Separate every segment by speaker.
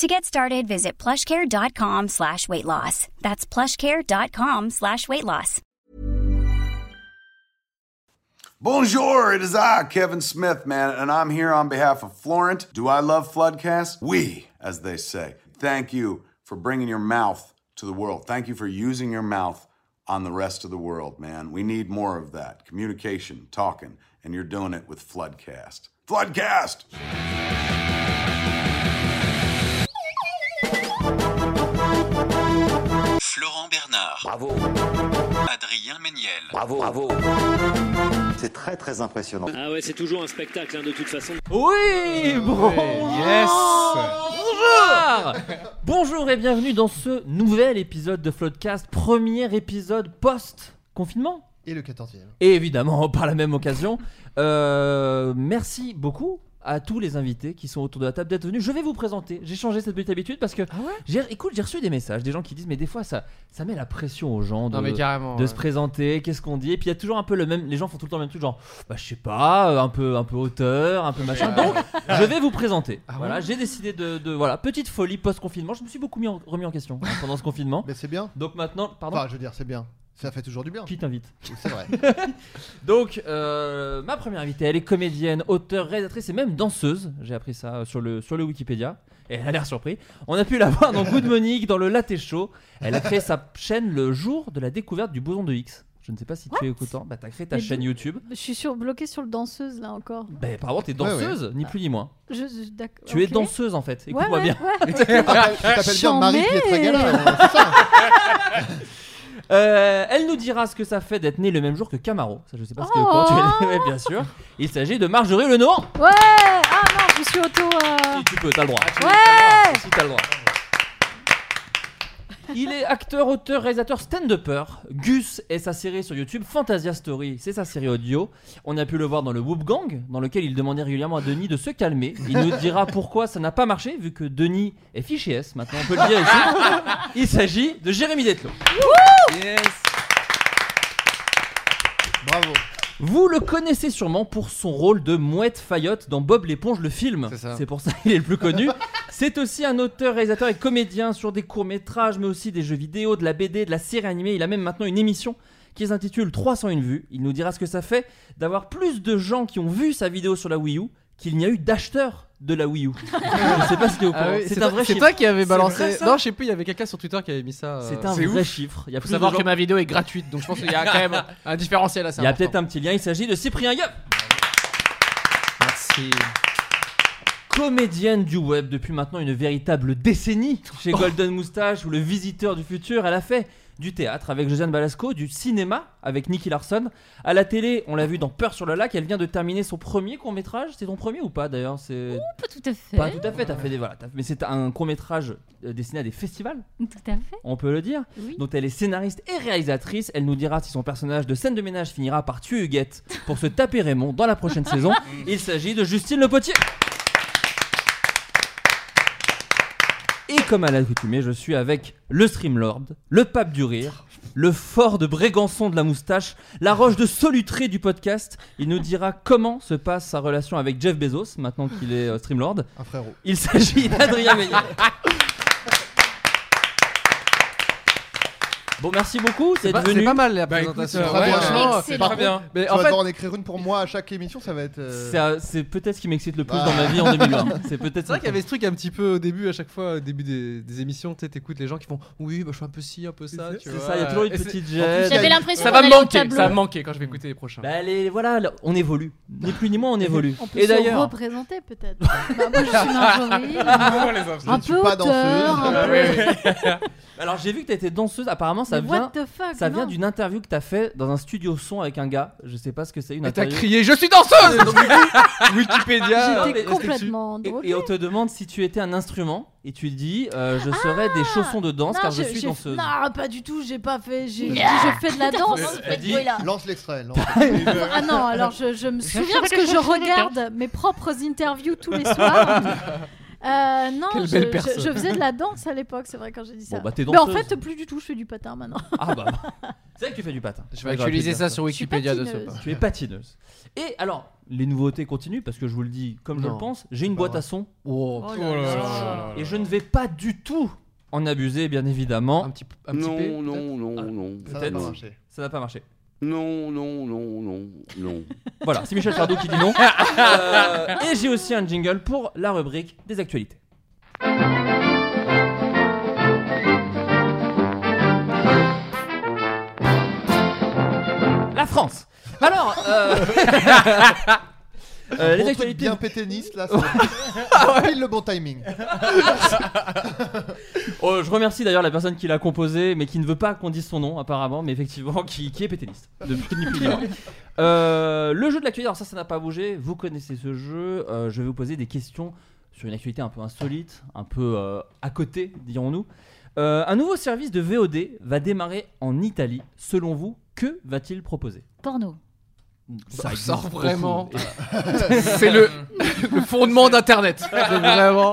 Speaker 1: To get started, visit plushcare.com slash weight loss. That's plushcare.com slash weight loss.
Speaker 2: Bonjour, it is I, Kevin Smith, man, and I'm here on behalf of Florent. Do I love Floodcast? We, as they say. Thank you for bringing your mouth to the world. Thank you for using your mouth on the rest of the world, man. We need more of that communication, talking, and you're doing it with Floodcast. Floodcast!
Speaker 3: Florent Bernard. Bravo. Adrien Méniel.
Speaker 4: Bravo.
Speaker 5: C'est très très impressionnant.
Speaker 6: Ah ouais, c'est toujours un spectacle hein, de toute façon.
Speaker 7: Oui, bon.
Speaker 8: Yes
Speaker 7: Bonjour Bonjour et bienvenue dans ce nouvel épisode de Floodcast, premier épisode post-confinement.
Speaker 8: Et le 14e.
Speaker 7: Et évidemment, par la même occasion, euh, merci beaucoup à tous les invités qui sont autour de la table d'être venus. Je vais vous présenter. J'ai changé cette petite habitude parce que,
Speaker 8: Ah
Speaker 7: j'ai, écoute, j'ai reçu des messages, des gens qui disent, mais des fois, ça, ça met la pression aux gens de,
Speaker 8: Non mais carrément.
Speaker 7: de se présenter, qu'est-ce qu'on dit. Et puis il y a toujours un peu le même. Les gens font tout le temps le même truc, genre, bah je sais pas, euh, un peu, un peu hauteur, un peu
Speaker 9: Ah
Speaker 7: machin. Donc, je vais vous présenter.
Speaker 8: Ah ouais
Speaker 7: voilà, j'ai décidé de, de- voilà, petite folie post confinement. Je me suis beaucoup mis en- remis en question hein, pendant ce confinement.
Speaker 8: Mais c'est bien.
Speaker 7: Donc maintenant, pardon.
Speaker 8: Enfin, je veux dire, c'est bien. Ça fait toujours du bien.
Speaker 7: qui t'invite
Speaker 8: C'est vrai.
Speaker 7: Donc, euh, ma première invitée, elle est comédienne, auteure, réalisatrice et même danseuse. J'ai appris ça euh, sur le, sur le Wikipédia. Et elle a l'air surpris. On a pu la voir dans Good Monique, dans le Latte Show. Elle a créé sa chaîne le jour de la découverte du boson de Higgs. Je ne sais pas si tu es écoutant. Bah, t'as créé ta
Speaker 9: Mais
Speaker 7: chaîne
Speaker 9: d'où-
Speaker 7: YouTube.
Speaker 9: Je suis sur, bloquée sur le danseuse là encore.
Speaker 7: Bah, apparemment, t'es danseuse, ni plus ni moins.
Speaker 9: Bah, Je, je- d'accord,
Speaker 7: Tu es
Speaker 9: ok.
Speaker 7: danseuse en fait. Écoute-moi
Speaker 9: ouais,
Speaker 7: bien.
Speaker 9: ouais, ouais.
Speaker 8: Ah, Tu t'appelles- tu t'appelles bien
Speaker 9: Chambé.
Speaker 8: Marie Pietragala, c'est ça
Speaker 7: Euh, elle nous dira ce que ça fait d'être né le même jour que Camaro. Ça, je sais pas ce que
Speaker 9: Oh.
Speaker 7: quand tu es né, mais bien sûr. Il s'agit de Marjorie Lenoir.
Speaker 9: Ouais Ah non, je suis auto. euh,
Speaker 7: Si Ah, tu peux, t'as le droit.
Speaker 9: Ouais
Speaker 7: Si t'as le droit. Il est acteur, auteur, réalisateur, stand-upper. Gus est sa série sur YouTube. Fantasia Story, c'est sa série audio. On a pu le voir dans le Whoop Gang, dans lequel il demandait régulièrement à Denis de se calmer. Il nous dira pourquoi ça n'a pas marché, vu que Denis est fiché S. Maintenant, on peut le dire ici. Il s'agit de Jérémy Detlo.
Speaker 8: Bravo.
Speaker 7: Vous le connaissez sûrement pour son rôle de Mouette Fayotte dans Bob l'éponge le film.
Speaker 8: C'est ça.
Speaker 7: pour ça qu'il est le plus connu. C'est aussi un auteur, réalisateur et comédien sur des courts-métrages, mais aussi des jeux vidéo, de la BD, de la série animée. Il a même maintenant une émission qui s'intitule 301 vues. Il nous dira ce que ça fait d'avoir plus de gens qui ont vu sa vidéo sur la Wii U qu'il n'y a eu d'acheteurs de la Wii U. Je sais pas si t'es au courant.
Speaker 8: Ah oui,
Speaker 7: c'est
Speaker 8: c'est
Speaker 7: un
Speaker 8: toi-
Speaker 7: vrai
Speaker 8: c'est
Speaker 7: chiffre.
Speaker 8: toi qui avais
Speaker 7: C'est
Speaker 8: balancé-
Speaker 7: vrai, ça
Speaker 8: Non, je sais plus, il y avait quelqu'un sur Twitter qui avait mis ça. euh,
Speaker 7: C'est un vrai chiffre. Il y a plus de gens-
Speaker 8: vidéo est gratuite, donc je pense qu'il y a quand même un différentiel assez
Speaker 7: Il y a peut-être un petit lien. Il s'agit de Cyprien Yop.
Speaker 8: Merci.
Speaker 7: comédienne du web depuis maintenant une véritable décennie chez Golden Moustache ou Le Visiteur du Futur. Elle a fait du théâtre avec Josiane Balasco, du cinéma avec Nicky Larson. À la télé, on l'a vu dans Peur sur le lac, elle vient de terminer son premier court-métrage. C'est ton premier ou pas d'ailleurs C'est
Speaker 9: Pas tout à fait.
Speaker 7: pas tout à fait, t'as fait des voilà, t'as- mais c'est un court-métrage euh, destiné à des festivals,
Speaker 9: Tout à fait,
Speaker 7: on peut le dire.
Speaker 9: oui.
Speaker 7: Dont elle est scénariste et réalisatrice, elle nous dira si son personnage de scène de ménage finira par tuer Huguette pour se taper Raymond dans la prochaine saison. Il s'agit de Justine Le Potier. Et comme à l'accoutumée, je suis avec le Streamlord, le Pape du Rire, le fort de Brégançon de la moustache, la roche de Solutré du podcast. Il nous dira comment se passe sa relation avec Jeff Bezos, maintenant qu'il est euh, Streamlord.
Speaker 8: Un frérot.
Speaker 7: Il s'agit d'Adrien Meunier. Bon, merci beaucoup.
Speaker 8: C'est
Speaker 7: d'être
Speaker 8: pas- c'est
Speaker 7: venu.
Speaker 8: pas mal, la Bah, écoute, présentation. euh, ouais,
Speaker 7: Franchement,
Speaker 8: euh,
Speaker 7: c'est
Speaker 8: par
Speaker 7: très
Speaker 8: contre,
Speaker 7: bien.
Speaker 8: mais
Speaker 7: Tu
Speaker 8: en
Speaker 7: vas
Speaker 8: fait-
Speaker 4: Devoir en écrire une pour moi à chaque émission, ça va être. euh,
Speaker 7: Ça- C'est peut-être ce qui m'excite le plus
Speaker 10: Bah.
Speaker 4: Ah.
Speaker 7: dans ma vie en 2020. C'est peut-être
Speaker 8: Bah. C'est vrai qu'il y avait ce truc un petit peu au début, à chaque fois, au début des, des émissions, tu sais, t'écoutes les gens qui font Oui, bah, je suis un peu ci, un peu ça. tu
Speaker 7: C'est
Speaker 8: vois.
Speaker 7: ça, il y a toujours une
Speaker 8: Et c'est-
Speaker 7: petite
Speaker 8: en
Speaker 7: gêne.
Speaker 8: plus, il y a- Ça va me manquer, ça va me manquer quand je vais écouter les prochains.
Speaker 7: Bah, les- voilà, là, on évolue. Ni plus ni moins, on évolue.
Speaker 11: On peut
Speaker 7: Et
Speaker 11: se
Speaker 7: d'ailleurs,
Speaker 11: représenter peut-être. Bah, moi je suis Marjorie. un peu auteur,
Speaker 8: Ah
Speaker 11: un peu-
Speaker 7: Alors j'ai vu que t'étais danseuse. Apparemment, ça
Speaker 11: Mais
Speaker 7: vient,
Speaker 11: what the fuck,
Speaker 7: ça vient
Speaker 11: non.
Speaker 7: d'une interview que t'as fait dans un studio son avec un gars. Je sais pas ce que c'est une
Speaker 8: Et t'as
Speaker 7: interview.
Speaker 8: crié, Je suis danseuse Donc, du coup, Wikipédia, euh,
Speaker 11: J'étais
Speaker 8: est-ce que tu-
Speaker 11: complètement
Speaker 7: Et- Et on te demande si tu étais un instrument et tu dis euh, je serais des chaussons de danse
Speaker 11: Non,
Speaker 7: car je,
Speaker 11: j'ai-
Speaker 7: suis
Speaker 11: j'ai-
Speaker 7: danseuse.
Speaker 11: Non, pas du tout, j'ai pas fait. J'ai dit, je fais de la danse.
Speaker 4: Elle dit- Lance l'extrait. lance.
Speaker 11: Ah non, alors je, je me souviens parce que je regarde mes propres interviews tous les soirs. Euh, non,
Speaker 7: Quelle
Speaker 11: je,
Speaker 7: belle
Speaker 11: je-
Speaker 7: personne.
Speaker 11: je faisais de la danse à l'époque, c'est vrai quand j'ai dit ça.
Speaker 7: Bon, bah, t'es
Speaker 11: Mais en
Speaker 7: danseuse.
Speaker 11: fait, plus du tout, je fais du patin maintenant.
Speaker 7: Ah bah c'est vrai que tu fais du hein. patin.
Speaker 8: Je vais actualiser ça sur Wikipédia de ce
Speaker 7: patineuse.
Speaker 8: pas.
Speaker 7: Tu es patineuse. Et alors les nouveautés continuent parce que je vous le dis comme je
Speaker 8: Non,
Speaker 7: le pense. J'ai une
Speaker 8: pas
Speaker 7: boîte
Speaker 8: vrai.
Speaker 7: à son.
Speaker 8: Oh, Oh là putain. là là là
Speaker 7: Et je ne vais pas du tout en abuser bien évidemment. Un petit,
Speaker 8: un petit Ah. Non, P,
Speaker 7: non non
Speaker 3: non.
Speaker 4: Ça va pas marcher.
Speaker 7: Ça n'a pas marché.
Speaker 3: Non, non, non, non, non.
Speaker 7: Voilà, c'est Michel Sardou qui dit non. Euh, et j'ai aussi un jingle pour la rubrique des actualités. La France Alors, euh,
Speaker 4: Un
Speaker 7: euh,
Speaker 4: bon
Speaker 7: les
Speaker 4: truc
Speaker 7: actualités.
Speaker 4: bien pétainiste, là, c'est- pile le bon timing.
Speaker 7: Oh, je remercie d'ailleurs la personne qui l'a composé, mais qui ne veut pas qu'on dise son nom apparemment, mais effectivement, qui, qui est péténiste. De plus ni plus ni moins. Euh, le jeu de l'actualité, alors ça, ça n'a pas bougé. Vous connaissez ce jeu. Euh, je vais vous poser des questions sur une actualité un peu insolite, un peu euh, à côté, dirons-nous. Euh, un nouveau service de VOD va démarrer en Italie. Selon vous, que va-t-il proposer
Speaker 11: Porno.
Speaker 8: Ça
Speaker 7: existe
Speaker 8: sort
Speaker 7: beaucoup.
Speaker 8: vraiment.
Speaker 7: Et-
Speaker 8: C'est le, le fondement d'Internet. C'est vraiment.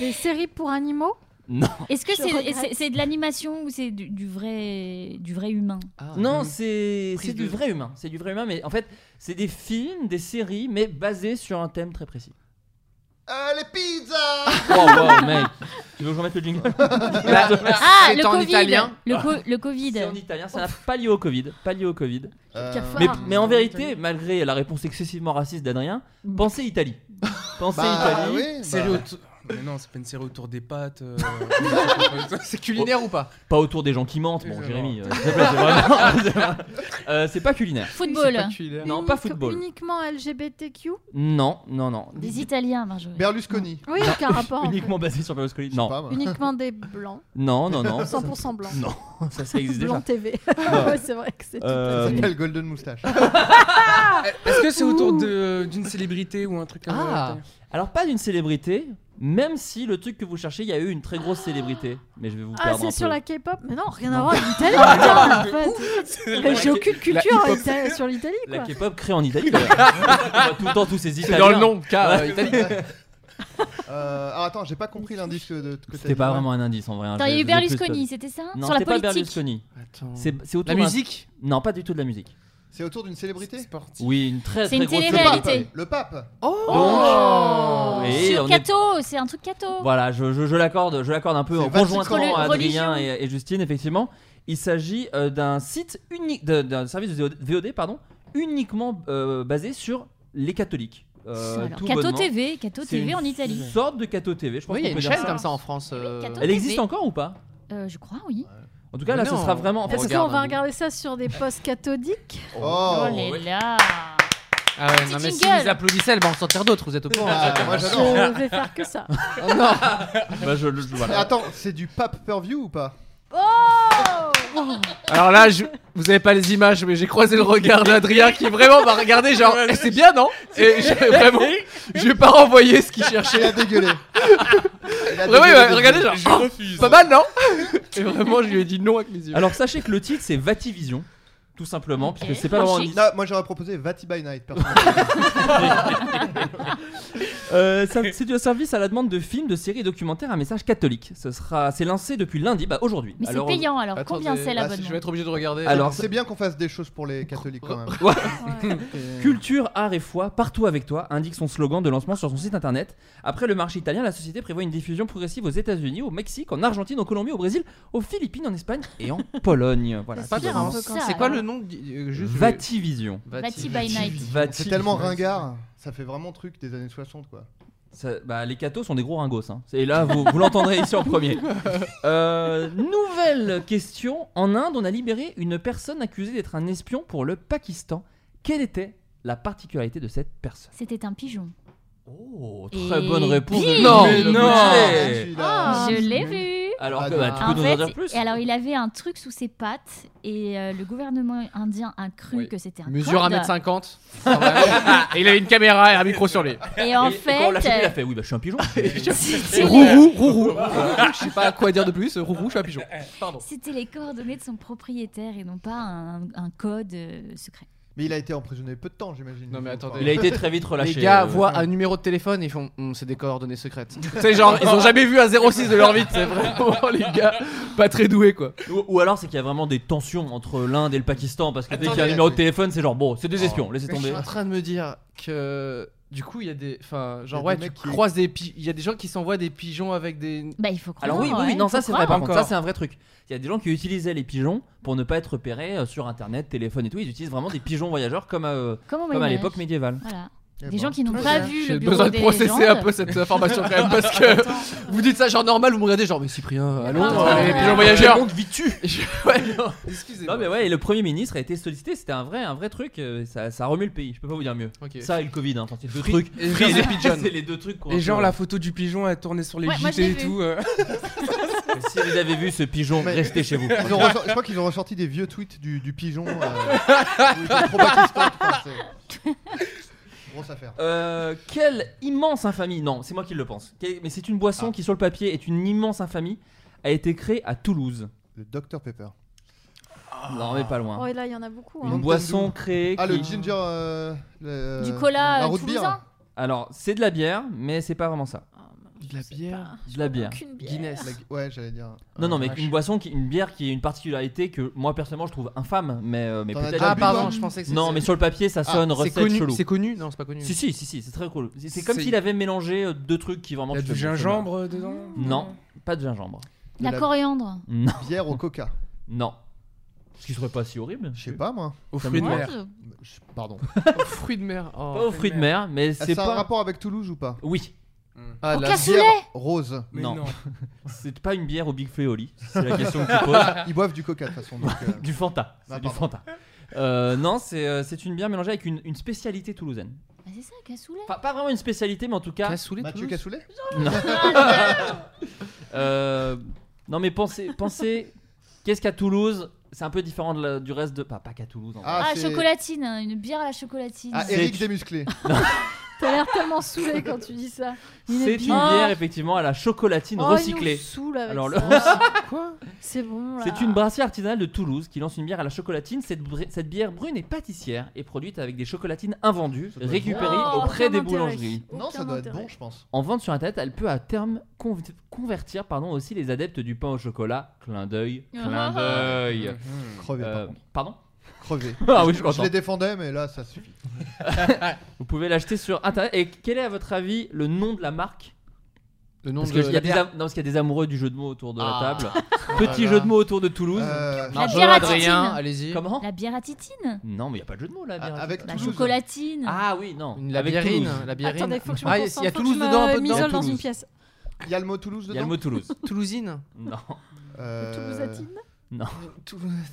Speaker 11: Des séries pour animaux
Speaker 7: Non.
Speaker 12: Est-ce que
Speaker 11: Je
Speaker 12: c'est
Speaker 11: regrette.
Speaker 12: c'est- c'est de l'animation ou c'est du, du vrai du vrai humain
Speaker 7: Non, c'est c'est
Speaker 12: Ah, Prise
Speaker 7: du
Speaker 12: de-
Speaker 7: vrai humain. C'est du vrai humain, mais en fait, c'est des films, des séries, mais basés sur un thème très précis.
Speaker 4: Euh, les pizzas
Speaker 7: Wow, Oh, wow, mec. Tu veux que je remette le jingle
Speaker 12: Bah, Ah, le Covid. Le, co- le Covid. Euh,
Speaker 7: C'est en italien, ça n'a pas lié au Covid. Pas lié au Covid.
Speaker 12: Cafard.
Speaker 7: Mais, mais en vérité, malgré la réponse excessivement raciste d'Adrien, pensez Italie. Pensez
Speaker 12: Bah,
Speaker 7: Italie.
Speaker 13: Série autour- Bah. Mais non, c'est pas une série autour des pâtes. euh,
Speaker 8: c'est culinaire ou pas
Speaker 7: Pas autour des gens qui mentent, bon,
Speaker 13: Exactement.
Speaker 7: Jérémy. euh, s'il te plaît, c'est vraiment- c'est vraiment- Euh, c'est pas culinaire.
Speaker 12: Football. C'est pas
Speaker 7: culinaire. Non, pas football.
Speaker 11: Uniquement LGBTQ
Speaker 7: Non, non, non.
Speaker 12: Des Italiens, Marjorie.
Speaker 4: Berlusconi.
Speaker 11: Oui, aucun rapport. en fait.
Speaker 7: Uniquement basé sur Berlusconi. Non.
Speaker 11: Uniquement des blancs.
Speaker 7: Non, non, non.
Speaker 11: 100% blanc.
Speaker 7: Non, ça, ça existe
Speaker 11: Blanc
Speaker 7: déjà.
Speaker 11: TV.
Speaker 7: Non.
Speaker 11: ouais, c'est vrai que c'est tout
Speaker 7: Euh,
Speaker 11: à fait-
Speaker 4: Ça s'appelle Golden Moustache.
Speaker 13: Est-ce que c'est autour de- d'une célébrité ou un truc euh, comme
Speaker 7: Ah.
Speaker 13: ça
Speaker 7: Alors pas d'une célébrité, même si le truc que vous cherchez, il y a eu une très grosse célébrité. Mais je vais vous
Speaker 11: Ah,
Speaker 7: perdre un
Speaker 11: c'est sur
Speaker 7: peu.
Speaker 11: la K-pop Mais non, rien à voir avec l'Italie, putain, en
Speaker 7: la-
Speaker 11: fait. Mais J'ai
Speaker 7: la-
Speaker 11: aucune
Speaker 7: la
Speaker 11: culture
Speaker 7: hip-hop.
Speaker 11: ita- sur l'Italie,
Speaker 7: La
Speaker 11: quoi.
Speaker 7: K-pop créée en Italie. d'ailleurs. On voit tout le temps tous ces Italiens.
Speaker 8: dans le nom, K, euh,
Speaker 7: Ouais.
Speaker 8: Italie.
Speaker 4: Euh, alors attends, j'ai pas compris l'indice que, de- que t'as
Speaker 7: C'était
Speaker 4: dit.
Speaker 7: pas vraiment un indice en vrai. hein.
Speaker 12: Attends,
Speaker 7: Je-
Speaker 12: il y a
Speaker 7: je
Speaker 12: eu
Speaker 7: vous ai plus
Speaker 12: Berlusconi,
Speaker 7: donné.
Speaker 12: c'était ça
Speaker 7: Non,
Speaker 12: Sur la
Speaker 7: c'était pas
Speaker 12: politique.
Speaker 7: Berlusconi. C'est c'est autour
Speaker 4: La
Speaker 7: d'un-
Speaker 4: musique
Speaker 7: Non, pas du tout de la musique.
Speaker 4: C'est autour d'une célébrité
Speaker 7: Oui, une très très
Speaker 12: C'est une
Speaker 7: grosse
Speaker 12: télé-réalité.
Speaker 4: Le pape.
Speaker 7: Oh Et
Speaker 12: Sur
Speaker 7: on est-
Speaker 12: Cato, c'est un truc Cato.
Speaker 7: Voilà, je, je, je l'accorde, je l'accorde un peu en
Speaker 4: Vatican.
Speaker 7: conjointement à
Speaker 12: Reli-
Speaker 7: Adrien
Speaker 12: religion.
Speaker 7: et, et Justine, effectivement. Il s'agit euh, d'un site unique, d'un- d'un service de VOD, pardon, uniquement euh, basé sur les catholiques. Euh,
Speaker 12: Alors,
Speaker 7: tout
Speaker 12: Cato
Speaker 7: bonnement.
Speaker 12: TV, Cato
Speaker 7: C'est
Speaker 12: TV en
Speaker 7: une
Speaker 12: Italie.
Speaker 7: sorte de Cato TV, je pense
Speaker 8: Oui, il y a
Speaker 7: qu'on
Speaker 8: une
Speaker 7: peut dire
Speaker 8: chaîne comme ça en France. euh,
Speaker 12: Cato
Speaker 7: Elle existe
Speaker 12: TV.
Speaker 7: encore ou pas
Speaker 12: Euh, je crois, oui.
Speaker 7: En tout cas, là,
Speaker 8: Mais
Speaker 7: ce
Speaker 8: non.
Speaker 7: sera vraiment.
Speaker 8: On
Speaker 11: Est-ce
Speaker 8: regarde
Speaker 11: qu'on va
Speaker 8: un-
Speaker 11: regarder ça sur des postes cathodiques
Speaker 4: Oh,
Speaker 12: Oh, les là.
Speaker 8: Ah ouais, non, mais si
Speaker 11: jingle.
Speaker 8: vous applaudissez, elle va en sortir d'autres, vous êtes au courant.
Speaker 4: Ah,
Speaker 8: vous êtes-
Speaker 4: moi, j'adore.
Speaker 11: Je vais faire que ça.
Speaker 8: Oh, non.
Speaker 7: Bah, je, je-
Speaker 4: Mais
Speaker 7: voilà.
Speaker 4: Attends, c'est du pape per view ou pas
Speaker 11: Oh
Speaker 8: Alors là, je- vous avez pas les images, mais j'ai croisé le regard d'Adrien qui vraiment m'a regardé, genre, Eh, c'est bien, non Et j'ai- vraiment, je vais pas renvoyer ce qu'il cherchait.
Speaker 4: Il a dégueulé. Il a
Speaker 8: Vraiment, il
Speaker 4: dégueulé,
Speaker 8: m'a regardé,
Speaker 4: dégueulé.
Speaker 8: genre, Oh, pas mal, non Et vraiment, je lui ai dit non avec mes yeux.
Speaker 7: Alors sachez que le titre c'est Vativision. tout simplement,
Speaker 4: Ok.
Speaker 7: puisque c'est pas vraiment.
Speaker 4: Non, moi j'aurais proposé Vati by Night. personnellement.
Speaker 7: Euh, ça- c'est du service à la demande de films, de séries et documentaires à message catholique. Ce sera, c'est lancé depuis lundi, bah aujourd'hui.
Speaker 12: Mais c'est
Speaker 7: Alors,
Speaker 12: payant, alors
Speaker 7: Attendez,
Speaker 12: combien c'est
Speaker 7: bah,
Speaker 12: l'abonnement
Speaker 7: je vais être obligé de regarder.
Speaker 4: Alors
Speaker 7: Alors,
Speaker 4: c'est bien qu'on fasse des choses pour les catholiques quand même.
Speaker 7: Ouais. Culture, art et foi, partout avec toi, indique son slogan de lancement sur son site internet. Après le marché italien, la société prévoit une diffusion progressive aux États-Unis, au Mexique, en Argentine, en Colombie, au Brésil, aux Philippines, en Espagne et en Pologne. Voilà.
Speaker 13: C'est pas
Speaker 7: tout
Speaker 13: grave,
Speaker 7: simplement.
Speaker 13: un peu
Speaker 12: hein.
Speaker 13: comme ça, C'est quoi alors. le nom du- euh, juste-
Speaker 7: Vativision.
Speaker 12: Vati by Night.
Speaker 7: Vati-
Speaker 4: C'est tellement ringard, ça fait vraiment truc des années 60 quoi.
Speaker 7: Ça- bah, les cathos sont des gros ringos. Hein. Et là, vous, vous l'entendrez ici en premier. Euh, nouvelle question. En Inde, on a libéré une personne accusée d'être un espion pour le Pakistan. Quelle était la particularité de cette personne
Speaker 12: C'était un pigeon.
Speaker 7: Oh,
Speaker 12: très
Speaker 7: bonne réponse de
Speaker 12: Non,
Speaker 7: Louis Le Boutier.
Speaker 4: Ah,
Speaker 12: je l'ai vu.
Speaker 7: Alors que, bah, tu peux
Speaker 12: En
Speaker 7: nous en
Speaker 12: fait,
Speaker 7: dire plus
Speaker 12: et alors il avait un truc sous ses pattes et euh, le gouvernement indien a cru que c'était un
Speaker 8: Mesure
Speaker 12: corde.
Speaker 8: 1m50. Ah, vraiment. Et il a une caméra et un micro sur lui.
Speaker 12: Et en fait,
Speaker 8: Oh,
Speaker 7: quand on l'a chopé, il a
Speaker 12: euh,
Speaker 7: fait Oui, bah, je suis un pigeon.
Speaker 8: Rourou, rourou. Voilà. Je sais pas quoi dire de plus. Rourou, je suis un pigeon. Pardon.
Speaker 12: C'était les coordonnées de son propriétaire et non pas un, un code euh, secret.
Speaker 4: Mais il a été emprisonné peu de temps j'imagine. Non mais attendez.
Speaker 8: Il a été très
Speaker 7: vite relâché.
Speaker 8: Les gars
Speaker 7: euh,
Speaker 8: voient un numéro de téléphone et ils font Hum, c'est des coordonnées secrètes. tu sais, genre, ils ont jamais vu un 06 de leur vie. C'est vraiment, les gars, pas très doués quoi.
Speaker 7: Ou, ou alors c'est qu'il y a vraiment des tensions entre l'Inde et le Pakistan parce que dès qu'il y a un
Speaker 8: Attendez.
Speaker 7: numéro de téléphone, c'est genre bon, c'est des espions, laissez
Speaker 8: Oh. Mais Je
Speaker 7: tomber.
Speaker 8: suis en train de me dire que du coup, il y a des. Enfin, genre,
Speaker 7: Il y a
Speaker 8: ouais,
Speaker 7: des
Speaker 8: tu
Speaker 7: mecs qui-
Speaker 8: croises des. pi- Il y a des gens qui s'envoient des pigeons avec des.
Speaker 12: Bah, il faut croire.
Speaker 7: Alors oui, oui, oui, non, ça c'est vrai. Par
Speaker 8: Pas
Speaker 7: contre,
Speaker 8: encore.
Speaker 7: ça c'est un vrai truc. Il y a des gens qui utilisaient les pigeons pour ne pas être repérés euh, sur internet, téléphone et tout. Ils utilisent vraiment des pigeons voyageurs comme, euh,
Speaker 12: Comme au
Speaker 7: comme à
Speaker 12: Moyen-Âge.
Speaker 7: l'époque médiévale.
Speaker 12: Voilà.
Speaker 4: Eh
Speaker 12: des
Speaker 4: ben,
Speaker 12: gens qui n'ont
Speaker 8: très
Speaker 12: pas
Speaker 8: bien.
Speaker 12: vu le
Speaker 8: J'ai
Speaker 12: bureau
Speaker 8: besoin de
Speaker 12: des
Speaker 8: processer
Speaker 12: légendes.
Speaker 8: un peu cette information quand même parce que vous dites ça genre normal, vous me regardez genre mais Cyprien
Speaker 13: Bah,
Speaker 8: euh, à Londres,
Speaker 13: euh,
Speaker 12: Ah,
Speaker 7: Attends.
Speaker 8: les pigeons voyageurs.
Speaker 7: Donc, vitu
Speaker 8: Ouais, non.
Speaker 7: Non mais ouais, et le Premier ministre a été sollicité, c'était un vrai, un vrai truc, euh, ça, ça remue le pays, je peux pas vous dire mieux.
Speaker 8: Ok.
Speaker 7: Ça et le Covid, hein, enfin, c'est deux
Speaker 8: Free-
Speaker 7: trucs.
Speaker 13: Et
Speaker 7: Free
Speaker 13: genre-
Speaker 7: the pigeon. c'est les deux trucs. qu'on-
Speaker 13: Et genre la photo du pigeon a tourné sur les
Speaker 12: Ouais, moi, je
Speaker 13: JT
Speaker 12: l'ai
Speaker 13: et
Speaker 12: vu.
Speaker 13: tout. euh.
Speaker 7: Si vous avez vu ce pigeon, restez chez vous.
Speaker 4: Ils ont ressor- Je crois qu'ils ont ressorti des vieux tweets du, du pigeon. euh, où il était trop Pakistan, tout ça, euh, c'est- Grosse affaire.
Speaker 7: Euh, quelle immense infamie Non, c'est moi qui le pense. Quelle- Mais c'est une
Speaker 4: Ah.
Speaker 7: boisson qui sur le papier est une immense infamie, a été créée à Toulouse. Ah.
Speaker 4: Le Dr Pepper.
Speaker 7: Non mais pas loin.
Speaker 11: Oh, et là, il y en a beaucoup.
Speaker 7: Une
Speaker 11: hein.
Speaker 7: boisson créée.
Speaker 4: Ah, le
Speaker 7: qui-
Speaker 4: ginger. euh, le-
Speaker 11: Du cola,
Speaker 4: la
Speaker 11: euh,
Speaker 4: root beer.
Speaker 11: toulousain.
Speaker 7: Alors, c'est de la bière, mais c'est pas vraiment ça. De la bière De la bière.
Speaker 4: Guinness. Ouais, j'allais dire. Ah,
Speaker 7: Non,
Speaker 13: Ah,
Speaker 7: non, mais
Speaker 4: Vache.
Speaker 7: une boisson, qui, une bière qui a une particularité que moi personnellement je trouve infâme, mais, euh, mais
Speaker 4: T'en as
Speaker 7: peut-être.
Speaker 4: déjà Ah, bu, pardon, toi
Speaker 8: je pensais que c'est-
Speaker 7: Non,
Speaker 8: c'est-
Speaker 7: mais sur le papier ça
Speaker 8: Ah,
Speaker 7: sonne
Speaker 8: c'est
Speaker 7: recette
Speaker 8: connu-
Speaker 7: chelou.
Speaker 8: c'est connu Non, c'est pas connu.
Speaker 7: Si, si, si, si c'est très cool. C'est- C'est comme
Speaker 8: C'est-
Speaker 7: s'il avait mélangé euh, deux trucs qui vraiment.
Speaker 13: Il y a
Speaker 7: tu
Speaker 13: du
Speaker 7: fais, bon, c'est
Speaker 13: gingembre,
Speaker 7: bon.
Speaker 13: euh, dedans
Speaker 7: Non, pas de gingembre.
Speaker 12: La
Speaker 4: la-
Speaker 12: coriandre.
Speaker 7: Non.
Speaker 4: Bière au coca.
Speaker 7: Non. Ce qui serait pas si horrible.
Speaker 4: Je sais pas, moi.
Speaker 7: Au
Speaker 4: Ça
Speaker 7: fruit de
Speaker 4: me-
Speaker 7: mer.
Speaker 4: Je- Pardon.
Speaker 8: Fruits de mer. Oh,
Speaker 7: Pas aux fruits de mer, mais
Speaker 4: Ah,
Speaker 7: c'est
Speaker 4: Ça a un
Speaker 7: pas.
Speaker 4: rapport avec Toulouse ou pas
Speaker 7: Oui.
Speaker 4: Ah,
Speaker 10: Mm.
Speaker 12: Au
Speaker 4: la
Speaker 12: cassoulet
Speaker 4: bière rose.
Speaker 7: non. c'est pas une bière au Big Feoli. C'est la question que tu poses.
Speaker 4: Ils boivent du coca de toute façon. donc, euh,
Speaker 7: du Fanta. C'est
Speaker 4: Ah,
Speaker 7: du
Speaker 4: pardon.
Speaker 7: Fanta. Euh, non, c'est euh, c'est une bière mélangée avec une, une spécialité toulousaine.
Speaker 12: Bah, c'est ça, cassoulet.
Speaker 7: Enfin, pas vraiment une spécialité, mais en tout cas.
Speaker 8: Cassoulet,
Speaker 4: Mathieu Cassoulet
Speaker 7: Non. Euh, non, mais pensez, pensez qu'est-ce qu'à Toulouse C'est un peu différent de la- du reste de. Pas, pas qu'à Toulouse. En vrai.
Speaker 12: Ah,
Speaker 4: c'est-
Speaker 12: chocolatine, hein, une bière à la chocolatine.
Speaker 4: Ah,
Speaker 7: C'est-
Speaker 4: Eric Démusclé.
Speaker 11: T'as l'air tellement saoulé quand tu dis ça. Il
Speaker 7: C'est
Speaker 11: est
Speaker 7: une
Speaker 11: bien.
Speaker 7: bière effectivement à la chocolatine
Speaker 11: Oh, il nous
Speaker 7: recyclée.
Speaker 11: saoule avec
Speaker 7: Alors, le-
Speaker 11: ça. C'est bon Oh là.
Speaker 7: C'est une brasserie artisanale de Toulouse qui lance une bière à la chocolatine. Cette, bri- cette bière brune est pâtissière et produite avec des chocolatines invendues
Speaker 4: doit être
Speaker 7: récupérées
Speaker 11: bon.
Speaker 7: auprès
Speaker 11: Aucun
Speaker 7: des
Speaker 11: intérêt.
Speaker 7: boulangeries.
Speaker 4: Non, ça
Speaker 11: Aucun
Speaker 4: doit être
Speaker 11: intérêt.
Speaker 4: bon, je pense.
Speaker 7: En vente sur Internet, elle peut à terme conv- convertir pardon, aussi les adeptes du pain au chocolat. Clin d'œil, clin d'œil.
Speaker 4: Crevé, par
Speaker 7: Euh,
Speaker 4: contre.
Speaker 7: pardon
Speaker 4: Crevé.
Speaker 7: Ah oui, je suis
Speaker 4: Je
Speaker 7: content.
Speaker 4: les défendais, mais là, ça suffit.
Speaker 7: Vous pouvez l'acheter sur Internet. Et quel est à votre avis le nom de la marque
Speaker 8: Le nom
Speaker 7: parce
Speaker 8: de
Speaker 7: que il y
Speaker 8: la
Speaker 7: a des
Speaker 8: bière.
Speaker 7: am- non, parce qu'il y a des amoureux du jeu de mots autour de
Speaker 8: Ah.
Speaker 7: la table.
Speaker 8: là
Speaker 7: Petit
Speaker 8: là.
Speaker 7: jeu de mots autour de Toulouse.
Speaker 4: Euh,
Speaker 12: La
Speaker 8: Margot,
Speaker 12: bière à
Speaker 8: Adrien,
Speaker 12: titine.
Speaker 8: allez-y.
Speaker 7: Comment
Speaker 12: La bière à titine.
Speaker 7: Non, mais il n'y a pas de jeu de mots
Speaker 12: Ah,
Speaker 7: là. bière.
Speaker 4: Avec
Speaker 12: La
Speaker 4: Toulouse.
Speaker 12: chocolatine.
Speaker 7: Ah oui, non.
Speaker 8: Une- La
Speaker 7: Avec
Speaker 8: biérine.
Speaker 7: Toulouse.
Speaker 8: La biérine.
Speaker 11: Attendez, faut que je me
Speaker 8: Ah,
Speaker 11: concentre,
Speaker 8: il y a
Speaker 11: faut que
Speaker 8: Toulouse
Speaker 11: je me
Speaker 8: dedans, un peu
Speaker 11: m'isole
Speaker 8: dedans.
Speaker 11: dans une pièce.
Speaker 4: Il y a le mot Toulouse
Speaker 7: Il y a
Speaker 4: dedans
Speaker 7: le mot Toulouse.
Speaker 8: Toulousine.
Speaker 7: non.
Speaker 4: Euh,
Speaker 11: Toulousatine.
Speaker 7: Non.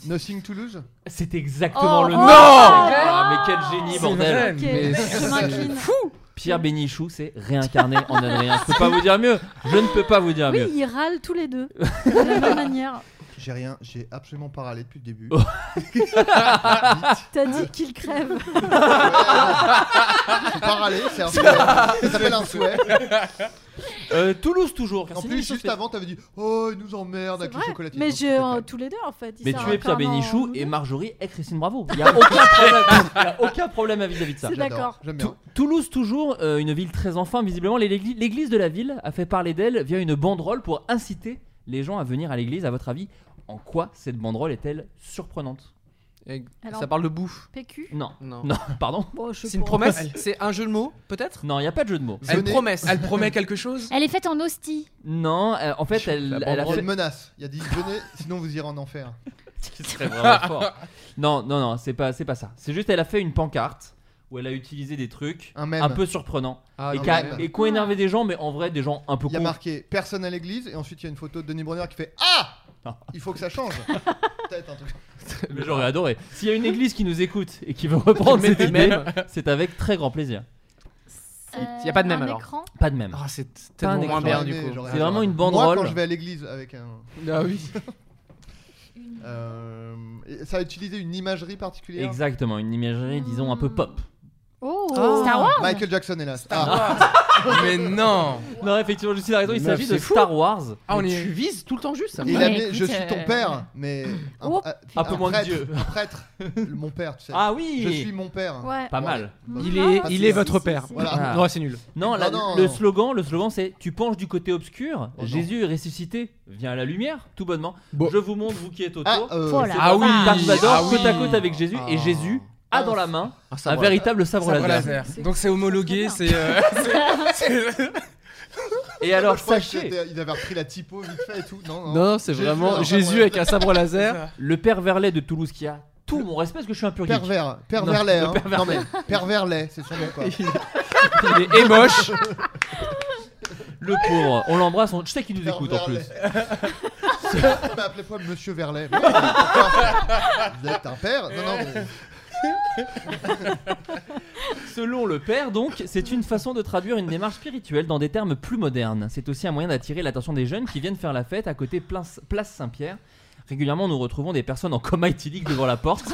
Speaker 4: Nothing Toulouse
Speaker 7: C'est exactement
Speaker 11: Oh,
Speaker 7: le
Speaker 11: oh,
Speaker 7: nom.
Speaker 11: Non
Speaker 7: C'est
Speaker 11: oh,
Speaker 7: grave, mais quel génie,
Speaker 13: Ah, c'est
Speaker 7: bordel.
Speaker 13: vrai.
Speaker 11: Ok,
Speaker 13: Mais
Speaker 11: je
Speaker 13: c'est-
Speaker 11: m'incline.
Speaker 7: Pierre Bénichou s'est réincarné en Adrien. Je peux pas vous dire mieux. Je ne peux pas vous dire
Speaker 11: Oui,
Speaker 7: mieux.
Speaker 11: ils râlent tous les deux de la même manière.
Speaker 10: J'ai rien, j'ai absolument pas râlé depuis le début.
Speaker 11: T'as
Speaker 4: Ah.
Speaker 11: dit qu'il crève.
Speaker 10: J'ai pas râlé, c'est un souhait. Ça s'appelle un souhait.
Speaker 7: Euh, Toulouse toujours. car
Speaker 10: En
Speaker 7: sinon,
Speaker 10: plus,
Speaker 7: ils sont
Speaker 10: juste
Speaker 7: faits.
Speaker 10: avant, t'avais dit Oh, il nous emmerde avec le chocolat.
Speaker 11: Mais je, en- tous les deux en fait. ils
Speaker 7: Mais
Speaker 11: sont
Speaker 7: tu es Pierre
Speaker 11: encore dans-
Speaker 7: Bénichou et Marjorie est Christine Bravo. Il n'y a aucun problème. Il y a aucun problème à vis-à-vis de ça.
Speaker 11: C'est J'adore, d'accord. j'aime bien.
Speaker 7: Tou- Toulouse toujours euh, une ville très enfant. Visiblement, les- l'égli- l'église de la ville a fait parler d'elle via une banderole pour inciter les gens à venir à l'église. À votre avis, en quoi cette banderole est-elle surprenante
Speaker 11: Alors,
Speaker 7: Ça parle de bouffe.
Speaker 11: PQ
Speaker 7: Non. Non. Pardon.
Speaker 11: Bon, je sais
Speaker 13: C'est une
Speaker 11: pas.
Speaker 13: promesse C'est un jeu de mots, peut-être
Speaker 7: Non, il n'y a pas de jeu de mots.
Speaker 13: Elle promesse. Elle promet quelque chose
Speaker 12: Elle est faite en hostie.
Speaker 7: Non, euh, en fait,
Speaker 10: La
Speaker 7: elle, elle a
Speaker 10: banderole
Speaker 7: fait
Speaker 10: menace. Il a dit Venez, sinon vous irez en enfer.
Speaker 7: qui serait vraiment fort. Non, non, non, c'est pas, c'est pas ça. C'est juste, elle a fait une pancarte où elle a utilisé des trucs
Speaker 10: Un mème.
Speaker 7: peu surprenants
Speaker 10: Ah,
Speaker 7: et
Speaker 10: un
Speaker 7: qui a-
Speaker 10: mème.
Speaker 7: et qui ont énervé des gens, mais en vrai, des gens un peu
Speaker 10: Il y a
Speaker 7: cons.
Speaker 10: marqué personne à l'église et ensuite il y a une photo de Denis Brunner qui fait Ah Il faut que ça change. Peut-être un truc.
Speaker 7: Mais j'aurais adoré. S'il y a une église qui nous écoute et qui veut reprendre
Speaker 13: Qui met
Speaker 7: cette
Speaker 13: des
Speaker 7: idée,
Speaker 13: mèmes.
Speaker 7: c'est avec très grand plaisir.
Speaker 13: Il y a pas de même alors.
Speaker 7: Pas de même.
Speaker 13: Ah, c'est
Speaker 7: Pas un
Speaker 13: tellement moins
Speaker 7: écran.
Speaker 13: bien du
Speaker 10: J'aurais
Speaker 13: coup.
Speaker 10: aimé, j'aurais
Speaker 7: C'est
Speaker 10: adoré.
Speaker 7: vraiment une
Speaker 10: Moi, quand
Speaker 7: banderole.
Speaker 10: je vais à l'église avec un.
Speaker 13: Ah oui.
Speaker 10: Euh, et ça a utilisé une imagerie particulière.
Speaker 7: Exactement, une imagerie, disons, un peu pop.
Speaker 11: Oh,
Speaker 10: Ah.
Speaker 11: Star Wars
Speaker 10: Michael Jackson est là.
Speaker 13: Star
Speaker 10: Ah.
Speaker 13: Mais non
Speaker 7: Non, effectivement, je suis la raison, il
Speaker 13: Meuf,
Speaker 7: s'agit de
Speaker 13: c'est fou.
Speaker 7: Star Wars.
Speaker 13: Ah, on
Speaker 7: Mais
Speaker 13: est-
Speaker 7: Tu vises tout le temps juste, ça me euh,
Speaker 10: Il
Speaker 7: paraît.
Speaker 10: a mis- je suis
Speaker 12: euh,
Speaker 10: ton père, mais un,
Speaker 7: Oh. Un peu moins que
Speaker 10: prêtre,
Speaker 7: Dieu.
Speaker 10: un prêtre, mon père, tu sais.
Speaker 7: Ah oui.
Speaker 10: je suis mon père.
Speaker 7: Ouais. Pas mal.
Speaker 13: Il est-
Speaker 10: Pas
Speaker 13: il
Speaker 10: si
Speaker 13: est
Speaker 10: mal.
Speaker 13: votre père.
Speaker 10: Voilà.
Speaker 13: Ah. Non, c'est nul.
Speaker 7: Non,
Speaker 13: Non,
Speaker 7: la-
Speaker 13: non,
Speaker 7: le
Speaker 13: non.
Speaker 7: slogan, le slogan, c'est tu penches du côté obscur,
Speaker 10: Oh,
Speaker 7: Jésus est ressuscité, viens à la lumière, tout bonnement. Je vous montre, vous qui êtes autour.
Speaker 10: Ah, euh,
Speaker 7: c'est
Speaker 10: Voilà.
Speaker 7: Darth
Speaker 10: Ah oui,
Speaker 7: Darth Vader
Speaker 10: ah oui. Ah.
Speaker 7: côte à côte avec Jésus
Speaker 13: Ah.
Speaker 7: et Jésus a dans la main un véritable sabre, laser.
Speaker 13: Donc c'est homologué, c'est. euh, c'est- c'est-
Speaker 7: Et alors,
Speaker 10: Je crois que
Speaker 7: sachez-
Speaker 10: c'était- il avait repris la typo vite fait et tout. Non, hein. non.
Speaker 7: Non, non, c'est
Speaker 10: Jésus
Speaker 7: vraiment
Speaker 10: a un
Speaker 7: Jésus
Speaker 10: sabre
Speaker 7: avec un sabre laser.
Speaker 10: C'est ça.
Speaker 7: Le père Verlet de Toulouse qui a tout mon respect parce que je suis un pur geek.
Speaker 10: Pervers,
Speaker 7: Non,
Speaker 10: pervers lait.
Speaker 7: le
Speaker 10: Hein.
Speaker 7: père
Speaker 10: Non
Speaker 7: Verlet.
Speaker 10: mais pervers lait, c'est son nom quoi.
Speaker 7: Il est émoche. Le pauvre, on l'embrasse, on- je sais qu'il nous écoute en plus.
Speaker 10: On m'a appelé fois Bah, Monsieur Verlet. Moi, je dis, Vous êtes un père Non, non, mais.
Speaker 7: Selon le père, donc, c'est une façon de traduire une démarche spirituelle dans des termes plus modernes. C'est aussi un moyen d'attirer l'attention des jeunes qui viennent faire la fête à côté place place Saint-Pierre. Régulièrement, nous retrouvons des personnes en coma éthylique devant la porte.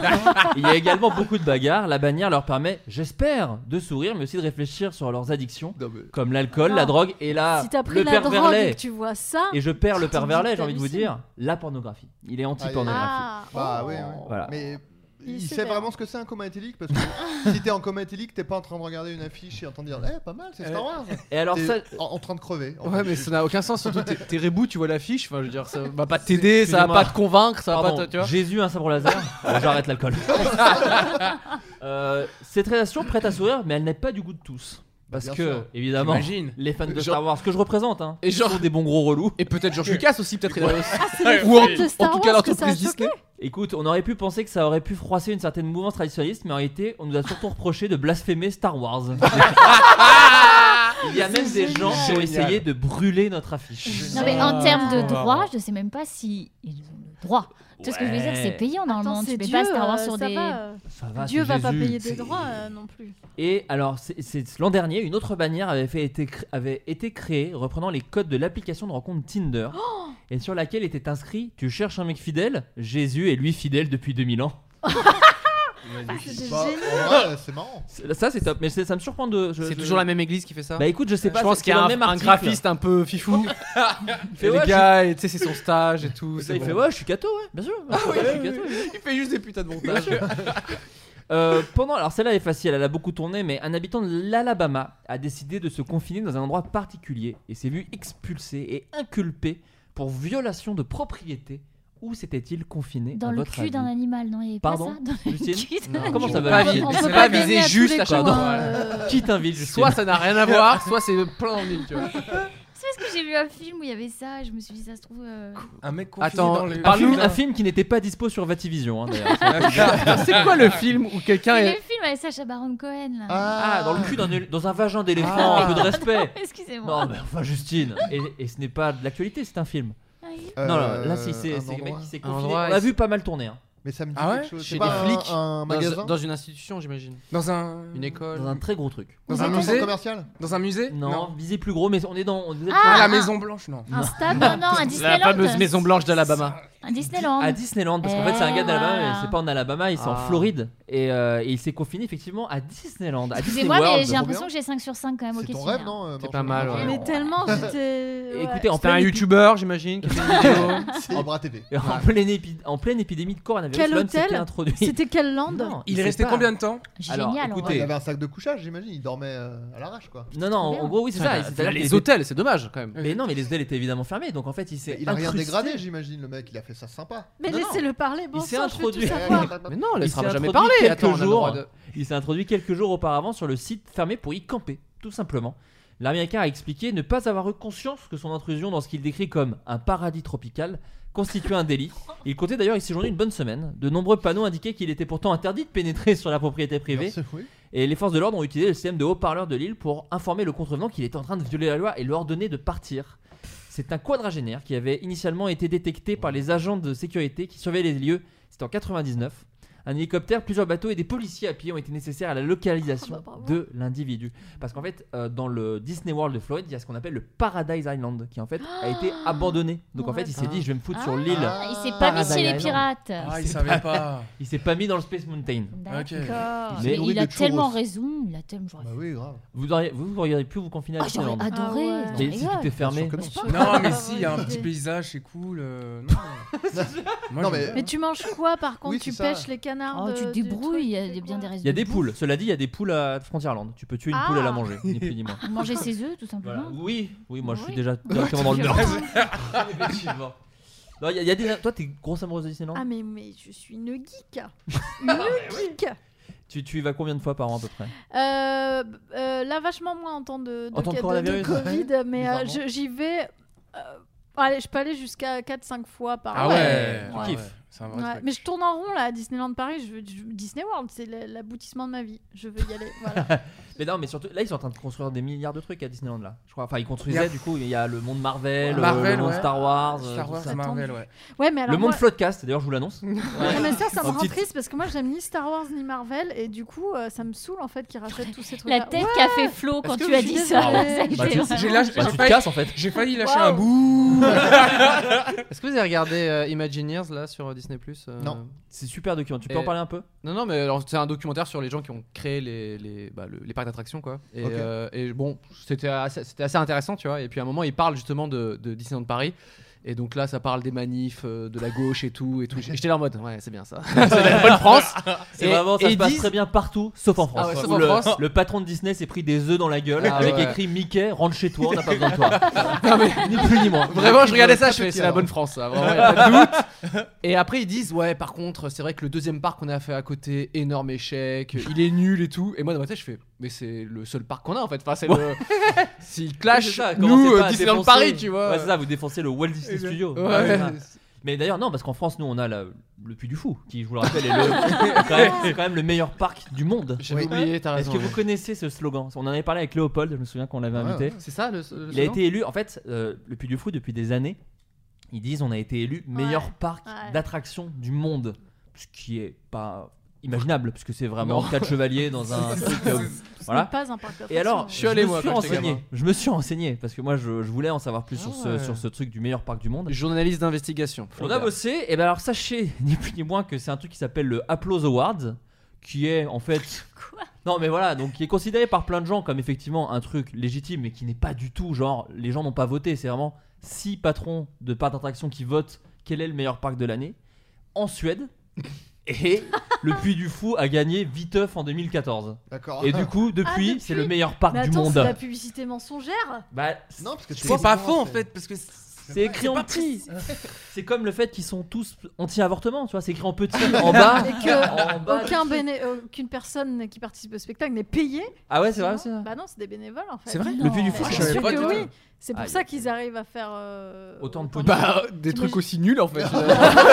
Speaker 7: Il y a également beaucoup de bagarres. La bannière leur permet, j'espère, de sourire, mais aussi de réfléchir sur leurs addictions, comme l'alcool, la
Speaker 11: Ah.
Speaker 7: drogue et là,
Speaker 11: Si t'as pris
Speaker 7: le
Speaker 11: la
Speaker 7: père
Speaker 11: drogue
Speaker 7: Verlet.
Speaker 11: et que tu vois ça,
Speaker 7: Et je perds le
Speaker 11: tu
Speaker 7: père
Speaker 11: te dis
Speaker 7: Verlet,
Speaker 11: que
Speaker 7: j'ai envie de vous
Speaker 11: t'hallucines.
Speaker 7: dire, la pornographie. Il est
Speaker 10: Ah,
Speaker 7: anti-pornographie.
Speaker 10: Bah ouais, ouais.
Speaker 7: Oh. Voilà.
Speaker 10: Mais
Speaker 11: Il
Speaker 10: il,
Speaker 11: est
Speaker 10: sait
Speaker 11: sévère.
Speaker 10: vraiment ce que c'est un coma éthylique parce que si t'es en coma éthylique, t'es pas en train de regarder une affiche et en train de dire Eh, pas mal, c'est Star Wars.
Speaker 7: Et alors
Speaker 10: T'es
Speaker 7: ça-
Speaker 10: en, en train de crever. en
Speaker 8: Ouais,
Speaker 10: fait.
Speaker 8: mais ça n'a aucun sens. Surtout, t'es- t'es reboot, tu vois l'affiche. Enfin, je veux dire, ça va pas t'aider, ça va
Speaker 7: Excusez-moi.
Speaker 8: pas te convaincre, ça va
Speaker 7: Pardon,
Speaker 8: pas te. Tu vois
Speaker 7: Jésus, un sabre laser. Bon, J'arrête l'alcool. Euh, cette relation prête à sourire, mais elle n'est pas du goût de tous. Parce
Speaker 8: bien
Speaker 7: que,
Speaker 8: sûr.
Speaker 7: évidemment,
Speaker 8: J'imagine.
Speaker 7: les fans de
Speaker 8: Genre-
Speaker 7: Star Wars, que je représente, hein,
Speaker 8: Et genre-
Speaker 7: sont des bons gros relous.
Speaker 8: Et peut-être George Lucas aussi, peut-être. il a-
Speaker 7: Ah, c'est les
Speaker 8: Ou en,
Speaker 7: fans de
Speaker 8: en
Speaker 7: Star
Speaker 8: tout
Speaker 7: Wars
Speaker 8: cas,
Speaker 7: que
Speaker 8: l'entreprise
Speaker 7: ça a
Speaker 8: Disney.
Speaker 7: Écoute, on aurait pu penser que ça aurait pu froisser une certaine mouvance traditionnaliste, mais en réalité, on nous a surtout reproché de blasphémer Star Wars. Il y a même des gens qui ont
Speaker 8: Génial.
Speaker 7: essayé de brûler notre affiche.
Speaker 12: Non, mais en termes de droit, je sais même pas si ils ont le droit. Tu vois ce que je veux dire
Speaker 7: Ouais.
Speaker 12: C'est payant normalement.
Speaker 11: Attends,
Speaker 12: Tu
Speaker 11: c'est
Speaker 12: peux
Speaker 11: Dieu,
Speaker 12: pas Star Wars
Speaker 11: euh,
Speaker 12: sur
Speaker 11: ça
Speaker 12: des.
Speaker 11: va, euh,
Speaker 7: Ça va,
Speaker 11: Dieu
Speaker 7: c'est
Speaker 11: va pas
Speaker 7: Jésus.
Speaker 11: payer des
Speaker 7: C'est-
Speaker 11: droits euh, non plus.
Speaker 7: Et alors, c'est- c'est l'an dernier, une autre bannière avait, fait, été, cr- avait été créée reprenant les codes de l'application de rencontre Tinder
Speaker 11: Oh
Speaker 7: et sur laquelle était inscrit Tu cherches un mec fidèle Jésus est lui fidèle depuis 2000 ans.
Speaker 11: Ah,
Speaker 7: Ah,
Speaker 11: C'est
Speaker 10: Bah,
Speaker 11: génial.
Speaker 4: Oh,
Speaker 10: en vrai, c'est marrant.
Speaker 7: C'est- Ça, c'est top, mais c'est- ça me surprend de. je-
Speaker 8: C'est
Speaker 7: je-
Speaker 8: toujours la même église qui fait ça
Speaker 7: Bah écoute, je sais pas.
Speaker 8: Je pense
Speaker 7: c'est-
Speaker 8: qu'il y
Speaker 7: c'est
Speaker 8: a
Speaker 7: dans
Speaker 8: un,
Speaker 7: le même
Speaker 8: un
Speaker 7: article.
Speaker 8: graphiste un peu fifou.
Speaker 7: fait,
Speaker 8: et
Speaker 7: ouais,
Speaker 8: les
Speaker 7: je-
Speaker 8: gars, et tu sais, c'est son stage et tout. Ah
Speaker 7: Il fait, ouais, je suis catho, ouais, bien sûr. Je suis catho.
Speaker 8: Il fait juste des putains de montages.
Speaker 7: Euh, pendant, alors celle-là est facile, elle a beaucoup tourné, mais un habitant de l'Alabama a décidé de se confiner dans un endroit particulier et s'est vu expulsé et inculpé pour violation de propriété. Où s'était-il confiné
Speaker 12: Dans
Speaker 7: à
Speaker 12: le
Speaker 7: votre
Speaker 12: cul d'un
Speaker 7: avis
Speaker 12: animal, non, il y avait
Speaker 7: Pardon
Speaker 12: pas ça dans le
Speaker 7: Lucille
Speaker 12: cul d'un
Speaker 7: Non.
Speaker 12: animal.
Speaker 7: Comment ça
Speaker 8: On
Speaker 7: va
Speaker 8: peut
Speaker 7: aller
Speaker 8: pas
Speaker 7: On
Speaker 8: viser-
Speaker 7: peut
Speaker 8: c'est
Speaker 7: pas
Speaker 8: pas
Speaker 7: gagner
Speaker 8: viser
Speaker 7: à tous
Speaker 8: juste
Speaker 7: les
Speaker 8: la
Speaker 7: coups,
Speaker 8: pardon.
Speaker 7: hein. Qui t'invite, Lucille
Speaker 8: Soit ça n'a rien à voir, soit c'est plein en mille, tu vois.
Speaker 12: C'est parce que j'ai vu un film où il y avait ça. Je me suis dit, ça se trouve. euh,
Speaker 13: Un mec confiné
Speaker 8: Attends,
Speaker 13: dans le.
Speaker 7: un, film,
Speaker 8: Parle-nous.
Speaker 7: un film qui n'était pas dispo sur Vativision, hein, d'ailleurs.
Speaker 8: C'est quoi le film où quelqu'un
Speaker 12: C'est
Speaker 8: est.
Speaker 12: le film avec Sacha Baron Cohen là.
Speaker 7: Ah, dans le cul d'un, éle- dans un vagin d'éléphant,
Speaker 10: Ah.
Speaker 8: Ah.
Speaker 7: un peu de respect.
Speaker 12: Excusez-moi.
Speaker 7: Non, mais enfin, Justine. Et, et ce n'est pas de l'actualité, c'est un film.
Speaker 12: Ah
Speaker 10: Euh,
Speaker 7: non, là, là, c'est, c'est,
Speaker 10: un
Speaker 7: c'est le mec
Speaker 10: endroit.
Speaker 7: qui s'est
Speaker 8: Un
Speaker 7: confiné.
Speaker 8: endroit,
Speaker 7: On l'a
Speaker 8: et
Speaker 7: vu
Speaker 8: c'est-
Speaker 7: pas mal tourner. hein.
Speaker 10: Mais ça me dit
Speaker 8: Ah ouais
Speaker 10: quelque chose.
Speaker 8: Chez
Speaker 10: C'est
Speaker 8: des
Speaker 10: pas un-
Speaker 8: flics
Speaker 10: un
Speaker 8: dans-
Speaker 10: magasin
Speaker 8: dans une institution, j'imagine. Dans un. Une école.
Speaker 7: Dans un très gros truc.
Speaker 8: Dans
Speaker 10: Vous
Speaker 8: un
Speaker 10: êtes
Speaker 8: musée
Speaker 10: en commercial
Speaker 8: Dans un musée
Speaker 7: Non, visé plus gros, mais on est dans. On est
Speaker 12: Ah,
Speaker 8: Ah, la
Speaker 12: un-
Speaker 8: Maison Blanche, non.
Speaker 12: Un stade, non, non, un
Speaker 8: La
Speaker 12: Disneyland.
Speaker 8: fameuse Maison Blanche d'Alabama.
Speaker 12: À Disneyland.
Speaker 7: À Disneyland, parce qu'en fait, c'est un gars d'Alabama, mais c'est pas en Alabama, il c'est en
Speaker 8: Ah.
Speaker 7: Floride. Et, euh, et il s'est confiné effectivement à Disneyland. À Disney
Speaker 12: Excusez-moi, mais
Speaker 7: World.
Speaker 12: j'ai l'impression que j'ai 5 sur 5 quand même au
Speaker 4: ton
Speaker 12: questionnaire.
Speaker 4: rêve, non, euh,
Speaker 8: C'est pas mal. ouais.
Speaker 11: Mais tellement j'étais. ouais.
Speaker 7: Écoutez, en
Speaker 8: C'était un
Speaker 7: pleine
Speaker 8: youtubeur, j'imagine, qui a fait une
Speaker 4: Si.
Speaker 8: vidéo.
Speaker 4: En bras TV.
Speaker 7: Et En, pleine épi- en pleine épidémie de coronavirus,
Speaker 11: Quel
Speaker 7: l'homme s'était
Speaker 11: hôtel
Speaker 7: introduit.
Speaker 11: C'était quelle lande hein.
Speaker 7: sait pas. Alors,
Speaker 4: Il
Speaker 7: écoutez,
Speaker 4: avait un sac de couchage, j'imagine. Il dormait euh, à l'arrache, quoi.
Speaker 7: non, non, en gros, oui, c'est ça.
Speaker 8: bah,
Speaker 7: il s'est
Speaker 8: c'est là,
Speaker 7: allé-
Speaker 8: les
Speaker 7: il-
Speaker 8: hôtels, c'est dommage, quand même.
Speaker 7: Mais non, mais les hôtels étaient évidemment fermés, donc en fait, il s'est.
Speaker 4: Il a rien
Speaker 7: incrusté.
Speaker 4: dégradé, j'imagine, le mec. Il a fait ça sympa.
Speaker 11: Mais
Speaker 7: Non, non.
Speaker 11: laissez-le parler, bon
Speaker 7: il s'est
Speaker 11: sang, je veux tout
Speaker 7: introduit.
Speaker 11: savoir.
Speaker 8: Mais non,
Speaker 7: Il
Speaker 8: laissera
Speaker 7: s'est
Speaker 8: jamais
Speaker 7: introduit
Speaker 8: parler.
Speaker 7: Quelques
Speaker 8: Attends, on a le droit
Speaker 7: jours.
Speaker 8: de-
Speaker 7: Il s'est introduit quelques jours auparavant sur le site fermé pour y camper, tout simplement. L'Américain a expliqué ne pas avoir eu conscience que son intrusion dans ce qu'il décrit comme un paradis tropical constituait un délit. Il comptait d'ailleurs y séjourner une bonne semaine. De nombreux panneaux indiquaient qu'il était pourtant interdit de pénétrer sur la propriété privée.
Speaker 4: Merci, oui.
Speaker 7: Et les forces de l'ordre ont utilisé le système de haut-parleurs de l'île pour informer le contrevenant qu'il était en train de violer la loi et lui ordonner de partir. C'est un quadragénaire qui avait initialement été détecté par les agents de sécurité qui surveillaient les lieux. C'était en 99. Un hélicoptère, plusieurs bateaux et des policiers à pied ont été nécessaires à la
Speaker 12: Ah
Speaker 7: localisation
Speaker 12: bah
Speaker 7: de l'individu. Parce qu'en fait, euh, dans le Disney World de Floride, il y a ce qu'on appelle le Paradise Island, qui en fait a été abandonné. Donc en fait, il s'est dit, je vais me foutre sur l'île.
Speaker 12: Ah, il s'est pas mis
Speaker 7: Paradise
Speaker 12: chez les
Speaker 7: Island.
Speaker 12: pirates.
Speaker 13: Ah, il
Speaker 7: s'est
Speaker 13: savait pas.
Speaker 7: Il s'est pas mis dans le Space Mountain.
Speaker 12: D'accord.
Speaker 7: Il s'est
Speaker 12: Mais
Speaker 7: nourri
Speaker 12: il a
Speaker 7: de
Speaker 12: tellement
Speaker 7: churros.
Speaker 12: raison. Il a tellement. j'aurais-
Speaker 4: Bah oui, grave.
Speaker 7: Vous auriez, vous, vous auriez pu vous confiner à
Speaker 12: Ah, j'aurais
Speaker 7: Disneyland.
Speaker 12: adoré. Ah
Speaker 7: Mais
Speaker 12: tu
Speaker 7: si
Speaker 12: rigoles.
Speaker 7: tout est fermé.
Speaker 13: Non, mais si, il y a un petit paysage, c'est cool. euh, non. Moi,
Speaker 4: Non,
Speaker 13: je-
Speaker 4: mais-
Speaker 11: Mais tu manges quoi par contre
Speaker 4: Oui,
Speaker 11: Tu
Speaker 4: c'est ça.
Speaker 11: pêches les canards
Speaker 12: Oh,
Speaker 11: de-
Speaker 12: tu te
Speaker 11: du
Speaker 12: débrouilles. Il y a des- bien des restes.
Speaker 7: Il y a
Speaker 12: de
Speaker 7: des
Speaker 12: bouffe.
Speaker 7: poules. Cela dit, il y a des poules à Frontierland. Tu peux tuer une
Speaker 12: Ah.
Speaker 7: poule et la manger, ni plus ni moins.
Speaker 12: Manger ses œufs, tout
Speaker 7: Voilà.
Speaker 12: simplement.
Speaker 7: Oui, oui, moi je suis
Speaker 12: Oui.
Speaker 7: déjà directement dans le meurtre. Effectivement. Non, il y a- il y a des... Toi, t'es grosse amoureuse de Disneyland
Speaker 11: Ah mais, mais je suis une geek
Speaker 4: Ah, bah
Speaker 11: Une geek
Speaker 7: tu, tu y vas combien de fois par an à peu près
Speaker 11: Euh, b- euh, Là vachement moins en temps de, de,
Speaker 7: En temps de
Speaker 11: de- de
Speaker 7: coronavirus,
Speaker 11: Covid,
Speaker 7: ouais.
Speaker 11: mais euh,
Speaker 7: Bizarrement.
Speaker 11: je- j'y vais... euh, allez, je peux aller jusqu'à 4-5 fois par an.
Speaker 13: Ah ouais,
Speaker 7: Tu
Speaker 13: ouais,
Speaker 7: kiffes.
Speaker 13: ouais, c'est un
Speaker 11: Ouais,
Speaker 13: vrai truc.
Speaker 11: mais je tourne en rond là à Disneyland Paris, je, veux- je- Disney World, c'est la- l'aboutissement de ma vie. Je veux y aller. Voilà.
Speaker 7: Mais non, mais surtout, là, ils sont en train de construire des milliards de trucs à Disneyland, là. Je crois. Enfin, ils construisaient,
Speaker 13: Il y a-
Speaker 7: du coup, il y a le monde Marvel, euh,
Speaker 13: Marvel,
Speaker 7: le monde
Speaker 13: ouais.
Speaker 7: Star Wars. euh,
Speaker 13: Star
Speaker 7: tout
Speaker 13: Wars,
Speaker 7: ça.
Speaker 13: Marvel, ouais.
Speaker 11: Ouais, mais alors
Speaker 7: le monde
Speaker 11: moi-
Speaker 7: Floodcast, d'ailleurs, je vous l'annonce.
Speaker 11: Ouais, mais ça, ça me
Speaker 7: En
Speaker 11: rend
Speaker 7: petite-
Speaker 11: triste parce que moi, j'aime ni Star Wars ni Marvel et du coup, euh, ça me saoule en fait qu'ils rachètent tous ces trucs.
Speaker 12: La tête qu'a fait Flo quand tu as dit ça. Ça a été
Speaker 7: Bah, tu-
Speaker 12: vraiment-
Speaker 13: J'ai lâché-
Speaker 7: Bah,
Speaker 13: j'ai
Speaker 7: tu te
Speaker 13: failli-
Speaker 7: casses, en fait.
Speaker 13: J'ai failli lâcher
Speaker 11: Waouh.
Speaker 13: un bout.
Speaker 8: Est-ce que vous avez regardé euh, Imagineers là sur euh, Disney Plus
Speaker 4: Non.
Speaker 7: C'est super document. Tu peux en
Speaker 8: Et-
Speaker 7: parler un peu
Speaker 8: Non, non, mais alors c'est un documentaire sur les gens qui ont créé les, les, bah, le- les parcs d'attractions, quoi. Et,
Speaker 4: Ok.
Speaker 8: euh, et bon, c'était assez, c'était assez intéressant, tu vois. Et puis à un moment, il parle justement de, de Disneyland Paris. Et donc là, ça parle des manifs, euh, de la gauche et tout. Et tout. J'étais là en mode, ouais, c'est bien ça. c'est la bonne France.
Speaker 7: C'est
Speaker 8: Et-
Speaker 7: vraiment, ça
Speaker 8: et
Speaker 7: se
Speaker 8: ils
Speaker 7: passe
Speaker 8: disent-
Speaker 7: très bien partout, sauf en France.
Speaker 8: Ah ouais, sauf
Speaker 7: Où
Speaker 8: en
Speaker 7: le,
Speaker 8: France.
Speaker 7: le patron de Disney s'est pris des œufs dans la gueule
Speaker 8: Ah
Speaker 7: avec
Speaker 8: ouais.
Speaker 7: écrit Mickey, rentre chez toi, on n'a pas besoin de toi. ni plus ni moins.
Speaker 8: Vraiment, je regardais ça, je fais
Speaker 4: Petit,
Speaker 8: c'est la
Speaker 4: alors.
Speaker 7: hein.
Speaker 8: bonne France, ça. Vraiment, y a pas de doute. Et après, ils disent, ouais, par contre, c'est vrai que le deuxième parc qu'on a fait à côté, énorme échec, il est nul et tout. Et moi, dans ma tête, je fais, mais c'est le seul parc qu'on a en fait. Enfin, c'est le. S'il
Speaker 7: Oui, c'est
Speaker 8: clash,
Speaker 7: ça, commencez
Speaker 8: nous,
Speaker 7: pas
Speaker 8: euh,
Speaker 7: à
Speaker 8: Disneyland
Speaker 7: défoncer-
Speaker 8: Paris, tu vois.
Speaker 7: Ouais, c'est ça, vous défoncez le Walt Disney Studio.
Speaker 8: Ouais.
Speaker 7: Ouais, c'est ça. Mais d'ailleurs, non, parce qu'en France, nous, on a la- le Puy du Fou, qui, je vous le rappelle, est le- quand même- c'est quand même le meilleur parc du monde.
Speaker 8: J'avais oublié, t'as
Speaker 7: Est-ce
Speaker 8: raison.
Speaker 7: que vous
Speaker 8: ouais.
Speaker 7: connaissez ce slogan On en avait parlé avec Léopold, je me souviens qu'on l'avait
Speaker 4: Ouais,
Speaker 7: invité.
Speaker 4: ouais.
Speaker 8: C'est ça le. le
Speaker 7: Il a
Speaker 8: slogan
Speaker 7: été élu, en fait, euh, le Puy du Fou, depuis des années, ils disent on a été élu meilleur
Speaker 11: Ouais,
Speaker 7: parc
Speaker 11: ouais.
Speaker 7: d'attraction du monde. Ce qui est pas imaginable, puisque c'est vraiment quatre chevaliers dans un truc. euh,
Speaker 11: Ce
Speaker 7: voilà.
Speaker 11: n'est pas un parc d'attractions.
Speaker 7: Et alors,
Speaker 8: Je
Speaker 7: je,
Speaker 8: suis allé,
Speaker 7: me
Speaker 8: moi,
Speaker 7: suis
Speaker 8: quand j'étais
Speaker 7: renseigné.
Speaker 8: gamin.
Speaker 7: Je me suis renseigné parce que moi, je, je voulais en savoir plus sur, ce,
Speaker 8: ouais.
Speaker 7: sur ce truc du meilleur parc du monde.
Speaker 8: Journaliste d'investigation.
Speaker 7: On a bossé, et ben alors sachez, ni plus ni moins, que c'est un truc qui s'appelle le Applause Awards, qui est en fait. Non mais voilà, donc qui est considéré par plein de gens comme effectivement un truc légitime, mais qui n'est pas du tout genre les gens n'ont pas voté, c'est vraiment six patrons de parcs d'attraction qui votent quel est le meilleur parc de l'année en Suède. Et le Puy du Fou a gagné Viteuf en 2014.
Speaker 4: D'accord.
Speaker 7: Et du coup, depuis,
Speaker 11: Ah, depuis
Speaker 7: c'est le meilleur parc
Speaker 11: Mais
Speaker 7: du
Speaker 11: attends,
Speaker 7: monde.
Speaker 11: c'est la publicité mensongère.
Speaker 7: Bah,
Speaker 4: Non, parce que
Speaker 7: Je
Speaker 4: t'es-
Speaker 7: pense
Speaker 13: C'est pas
Speaker 4: non,
Speaker 13: faux en
Speaker 4: c'est-
Speaker 13: fait, parce que.
Speaker 7: c'est écrit en
Speaker 13: pas
Speaker 7: petit. C'est comme le fait qu'ils sont tous anti-avortement, tu vois. C'est écrit en petit, en bas.
Speaker 11: Et
Speaker 7: en bas.
Speaker 11: que aucun béné- aucune personne qui participe au spectacle n'est payée.
Speaker 7: Ah ouais, c'est vrai, c'est
Speaker 11: Sinon-
Speaker 7: vrai.
Speaker 11: Bah non, c'est des bénévoles en fait.
Speaker 7: C'est vrai Le
Speaker 12: Non.
Speaker 7: Puy du Fou,
Speaker 11: Ah,
Speaker 7: je
Speaker 11: je
Speaker 7: savais
Speaker 11: sais
Speaker 7: pas
Speaker 11: que
Speaker 7: du
Speaker 11: oui.
Speaker 7: tout.
Speaker 11: C'est pour
Speaker 7: Aïe.
Speaker 11: ça qu'ils arrivent à faire euh,
Speaker 7: Autant de
Speaker 8: Bah, des
Speaker 11: Mais
Speaker 8: trucs
Speaker 11: je-
Speaker 8: aussi nuls en fait.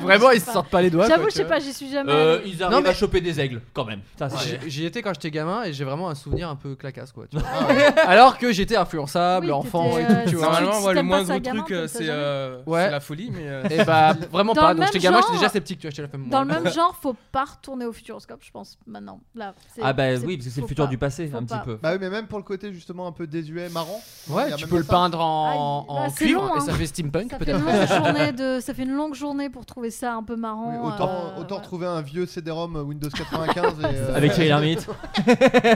Speaker 8: Vraiment, ils se sortent pas les doigts.
Speaker 11: J'avoue,
Speaker 8: quoi,
Speaker 11: je
Speaker 8: tu
Speaker 11: sais
Speaker 8: vois.
Speaker 11: pas, j'y suis jamais.
Speaker 7: Euh,
Speaker 11: allée.
Speaker 7: ils arrivent
Speaker 8: Non, mais-
Speaker 7: à choper des aigles, quand même. Ça, c'est-
Speaker 8: J'y- J'y étais quand j'étais gamin et j'ai vraiment un souvenir un peu clacasse quoi. tu vois. Alors que j'étais influençable,
Speaker 11: Ah Oui,
Speaker 8: enfant et
Speaker 11: t'étais,
Speaker 8: tout, tu
Speaker 11: euh,
Speaker 8: vois.
Speaker 11: si
Speaker 13: Normalement, ouais, le
Speaker 11: t'aimes pas
Speaker 13: moindre
Speaker 11: ça, gamin,
Speaker 13: truc, euh,
Speaker 11: t'aimes ça
Speaker 13: c'est
Speaker 11: jamais.
Speaker 13: euh, c'est
Speaker 8: Ouais.
Speaker 13: la folie, mais. euh,
Speaker 8: Et bah vraiment
Speaker 11: Dans
Speaker 8: pas.
Speaker 11: le
Speaker 8: Donc
Speaker 11: même
Speaker 8: j'étais gamin, j'étais
Speaker 11: genre-
Speaker 8: déjà sceptique, tu vois, j'étais la femme.
Speaker 11: Dans le même genre, faut pas retourner au Futuroscope, je pense, maintenant. Là, c'est-
Speaker 7: Ah bah
Speaker 11: c'est-
Speaker 7: oui, parce que c'est le
Speaker 11: faut
Speaker 7: futur
Speaker 11: pas.
Speaker 7: du passé,
Speaker 11: Faut
Speaker 8: Bah,
Speaker 7: un petit
Speaker 11: pas.
Speaker 7: peu.
Speaker 4: Bah oui, mais même pour le côté justement un peu désuet, marrant.
Speaker 8: Ouais, Ouais,
Speaker 4: il y a
Speaker 8: tu
Speaker 4: même
Speaker 8: peux
Speaker 4: pas
Speaker 8: le
Speaker 4: ça.
Speaker 8: peindre en, en
Speaker 11: Là, c'est
Speaker 8: cuivre
Speaker 11: long,
Speaker 8: et
Speaker 11: hein.
Speaker 8: ça fait steampunk
Speaker 11: Ça fait
Speaker 8: peut-être.
Speaker 11: une longue journée de- Ça fait une longue journée pour trouver ça un peu marrant.
Speaker 4: Oui, autant
Speaker 11: euh,
Speaker 4: autant retrouver un vieux CD-ROM Windows 95 et, euh,
Speaker 7: Avec Thierry Lhermitte.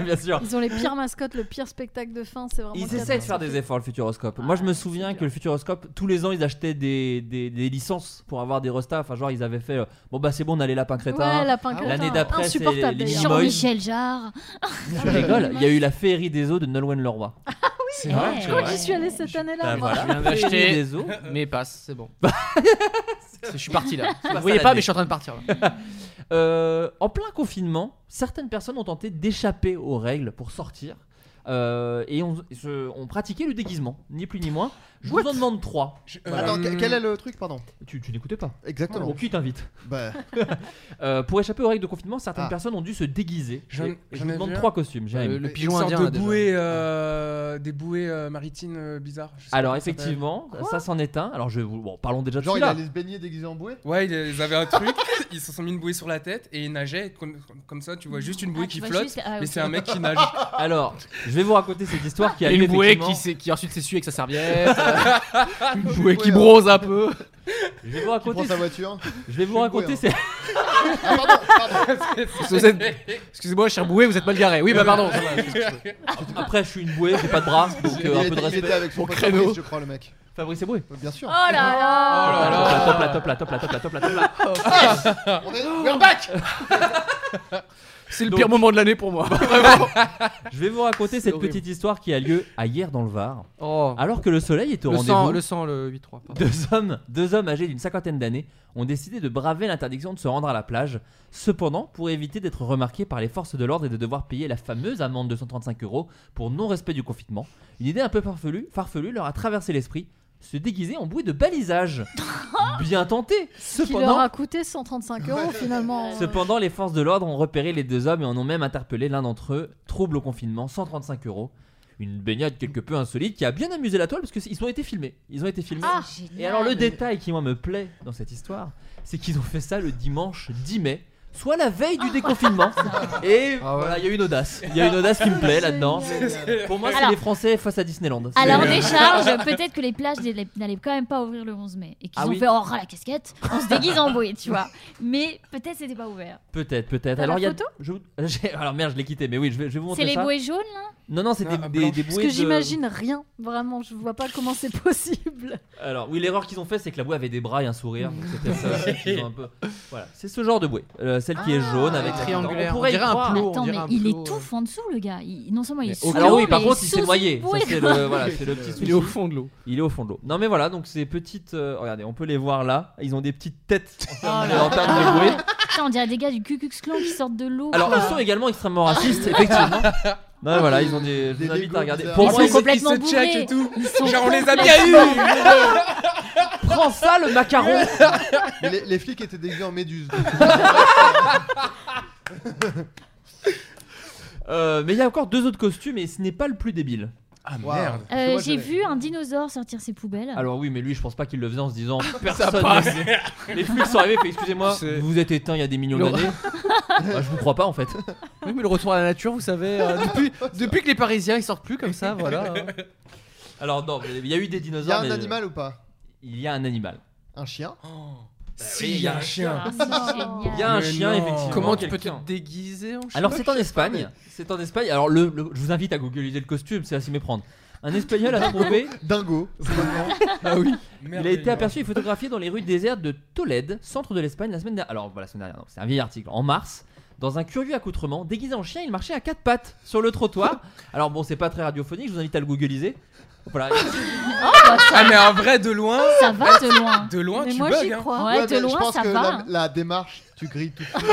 Speaker 7: Bien sûr.
Speaker 11: Ils ont les pires mascottes, le pire spectacle de fin, c'est vraiment.
Speaker 7: Ils essaient de faire des efforts, le Futuroscope. Moi, je me souviens que le Futuroscope, tous les ans, ils achetaient des, des- des licences pour avoir des restas. Enfin, genre, ils avaient fait euh, Bon, bah, c'est bon, on a les lapins crétins.
Speaker 12: Ouais, Lapin
Speaker 4: Ah
Speaker 12: Crétin.
Speaker 7: L'année d'après, c'est les,
Speaker 12: Insupportable,
Speaker 7: les
Speaker 12: d'ailleurs.
Speaker 7: Mimoys.
Speaker 12: Jean-Michel Jarre.
Speaker 7: Je rigole. Il y a eu la féerie des eaux de Nolwenn Leroy.
Speaker 8: C'est
Speaker 12: vrai,
Speaker 11: Je crois que j'y suis allée cette année-là.
Speaker 7: Bah,
Speaker 11: moi.
Speaker 7: voilà.
Speaker 8: Je viens d'acheter
Speaker 7: des os.
Speaker 8: mes passes, c'est bon. je suis parti là.
Speaker 7: Je passe
Speaker 8: Vous
Speaker 7: à
Speaker 8: voyez
Speaker 7: la
Speaker 8: pas,
Speaker 7: D.
Speaker 8: mais je suis en train de partir. là.
Speaker 7: Euh, en plein confinement, certaines personnes ont tenté d'échapper aux règles pour sortir. Euh, et on, se- on pratiquait le déguisement, ni plus ni moins. Je vous en demande trois.
Speaker 4: Attends, que- quel est le truc, pardon
Speaker 7: Tu, tu n'écoutais pas
Speaker 4: Exactement.
Speaker 7: Bon, qui t'invite
Speaker 4: Bah.
Speaker 7: Euh, Pour échapper aux règles de confinement, certaines
Speaker 13: Ah.
Speaker 7: personnes ont dû se déguiser.
Speaker 13: J'en-
Speaker 7: Et- et je
Speaker 13: j'en
Speaker 7: vous
Speaker 13: ai
Speaker 7: demande
Speaker 13: vu un.
Speaker 7: trois costumes.
Speaker 13: Euh,
Speaker 7: Jérémy.
Speaker 13: le pigeon
Speaker 7: Une sorte
Speaker 13: indien.
Speaker 7: de
Speaker 13: Des
Speaker 7: bouée.
Speaker 13: bouées, euh, des bouées euh, maritimes euh, bizarres. je sais
Speaker 7: Alors
Speaker 13: pas comment ça s'appelle.
Speaker 7: effectivement, ça s'en est un. Alors je vous bon, parlons déjà de
Speaker 4: Genre, il
Speaker 7: celui-là.
Speaker 4: allait se baigner déguisé en bouée
Speaker 13: Ouais, ils- ils avaient un truc, ils se sont mis une bouée sur la tête et ils nageaient comme, comme ça, tu vois juste une bouée
Speaker 12: tu
Speaker 13: qui
Speaker 12: vois
Speaker 13: flotte,
Speaker 12: juste- ah,
Speaker 13: mais
Speaker 12: ok.
Speaker 13: c'est un mec qui nage.
Speaker 7: Alors, je vais vous raconter cette histoire qui a
Speaker 8: Et
Speaker 7: eu
Speaker 8: une bouée
Speaker 7: effectivement-
Speaker 8: qui, s'est- qui ensuite s'essuie avec sa serviette. euh, une bouée qui brose un peu.
Speaker 7: Je vais vous
Speaker 4: Qui
Speaker 7: raconter.
Speaker 4: prend sa voiture
Speaker 7: Je vais vous
Speaker 4: suis
Speaker 7: raconter.
Speaker 4: bouée,
Speaker 7: ces-
Speaker 4: Ah, pardon, pardon.
Speaker 8: Parce que vous êtes- Excusez-moi, cher bouée, vous êtes mal garé. Oui, bah pardon.
Speaker 4: Ah,
Speaker 8: ça va.
Speaker 7: Après, je suis une bouée, j'ai pas de bras, donc
Speaker 4: Il
Speaker 7: euh, un peu de
Speaker 4: était- il était
Speaker 7: respect.
Speaker 4: avec son pote
Speaker 8: créneau.
Speaker 4: Fabrice, je crois, le mec.
Speaker 7: Fabrice Eboué.
Speaker 4: Euh, Bien sûr.
Speaker 11: Oh là là
Speaker 7: Top là, top là, top là, top là, top là, top là, top là. Ah.
Speaker 4: On est... We're back
Speaker 8: C'est le
Speaker 7: Donc-
Speaker 8: pire moment de l'année pour moi.
Speaker 7: Je vais vous raconter cette
Speaker 8: horrible.
Speaker 7: petite histoire qui a lieu à hier dans le Var.
Speaker 8: Oh.
Speaker 7: Alors que le soleil est au
Speaker 8: Le sang,
Speaker 7: rendez-vous,
Speaker 8: le sang, le 8-3. pardon.
Speaker 7: deux hommes, deux hommes âgés d'une cinquantaine d'années ont décidé de braver l'interdiction de se rendre à la plage. Cependant, pour éviter d'être remarqués par les forces de l'ordre et de devoir payer la fameuse amende de 135 euros pour non-respect du confinement, une idée un peu farfelue, farfelue leur a traversé l'esprit se déguiser en bouée de balisage. Bien tenté.
Speaker 11: Qui leur
Speaker 7: Cependant,
Speaker 11: a coûté 135 euros finalement.
Speaker 7: Cependant, les forces de l'ordre ont repéré les deux hommes et en ont même interpellé l'un d'entre eux. Trouble au confinement, 135 euros. Une baignade quelque peu insolite qui a bien amusé la toile parce qu'ils ont été filmés. Ils ont été filmés.
Speaker 11: Ah,
Speaker 7: et alors le détail qui moi me plaît dans cette histoire, c'est qu'ils ont fait ça le dimanche 10 mai, soit la veille du déconfinement. Et
Speaker 8: Ah ouais.
Speaker 7: voilà, il y a une audace. Il y a une audace qui me plaît là-dedans. Pour moi, c'est
Speaker 12: Ah, Alors-
Speaker 7: les Français face à Disneyland.
Speaker 12: À
Speaker 7: C'est-
Speaker 12: leur décharge, peut-être que les plages n'allaient n'allaient quand même pas ouvrir le 11 mai et qu'ils
Speaker 7: Ah
Speaker 12: ont
Speaker 7: oui.
Speaker 12: fait oh ras la casquette, on se déguise en bouée, tu vois. Mais peut-être c'était pas ouvert.
Speaker 7: Peut-être, peut-être.
Speaker 12: T'as
Speaker 7: Alors
Speaker 12: la
Speaker 7: il y a.
Speaker 12: photo
Speaker 7: je vous- j'ai- Alors merde, je l'ai quitté, mais oui, je vais, je vais vous montrer
Speaker 12: C'est les
Speaker 7: ça.
Speaker 12: bouées jaunes là
Speaker 7: Non, non, c'est des,
Speaker 13: Ah,
Speaker 7: des-
Speaker 13: blanche.
Speaker 7: des
Speaker 11: Parce
Speaker 7: bouées.
Speaker 11: que
Speaker 7: de-
Speaker 11: j'imagine rien, vraiment, je vois pas comment c'est possible.
Speaker 7: Alors oui, l'erreur qu'ils ont fait, c'est que la bouée avait des bras et un sourire. donc C'était ça. c'est qu'ils ont un peu. Voilà, c'est ce genre de bouée, Euh, celle qui est
Speaker 12: Ah,
Speaker 7: jaune avec
Speaker 8: elle est triangulaire.
Speaker 7: On pourrait
Speaker 8: On dirait
Speaker 7: y
Speaker 8: un
Speaker 7: croire.
Speaker 8: plot.
Speaker 12: Attends,
Speaker 8: on
Speaker 12: mais
Speaker 8: dirait un
Speaker 12: il
Speaker 8: peu, euh,
Speaker 12: étouffe en dessous le gars. Il- non seulement il est sous
Speaker 7: Alors
Speaker 12: l'eau,
Speaker 7: oui, par
Speaker 12: mais
Speaker 7: contre, il
Speaker 12: sous
Speaker 7: s'est
Speaker 12: une
Speaker 7: noyé. Ça,
Speaker 12: bouée.
Speaker 7: c'est le, voilà, c'est le petit souci.
Speaker 8: Il est au fond de l'eau.
Speaker 7: Il est au fond de l'eau. Non mais voilà, donc ces petites, euh, regardez, on peut les voir là. Ils ont des petites têtes
Speaker 12: Oh
Speaker 7: en termes de, en termes de bouée.
Speaker 12: Putain, on dirait des gars du Ku Klux Klan qui sortent de l'eau.
Speaker 7: Alors ils sont également extrêmement racistes, effectivement. Non mais voilà, ils ont des. Je
Speaker 4: Des
Speaker 7: vous invite
Speaker 4: Lego
Speaker 7: à regarder.
Speaker 4: bizarres.
Speaker 7: Pour
Speaker 12: Ils
Speaker 7: moi,
Speaker 12: sont
Speaker 7: ils
Speaker 13: se-
Speaker 12: complètement
Speaker 13: ils se checkent
Speaker 12: bourrés.
Speaker 13: et tout.
Speaker 12: Ils sont
Speaker 13: Genre on les a
Speaker 12: complètement-
Speaker 13: bien eu.
Speaker 7: prends ça le macaron.
Speaker 4: Mais les, les flics étaient déguisés en méduse.
Speaker 7: Euh, mais il y a encore deux autres costumes et ce n'est pas le plus débile.
Speaker 13: Ah
Speaker 4: Wow.
Speaker 13: merde.
Speaker 12: Euh,
Speaker 4: Parce que moi,
Speaker 12: J'ai
Speaker 4: j'avais-
Speaker 12: vu un dinosaure sortir ses poubelles.
Speaker 7: Alors oui, mais lui, je pense pas qu'il le faisait en se disant personne.
Speaker 8: passe.
Speaker 7: Les, les flics sont arrivés, fait, excusez-moi,
Speaker 8: C'est-
Speaker 7: vous êtes éteint il y a des millions
Speaker 8: Le-
Speaker 7: d'années. Bah, je vous crois pas en fait.
Speaker 8: Oui, mais le retour à la nature, vous savez, euh, depuis, depuis que les Parisiens ils sortent plus comme ça, voilà. hein.
Speaker 7: Alors non, mais il y a eu des
Speaker 4: Il y a
Speaker 7: dinosaures.
Speaker 4: un
Speaker 7: mais- euh,
Speaker 4: animal ou pas
Speaker 7: Il y a un animal.
Speaker 4: Un chien
Speaker 13: Si, il y a un chien.
Speaker 12: Ah, c'est génial.
Speaker 7: Bah Il y a un
Speaker 13: Mais
Speaker 7: chien
Speaker 13: non.
Speaker 7: effectivement.
Speaker 8: Comment tu peux te
Speaker 7: quelqu'un.
Speaker 8: déguiser en chien
Speaker 7: Alors c'est en Espagne. C'est en Espagne. Alors le, le- je vous invite à googliser le costume, c'est à s'y méprendre. Un Espagnol a trouvé.
Speaker 4: Dingo.
Speaker 7: Ah oui. Il a
Speaker 13: Merveilleux.
Speaker 7: été aperçu et photographié dans les rues désertes de Tolède, centre de l'Espagne, la semaine dernière. Alors, voilà, la semaine dernière, non, c'est un vieil article. En mars, dans un curieux accoutrement, déguisé en chien, il marchait à quatre pattes sur le trottoir. Alors, bon, c'est pas très radiophonique, je vous invite à le googliser. Voilà.
Speaker 13: Ah mais en vrai de loin,
Speaker 12: Ça va de loin.
Speaker 13: de loin
Speaker 11: Mais
Speaker 13: tu
Speaker 11: moi j'y
Speaker 13: bugs. hein.
Speaker 11: crois.
Speaker 12: Ouais, de
Speaker 4: mais je
Speaker 12: loin
Speaker 4: pense
Speaker 12: ça
Speaker 4: que
Speaker 12: va.
Speaker 4: La, la démarche, tu grilles tout de suite.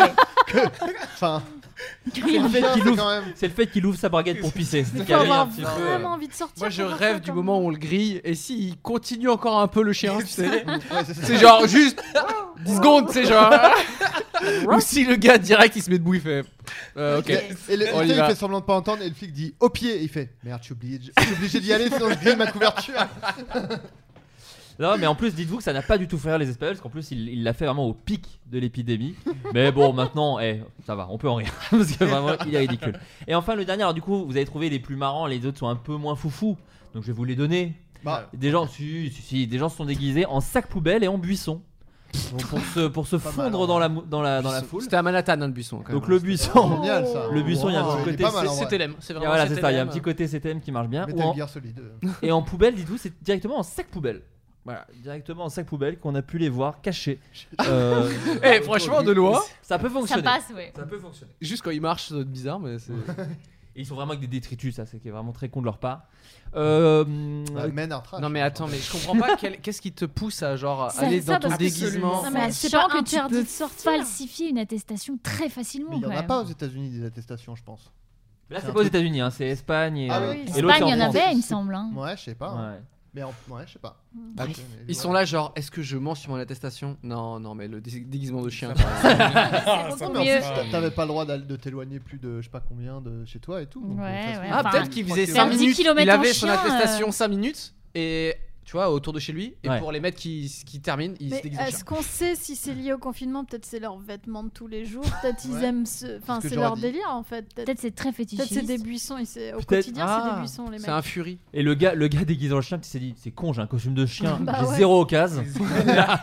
Speaker 4: Que- Enfin,
Speaker 7: C'est le
Speaker 4: un
Speaker 7: fait
Speaker 4: chien,
Speaker 7: qu'il
Speaker 4: c'est
Speaker 7: ouvre-
Speaker 4: quand même.
Speaker 7: c'est le fait qu'il ouvre sa braguette pour pisser. C'est qu'il
Speaker 11: Il faut
Speaker 7: y avait
Speaker 11: avoir
Speaker 7: un petit peu, euh,
Speaker 11: vraiment envie de sortir.
Speaker 8: Moi je
Speaker 11: pour voir
Speaker 8: rêve
Speaker 11: ça
Speaker 8: du
Speaker 11: comme-
Speaker 8: moment où on le grille et s'il continue encore un peu le chien, tu sais,
Speaker 4: Ouais, c'est ça.
Speaker 8: c'est genre juste 10 secondes, c'est genre. Ou si le gars direct il se met debout, il fait. euh, ok.
Speaker 4: Et le,
Speaker 8: On y
Speaker 4: il
Speaker 8: va.
Speaker 4: fait semblant de pas entendre et le flic dit au pied et il fait merde je suis obligé, je suis obligé d'y aller sinon je grille ma couverture.
Speaker 7: Non, mais en plus, dites-vous que ça n'a pas du tout fait rire les Espagnols, parce qu'en plus, il il l'a fait vraiment au pic de l'épidémie. Mais bon, maintenant, eh, ça va, on peut en rire, parce que vraiment, il est ridicule. Et enfin, le dernier, alors du coup, vous avez trouvé les plus marrants, les autres sont un peu moins foufou, donc je vais vous les donner.
Speaker 4: Bah.
Speaker 7: des gens, si, si, si, des gens se sont déguisés en sac poubelle et en buisson. Donc, pour se, pour se
Speaker 8: Pas mal,
Speaker 7: fondre
Speaker 8: hein.
Speaker 7: dans, la, mou- dans, la, dans la
Speaker 8: Buisson.
Speaker 7: foule.
Speaker 8: C'était à Manhattan, hein, le buisson. quand
Speaker 7: Donc
Speaker 8: même.
Speaker 7: le buisson,
Speaker 8: Génial, ça.
Speaker 7: le buisson, Oh, il y a un
Speaker 8: Wow.
Speaker 7: petit
Speaker 8: Il est
Speaker 7: côté
Speaker 8: pas mal, en vrai. C'est TLM, c'est vraiment
Speaker 7: Voilà, c'est ça, il y a un
Speaker 8: TLM.
Speaker 7: petit côté CTM qui marche bien. ou
Speaker 4: Metal
Speaker 7: en-
Speaker 4: Gear Solid deux.
Speaker 7: Et en poubelle, dites-vous, c'est directement en sac poubelle. Voilà, directement en sac poubelle qu'on a pu les voir cachés. Euh,
Speaker 8: Eh, franchement, de loin,
Speaker 7: ça peut fonctionner.
Speaker 12: ouais.
Speaker 7: Ça peut fonctionner.
Speaker 8: Juste quand il marche, ça doit être bizarre, mais c'est.
Speaker 7: Et ils sont vraiment avec des détritus, ça, c'est qui est vraiment très con de leur part. Euh,
Speaker 8: Bah,
Speaker 7: euh,
Speaker 8: men are trash, Non, mais attends, mais je comprends pas quel- qu'est-ce qui te pousse à genre
Speaker 12: Ça-
Speaker 8: aller
Speaker 12: ça,
Speaker 8: dans ton
Speaker 12: parce que
Speaker 8: déguisement.
Speaker 12: c'est- mais Bah, C'est
Speaker 11: Sachant
Speaker 12: pas que tu
Speaker 11: interdit
Speaker 12: peux
Speaker 11: de sortir.
Speaker 12: falsifier une attestation très facilement.
Speaker 4: Mais il n'y en
Speaker 12: quand
Speaker 4: a
Speaker 12: même.
Speaker 4: pas aux États-Unis des attestations, je pense.
Speaker 7: Là,
Speaker 4: un
Speaker 7: c'est pas aux
Speaker 4: truc-
Speaker 7: États-Unis, hein, c'est Espagne et,
Speaker 4: Ah
Speaker 7: euh,
Speaker 4: oui.
Speaker 7: et
Speaker 12: Espagne,
Speaker 7: l'autre, c'est
Speaker 12: il y en
Speaker 7: France.
Speaker 12: avait, il me semble. hein.
Speaker 4: Ouais, je sais pas. hein.
Speaker 7: Ouais.
Speaker 4: Mais en- ouais, je sais pas.
Speaker 11: Mmh.
Speaker 8: Bref,
Speaker 4: Ok, mais
Speaker 8: ils
Speaker 4: voilà.
Speaker 8: sont là genre est-ce que je mens sur mon attestation Non non mais le dé- déguisement de chien.
Speaker 4: Ouais, mais en plus, t'a- t'avais pas le droit d'aller- de t'éloigner plus de je sais pas combien de chez toi et tout. donc, euh,
Speaker 12: Ouais,
Speaker 4: de toute façon,
Speaker 12: ouais,
Speaker 8: ah
Speaker 12: enfin,
Speaker 8: peut-être qu'il faisait
Speaker 12: Faire
Speaker 8: 5
Speaker 12: 10
Speaker 8: minutes,
Speaker 12: kilomètres
Speaker 8: il
Speaker 12: en
Speaker 8: avait son
Speaker 12: chien,
Speaker 8: attestation
Speaker 12: euh.
Speaker 8: 5 minutes et tu vois autour de chez lui et
Speaker 7: Ouais.
Speaker 8: pour les mecs qui, qui terminent, ils se
Speaker 11: Mais
Speaker 8: déguisent en chien.
Speaker 11: est-ce qu'on sait si c'est lié au confinement Peut-être c'est leurs vêtements de tous les jours. Peut-être ils
Speaker 8: Ouais.
Speaker 11: aiment ce. Enfin,
Speaker 8: Ce que
Speaker 11: c'est
Speaker 8: j'aurais
Speaker 11: leur
Speaker 8: dit.
Speaker 11: délire en fait. Peut-être
Speaker 12: Peut-être c'est très
Speaker 11: peut-être
Speaker 12: fétichiste.
Speaker 11: c'est des buissons. ils se- Au
Speaker 7: Peut-être-
Speaker 11: quotidien, c'est
Speaker 7: Ah,
Speaker 11: des buissons les mecs.
Speaker 8: furie.
Speaker 7: Et le gars, le gars déguisé en chien qui s'est dit c'est con, j'ai un costume de chien,
Speaker 11: Bah
Speaker 7: j'ai
Speaker 11: ouais.
Speaker 7: zéro occasion. Là,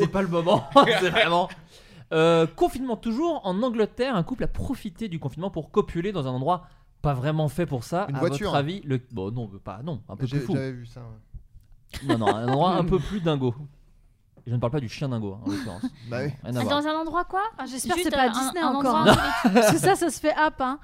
Speaker 7: c'est pas le moment, c'est vraiment. Euh, confinement toujours en Angleterre, un couple a profité du confinement pour copuler dans un endroit pas vraiment fait pour ça.
Speaker 4: Une
Speaker 7: à
Speaker 4: voiture.
Speaker 7: votre avis, le bon non pas non un peu
Speaker 4: j'ai-
Speaker 7: plus fou.
Speaker 4: J'avais vu ça. ouais.
Speaker 7: Non non un endroit un peu plus dingo. Et je ne parle pas du chien dingo hein, en l'occurrence.
Speaker 4: Bah oui.
Speaker 7: Rien à
Speaker 12: Ah,
Speaker 7: voir.
Speaker 12: Dans un endroit quoi
Speaker 11: Ah, J'espère que
Speaker 12: Juste
Speaker 11: c'est pas à
Speaker 12: un-
Speaker 11: Disney
Speaker 12: un
Speaker 11: encore.
Speaker 12: endroit
Speaker 11: hein.
Speaker 12: où les-
Speaker 11: Parce que ça, ça se fait app. Hein.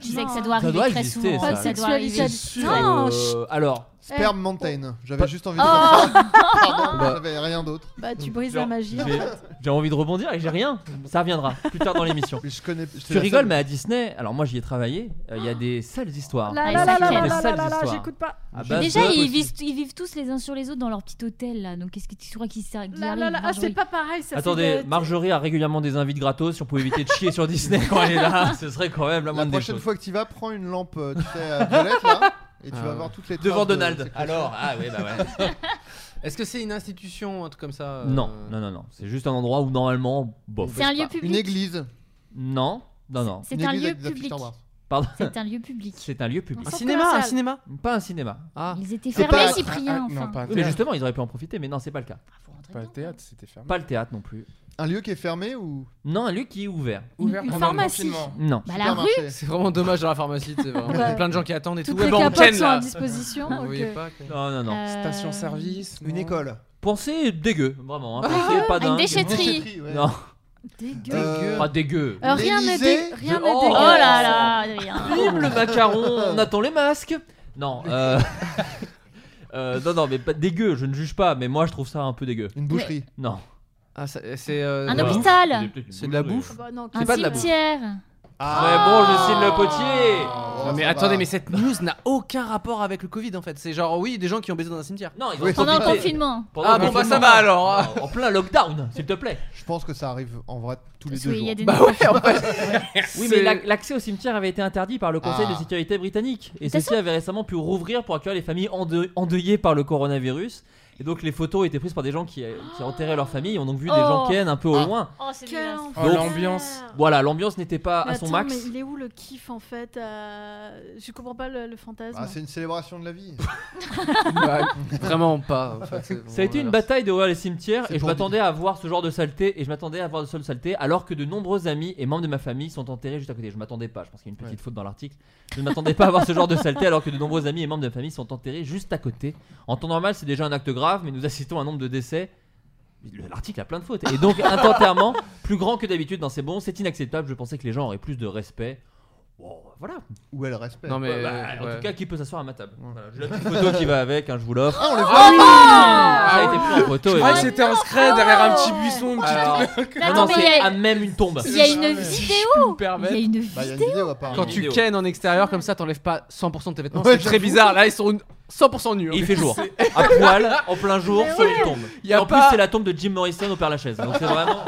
Speaker 12: Je sais que
Speaker 11: Non.
Speaker 12: ça doit
Speaker 7: Ça
Speaker 12: arriver
Speaker 7: doit
Speaker 12: très
Speaker 7: exister,
Speaker 12: souvent.
Speaker 7: ça. Pas de
Speaker 12: ça doit arriver.
Speaker 11: sexualité.
Speaker 12: Non,
Speaker 7: Euh, alors
Speaker 4: Sperm
Speaker 11: Eh.
Speaker 4: Mountain. J'avais juste envie de
Speaker 11: Oh.
Speaker 4: dire ça. Pardon,
Speaker 7: Bah.
Speaker 4: j'avais rien d'autre.
Speaker 11: Bah, tu brises la
Speaker 7: Genre,
Speaker 11: magie. en
Speaker 7: j'ai-
Speaker 11: fait.
Speaker 7: J'ai envie de rebondir et j'ai rien. Ça reviendra plus tard dans l'émission.
Speaker 4: Mais je connais. c'est
Speaker 7: Tu
Speaker 4: la
Speaker 7: rigoles,
Speaker 4: seule-
Speaker 7: mais à Disney, alors moi j'y ai travaillé, euh, il
Speaker 11: Ah.
Speaker 7: y a des sales histoires.
Speaker 11: Là,
Speaker 12: Ah, là, là, là, là,
Speaker 7: Des
Speaker 11: là,
Speaker 7: sales
Speaker 11: là, là,
Speaker 7: histoires.
Speaker 11: j'écoute pas.
Speaker 7: À
Speaker 12: Mais
Speaker 7: base
Speaker 12: déjà,
Speaker 7: de-
Speaker 12: ils vivent, ils vivent tous les uns sur les autres dans leur petit hôtel là. Donc, qu'est-ce que tu crois qu'ils sar- qu'ils
Speaker 11: Là, là,
Speaker 12: arrivent
Speaker 11: là, ah, c'est
Speaker 12: Marjorie
Speaker 11: pas pareil. Ça
Speaker 7: Attendez,
Speaker 11: c'est
Speaker 7: Marjorie a régulièrement des invites gratos. Si on pouvait éviter de chier sur Disney quand elle est là, ce serait quand même la
Speaker 4: La
Speaker 7: moindre des
Speaker 4: prochaine
Speaker 7: choses.
Speaker 4: fois que tu vas, prends une lampe, euh, tu sais, à violette là, et tu
Speaker 8: Ah
Speaker 4: vas
Speaker 8: ouais.
Speaker 4: voir toutes les.
Speaker 7: Devant
Speaker 4: traces de-
Speaker 7: Donald.
Speaker 4: c'est quoi
Speaker 7: Alors, ah ouais, bah ouais.
Speaker 8: Est-ce que c'est une institution un truc comme ça euh,
Speaker 7: Non, non, non, non. C'est juste un endroit où normalement, bof.
Speaker 12: C'est un lieu
Speaker 4: ça Une
Speaker 12: public.
Speaker 4: église.
Speaker 7: Non, non, non.
Speaker 12: C'est
Speaker 4: Une
Speaker 12: un
Speaker 4: église
Speaker 12: lieu
Speaker 4: avec des affiches
Speaker 12: public.
Speaker 4: Star Wars.
Speaker 7: Pardon.
Speaker 12: C'est un lieu public.
Speaker 7: C'est un lieu public.
Speaker 8: Un
Speaker 11: Ils sont
Speaker 8: cinéma, un
Speaker 11: colossales.
Speaker 8: cinéma.
Speaker 7: Pas un cinéma.
Speaker 8: Ah.
Speaker 12: Ils étaient
Speaker 4: C'est
Speaker 12: fermés,
Speaker 4: pas-
Speaker 12: Cyprien.
Speaker 13: Ah, non,
Speaker 12: enfin.
Speaker 13: pas un
Speaker 7: Oui, mais
Speaker 13: théâtre.
Speaker 7: justement, ils auraient pu en profiter, mais non, c'est pas le cas.
Speaker 12: Ah, faut rentrer
Speaker 13: Pas un
Speaker 12: dedans.
Speaker 13: théâtre, c'était fermé.
Speaker 7: Pas le théâtre non plus.
Speaker 4: Un lieu qui est fermé ou
Speaker 7: Non, un lieu qui est ouvert.
Speaker 13: Ouvert
Speaker 11: Une
Speaker 13: pendant le
Speaker 11: pharmacie.
Speaker 13: confinement.
Speaker 7: Non.
Speaker 12: Bah, la rue.
Speaker 4: Supermarché.
Speaker 8: C'est vraiment dommage dans la pharmacie, c'est vraiment. Il y a
Speaker 11: Ouais.
Speaker 8: plein de gens qui attendent et
Speaker 11: Toutes
Speaker 8: tout. Ouais,
Speaker 11: les
Speaker 8: bah, on
Speaker 11: capotes
Speaker 8: ken,
Speaker 11: sont
Speaker 8: là.
Speaker 11: à disposition.
Speaker 8: Vous
Speaker 11: donc,
Speaker 8: voyez
Speaker 11: euh,
Speaker 8: pas que-
Speaker 7: Non, non, non.
Speaker 13: Station-service.
Speaker 4: une
Speaker 13: non.
Speaker 4: école.
Speaker 7: Pensez dégueu, vraiment. hein. Pensez pas
Speaker 12: Une
Speaker 7: dingue.
Speaker 12: déchetterie.
Speaker 4: Déchetterie, ouais.
Speaker 7: Non,
Speaker 12: Dégueu.
Speaker 4: Euh,
Speaker 7: pas dégueu.
Speaker 11: euh, Rien n'est
Speaker 4: l'Élysée,
Speaker 11: dé- rien
Speaker 7: je-
Speaker 11: n'est
Speaker 7: oh.
Speaker 12: Oh
Speaker 11: dégueulasse.
Speaker 12: là là, Adrien.
Speaker 7: Bim, le macaron, on attend les masques. Non, euh... euh, non, non, mais pas dégueu, je ne juge pas, mais moi je trouve ça un peu dégueu.
Speaker 4: Une boucherie.
Speaker 7: Non.
Speaker 8: Ah, ça- c'est. euh,
Speaker 12: Un
Speaker 8: ouais.
Speaker 12: hôpital. Tal.
Speaker 8: C'est de la bouffe.
Speaker 11: Ah bah non,
Speaker 7: C'est pas
Speaker 12: Un
Speaker 7: de la bouffe.
Speaker 12: cimetière.
Speaker 7: Ah. Très bon, Justine Le Potier.
Speaker 8: Non,
Speaker 4: Oh,
Speaker 8: mais
Speaker 4: ça
Speaker 8: attendez,
Speaker 4: va.
Speaker 8: mais cette news n'a aucun rapport avec le Covid en fait. C'est genre, oui, des gens qui ont baisé dans un cimetière.
Speaker 7: Non, ils ont
Speaker 4: Oui.
Speaker 12: Pendant le
Speaker 7: profité.
Speaker 12: confinement.
Speaker 7: Pendant
Speaker 8: Ah,
Speaker 7: le
Speaker 8: bon, bah,
Speaker 7: confinement.
Speaker 8: ça va, alors.
Speaker 7: Non, En plein lockdown, s'il te plaît.
Speaker 4: Je pense que ça arrive en vrai tous les
Speaker 12: Parce
Speaker 4: deux
Speaker 12: qu'il
Speaker 4: jours.
Speaker 12: y a des
Speaker 8: Bah ouais, en fait.
Speaker 7: Oui,
Speaker 8: C'est-
Speaker 7: mais la- l'accès au cimetière avait été interdit par le Conseil
Speaker 4: Ah.
Speaker 7: de sécurité britannique. Et
Speaker 12: T'as
Speaker 7: ceci avait récemment pu rouvrir pour accueillir les familles endeu- endeuillées par le coronavirus. Et donc les photos étaient prises par des gens qui, euh, qui enterraient leur famille. On donc vu des gens
Speaker 12: Oh.
Speaker 7: ken un peu au loin.
Speaker 12: Oh, c'est
Speaker 11: Quel
Speaker 12: dégueulasse.
Speaker 13: Oh,
Speaker 11: enfer.
Speaker 13: l'ambiance.
Speaker 7: Voilà, l'ambiance n'était pas
Speaker 11: Mais
Speaker 7: à son
Speaker 11: attends,
Speaker 7: max.
Speaker 11: Mais il est où le kiff en fait euh, Je comprends pas le, le fantasme.
Speaker 4: Ah, c'est une célébration de la vie.
Speaker 8: Bah, vraiment pas. en fait,
Speaker 7: Ça
Speaker 8: c'est
Speaker 7: a
Speaker 8: vraiment
Speaker 7: été une
Speaker 8: l'inverse.
Speaker 7: bataille de voir les cimetières
Speaker 4: C'est
Speaker 7: et je
Speaker 4: pour
Speaker 7: m'attendais à voir ce genre de saleté et je m'attendais à voir de seule saleté alors que de nombreux amis et membres de ma famille sont enterrés juste à côté. Je m'attendais pas, je pense qu'il y a une petite faute dans l'article. Je ne m'attendais pas à voir ce genre de saleté alors que de nombreux amis et membres de ma famille sont enterrés juste à côté. En temps normal, c'est déjà un acte grave, mais nous assistons à un nombre de décès. Le- L'article a plein de fautes et donc un enterrement plus grand que d'habitude dans ces bons, c'est inacceptable. Je pensais que les gens auraient plus de respect. Bon, voilà.
Speaker 4: Où elle respecte.
Speaker 8: Non, mais.
Speaker 7: Bah, En
Speaker 8: ouais.
Speaker 7: tout cas, qui peut s'asseoir à ma table Voilà, J'ai la petite photo qui va avec, hein, je vous l'offre.
Speaker 4: Ah, on les voit.
Speaker 7: Ah,
Speaker 12: Ah
Speaker 7: ça a été pris en photo.
Speaker 13: Je
Speaker 7: et
Speaker 13: croyais
Speaker 7: voilà.
Speaker 13: que c'était un secret derrière un petit buisson.
Speaker 7: Alors,
Speaker 12: Mais
Speaker 7: Ah. non,
Speaker 12: attends,
Speaker 7: non,
Speaker 12: mais Bah, il y
Speaker 7: c'est
Speaker 12: a-
Speaker 7: à même une tombe.
Speaker 12: il y a une
Speaker 13: Si
Speaker 12: vidéo. Il y
Speaker 8: permettre.
Speaker 12: a une
Speaker 4: Bah, il y a
Speaker 12: vidéo.
Speaker 4: une vidéo apparemment.
Speaker 8: Quand tu
Speaker 7: vidéo.
Speaker 8: ken en extérieur comme ça, t'enlèves pas 100% de tes vêtements.
Speaker 4: Ouais,
Speaker 8: c'est très
Speaker 4: j'avoue.
Speaker 8: bizarre. Là, ils sont 100% nus. hein.
Speaker 7: Et il fait jour. À poil, en plein jour, sur une tombe.
Speaker 8: Y
Speaker 7: Et
Speaker 8: a
Speaker 7: en
Speaker 8: pas-
Speaker 7: plus, c'est la tombe de Jim Morrison au Père Lachaise. Donc c'est vraiment.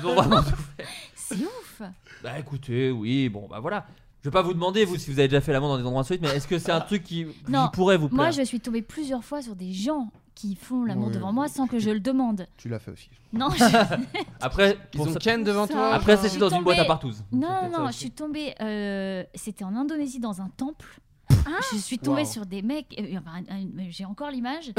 Speaker 7: Ils ont vraiment tout fait.
Speaker 12: C'est ouf.
Speaker 7: Bah écoutez, oui, bon, bah voilà. Je vais pas vous demander, vous, si vous avez déjà fait la main dans des endroits insolites, mais est-ce que c'est un truc qui, qui
Speaker 12: Non.
Speaker 7: pourrait vous plaire
Speaker 12: Moi, je suis tombée plusieurs fois sur des gens qui font l'amour
Speaker 4: Ouais.
Speaker 12: devant moi sans que je le demande.
Speaker 4: Tu l'as fait aussi.
Speaker 12: Non, je-
Speaker 7: Après,
Speaker 4: Ils
Speaker 7: pour
Speaker 4: ont
Speaker 7: ça-
Speaker 4: Ken devant toi,
Speaker 7: Après,
Speaker 4: genre.
Speaker 7: c'était dans
Speaker 12: suis
Speaker 7: une boîte à
Speaker 12: tombée-
Speaker 7: partouze.
Speaker 12: Non, non, non, je suis tombée. euh, C'était en Indonésie dans un temple.
Speaker 4: Ah.
Speaker 12: je suis tombée
Speaker 7: Wow.
Speaker 12: sur des mecs. euh, enfin, un- un- J'ai encore l'image.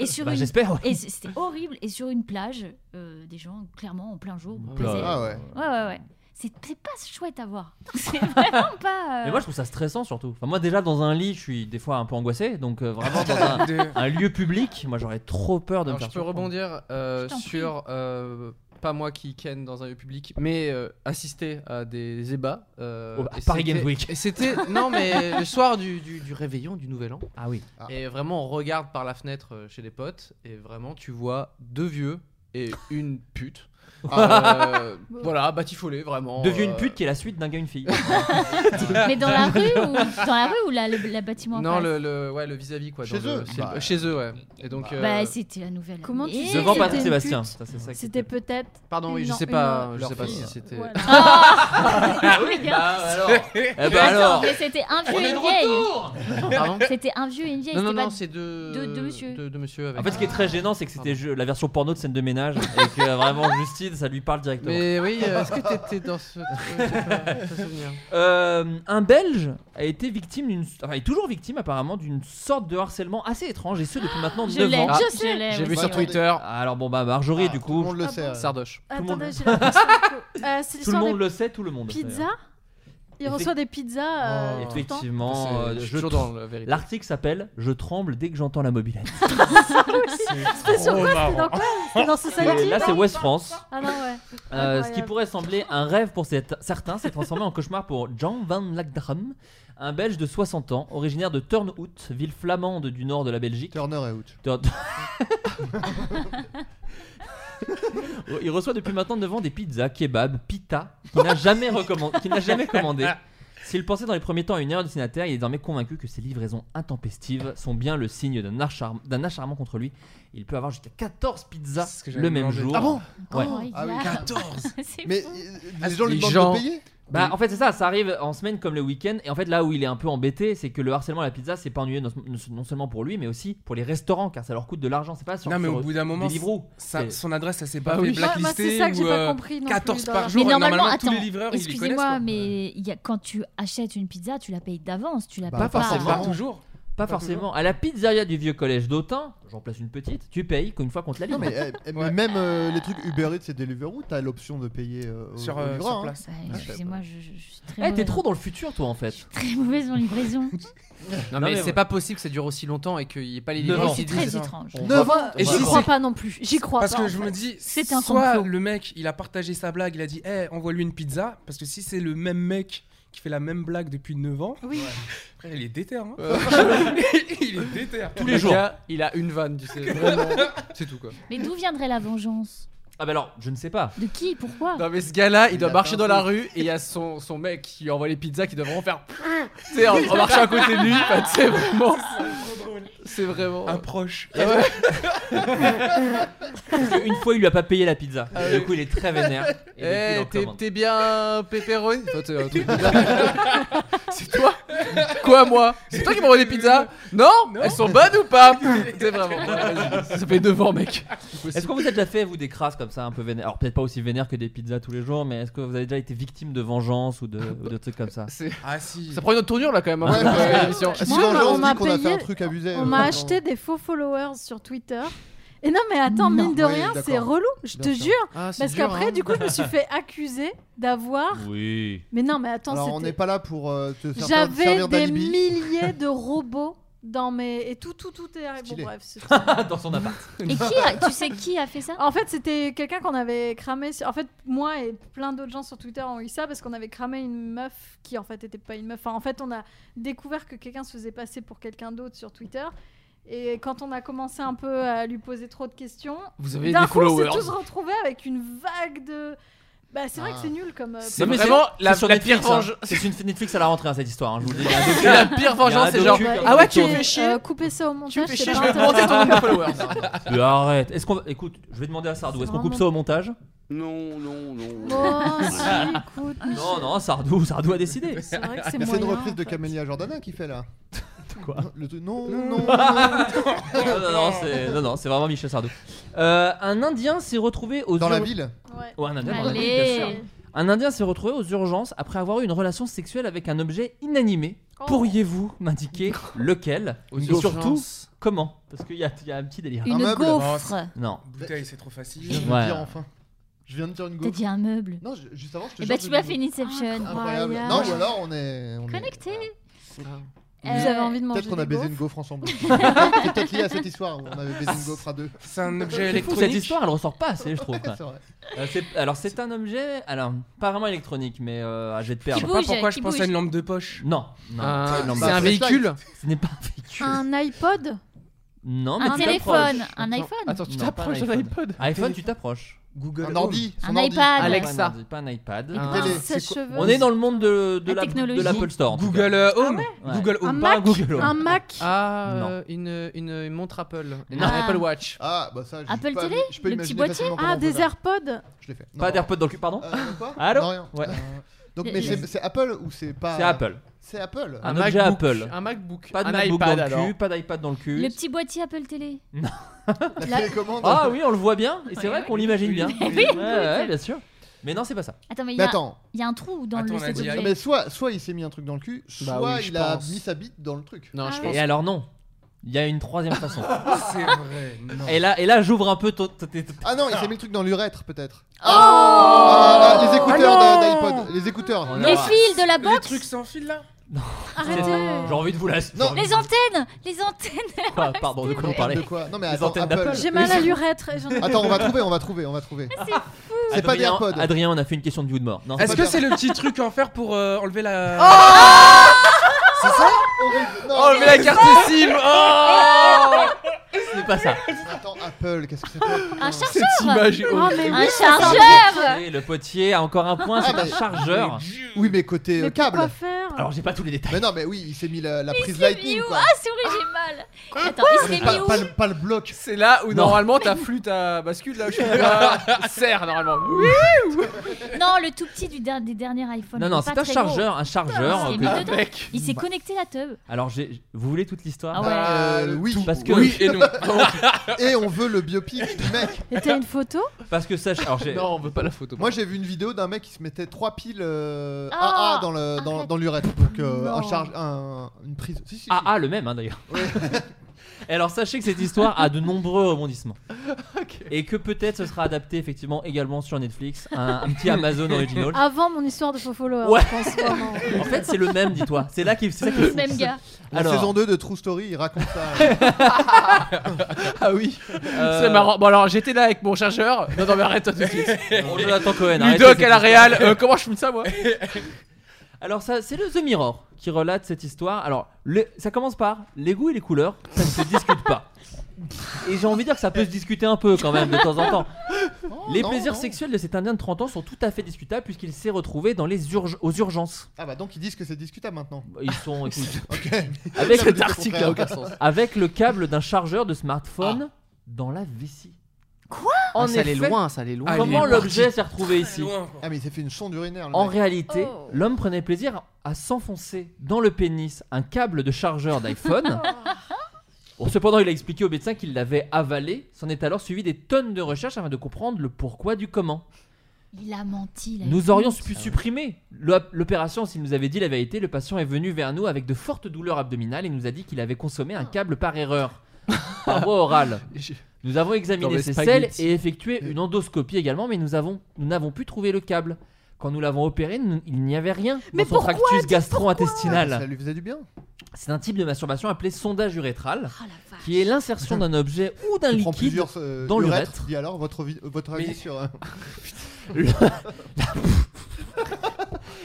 Speaker 12: et sur
Speaker 7: Bah,
Speaker 12: une-
Speaker 7: j'espère.
Speaker 12: Et c- c'était horrible. Et sur une plage, euh, des gens clairement en plein jour.
Speaker 4: Oh
Speaker 7: Là,
Speaker 12: baisaient.
Speaker 7: ah ouais.
Speaker 12: Ouais, ouais, ouais. C'est c'est pas chouette à voir. C'est vraiment pas. euh,
Speaker 7: Mais moi je trouve ça stressant surtout. Enfin, moi déjà dans un lit je suis des fois un peu angoissé donc euh, vraiment dans un, un lieu public moi j'aurais trop peur de
Speaker 8: Alors,
Speaker 7: me
Speaker 8: je
Speaker 7: faire
Speaker 8: peux rebondir euh, sur euh, pas moi qui ken dans un lieu public, mais euh, assister à des ébats. euh,
Speaker 7: Au- à
Speaker 8: et
Speaker 7: Paris
Speaker 8: c'était-
Speaker 7: Games Week.
Speaker 8: Et c'était non mais le soir du, du, du réveillon du Nouvel An.
Speaker 7: Ah oui.
Speaker 8: Et vraiment on regarde par la fenêtre euh, chez les potes et vraiment tu vois deux vieux et une pute. Euh, voilà, batifolé vraiment.
Speaker 7: Devient
Speaker 8: euh,
Speaker 7: une pute qui est la suite d'un gars une fille.
Speaker 12: Mais dans la rue ou dans la rue ou la, le, la bâtiment en
Speaker 8: Non,
Speaker 12: face
Speaker 8: le, le- ouais, le vis-à-vis quoi.
Speaker 7: Chez
Speaker 8: dans le-
Speaker 7: eux.
Speaker 8: c'est-
Speaker 7: Bah.
Speaker 8: Chez eux, ouais. Et donc. euh,
Speaker 12: Bah, c'était la nouvelle.
Speaker 11: Comment tu
Speaker 12: année.
Speaker 11: sais
Speaker 7: Devant
Speaker 11: que
Speaker 7: Patrick
Speaker 11: c'était une
Speaker 7: Sébastien,
Speaker 11: pute
Speaker 7: ça, c'est ça qui
Speaker 11: C'était peut-être.
Speaker 8: Pardon, oui,
Speaker 11: une-
Speaker 8: je sais
Speaker 11: une-
Speaker 8: pas, je
Speaker 11: leur
Speaker 8: sais pas
Speaker 11: fille.
Speaker 8: si c'était-
Speaker 11: Voilà.
Speaker 12: Ah
Speaker 7: oui,
Speaker 12: Les gars.
Speaker 7: bah, alors. Eh ben alors.
Speaker 12: Mais c'était un vieux
Speaker 7: On
Speaker 12: et
Speaker 7: est
Speaker 12: une
Speaker 7: de
Speaker 12: vieille.
Speaker 8: Pardon
Speaker 12: C'était un vieux et une vieille.
Speaker 8: Non, non,
Speaker 12: c'était
Speaker 8: non,
Speaker 12: pas
Speaker 8: c'est deux-
Speaker 12: Deux, deux monsieur.
Speaker 8: deux- deux monsieur avec-
Speaker 7: En fait ce qui est très gênant c'est que c'était je- la version porno de scène de ménage et que euh, vraiment Justine ça lui parle directement.
Speaker 8: Mais oui, euh, est-ce que t'étais dans ce. je sais pas, je me souviens.
Speaker 7: Euh, un Belge a été victime d'une, enfin, est toujours victime apparemment d'une sorte de harcèlement assez étrange et ce depuis maintenant
Speaker 11: Je
Speaker 7: 9
Speaker 11: l'ai,
Speaker 7: ans.
Speaker 11: je Ah, sais. je l'ai, J'ai oui. vu sur
Speaker 8: Twitter.
Speaker 7: Alors bon bah Marjorie du coup. Tout le monde
Speaker 4: le sait.
Speaker 8: Sardoche.
Speaker 11: Attendez, j'ai
Speaker 7: le monde.
Speaker 11: la question du coup. Euh, c'est
Speaker 7: Tout le
Speaker 11: l'histoire
Speaker 7: monde
Speaker 11: des
Speaker 7: le sait, tout le monde.
Speaker 11: pizzas. Il
Speaker 7: Effect- Oh.
Speaker 11: reçoit des pizzas. euh, tout le temps.
Speaker 8: C'est-
Speaker 7: Effectivement, euh,
Speaker 8: je suis
Speaker 7: je
Speaker 8: toujours
Speaker 7: tr-
Speaker 8: dans la vérité.
Speaker 7: L'article s'appelle Je tremble dès que j'entends la mobilette.
Speaker 11: C'était sur
Speaker 7: trop
Speaker 11: quoi C'était dans
Speaker 7: marrant.
Speaker 11: quoi C'était dans Society
Speaker 7: Et là, c'est West France.
Speaker 11: Ah non, ouais.
Speaker 7: Euh, ce qui
Speaker 11: Incroyable.
Speaker 7: pourrait sembler un rêve pour cet- certains s'est transformé en cauchemar pour Jean van Lagdram, un Belge de 60 ans, originaire de Turnhout, ville flamande du nord de la Belgique.
Speaker 4: Turner et Hout.
Speaker 7: Il reçoit depuis maintenant 9 ans des pizzas, kebabs, pita, qu'il n'a jamais, recommen- qu'il n'a jamais commandé. S'il pensait dans les premiers temps à une erreur destinataire, il est désormais convaincu que ces livraisons intempestives sont bien le signe d'un acharn- d'un acharnement contre lui. Il peut avoir jusqu'à 14 pizzas
Speaker 8: que j'allais
Speaker 7: le même
Speaker 8: demander.
Speaker 7: jour.
Speaker 8: Ah bon
Speaker 7: Ouais.
Speaker 8: Oh, Ah oui, yeah. 14.
Speaker 4: Mais
Speaker 7: Ah,
Speaker 4: les gens lui
Speaker 7: les
Speaker 4: demandent
Speaker 7: gens-
Speaker 4: de payer
Speaker 7: Bah, en fait, c'est ça, ça arrive en semaine comme le week-end. Et en fait, là où il est un peu embêté, c'est que le harcèlement à la pizza, c'est pas ennuyeux non, non seulement pour lui, mais aussi pour les restaurants, car ça leur coûte de l'argent. C'est pas sur,
Speaker 13: Non, mais
Speaker 7: sur
Speaker 13: au bout d'un moment,
Speaker 7: Deliveroo.
Speaker 13: ça-
Speaker 7: C'est-
Speaker 13: son adresse, ça s'est pas
Speaker 7: Ah
Speaker 13: fait
Speaker 7: oui.
Speaker 13: blacklist.
Speaker 11: Moi, bah, c'est ça que j'ai
Speaker 13: ou,
Speaker 11: pas
Speaker 13: euh,
Speaker 11: compris. non plus
Speaker 13: 14
Speaker 11: dans
Speaker 13: par
Speaker 11: la-
Speaker 13: jour,
Speaker 12: mais
Speaker 13: et
Speaker 12: normalement,
Speaker 13: normalement, tous
Speaker 12: attends,
Speaker 13: les livreurs, ils les connaissent,
Speaker 12: excusez-moi,
Speaker 13: quoi.
Speaker 12: mais il y a, quand tu achètes une pizza, tu la payes d'avance, tu la
Speaker 7: Bah,
Speaker 12: payes
Speaker 7: pas forcément.
Speaker 12: avant.
Speaker 7: Pas toujours. Pas, forcément. À la pizzeria du vieux collège d'Autun, j'en place une petite, tu payes qu'une fois qu'on te la
Speaker 4: Non,
Speaker 7: livre.
Speaker 4: mais,
Speaker 8: eh.
Speaker 4: euh, mais même euh, les trucs Uber Eats et Deliveroo, t'as l'option de payer euh, au-
Speaker 7: Sur,
Speaker 4: au
Speaker 7: euh,
Speaker 4: livreur,
Speaker 7: sur
Speaker 4: hein.
Speaker 7: place.
Speaker 12: Bah, Excusez-moi, je, je- je suis très.
Speaker 7: Eh, t'es
Speaker 12: mauvaise.
Speaker 7: trop dans le futur, toi, en fait.
Speaker 12: Très mauvaise en livraison.
Speaker 8: Non,
Speaker 7: Non,
Speaker 8: mais
Speaker 7: mais
Speaker 8: c'est
Speaker 7: ouais.
Speaker 8: pas possible que ça dure aussi longtemps et qu'il n'y ait pas les
Speaker 7: Neuf
Speaker 8: livreurs
Speaker 7: ans.
Speaker 8: qui
Speaker 7: C'est très
Speaker 8: disent.
Speaker 7: étrange.
Speaker 8: On
Speaker 7: Neuf
Speaker 8: va-
Speaker 7: ans,
Speaker 8: Et
Speaker 7: on
Speaker 8: si-
Speaker 7: va
Speaker 8: si-
Speaker 7: croire.
Speaker 11: pas non plus, j'y crois
Speaker 13: Parce
Speaker 11: pas, en
Speaker 13: que je
Speaker 11: fait.
Speaker 13: me dis,
Speaker 11: C'est un
Speaker 13: soit
Speaker 11: complot.
Speaker 13: le mec, il a partagé sa blague, il a dit, eh, envoie-lui une pizza, parce que si c'est le même mec qui fait la même blague depuis 9 ans, frère, il est déter. Hein. il est déter.
Speaker 8: Le gars, il a une vanne, tu sais. vraiment. C'est tout quoi.
Speaker 12: Mais d'où viendrait la vengeance
Speaker 7: Ah, bah alors, je ne sais pas.
Speaker 12: De qui Pourquoi
Speaker 8: Non, mais ce gars-là, il, doit
Speaker 7: a
Speaker 8: marcher
Speaker 7: fait un
Speaker 8: dans la
Speaker 7: truc.
Speaker 8: rue et il y a son, son mec qui lui envoie les pizzas qui doit vraiment faire. tu sais, en, en marchant à côté de lui, bah, tu sais, vraiment. C'est vraiment.
Speaker 13: Un proche.
Speaker 8: Ah ouais.
Speaker 7: Parce que Une fois, il lui a pas payé la pizza.
Speaker 8: Ah
Speaker 7: Et
Speaker 8: oui.
Speaker 7: Du coup, il est très vénère. Et depuis, il en
Speaker 8: Eh, t'es-
Speaker 7: commande.
Speaker 8: t'es bien pepperoni Toi, t'es un truc bizarre. C'est toi Quoi, moi C'est toi qui m'envoie des pizzas non, Elles sont bonnes ou pas C'est vraiment. voilà, vas-y. Ça fait 9 ans, mec.
Speaker 7: Est-ce qu'on vous a déjà fait, vous, des crasses comme ça, un peu vénères Alors, peut-être pas aussi vénères que des pizzas tous les jours, mais est-ce que vous avez déjà été victime de vengeance ou de, ou de trucs comme ça
Speaker 13: Ah si.
Speaker 8: Ça prend une autre tournure là quand même. hein,
Speaker 4: Ouais, parce
Speaker 8: cette,
Speaker 4: que-
Speaker 8: euh, émission.
Speaker 4: parce que
Speaker 11: Moi,
Speaker 4: si
Speaker 11: on m'a-
Speaker 4: Vengeance
Speaker 11: on m'a
Speaker 4: dit qu'on a fait
Speaker 11: payé-
Speaker 4: un truc abusé,
Speaker 11: On
Speaker 4: euh,
Speaker 11: m'a
Speaker 4: non.
Speaker 11: acheté des faux followers sur Twitter. Et non, mais attends, mine de
Speaker 4: Oui,
Speaker 11: rien,
Speaker 4: d'accord.
Speaker 11: c'est relou, je te
Speaker 4: Bien sûr.
Speaker 11: jure.
Speaker 4: Ah, c'est
Speaker 11: parce
Speaker 4: dur,
Speaker 11: qu'après,
Speaker 4: hein.
Speaker 11: du coup, je me suis fait accuser d'avoir.
Speaker 7: Oui.
Speaker 11: Mais non, mais attends,
Speaker 4: Alors, on
Speaker 11: c'était-
Speaker 4: n'est pas là pour euh, te faire
Speaker 11: J'avais
Speaker 4: servir
Speaker 11: des
Speaker 4: d'alibi.
Speaker 11: milliers de robots dans mes. Et tout, tout, tout est arrivé. Bon, bref. c'est-
Speaker 7: Dans son appart.
Speaker 12: Et qui a- Tu sais qui a fait ça
Speaker 11: En fait, c'était quelqu'un qu'on avait cramé. sur- En fait, moi et plein d'autres gens sur Twitter ont eu ça parce qu'on avait cramé une meuf qui, en fait, était pas une meuf. Enfin, en fait, on a découvert que quelqu'un se faisait passer pour quelqu'un d'autre sur Twitter. Et quand on a commencé un peu à lui poser trop de questions,
Speaker 8: Vous avez
Speaker 11: d'un
Speaker 8: des
Speaker 11: coup, on s'est
Speaker 8: followers.
Speaker 11: tous retrouvés avec une vague de. Bah, c'est
Speaker 4: Ah.
Speaker 11: vrai que c'est nul comme. euh,
Speaker 8: C'est vraiment la-
Speaker 7: sur
Speaker 8: la
Speaker 7: Netflix,
Speaker 8: pire
Speaker 7: hein.
Speaker 8: venge-
Speaker 7: C'est une Netflix à la rentrée, hein, cette histoire. hein, je vous le dis. Il y a un docu-
Speaker 8: La
Speaker 7: il y a
Speaker 8: pire
Speaker 7: un
Speaker 8: vengeance, c'est genre.
Speaker 7: docu comme
Speaker 8: Ah ouais,
Speaker 7: ça
Speaker 8: tu
Speaker 7: qui
Speaker 8: me
Speaker 7: tourne.
Speaker 8: fais chier.
Speaker 11: euh, couper ça au montage.
Speaker 8: fais
Speaker 11: c'est
Speaker 8: chier,
Speaker 11: pas
Speaker 8: je vais
Speaker 11: intéressant.
Speaker 8: monter ton nombre de followers.
Speaker 7: Mais arrête. Est-ce qu'on va- Écoute, je vais demander à Sardou. Est-ce qu'on coupe ça au montage
Speaker 3: Non, non, non.
Speaker 11: Oh, si, écoute.
Speaker 7: Non, non, Sardou, Sardou a décidé.
Speaker 11: C'est vrai que
Speaker 4: Mais C'est une reprise de Camélia Jordana qui fait là.
Speaker 7: quoi.
Speaker 10: Le truc- non, non, non,
Speaker 7: non, non, non, c'est- non, non, c'est vraiment Michel Sardou. Euh, un Indien s'est retrouvé aux
Speaker 10: Dans la
Speaker 7: ur-
Speaker 10: ville
Speaker 11: Ouais.
Speaker 7: Ouais, un Indien dans la ville,
Speaker 11: Allez.
Speaker 7: bien sûr. Un Indien s'est retrouvé aux urgences après avoir eu une relation sexuelle avec un objet inanimé.
Speaker 11: Oh.
Speaker 7: Pourriez-vous m'indiquer lequel
Speaker 13: Aux
Speaker 7: Et
Speaker 13: urgences.
Speaker 7: surtout comment Parce qu'il y, a- il y a un petit délire.
Speaker 12: Une Un meuble gaufre.
Speaker 7: Non.
Speaker 13: Bouteille, c'est trop facile.
Speaker 10: Je viens de
Speaker 7: Ouais.
Speaker 10: dire enfin. Je viens de dire une
Speaker 12: T'as
Speaker 10: gaufre.
Speaker 12: dit un meuble.
Speaker 10: Non, je- juste avant, je te
Speaker 12: Eh
Speaker 10: jure,
Speaker 12: bah,
Speaker 10: j'ai
Speaker 12: tu
Speaker 10: dit
Speaker 12: m'as
Speaker 10: une
Speaker 12: fait
Speaker 10: gaufre.
Speaker 12: Inception.
Speaker 10: Ah, Incroyable. Non, ou alors on est. on est-
Speaker 12: Connecté.
Speaker 10: Vous
Speaker 12: Euh,
Speaker 10: avez envie de Peut-être manger qu'on a des baisé une gaufres gaufre ensemble. C'est peut-être lié à cette histoire où on avait baisé une gaufre à deux.
Speaker 13: C'est un objet
Speaker 7: C'est fou, cette
Speaker 13: électronique.
Speaker 7: histoire, elle ressort pas assez, je trouve.
Speaker 10: Ouais, c'est vrai.
Speaker 7: Euh, c'est- alors, c'est un objet, alors, pas vraiment électronique, mais euh, ah, je vais te perdre.
Speaker 13: Je sais pas pourquoi je pense à une lampe de poche.
Speaker 7: Non, non.
Speaker 13: Ah,
Speaker 7: pas une lampe
Speaker 13: c'est
Speaker 7: de
Speaker 13: un
Speaker 7: poche.
Speaker 13: véhicule
Speaker 7: Ce n'est pas un véhicule.
Speaker 11: Un iPod
Speaker 7: Non, mais
Speaker 11: Un
Speaker 7: tu
Speaker 11: téléphone,
Speaker 7: t'approches.
Speaker 11: un iPhone
Speaker 8: Attends, tu
Speaker 7: Non, pas
Speaker 8: t'approches d'un iPod.
Speaker 7: iPhone, tu t'approches.
Speaker 8: Google
Speaker 10: Un ordi,
Speaker 8: Un son ordi. iPad.
Speaker 7: Pas un
Speaker 8: Alexa.
Speaker 7: ordi, Pas un iPad.
Speaker 8: Une
Speaker 7: Un-
Speaker 8: télé.
Speaker 7: c'est
Speaker 11: sèche-cheveux.
Speaker 7: quoi- On est dans le monde de, de
Speaker 8: La
Speaker 7: la- de
Speaker 8: technologie.
Speaker 7: l'Apple Store. en tout
Speaker 13: Google euh, Home.
Speaker 10: Ah
Speaker 7: Ouais.
Speaker 13: Google
Speaker 7: Un
Speaker 13: Home.
Speaker 7: Mac. Pas Google Home.
Speaker 11: Un Mac
Speaker 8: Ah,
Speaker 7: Non.
Speaker 8: euh, une, une, une montre Apple. Une
Speaker 7: Non.
Speaker 8: Apple Watch.
Speaker 10: Ah, bah ça, j'ai
Speaker 11: Apple
Speaker 10: pas-
Speaker 11: Télé
Speaker 10: je peux
Speaker 11: Le petit
Speaker 10: imaginer
Speaker 11: boîtier
Speaker 10: facilement comment
Speaker 11: Ah,
Speaker 10: on
Speaker 11: des
Speaker 10: peut faire.
Speaker 11: AirPods
Speaker 10: Je l'ai fait.
Speaker 7: cas. Pas
Speaker 10: Non.
Speaker 7: d'AirPod dans le cul, pardon
Speaker 10: Euh, quoi
Speaker 7: Allô
Speaker 10: Non, rien.
Speaker 7: Ouais.
Speaker 10: Euh, Donc,
Speaker 11: Il y a-
Speaker 10: mais
Speaker 11: il y a-
Speaker 10: c'est c'est Apple ou c'est pas.
Speaker 7: C'est Apple.
Speaker 10: C'est Apple.
Speaker 7: Un,
Speaker 8: Un
Speaker 7: objet
Speaker 8: MacBook.
Speaker 7: Apple.
Speaker 8: Un MacBook.
Speaker 7: Pas de
Speaker 8: Un
Speaker 7: MacBook
Speaker 8: iPad,
Speaker 7: dans le cul,
Speaker 8: alors.
Speaker 7: pas d'iPad dans le cul.
Speaker 12: Le petit boîtier Apple Télé.
Speaker 10: La télécommande.
Speaker 7: Ah oui, on le voit bien. Et c'est vrai qu'on l'imagine bien.
Speaker 12: Oui.
Speaker 7: Ouais, ouais, bien sûr. Mais non, c'est pas ça.
Speaker 12: Attends, mais il y
Speaker 10: Mais
Speaker 12: a-
Speaker 10: attends.
Speaker 12: il y a un trou dans
Speaker 13: Attends,
Speaker 12: le
Speaker 13: on a
Speaker 12: cet
Speaker 13: dit
Speaker 12: objet.
Speaker 13: iPad.
Speaker 10: Mais soit, soit il s'est mis un truc dans le cul,
Speaker 8: Bah
Speaker 10: soit
Speaker 8: oui, je
Speaker 10: il a
Speaker 8: pense.
Speaker 10: mis sa bite dans le truc.
Speaker 12: Ah
Speaker 8: Non, je pense.
Speaker 7: Et alors non. Il y a une troisième façon.
Speaker 13: C'est vrai. Non.
Speaker 7: Et là, et là j'ouvre un peu ton- ton- tes- tes-
Speaker 10: Ah non, il s'est mis le truc dans l'urètre peut-être.
Speaker 12: Oh
Speaker 10: Ah, ah, les écouteurs
Speaker 13: Ah non
Speaker 10: d'i- d'iPod, les écouteurs.
Speaker 7: On
Speaker 12: Les
Speaker 7: aura-
Speaker 12: fils de la
Speaker 13: Les
Speaker 12: box
Speaker 13: trucs sans fil là
Speaker 11: Arrêtez
Speaker 7: J'ai envie de vous laisser.
Speaker 10: Non.
Speaker 12: Les antennes Les antennes Ah,
Speaker 7: Quoi Pardon, de quoi on parlait
Speaker 10: De quoi Non mais
Speaker 7: Les
Speaker 10: attends,
Speaker 7: antennes
Speaker 10: Apple.
Speaker 7: d'Apple.
Speaker 11: J'ai mal à l'urètre. et j'en ai-
Speaker 10: Attends, on va trouver, on va trouver, on va trouver. C'est pas des
Speaker 7: Ah, Adrien-
Speaker 10: AirPods.
Speaker 7: Adrien, on a fait une question de vue de mort. Non,
Speaker 13: Est-ce
Speaker 7: c'est
Speaker 13: que
Speaker 7: pas-
Speaker 13: c'est le petit truc à en faire pour euh, enlever
Speaker 11: Oh
Speaker 13: la. c'est ça
Speaker 10: Horrible. Non,
Speaker 7: Oh, mais la carte SIM Oh Ce n'est pas ça.
Speaker 10: Attends, Apple, qu'est-ce que c'est que
Speaker 12: Un
Speaker 13: Cette
Speaker 12: chargeur Oh,
Speaker 13: image est
Speaker 11: Ah,
Speaker 13: horrible.
Speaker 11: mais
Speaker 12: Un
Speaker 11: oui,
Speaker 12: chargeur
Speaker 7: Et le potier a encore un point, c'est
Speaker 10: Ah,
Speaker 7: un
Speaker 10: mais-
Speaker 7: chargeur.
Speaker 10: Oui, mais côté euh,
Speaker 11: Mais
Speaker 10: câble.
Speaker 11: pourquoi faire
Speaker 7: Alors, j'ai pas tous les détails.
Speaker 10: Mais non, mais oui, il s'est mis la, la prise
Speaker 12: s'est mis
Speaker 10: Lightning
Speaker 12: où
Speaker 10: quoi. Ah,
Speaker 12: Ah, c'est vrai, j'ai mal Attends, il s'est
Speaker 10: Pas,
Speaker 12: mis où
Speaker 10: pas le, pas le bloc.
Speaker 8: C'est là où
Speaker 7: Non.
Speaker 8: normalement ta flûte à bascule là où je suis euh, serre normalement.
Speaker 12: Non, le tout petit du der- des derniers iPhones.
Speaker 7: Non,
Speaker 12: il
Speaker 7: non,
Speaker 12: est pas
Speaker 7: c'est un
Speaker 12: très
Speaker 7: chargeur, un
Speaker 12: Ah,
Speaker 7: chargeur. euh,
Speaker 12: c'est
Speaker 7: que-
Speaker 12: mis dedans.
Speaker 8: Mec.
Speaker 12: gros. Il s'est connecté la teub.
Speaker 7: Alors, j'ai- vous voulez toute l'histoire
Speaker 12: Ah ouais.
Speaker 10: Euh, oui.
Speaker 7: Parce que-
Speaker 13: Oui et non.
Speaker 10: Et on veut le biopic du mec.
Speaker 11: Et t'as une photo
Speaker 7: Parce que ça, alors j'ai.
Speaker 8: Non, on veut pas la photo.
Speaker 10: Moi j'ai vu une vidéo d'un mec qui se mettait trois piles euh,
Speaker 12: Ah,
Speaker 10: AA dans le dans,
Speaker 12: arrête.
Speaker 10: dans l'urètre donc euh,
Speaker 12: Non.
Speaker 10: un charge un- une prise. Si, si, si.
Speaker 7: Ah, ah, le même hein, d'ailleurs. Et alors sachez que cette histoire a de nombreux rebondissements. Et que peut-être ce sera adapté effectivement également sur Netflix, un, un petit Amazon Original.
Speaker 11: Avant mon histoire de faux followers,
Speaker 7: Ouais.
Speaker 11: je pense vraiment.
Speaker 7: En fait c'est le même, dis-toi. C'est là qui c'est ça qui est
Speaker 12: Le
Speaker 7: fou.
Speaker 12: même gars.
Speaker 10: La
Speaker 7: Alors.
Speaker 10: saison 2 de True Story, il raconte ça.
Speaker 8: Ah oui,
Speaker 7: Euh,
Speaker 8: c'est marrant. Bon alors j'étais là avec mon chargeur. Non non mais arrête toi tout de suite.
Speaker 7: Bon, Jonathan Cohen. arrêtez
Speaker 8: Ludoc
Speaker 7: cette
Speaker 8: à la
Speaker 7: histoire.
Speaker 8: Real. euh, comment je filme ça moi
Speaker 7: Alors ça c'est le The Mirror qui relate cette histoire. Alors le- ça commence par les goûts et les couleurs, ça ne se discute pas. Et j'ai envie de dire que ça peut se discuter un peu quand même de temps en temps. Les
Speaker 10: Non,
Speaker 7: plaisirs
Speaker 10: non.
Speaker 7: sexuels de cet Indien de 30 ans sont tout à fait discutables puisqu'il s'est retrouvé dans les urge- aux urgences.
Speaker 10: Ah bah donc ils disent que c'est discutable maintenant.
Speaker 7: Bah, Ils sont, écoute,
Speaker 10: Ok.
Speaker 7: avec,
Speaker 10: Cet
Speaker 7: le-
Speaker 10: article a aucun sens.
Speaker 7: avec le câble d'un chargeur de smartphone dans la vessie.
Speaker 12: Quoi
Speaker 7: En
Speaker 8: Ah, Ça allait
Speaker 7: effet,
Speaker 8: loin, ça allait loin.
Speaker 7: Comment
Speaker 13: Ah, il est
Speaker 7: l'objet s'est retrouvé ici
Speaker 10: Ah mais il s'est fait une sonde urinaire. le
Speaker 7: En
Speaker 10: mec.
Speaker 7: réalité,
Speaker 12: Oh.
Speaker 7: l'homme prenait plaisir à s'enfoncer dans le pénis un câble de chargeur d'iPhone. Bon, Cependant, il a expliqué au médecin qu'il l'avait avalé. S'en est alors suivi des tonnes de recherches afin de comprendre le pourquoi du comment.
Speaker 12: Il a menti. là.
Speaker 7: Nous aurions pu supprimer l'op- l'opération s'il nous avait dit la vérité. Le patient est venu vers nous avec de fortes douleurs abdominales et nous a dit qu'il avait consommé un câble par erreur, par voie orale. Nous avons
Speaker 8: Dans
Speaker 7: examiné
Speaker 8: les
Speaker 7: ses selles
Speaker 8: spaghettis.
Speaker 7: et effectué une endoscopie également, mais nous avons nous n'avons pu trouver le câble. Quand nous l'avons opéré, nous- il n'y avait rien
Speaker 11: Mais
Speaker 7: dans son
Speaker 11: pourquoi
Speaker 7: tractus
Speaker 10: Ça
Speaker 7: gastro-intestinal.
Speaker 10: lui faisait du bien.
Speaker 7: C'est un type de masturbation appelé sondage urétral,
Speaker 12: Oh la vache.
Speaker 7: qui est l'insertion d'un objet ou d'un
Speaker 10: Il prend
Speaker 7: liquide.
Speaker 10: plusieurs euh,
Speaker 7: dans
Speaker 10: urètres.
Speaker 7: l'urètre.
Speaker 10: Dis alors votre vi- votre avis
Speaker 13: Mais-
Speaker 10: sur. euh,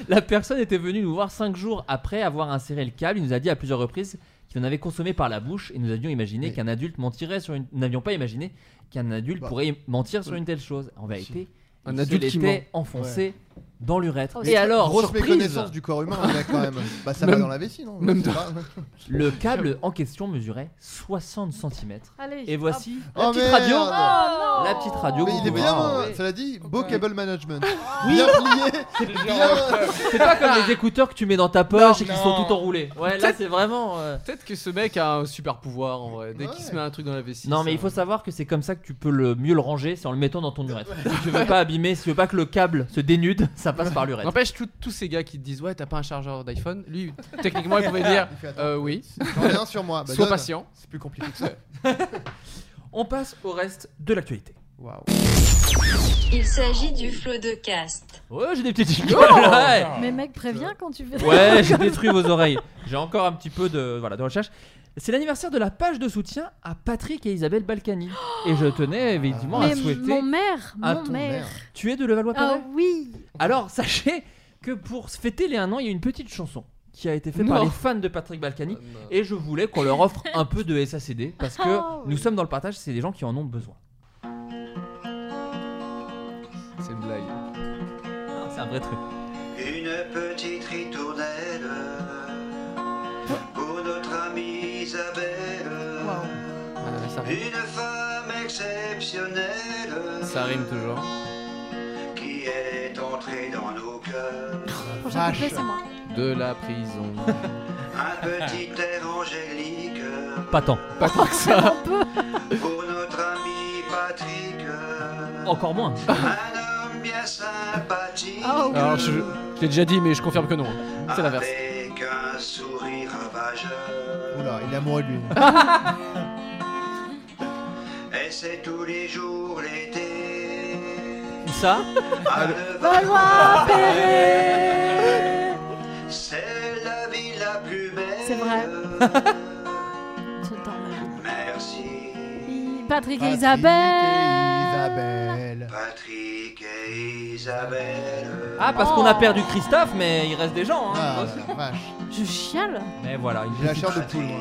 Speaker 7: La personne était venue nous voir 5 jours après avoir inséré le câble. Il nous a dit à plusieurs reprises qu'il en avait consommé par la bouche et nous avions imaginé
Speaker 10: Mais-
Speaker 7: qu'un adulte mentirait sur une. nous N'avions pas imaginé qu'un adulte
Speaker 10: Bah.
Speaker 7: pourrait mentir sur une telle chose. En vérité,
Speaker 8: Un
Speaker 7: il se
Speaker 8: adulte qui
Speaker 7: l'était enfoncé dans l'urètre.
Speaker 4: Oh,
Speaker 7: et
Speaker 4: c'est-
Speaker 7: alors,
Speaker 4: Sur mes
Speaker 7: reprise
Speaker 4: connaissances du corps humain, on est quand même- bah, ça va dans la vessie, non
Speaker 7: même
Speaker 4: Je sais
Speaker 7: dans-
Speaker 4: pas.
Speaker 7: Le câble en question mesurait 60 cm.
Speaker 4: Allez,
Speaker 7: et voici
Speaker 4: hop.
Speaker 7: la
Speaker 4: Oh,
Speaker 7: petite
Speaker 4: merde.
Speaker 7: radio.
Speaker 4: Oh, non.
Speaker 7: la petite radio.
Speaker 4: Mais
Speaker 7: que
Speaker 4: il est
Speaker 7: vous
Speaker 4: bien,
Speaker 7: pouvez-
Speaker 4: euh, cela dit, beau cable management.
Speaker 7: Ah, Oui.
Speaker 4: Bien plié.
Speaker 7: C'est
Speaker 4: bien-
Speaker 7: C'est pas comme les écouteurs que tu mets dans ta poche et qui sont
Speaker 8: Non.
Speaker 7: tout enroulés. Ouais, là
Speaker 8: Peut-être-
Speaker 7: c'est vraiment. euh,
Speaker 8: Peut-être que ce mec a un super pouvoir en vrai. Dès qu'il se met un truc dans la vessie.
Speaker 7: Non mais il faut savoir que c'est comme ça que tu peux le mieux le ranger, c'est en le mettant dans ton urètre. Si tu veux pas abîmer, si tu veux pas que le câble se dénude, ça passe par l'urètre.
Speaker 8: N'empêche, tous- tous ces gars qui te disent Ouais, t'as pas un chargeur d'iPhone. Lui, techniquement, il pouvait dire
Speaker 4: Il fait, attends,
Speaker 8: euh, Oui.
Speaker 4: j'en ai un sur moi. Bah,
Speaker 8: Sois
Speaker 4: donne.
Speaker 8: patient.
Speaker 4: C'est plus compliqué que ça.
Speaker 7: On passe au reste de l'actualité. Waouh.
Speaker 14: Il s'agit du flot de cast.
Speaker 7: Ouais, j'ai des petites
Speaker 11: Oh
Speaker 7: jingles, ouais.
Speaker 11: Mais mec, préviens quand tu fais
Speaker 7: Ouais, j'ai détruit vos oreilles. J'ai encore un petit peu de, voilà, de recherche. C'est l'anniversaire de la page de soutien à Patrick et Isabelle Balkany. Et je tenais effectivement
Speaker 11: Mais
Speaker 7: à souhaiter.
Speaker 11: mon maire,
Speaker 7: à
Speaker 11: mon
Speaker 7: ton
Speaker 11: maire.
Speaker 7: Tu es de Levallois-Perret
Speaker 11: Ah oui.
Speaker 7: Alors, sachez que pour fêter les 1 an, il y a une petite chanson qui a été faite par
Speaker 8: Non.
Speaker 7: les fans de Patrick
Speaker 4: Ah,
Speaker 7: Balkany. et je voulais qu'on leur offre un peu de SACD parce que
Speaker 8: Ah, oui.
Speaker 7: nous sommes dans le partage, c'est des gens qui en ont besoin.
Speaker 8: C'est une blague.
Speaker 7: C'est un vrai truc.
Speaker 15: Une petite ritournelle pour notre amie Isabelle.
Speaker 8: ça rime.
Speaker 15: Une femme exceptionnelle
Speaker 8: Ça rime toujours.
Speaker 15: qui est entrée dans nos cœurs.
Speaker 8: Vache. De la prison.
Speaker 15: Un petit air angélique
Speaker 7: Pas tant.
Speaker 8: Pas tant que ça.
Speaker 15: pour notre ami Patrick.
Speaker 7: Encore moins.
Speaker 15: Un homme bien sympathique.
Speaker 12: Ah
Speaker 8: Alors, je, je l'ai déjà dit, mais je confirme que non.
Speaker 4: Ah,
Speaker 8: C'est l'inverse.
Speaker 15: Avec un sourire ravageur.
Speaker 4: Oula, il est amoureux de lui.
Speaker 15: Et c'est tous les jours l'été.
Speaker 7: Ça
Speaker 15: À
Speaker 11: Valois
Speaker 15: Perret. C'est la ville la plus belle.
Speaker 11: C'est vrai.
Speaker 15: Merci.
Speaker 11: Patrick et Isabelle.
Speaker 4: Isabelle.
Speaker 15: Patrick et Isabelle.
Speaker 7: Ah, parce qu'on a perdu Christophe, mais il reste des gens. Hein.
Speaker 11: Je chiale.
Speaker 7: Mais voilà,
Speaker 4: J'ai Ah. la chair de poule, moi.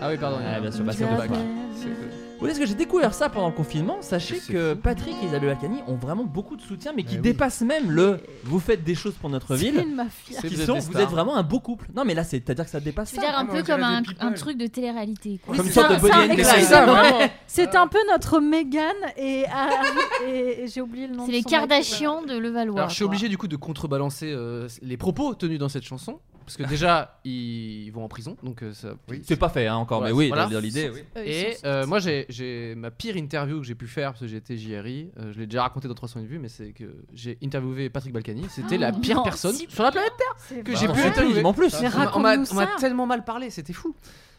Speaker 8: Ah oui, pardon. il y a-
Speaker 7: Ah, bien sûr, bah,
Speaker 8: c'est
Speaker 7: c'est
Speaker 8: une
Speaker 7: vrai.
Speaker 8: blague.
Speaker 7: Vous voyez ce que j'ai découvert ça pendant le confinement Sachez que Patrick et Isabelle Balkany ont vraiment beaucoup de soutien, mais
Speaker 4: Eh
Speaker 7: qui dépassent même le vous faites des choses pour notre ville.
Speaker 11: une mafia.
Speaker 7: Qui
Speaker 8: Vous êtes
Speaker 7: sont,
Speaker 8: des
Speaker 7: vous
Speaker 8: stars.
Speaker 7: êtes vraiment un beau couple. Non, mais là, c'est-à-dire que ça dépasse ça.
Speaker 12: C'est-à-dire un peu comme un, un truc de télé-réalité. quoi.
Speaker 7: Comme une sorte de Bonnie and Clyde.
Speaker 11: C'est un peu notre Megan et, et, et j'ai oublié le nom.
Speaker 12: C'est
Speaker 11: de
Speaker 12: les
Speaker 11: son
Speaker 12: Kardashians de Levallois.
Speaker 8: Alors, je suis
Speaker 12: quoi.
Speaker 8: obligé du coup de contrebalancer euh, les propos tenus dans cette chanson. Parce que déjà, ils vont en prison. Donc, euh, ça.
Speaker 7: C'est pas fait hein, encore,
Speaker 8: Voilà,
Speaker 7: mais oui,
Speaker 8: voilà.
Speaker 7: dans- dans l'idée. oui.
Speaker 12: Euh, ils
Speaker 8: Et
Speaker 12: sont
Speaker 8: euh, moi, j'ai- j'ai ma pire interview que j'ai pu faire parce que j'étais JRI. euh, je l'ai déjà raconté dans 300 vues, mais c'est que j'ai interviewé Patrick Balkany. C'était la
Speaker 12: Oh,
Speaker 8: pire
Speaker 12: non,
Speaker 8: personne
Speaker 12: si
Speaker 8: sur la planète Terre
Speaker 12: C'est
Speaker 8: que
Speaker 7: vrai.
Speaker 8: j'ai
Speaker 7: Bah,
Speaker 8: pu
Speaker 7: en plus,
Speaker 8: interviewer.
Speaker 7: en plus. Mais
Speaker 8: On m'a- on m'a-
Speaker 7: raconte-nous
Speaker 8: on m'a
Speaker 7: ça.
Speaker 8: tellement mal parlé, c'était fou.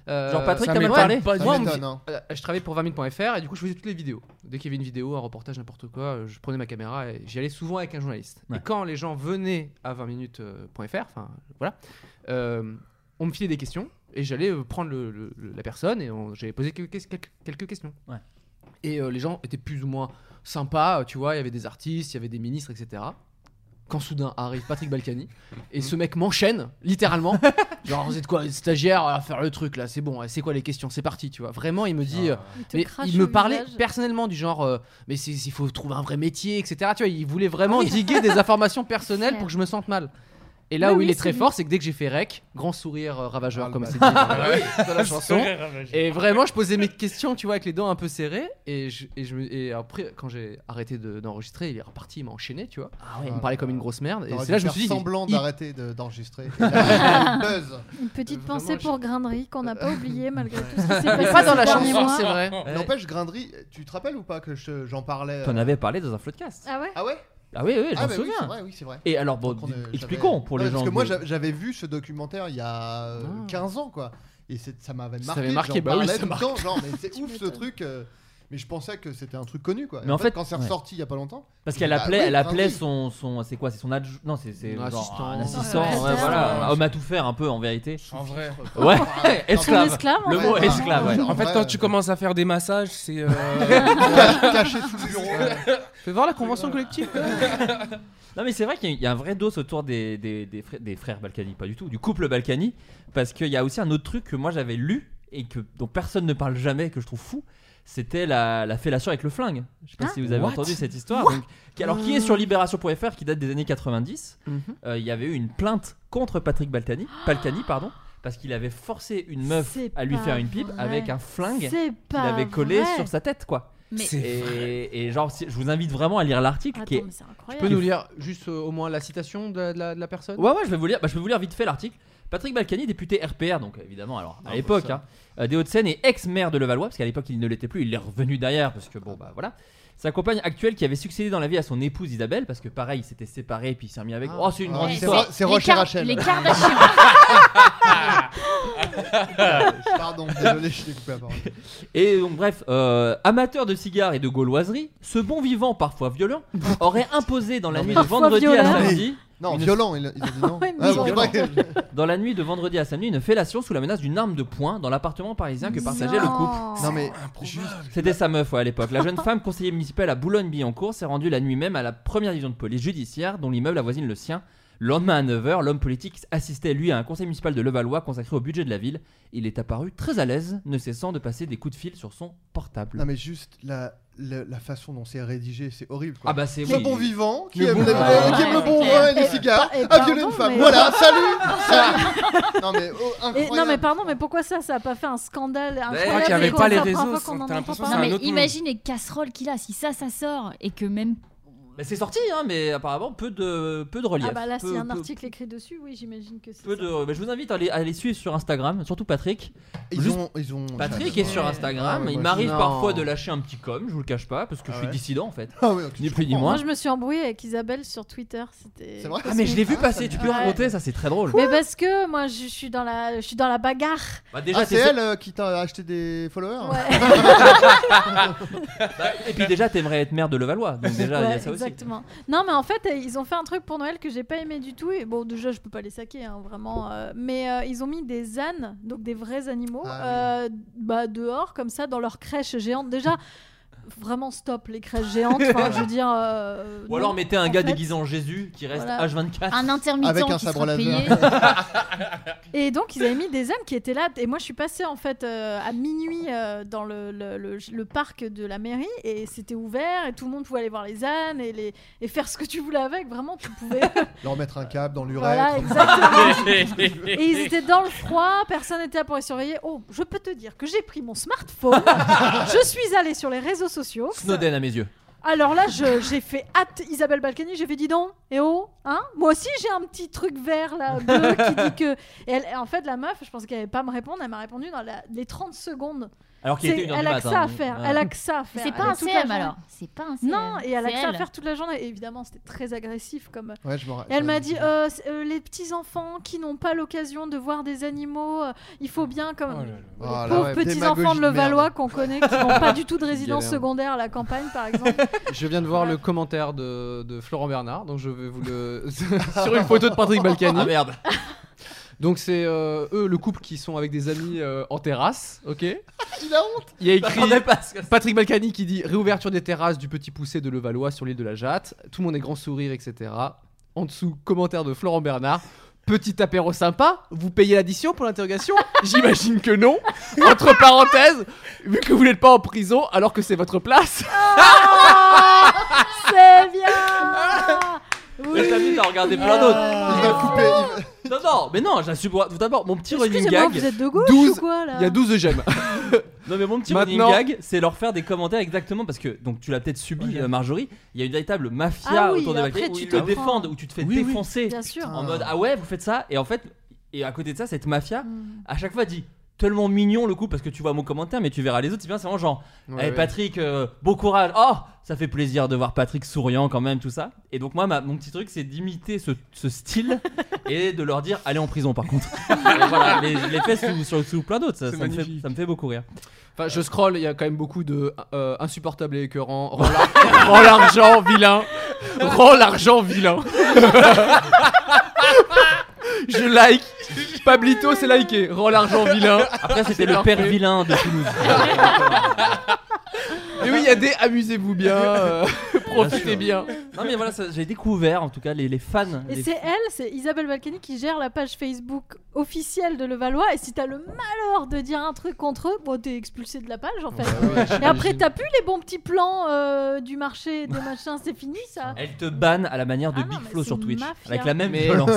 Speaker 8: Euh,
Speaker 7: Genre, Patrick,
Speaker 8: ça
Speaker 7: t'as mal
Speaker 8: m'étonne
Speaker 7: parlé
Speaker 8: pas.
Speaker 7: Ça
Speaker 8: Moi, on me
Speaker 4: m'étonne,
Speaker 8: dit-
Speaker 4: hein.
Speaker 8: euh, Je travaillais pour 20minutes.fr et du coup, je faisais toutes les vidéos. Dès qu'il y avait une vidéo, un reportage, n'importe quoi, euh, je prenais ma caméra et j'y allais souvent avec un journaliste. Et quand les gens venaient à 20minutes.fr, enfin voilà, euh, on me filait des questions et j'allais euh, prendre le- le- le- la personne et on- j'avais posé quelques, quelques- quelques questions. Et euh, les gens étaient plus ou moins sympas, euh, tu vois, il y avait des artistes, il y avait des ministres, etc. Quand soudain arrive Patrick Balkany et ce mec m'enchaîne, littéralement. Genre, vous êtes quoi, les stagiaires à faire le truc là, c'est bon, ouais, c'est quoi les questions, c'est parti, tu vois. Vraiment, il me
Speaker 7: Ah.
Speaker 8: dit. euh,
Speaker 11: Il te
Speaker 8: mais
Speaker 11: crache
Speaker 8: il me
Speaker 11: au
Speaker 8: parlait
Speaker 11: visage.
Speaker 8: personnellement du genre, euh, mais c'est- il faut trouver un vrai métier, etc. Tu vois, il voulait vraiment diguer des informations personnelles pour que je me sente mal. Et là
Speaker 7: Oui,
Speaker 8: où
Speaker 7: oui,
Speaker 8: il est
Speaker 7: c'est
Speaker 8: très
Speaker 7: lui.
Speaker 8: fort, c'est que dès que j'ai fait rec, grand sourire euh, ravageur, comme c'est dit
Speaker 7: Ah oui,
Speaker 8: dans la chanson.
Speaker 7: sourire ravageur.
Speaker 8: Et vraiment, je posais mes questions, tu vois, avec les dents un peu serrées. Et, je, et, je me- et après, quand j'ai arrêté de- d'enregistrer, il est reparti, il m'a enchaîné, tu vois.
Speaker 7: Ah ouais.
Speaker 8: Il me parlait comme une grosse merde. Et
Speaker 4: T'aurais
Speaker 8: c'est là
Speaker 4: dû
Speaker 8: je me suis
Speaker 4: faire
Speaker 8: dit.
Speaker 4: semblant
Speaker 8: il-
Speaker 4: d'arrêter de- d'enregistrer. Et là, Buzz.
Speaker 11: Une petite pensée pour Grindry qu'on n'a pas oublié malgré tout ce qui s'est
Speaker 8: Mais
Speaker 11: passé.
Speaker 8: pas dans la
Speaker 11: ces derniers
Speaker 8: chanson,
Speaker 11: mois.
Speaker 8: c'est vrai.
Speaker 4: N'empêche, Grindry, tu te rappelles ou pas que je- j'en parlais
Speaker 7: T'en
Speaker 4: euh,
Speaker 7: avais parlé dans un floodcast.
Speaker 11: Ah ouais
Speaker 4: Ah ouais
Speaker 7: Ah oui, oui, j'en
Speaker 4: Ah bah
Speaker 7: souviens.
Speaker 4: c'est vrai, oui, c'est vrai.
Speaker 7: Et alors, bon,
Speaker 4: Donc on, euh, j'avais-
Speaker 7: expliquons pour les
Speaker 4: Ouais,
Speaker 7: gens.
Speaker 4: Parce que moi,
Speaker 7: de- Ah.
Speaker 4: j'a- j'avais vu ce documentaire il y a euh, 15 ans, quoi. Et c'est- ça m'avait
Speaker 7: Ça
Speaker 4: marqué.
Speaker 7: avait marqué,
Speaker 4: j'en
Speaker 7: bah oui,
Speaker 4: parlais
Speaker 7: ça
Speaker 4: tout le
Speaker 7: marque.
Speaker 4: temps, genre, mais c'est ouf ce truc. euh, Mais je pensais que c'était un truc connu, quoi. Et
Speaker 7: Mais en fait,
Speaker 4: quand c'est
Speaker 7: ouais.
Speaker 4: ressorti il y a pas longtemps.
Speaker 7: Parce
Speaker 4: je
Speaker 7: qu'elle
Speaker 4: dis, bah
Speaker 7: appelait,
Speaker 4: oui,
Speaker 7: elle appelait
Speaker 4: Grindry.
Speaker 7: son, son c'est quoi, c'est son adjoint, non, c'est c'est
Speaker 8: Un
Speaker 7: genre
Speaker 8: assistant.
Speaker 7: un assistant,
Speaker 8: Ouais,
Speaker 7: ouais,
Speaker 8: ouais,
Speaker 7: voilà,
Speaker 8: ouais.
Speaker 7: un homme à tout faire un peu en vérité.
Speaker 13: En vrai.
Speaker 7: Ouais, esclave. Le mot esclave. ouais.
Speaker 13: En fait, quand tu commences à faire des massages, c'est. euh,
Speaker 4: Caché sous le bureau.
Speaker 8: euh, Fais voir la convention collective. quoi.
Speaker 7: Non mais c'est vrai qu'il y a- il y a un vrai dos autour des, des, des frères, des frères Balkany, pas du tout, du couple Balkany, parce qu'il y a aussi un autre truc que moi j'avais lu et que dont personne ne parle jamais, que je trouve fou, c'était la, la fellation avec le flingue. Je sais pas
Speaker 8: Hein
Speaker 7: si vous avez
Speaker 8: What
Speaker 7: entendu cette histoire.
Speaker 8: What
Speaker 7: donc, qui- alors, qui est sur
Speaker 8: Mm.
Speaker 7: Libération.fr, qui date des années 90. euh,
Speaker 8: Mhm.
Speaker 7: Il y avait eu une plainte contre Patrick Balkany, Balkany pardon, parce qu'il avait forcé une meuf
Speaker 8: C'est
Speaker 7: à lui
Speaker 8: pas
Speaker 7: faire une pipe
Speaker 8: vrai.
Speaker 7: avec un flingue
Speaker 8: Ah, C'est
Speaker 7: qu'il
Speaker 8: pas
Speaker 7: avait collé
Speaker 8: vrai.
Speaker 7: sur sa tête, quoi.
Speaker 8: Mais- C'est
Speaker 7: Et, et genre, si- je vous invite vraiment à lire l'article. qui est-
Speaker 8: Tu peux nous lire juste euh, au moins la citation de, la- de la, de la personne
Speaker 7: Ouais, ouais, je vais vous lire, bah, je vais vous lire vite fait l'article. Patrick Balkany, député RPR, donc évidemment, alors à
Speaker 8: Ah,
Speaker 7: l'époque,
Speaker 8: bah, ça.
Speaker 7: hein, euh, des Hauts-de-Seine et ex-maire de Levallois, parce qu'à l'époque il ne l'était plus, il est revenu derrière, parce que bon, bah voilà. Sa compagne actuelle qui avait succédé dans la vie à son épouse Isabelle, parce que pareil, ils s'étaient séparés et puis il s'est remis avec. Oh, c'est une
Speaker 8: Ah,
Speaker 7: grande
Speaker 4: c'est
Speaker 7: histoire.
Speaker 4: Ro- c'est Roche et Rachel.
Speaker 7: Ah.
Speaker 4: Pardon, désolé, je t'ai coupé la parole.
Speaker 7: Et donc, bref, euh, amateur de cigares et de gauloiserie, ce bon vivant, parfois violent, aurait imposé dans la
Speaker 4: Non,
Speaker 7: nuit
Speaker 4: mais-
Speaker 7: de vendredi
Speaker 4: Parfois
Speaker 7: à
Speaker 4: violent.
Speaker 7: samedi.
Speaker 4: Non,
Speaker 7: une-
Speaker 4: violent, il a- il a dit non. Oui, mais Ah, bon, violent. je crois
Speaker 7: Dans la nuit de vendredi à samedi, une fellation sous la menace d'une arme de poing dans l'appartement parisien que partageait le couple.
Speaker 4: Non, mais
Speaker 7: C'était sa meuf ouais, à l'époque. La jeune femme conseillère municipale à Boulogne-Billancourt s'est rendue la nuit même à la première division de police judiciaire dont l'immeuble avoisine le sien. Le lendemain à 9h, l'homme politique assistait lui à un conseil municipal de Levallois consacré au budget de la ville. Il est apparu très à l'aise, ne cessant de passer des coups de fil sur son portable.
Speaker 4: Non mais juste la, la, la façon dont c'est rédigé, c'est horrible. Quoi.
Speaker 7: Ah bah, c'est-
Speaker 4: le
Speaker 7: oui.
Speaker 4: bon vivant qui
Speaker 7: Le
Speaker 4: aime,
Speaker 7: bon
Speaker 4: la-
Speaker 7: vivant.
Speaker 4: qui aime le
Speaker 7: Ouais,
Speaker 4: bon
Speaker 7: ok.
Speaker 4: vin et les
Speaker 7: Et-
Speaker 4: cigares
Speaker 11: et
Speaker 4: a violé
Speaker 11: pardon,
Speaker 4: une femme.
Speaker 11: mais-
Speaker 4: Voilà, salut, salut. Non mais oh,
Speaker 11: Et- non
Speaker 4: incroyable.
Speaker 11: mais pardon mais pourquoi ça ça a pas fait un scandale incroyable
Speaker 4: crois qu'il y avait
Speaker 11: et qu'on-
Speaker 4: pas les
Speaker 11: c'est la première
Speaker 4: réseaux,
Speaker 11: fois qu'on
Speaker 4: ça,
Speaker 11: en
Speaker 4: t'as
Speaker 11: entend
Speaker 4: l'impression
Speaker 11: parler.
Speaker 12: Non,
Speaker 4: un
Speaker 12: mais
Speaker 4: autre monde.
Speaker 12: imagine les casseroles qu'il a, si ça, ça sort, et que même.
Speaker 7: Mais c'est sorti, hein, mais apparemment peu de, peu de relief.
Speaker 11: Ah bah là
Speaker 7: peu-
Speaker 11: s'il y a un
Speaker 7: peu-
Speaker 11: article écrit dessus oui j'imagine que c'est
Speaker 7: peu
Speaker 11: ça.
Speaker 7: de- bah, je vous invite à les, à les suivre sur Instagram, surtout Patrick.
Speaker 4: Ils
Speaker 7: Juste-
Speaker 4: ont- ils ont-
Speaker 7: Patrick est sur Instagram.
Speaker 4: Ah ouais,
Speaker 7: il
Speaker 4: moi,
Speaker 7: m'arrive
Speaker 4: je-
Speaker 7: parfois
Speaker 4: Non.
Speaker 7: de lâcher un petit com, je vous le cache pas, parce que je suis
Speaker 4: ouais
Speaker 7: dissident en fait.
Speaker 4: Ah ouais, ok,
Speaker 7: ni plus ni
Speaker 11: Bon,
Speaker 7: moins.
Speaker 11: Moi je me suis embrouillée avec Isabelle sur Twitter c'était
Speaker 4: C'est vrai
Speaker 7: Ah, mais je l'ai vu
Speaker 4: Ah,
Speaker 7: passer,
Speaker 4: ça-
Speaker 7: tu peux
Speaker 11: ouais.
Speaker 7: raconter, ça c'est très drôle.
Speaker 11: Mais parce que moi je je suis dans la je suis dans la bagarre.
Speaker 7: Bah, déjà,
Speaker 4: Ah, c'est
Speaker 7: t'es-
Speaker 4: elle euh, qui t'a acheté des followers
Speaker 7: Bah, et puis déjà, t'aimerais être maire de Levallois, donc déjà, il y a
Speaker 11: Ouais,
Speaker 7: ça aussi.
Speaker 11: exactement. Non, mais en fait, euh, ils ont fait un truc pour Noël que j'ai pas aimé du tout. Et bon, déjà, je peux pas les saquer, hein, vraiment. euh, mais euh, ils ont mis des ânes, donc des vrais animaux, euh, bah, dehors, comme ça, dans leur crèche géante. Déjà, vraiment stop les crèches géantes. Enfin, je veux dire. euh,
Speaker 7: Ou alors
Speaker 11: non,
Speaker 7: mettez un
Speaker 11: en
Speaker 7: gars
Speaker 11: fait.
Speaker 7: déguisé en Jésus qui reste
Speaker 11: Voilà.
Speaker 7: H24.
Speaker 11: Un intermittent Avec un qui sabre sera laser. payé. Et donc ils avaient mis des ânes qui étaient là. Et moi je suis passée en fait euh, à minuit euh, dans le, le- le- le parc de la mairie et c'était ouvert et tout le monde pouvait aller voir les ânes et, les, et faire ce que tu voulais avec. Vraiment, tu pouvais.
Speaker 4: Leur mettre un câble dans l'urètre.
Speaker 11: Voilà, exactement. et ils étaient dans le froid, personne n'était là pour les surveiller. Oh, je peux te dire que j'ai pris mon smartphone, je suis allée sur les réseaux sociaux.
Speaker 7: Snowden à mes yeux.
Speaker 11: Alors là, je- j'ai fait hâte Isabelle Balkany, j'ai fait dis donc, et oh, hein Moi aussi j'ai un petit truc vert là, bleu, qui dit que. Et elle- en fait, la meuf, je pense qu'elle n'allait pas me répondre, elle m'a répondu dans la- les 30 secondes.
Speaker 7: Alors qu'il
Speaker 11: C'est-
Speaker 7: était une heure
Speaker 11: Elle
Speaker 7: du
Speaker 11: a que
Speaker 7: matin,
Speaker 11: ça à
Speaker 7: hein.
Speaker 11: faire,
Speaker 7: Ouais.
Speaker 11: elle a que ça à faire.
Speaker 12: C'est pas
Speaker 11: Elle
Speaker 12: un
Speaker 11: est toute la
Speaker 12: CM,
Speaker 11: journée.
Speaker 12: alors. C'est pas un CM,
Speaker 11: Non, et elle a
Speaker 12: c'est
Speaker 11: que ça à
Speaker 12: elle.
Speaker 11: faire toute la journée. Et évidemment, c'était très agressif comme.
Speaker 4: Ouais, je me rappelle.
Speaker 11: Et elle m'a dit euh, c'est- euh, les petits enfants qui n'ont pas l'occasion de voir des animaux, euh, il faut bien comme
Speaker 4: Oh là là.
Speaker 11: les
Speaker 4: Oh là
Speaker 11: pauvres
Speaker 4: ouais,
Speaker 11: petits
Speaker 4: démagogie
Speaker 11: enfants de
Speaker 4: de merde.
Speaker 11: Levallois qu'on connaît qui n'ont pas du tout de résidence
Speaker 8: Galère.
Speaker 11: secondaire à la campagne par exemple.
Speaker 8: Je viens de voir le commentaire de, de Florent Bernard, donc je vais vous le. sur une photo de Patrick Balkany.
Speaker 7: Ah, merde.
Speaker 8: Donc c'est euh, eux, le couple qui sont avec des amis euh, en terrasse, ok
Speaker 4: Il a honte
Speaker 8: Il y a écrit
Speaker 7: m'attendais pas à ce que-
Speaker 8: Patrick Balkany qui dit réouverture des terrasses du petit poussé de Levallois sur l'île de la Jatte. Tout le monde est grand sourire, etc. En dessous, commentaire de Florent Bernard. Petit apéro sympa, vous payez l'addition pour l'interrogation J'imagine que non. Entre parenthèses, vu que vous n'êtes pas en prison alors que c'est votre place.
Speaker 7: Ah.
Speaker 11: C'est bien
Speaker 7: Mais t'as vu, t'as regardé
Speaker 11: Ah.
Speaker 7: plein d'autres.
Speaker 4: Il va couper.
Speaker 7: Non, non, mais non, j'assume. Tout d'abord, mon petit running
Speaker 11: Excusez-moi,
Speaker 7: gag.
Speaker 11: vous êtes de gauche ou quoi là
Speaker 8: il y a 12 j'aime.
Speaker 7: Non mais mon petit
Speaker 8: Maintenant-
Speaker 7: running gag, c'est leur faire des commentaires exactement parce que donc tu l'as peut-être subi euh, Marjorie, il y a une véritable mafia
Speaker 8: Ah oui,
Speaker 7: autour de la
Speaker 8: après,
Speaker 7: clé où
Speaker 8: tu
Speaker 7: ils te
Speaker 8: te prends.
Speaker 7: défendent où tu te fais
Speaker 8: Oui, oui.
Speaker 7: défoncer
Speaker 8: Bien sûr.
Speaker 7: en mode ah ouais vous faites ça et en fait et à côté de ça cette mafia
Speaker 8: Hmm.
Speaker 7: à chaque fois dit tellement mignon le coup parce que tu vois mon commentaire mais tu verras les autres c'est bien c'est vraiment genre
Speaker 8: Ouais,
Speaker 7: Eh,
Speaker 8: ouais.
Speaker 7: Patrick euh, beau courage oh ça fait plaisir de voir Patrick souriant quand même tout ça et donc moi ma- mon petit truc c'est d'imiter ce, ce style et de leur dire allez en prison par contre Et voilà les, les faits sous, sur- sous plein d'autres ça,
Speaker 8: C'est
Speaker 7: ça me fait-
Speaker 8: magnifique.
Speaker 7: ça me fait beaucoup rire
Speaker 8: Enfin, je scroll, il y a quand même beaucoup de euh, insupportables et écœurants. Rends l'ar- Rends l'argent, vilain. Rends l'argent, vilain. je like. Pablito, c'est liké. Rends l'argent, vilain.
Speaker 7: Après, c'était le père vilain de Toulouse.
Speaker 8: Mais oui, il y a des amusez-vous bien. euh, Profitez bien.
Speaker 7: Non mais voilà, ça- j'ai découvert en tout cas les, les fans.
Speaker 11: Et
Speaker 7: les-
Speaker 11: c'est elle, c'est Isabelle Balkany qui gère la page Facebook officielle de Levallois. Et si t'as le malheur de dire un truc contre eux, bon, t'es expulsé de la page en fait. et après, t'as plus les bons petits plans euh, du marché, des machins, c'est fini ça.
Speaker 7: Elle te banne à la manière
Speaker 11: Ah
Speaker 7: de Big Flo sur Twitch, avec la même violence.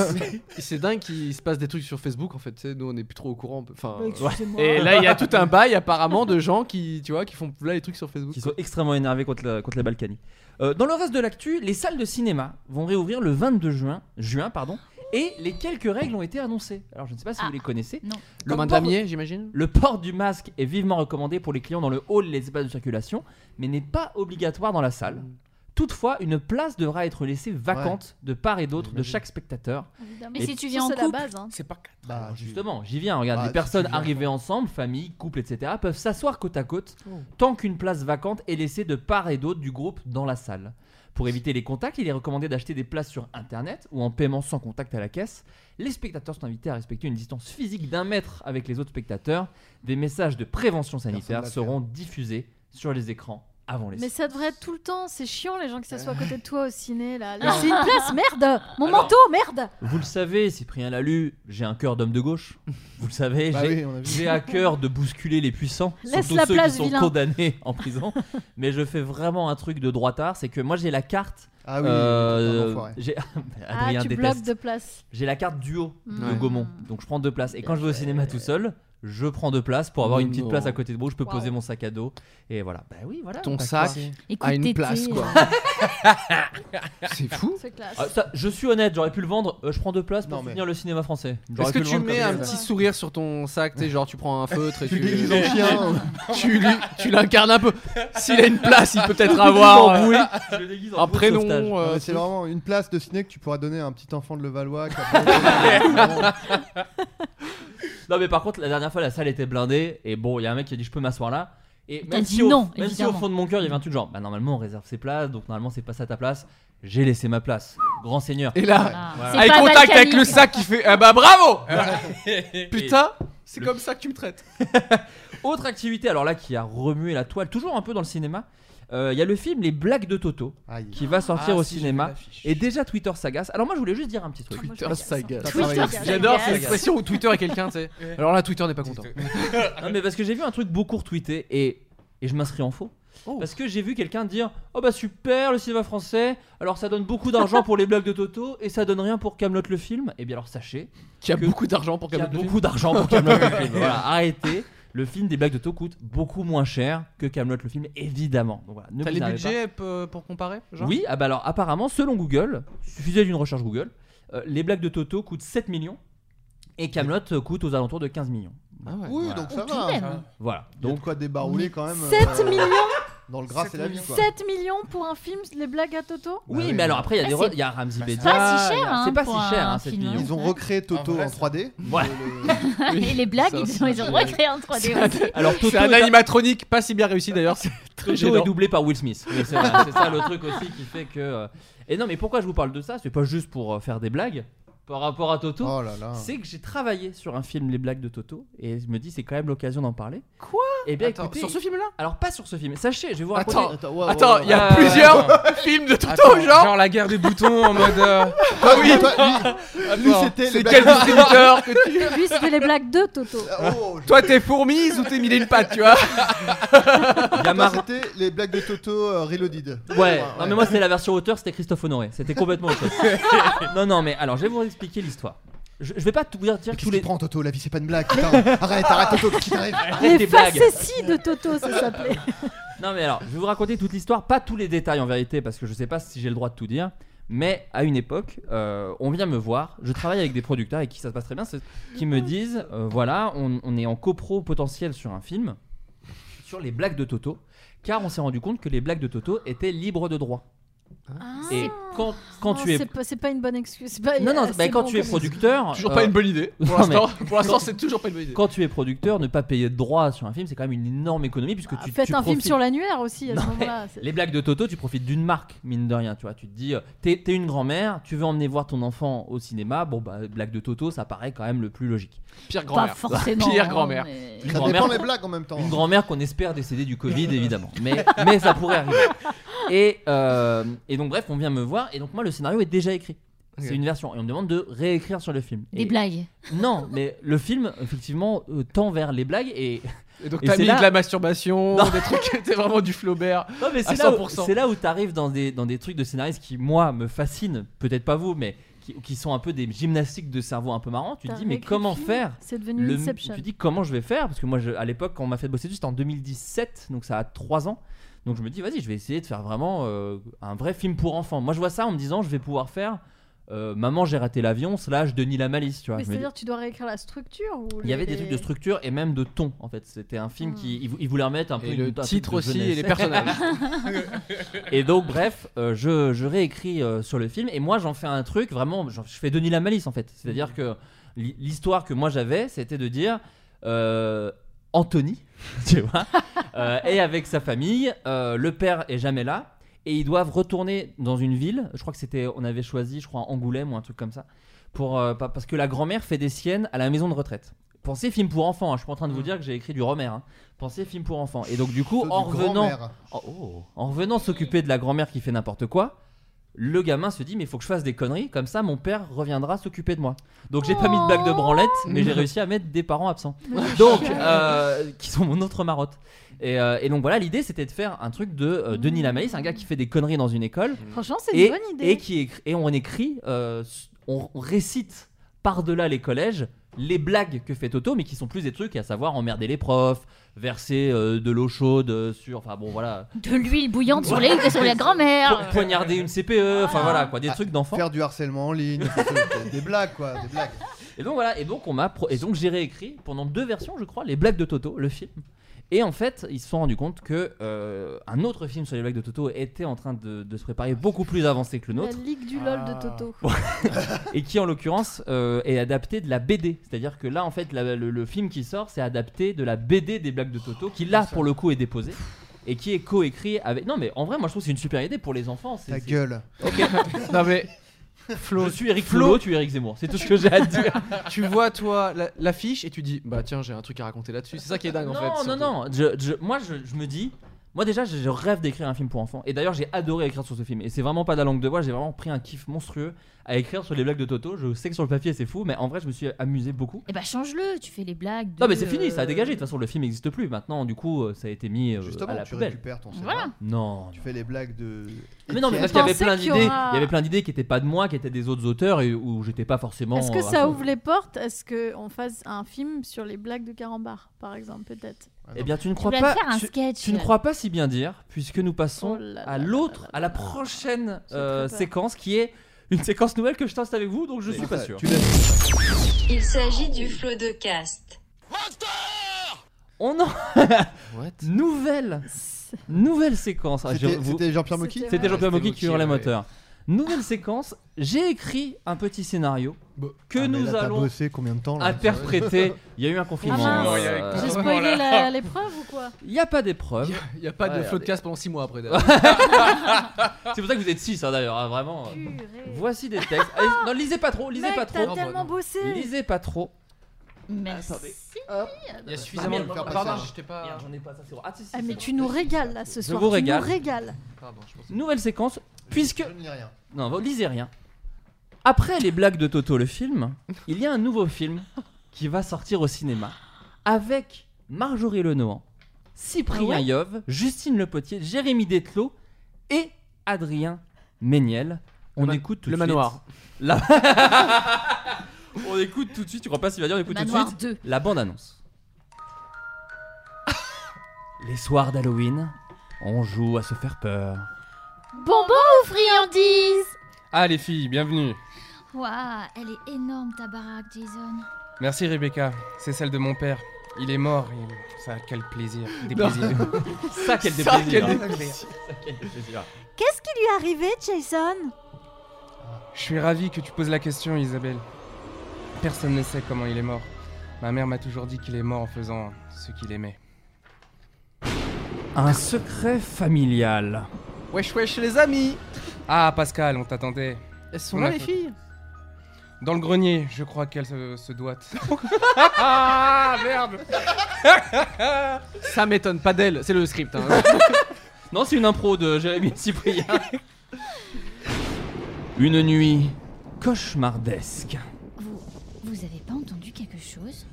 Speaker 8: c'est dingue qu'il se passe des trucs sur Facebook en fait. tu sais, Nous on n'est plus trop au courant. on peut- Enfin,
Speaker 7: Bah, excusez-moi.
Speaker 8: Et là il y a tout un bail apparemment de gens qui, tu vois, qui font là les trucs sur Facebook.
Speaker 7: Qui sont extrêmement énervés contre, la- contre les Balkany. Euh, dans le reste de l'actu, les salles de cinéma vont réouvrir le 22 juin, juin pardon, et les quelques règles ont été annoncées. Alors je ne sais pas si vous les connaissez.
Speaker 12: Non.
Speaker 7: Le
Speaker 8: Le main de
Speaker 7: port-
Speaker 8: damier, j'imagine
Speaker 7: Le port du masque est vivement recommandé pour les clients dans le hall et les espaces de circulation, mais n'est pas obligatoire dans la salle.
Speaker 8: Hmm.
Speaker 7: Toutefois, une place devra être laissée vacante de part et d'autre de chaque spectateur.
Speaker 11: Évidemment.
Speaker 12: Mais
Speaker 7: Et
Speaker 12: si tu
Speaker 11: Ça,
Speaker 12: viens en
Speaker 11: c'est la
Speaker 12: couple,
Speaker 11: base, hein.
Speaker 8: C'est pas quatre.
Speaker 4: Bah,
Speaker 7: Justement, j'y viens. Regarde,
Speaker 4: Ah,
Speaker 7: les
Speaker 4: si
Speaker 7: personnes
Speaker 4: tu viens.
Speaker 7: arrivées ensemble, famille, couple, etc., peuvent s'asseoir côte à côte tant qu'une place vacante est laissée de part et d'autre du groupe dans la salle. Pour éviter les contacts, il est recommandé d'acheter des places sur internet ou en paiement sans contact à la caisse. Les spectateurs sont invités à respecter une distance physique d'un mètre avec les autres spectateurs. Des messages de prévention sanitaire
Speaker 8: l'a fait.
Speaker 7: seront diffusés sur les écrans avant les
Speaker 11: Mais ça devrait être tout le temps, c'est chiant les gens qui s'assoient à côté de toi au ciné là.
Speaker 4: Ah.
Speaker 11: Laissez une place, merde Mon
Speaker 7: Alors-
Speaker 11: manteau, merde
Speaker 7: Vous le savez, Cyprien Lalu, j'ai un cœur d'homme de gauche. Vous le savez,
Speaker 4: Bah
Speaker 7: j'ai
Speaker 4: oui, on a vu.
Speaker 7: j'ai à cœur de bousculer les puissants,
Speaker 11: Laisse
Speaker 7: surtout
Speaker 11: la
Speaker 7: ceux
Speaker 11: place,
Speaker 7: qui sont
Speaker 11: vilain.
Speaker 7: condamnés en prison. Mais je fais vraiment un truc de droitard, c'est que moi j'ai la carte. euh,
Speaker 4: Ah oui, t'es un enfoiré.
Speaker 7: j'ai-
Speaker 11: Ah,
Speaker 7: Adrien
Speaker 11: tu bloques
Speaker 7: déteste.
Speaker 11: deux places.
Speaker 7: J'ai la carte duo de
Speaker 11: Ouais.
Speaker 7: Gaumont, donc je prends deux places. Et quand je vais au cinéma tout seul, je prends deux places pour avoir
Speaker 8: Non,
Speaker 7: une petite
Speaker 8: non.
Speaker 7: place à côté de moi où je peux
Speaker 8: Wow.
Speaker 7: poser mon sac à dos. Et voilà. Bah oui, voilà.
Speaker 8: Ton
Speaker 7: t'as
Speaker 8: sac
Speaker 7: quoi.
Speaker 12: Écoute, a une t'étais, place, quoi.
Speaker 8: C'est fou.
Speaker 11: C'est classe.
Speaker 7: Ah, ça, je suis honnête, j'aurais pu le vendre. euh, je prends deux places pour
Speaker 4: Non, mais-
Speaker 7: finir le cinéma français. J'aurais
Speaker 8: Est-ce que
Speaker 7: pu le
Speaker 8: tu
Speaker 7: vendre
Speaker 8: mets
Speaker 7: comme
Speaker 8: un
Speaker 7: ça.
Speaker 8: petit sourire sur ton sac, tu sais, genre tu prends un feutre et
Speaker 4: Tu
Speaker 8: tu,
Speaker 4: le déguises en chien.
Speaker 8: tu, lui- tu l'incarnes un peu. S'il a une place, il peut peut-être
Speaker 7: Je le déguise
Speaker 8: avoir
Speaker 7: en
Speaker 8: euh,
Speaker 7: bouée. Je le déguise en
Speaker 8: un
Speaker 7: bouée de
Speaker 8: prénom.
Speaker 7: sauvetage.
Speaker 8: euh,
Speaker 4: Non, mais c'est
Speaker 8: truc.
Speaker 4: vraiment une place de ciné que tu pourras donner à un petit enfant de Levallois. qui a pas-
Speaker 7: Non mais par contre la dernière fois la salle était blindée et bon il y a un mec qui a dit je peux m'asseoir là et
Speaker 12: T'as
Speaker 7: même si
Speaker 12: dit
Speaker 7: au,
Speaker 12: non,
Speaker 7: même si au
Speaker 12: évidemment.
Speaker 7: fond de mon cœur il y avait un truc genre bah normalement on réserve ses places donc normalement c'est pas ça ta place j'ai laissé ma place grand seigneur
Speaker 8: Et là,
Speaker 12: C'est
Speaker 8: avec
Speaker 12: pas
Speaker 8: contact avec
Speaker 12: balkanique.
Speaker 8: le sac, il fait Ah bah bravo Putain, c'est
Speaker 7: Le-
Speaker 8: comme ça que tu me traites.
Speaker 7: autre activité alors là qui a remué la toile toujours un peu dans le cinéma euh, il y a le film Les Blagues de Toto
Speaker 4: Aïe.
Speaker 7: qui va sortir
Speaker 8: Ah,
Speaker 7: au
Speaker 8: si, j'ai vu
Speaker 7: cinéma
Speaker 8: l'affiche.
Speaker 7: et déjà Twitter s'agace alors moi je voulais juste dire un petit truc
Speaker 8: Twitter saga.
Speaker 4: Twitter
Speaker 11: sagace.
Speaker 8: J'adore
Speaker 11: Sagace.
Speaker 8: cette expression où Twitter est quelqu'un, tu sais. Alors là, Twitter n'est pas content.
Speaker 7: Non mais parce que j'ai vu un truc beaucoup retweeté et, et je m'inscris en faux.
Speaker 8: Oh.
Speaker 7: Parce que j'ai vu quelqu'un dire Oh bah super le cinéma français, alors ça donne beaucoup d'argent pour les blagues de Toto et ça donne rien pour Camelot le film. Et bien alors sachez
Speaker 8: Qui a
Speaker 7: Que-
Speaker 8: beaucoup d'argent pour
Speaker 7: qu'il y a
Speaker 8: Camelot.
Speaker 7: beaucoup d'argent pour Camelot le film. Voilà, arrêtez. Le film des blagues de Toto coûte beaucoup moins cher que Camelot le film, évidemment. Donc voilà, ne
Speaker 8: T'as
Speaker 7: vous
Speaker 8: les
Speaker 7: énervez pas.
Speaker 8: budgets euh, pour comparer genre
Speaker 7: Oui, ah bah alors apparemment, selon Google, suffisait d'une recherche Google, euh, les blagues de Toto coûtent 7 millions et Camelot coûte aux alentours de 15 millions.
Speaker 8: Ah ouais.
Speaker 4: Oui,
Speaker 7: Voilà.
Speaker 4: donc
Speaker 12: Oh,
Speaker 4: ça
Speaker 12: tout de
Speaker 4: va.
Speaker 12: même.
Speaker 7: Voilà.
Speaker 4: Donc
Speaker 7: Donc
Speaker 4: quoi débarouler quand même.
Speaker 11: 7
Speaker 4: euh,
Speaker 11: millions
Speaker 4: Dans le gras, c'est la vie quoi.
Speaker 11: 7 millions pour un film, les blagues à Toto
Speaker 7: Oui,
Speaker 4: Ah oui,
Speaker 7: mais alors
Speaker 4: oui.
Speaker 7: après, il y a, des
Speaker 12: Ah, c'est-
Speaker 7: re- il y a Ramzi Bedia.
Speaker 12: pas si
Speaker 7: il y
Speaker 12: cher,
Speaker 7: a-
Speaker 12: hein,
Speaker 7: C'est pas
Speaker 12: pour
Speaker 7: si cher,
Speaker 12: un
Speaker 7: hein, 7
Speaker 12: film, hein.
Speaker 7: millions.
Speaker 4: Ils ont recréé
Speaker 7: Ah,
Speaker 4: Toto
Speaker 13: vrai,
Speaker 4: en
Speaker 13: ça-
Speaker 4: 3D.
Speaker 7: Ouais.
Speaker 4: Le-
Speaker 12: Et les blagues,
Speaker 8: Ça,
Speaker 12: ils
Speaker 8: ça,
Speaker 12: ont, ils ont
Speaker 8: ça,
Speaker 12: recréé en 3D aussi.
Speaker 7: Alors, Toto,
Speaker 8: C'est un
Speaker 7: est,
Speaker 8: animatronique pas si bien réussi d'ailleurs, c'est très
Speaker 7: Toto est
Speaker 8: gênant.
Speaker 7: doublé par Will Smith. Oui, c'est vrai, c'est ça le truc aussi qui fait que. euh, Et non, mais pourquoi je vous parle de ça C'est pas juste pour euh, faire des blagues par rapport à Toto.
Speaker 4: Oh là là.
Speaker 7: C'est que j'ai travaillé sur un film Les Blagues de Toto et je me dis c'est quand même l'occasion d'en parler.
Speaker 8: Quoi
Speaker 7: Eh bien
Speaker 8: Attends,
Speaker 7: écoutez,
Speaker 8: sur ce film-là
Speaker 7: alors pas sur ce film. Sachez, je vais vous raconter.
Speaker 8: Attends,
Speaker 4: Attends, ouais, ouais,
Speaker 8: Attends,
Speaker 4: ouais,
Speaker 8: il y a
Speaker 7: ouais.
Speaker 8: plusieurs films de Toto,
Speaker 13: Attends,
Speaker 8: genre Ah
Speaker 13: la guerre des boutons en mode. euh,
Speaker 4: Toi, oui, toi, lui, lui, c'était les
Speaker 8: C'est quel
Speaker 4: blagues-
Speaker 8: distributeur que tu-
Speaker 11: Lui, c'était les blagues de Toto.
Speaker 4: Oh, je-
Speaker 8: Toi, t'es fourmise ou t'es mille et une pattes, tu vois
Speaker 7: Il y a
Speaker 4: toi,
Speaker 7: Mar-
Speaker 4: c'était les blagues de Toto euh, reloaded.
Speaker 7: Ouais, non mais moi c'était la version auteur, c'était Christophe Honoré, c'était complètement autre chose. non non mais alors je vais vous expliquer l'histoire. Je, je vais pas tout vous dire
Speaker 4: Mais
Speaker 7: tous
Speaker 4: Qu'est-ce
Speaker 7: les
Speaker 4: les... prends Toto La vie c'est pas une blague. Putain. Arrête, arrête Toto, qu'est-ce qui t'arrive
Speaker 7: Arrête tes
Speaker 11: Les
Speaker 7: blagues.
Speaker 11: facéties de Toto, ça s'appelait.
Speaker 7: Non mais alors, je vais vous raconter toute l'histoire, pas tous les détails en vérité, parce que je sais pas si j'ai le droit de tout dire. Mais à une époque, euh, on vient me voir, je travaille avec des producteurs avec qui ça se passe très bien, c'est- qui me disent, euh, voilà, on, on est en copro potentiel sur un film, sur les blagues de Toto, car on s'est rendu compte que les blagues de Toto étaient libres de droit.
Speaker 11: Ah.
Speaker 7: Et quand, quand
Speaker 11: Non,
Speaker 7: tu es...
Speaker 11: Ah, c'est pas- C'est pas une bonne excuse. c'est pas-
Speaker 7: Non, non,
Speaker 11: euh,
Speaker 7: bah,
Speaker 11: c'est
Speaker 7: quand
Speaker 11: bon
Speaker 7: tu es
Speaker 11: comme-
Speaker 7: producteur...
Speaker 8: Toujours
Speaker 7: euh,
Speaker 8: pas une bonne idée. Pour
Speaker 7: non, mais-
Speaker 8: l'instant, pour l'instant, c'est toujours pas une bonne idée.
Speaker 7: Quand tu es producteur, ne pas payer de droits sur un film, c'est quand même une énorme économie, puisque
Speaker 11: Ah,
Speaker 7: tu,
Speaker 11: Faites
Speaker 7: tu
Speaker 11: un film
Speaker 7: profites-
Speaker 11: sur l'annuaire aussi à ce
Speaker 7: Non, mais
Speaker 11: moment-là. c'est-
Speaker 7: Les blagues de Toto, tu profites d'une marque, mine de rien, tu vois. Tu te dis, euh, t'es t'es une grand-mère, tu veux emmener voir ton enfant au cinéma, bon bah, blague de Toto, ça paraît quand même le plus logique.
Speaker 8: Pire
Speaker 12: Pas
Speaker 8: grand-mère.
Speaker 12: forcément.
Speaker 8: Pire
Speaker 12: hein,
Speaker 8: grand-mère.
Speaker 12: mais-
Speaker 7: Une
Speaker 4: Ça dépend
Speaker 7: grand-mère
Speaker 4: les blagues en même temps. hein.
Speaker 7: une grand-mère qu'on espère décédée du Covid, évidemment. Mais, mais ça pourrait arriver. Et, euh, et donc, bref, on vient me voir. Et donc, moi, le scénario est déjà écrit. C'est une version. Et on me demande de réécrire sur le film.
Speaker 12: Des
Speaker 7: Et-
Speaker 12: blagues.
Speaker 7: Non, mais le film, effectivement, euh, tend vers les blagues. Et,
Speaker 8: Et donc
Speaker 7: et
Speaker 8: t'as
Speaker 7: c'est
Speaker 8: mis
Speaker 7: là-
Speaker 8: de la masturbation,
Speaker 7: Non.
Speaker 8: des trucs, c'est vraiment du Flaubert.
Speaker 7: Non, mais
Speaker 8: à
Speaker 7: c'est là où,
Speaker 8: 100%.
Speaker 7: c'est là où t'arrives dans des, dans des trucs de scénaristes qui, moi, me fascinent, peut-être pas vous, mais qui, qui sont un peu des gymnastiques de cerveau un peu marrants. Tu te
Speaker 11: T'as
Speaker 7: dis, mais
Speaker 11: réécrit
Speaker 7: comment
Speaker 11: le film
Speaker 7: faire
Speaker 11: C'est devenu
Speaker 7: le-
Speaker 11: Inception.
Speaker 7: Tu dis, comment je vais faire Parce que moi, je- à l'époque, quand on m'a fait bosser dessus, c'était en 2017, donc ça a 3 ans. Donc je me dis, vas-y, je vais essayer de faire vraiment euh, un vrai film pour enfants. Moi, je vois ça en me disant, je vais pouvoir faire euh, Maman, j'ai raté l'avion, slash Denis la malice, tu vois.
Speaker 11: Mais
Speaker 7: Je me dis-
Speaker 11: c'est-à-dire, tu dois réécrire la structure ou
Speaker 7: il y avait des
Speaker 11: les-
Speaker 7: trucs de structure et même de ton en fait. C'était un film
Speaker 11: Hmm.
Speaker 7: qui il vou- il voulait remettre un peu
Speaker 8: Et
Speaker 7: une-
Speaker 8: le
Speaker 7: un truc
Speaker 8: titre
Speaker 7: de
Speaker 8: aussi et
Speaker 7: jeunesse.
Speaker 8: les personnages.
Speaker 7: et donc bref, euh, je, je réécris euh, sur le film et moi j'en fais un truc vraiment. j'en- Je fais Denis la malice en fait. C'est-à-dire que l'hi- l'histoire que moi j'avais, c'était de dire euh, Anthony, tu vois, euh, est avec sa famille, euh, le père est jamais là. Et ils doivent retourner dans une ville. Je crois que c'était, on avait choisi, je crois, Angoulême ou un truc comme ça pour, euh, pa- parce que la grand-mère fait des siennes à la maison de retraite. Pensez film pour enfants, hein, je suis pas en train de vous dire que j'ai écrit du Romer. Hein. Pensez film pour enfants. Et donc du coup,
Speaker 4: Plutôt
Speaker 7: en
Speaker 4: du
Speaker 7: revenant,
Speaker 4: grand-mère.
Speaker 7: en- oh, en revenant s'occuper de la grand-mère qui fait n'importe quoi, le gamin se dit mais il faut que je fasse des conneries, comme ça mon père reviendra s'occuper de moi. Donc j'ai pas mis de bague de branlette, mais
Speaker 11: Oh.
Speaker 7: j'ai réussi à mettre des parents absents. donc euh, qui sont mon autre marotte. Et, euh, et donc voilà, l'idée c'était de faire un truc de euh, Denis Lamalice, un gars qui fait des conneries dans une école.
Speaker 11: Mmh. Franchement, c'est
Speaker 7: Et-
Speaker 11: une bonne idée.
Speaker 7: Et qui écrit, et on écrit, euh, on, on récite par-delà les collèges les blagues que fait Toto, mais qui sont plus des trucs, à savoir emmerder les profs, verser euh, de l'eau chaude euh, sur, enfin bon voilà,
Speaker 12: De l'huile bouillante sur, les,
Speaker 7: Ouais.
Speaker 12: sur la
Speaker 7: Po-
Speaker 12: grand-mère.
Speaker 7: poignarder une CPE, enfin voilà quoi, des
Speaker 4: Ah,
Speaker 7: trucs d'enfant.
Speaker 4: Faire du harcèlement en ligne, des- des blagues quoi, des blagues.
Speaker 7: Et donc voilà, et donc on m'a pro- et donc j'ai réécrit pendant deux versions, je crois, les blagues de Toto, le film. Et en fait, ils se sont rendus compte que euh, un autre film sur les blagues de Toto était en train de, de se préparer beaucoup plus avancé que le
Speaker 11: La
Speaker 7: nôtre.
Speaker 11: ligue du LOL
Speaker 7: Ah.
Speaker 11: de Toto.
Speaker 7: et qui en l'occurrence euh, est adapté de la BD. C'est-à-dire que là, en fait, la- le, le film qui sort, c'est adapté de la BD des blagues de Toto, qui là, pour le coup, est déposée. Et qui est coécrit avec. Non, mais en vrai, moi je trouve que c'est une super idée pour les enfants. c'est-
Speaker 4: Ta
Speaker 7: c'est-
Speaker 4: gueule.
Speaker 7: Ok.
Speaker 8: non mais
Speaker 7: Flo, je suis Eric
Speaker 8: Flo-
Speaker 7: Flo, tu es Eric Zemmour. C'est tout ce que j'ai à te dire.
Speaker 8: tu vois toi la- l'affiche et tu dis bah tiens j'ai un truc à raconter là-dessus. C'est ça qui est dingue en fait.
Speaker 7: Non,
Speaker 8: surtout.
Speaker 7: non, non. Je- je- moi, je, je me dis. Moi, déjà, je, je rêve d'écrire un film pour enfants. Et d'ailleurs, j'ai adoré écrire sur ce film. Et c'est vraiment pas de la langue de bois. J'ai vraiment pris un kiff monstrueux à écrire sur les blagues de Toto. Je sais que sur le papier, c'est fou. Mais en vrai, je me suis amusé beaucoup.
Speaker 12: Et bah change-le, tu fais les blagues. de-
Speaker 7: Non mais c'est fini, ça a dégagé. De toute façon, le film n'existe plus. Maintenant, du coup, euh, ça a été mis euh,
Speaker 4: Euh, Justement,
Speaker 7: à la
Speaker 4: tu
Speaker 7: poubelle.
Speaker 4: récupères ton
Speaker 12: Voilà.
Speaker 4: cerveau.
Speaker 7: Non.
Speaker 4: Tu fais les blagues de.
Speaker 7: Mais non, mais parce
Speaker 4: Étienne.
Speaker 7: qu'il y avait
Speaker 11: pensais
Speaker 7: plein
Speaker 11: qu'il y
Speaker 7: d'idées.
Speaker 11: aura-
Speaker 7: Il y avait plein d'idées qui étaient pas de moi, qui étaient des autres auteurs et où j'étais pas forcément.
Speaker 11: Est-ce que
Speaker 7: euh,
Speaker 11: ça
Speaker 7: à-
Speaker 11: ouvre les portes à ce qu'on fasse un film sur les blagues de Carambar, par exemple, peut-être
Speaker 8: Ah
Speaker 7: Eh bien, tu ne
Speaker 12: Tu
Speaker 7: crois
Speaker 12: voulais
Speaker 7: pas.
Speaker 12: faire un
Speaker 7: tu-
Speaker 12: sketch.
Speaker 7: Tu ne crois pas si bien dire, puisque nous passons
Speaker 11: Oh là
Speaker 7: à
Speaker 11: là
Speaker 7: l'autre, à la prochaine euh,
Speaker 14: peur.
Speaker 7: séquence qui est une séquence nouvelle que je teste avec vous, donc je suis pas sûr.
Speaker 14: Il s'agit du flot de cast.
Speaker 7: On en. nouvelle Nouvelle séquence. Ah,
Speaker 4: C'était-
Speaker 7: je- vous-
Speaker 4: c'était Jean-Pierre Mocky
Speaker 7: C'était Jean-Pierre
Speaker 8: Ouais,
Speaker 7: Mocky
Speaker 8: c'était
Speaker 7: qui hurlait
Speaker 8: Mocky, ouais.
Speaker 7: moteur.
Speaker 8: Ah.
Speaker 7: Nouvelle séquence. J'ai écrit un petit scénario que
Speaker 4: Ah, mais
Speaker 7: nous
Speaker 4: là, t'as
Speaker 7: allons
Speaker 4: bossé combien de temps là
Speaker 7: interpréter. Il y a eu un confinement.
Speaker 11: Ah, mince.
Speaker 8: Oh,
Speaker 7: euh,
Speaker 11: J'ai spoilé la- l'épreuve ou quoi
Speaker 7: Il n'y a pas d'épreuve.
Speaker 8: Il y a pas
Speaker 7: Ouais,
Speaker 8: de flot de
Speaker 7: regardez.
Speaker 8: casse pendant 6 mois après. d'ailleurs.
Speaker 7: C'est pour ça que vous êtes 6 d'ailleurs, hein, vraiment.
Speaker 11: Purée.
Speaker 7: Voici des textes. Allez, non, lisez pas trop, lisez
Speaker 11: Mec,
Speaker 7: pas
Speaker 11: t'as
Speaker 7: trop.
Speaker 8: bah,
Speaker 11: tellement bossé
Speaker 7: Lisez pas trop.
Speaker 12: Merci.
Speaker 8: Ah,
Speaker 7: Ah,
Speaker 8: Il y a suffisamment de
Speaker 7: Merde,
Speaker 8: faire
Speaker 7: pardon,
Speaker 8: passer.
Speaker 7: j'étais pas- Merde, j'en ai pas, ça, c'est bon. Ah, si, si,
Speaker 11: Ah,
Speaker 7: c'est
Speaker 11: mais
Speaker 7: bon.
Speaker 11: tu nous régales là ce
Speaker 7: Je
Speaker 11: soir.
Speaker 7: vous
Speaker 11: tu
Speaker 7: régale.
Speaker 11: nous régales.
Speaker 8: Pardon, je pense que-
Speaker 7: Nouvelle séquence, puisque.
Speaker 4: Je ne lis rien.
Speaker 7: Non, vous lisez rien. Après les blagues de Toto, le film, il y a un nouveau film qui va sortir au cinéma avec Marjorie Lenoir, Cyprien
Speaker 11: Ah ouais
Speaker 7: Yov, Justine Le Potier, Jérémy Detlo et Adrien Méniel. On écoute tout
Speaker 8: le
Speaker 7: de suite
Speaker 8: manoir.
Speaker 7: la- on écoute tout de suite, tu crois pas, Sylvain, on écoute tout de
Speaker 12: Manoir
Speaker 7: suite
Speaker 12: 2.
Speaker 7: la bande-annonce. Les soirs d'Halloween, on joue à se faire peur.
Speaker 12: Bonbon ou friandise
Speaker 13: Ah les filles, bienvenue.
Speaker 12: Waouh, elle est énorme ta baraque, Jason.
Speaker 13: Merci Rebecca, c'est celle de mon père. Il est mort et ça quel plaisir, des
Speaker 7: Non.
Speaker 13: plaisirs.
Speaker 7: Ça, quel
Speaker 13: Ça,
Speaker 7: déplaisir.
Speaker 13: quel
Speaker 7: Ça, quel déplaisir.
Speaker 11: Qu'est-ce qui lui est arrivé, Jason
Speaker 13: Je suis ravi que tu poses la question, Isabelle. Personne ne sait comment il est mort. Ma mère m'a toujours dit qu'il est mort en faisant ce qu'il aimait.
Speaker 7: Un secret familial.
Speaker 8: Wesh wesh les amis.
Speaker 13: Ah, Pascal, on t'attendait.
Speaker 8: Elles sont
Speaker 13: On
Speaker 8: là
Speaker 13: a
Speaker 8: les
Speaker 13: fait-
Speaker 8: filles.
Speaker 13: Dans le grenier, je crois qu'elle se, se doite.
Speaker 8: Ah merde. Ça m'étonne pas d'elle, c'est le script. hein.
Speaker 7: Non, c'est une impro de Jérémy Cyprien. une nuit cauchemardesque.
Speaker 12: Vous, vous avez pas entendu quelque chose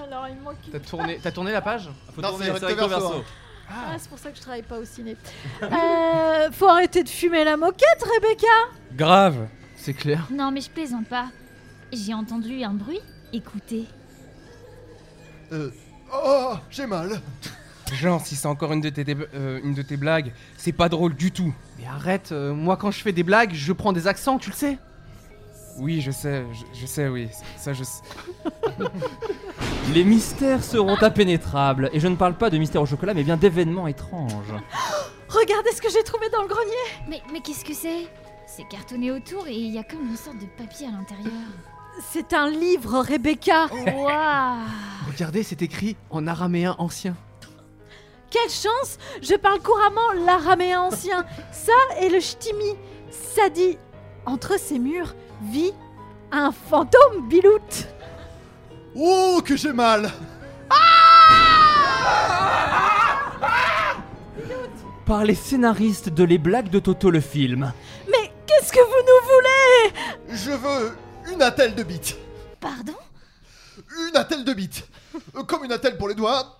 Speaker 11: Alors il manque. une
Speaker 8: T'as
Speaker 11: page.
Speaker 8: tourné, t'as tourné la page
Speaker 7: Ah, Faut Non, tourner, c'est recto c'est recto verso. verso.
Speaker 11: Ah, c'est pour ça que je travaille pas au ciné. Euh, faut arrêter de fumer la moquette, Rebecca.
Speaker 8: Grave C'est clair.
Speaker 12: Non, mais je plaisante pas. J'ai entendu un bruit. Écoutez.
Speaker 10: Euh, Oh, j'ai mal.
Speaker 13: Genre, si c'est encore une de tes, euh, une de tes blagues, c'est pas drôle du tout.
Speaker 8: Mais arrête, euh, moi quand je fais des blagues, je prends des accents, tu le sais
Speaker 13: Oui, je sais, je, je sais, oui. Ça, je sais.
Speaker 7: Les mystères seront impénétrables. Et je ne parle pas de mystères au chocolat, mais bien d'événements étranges.
Speaker 11: Regardez ce que j'ai trouvé dans le grenier.
Speaker 12: Mais, mais qu'est-ce que c'est C'est cartonné autour et il y a comme une sorte de papier à l'intérieur.
Speaker 11: C'est un livre, Rebecca.
Speaker 12: Waouh
Speaker 11: Ah.
Speaker 8: Regardez, c'est écrit en araméen ancien.
Speaker 11: Quelle chance Je parle couramment l'araméen ancien. Ça et le ch'timi. Ça dit entre ces murs vit un fantôme biloute.
Speaker 10: Oh, que j'ai mal.
Speaker 11: Ah
Speaker 7: Par les scénaristes de Les Blagues de Toto le film.
Speaker 11: Mais qu'est-ce que vous nous voulez
Speaker 10: Je veux une attelle de bite.
Speaker 12: Pardon
Speaker 10: Une attelle de bite. Euh, Comme une attelle pour les doigts,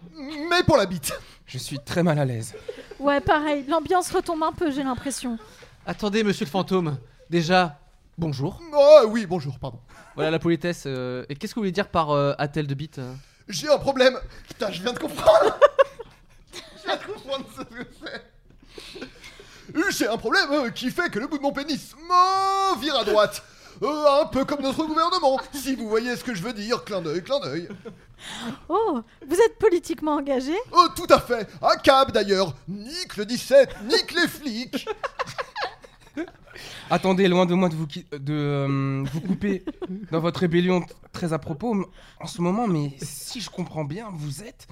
Speaker 10: mais pour la bite.
Speaker 13: Je suis très mal à l'aise.
Speaker 11: Ouais, pareil. L'ambiance retombe un peu, j'ai l'impression.
Speaker 8: Attendez, monsieur le fantôme. Déjà, bonjour.
Speaker 10: Oh oui, bonjour, pardon.
Speaker 8: Voilà la politesse. euh, et qu'est-ce que vous voulez dire par euh, attel de bite euh
Speaker 10: J'ai un problème. Putain, je viens de comprendre. je viens de comprendre ce que c'est. Euh, J'ai un problème euh, qui fait que le bout de mon pénis me vire à droite. Euh, un peu comme notre gouvernement. Si vous voyez ce que je veux dire, clin d'œil, clin d'œil.
Speaker 11: Oh, vous êtes politiquement engagé
Speaker 10: Euh, tout à fait. Un câble d'ailleurs. Nique le 17, nique les flics.
Speaker 13: Attendez, loin de moi de vous, qui- de, euh, vous couper dans votre rébellion t- très à propos m- en ce moment, mais si je comprends bien, vous êtes.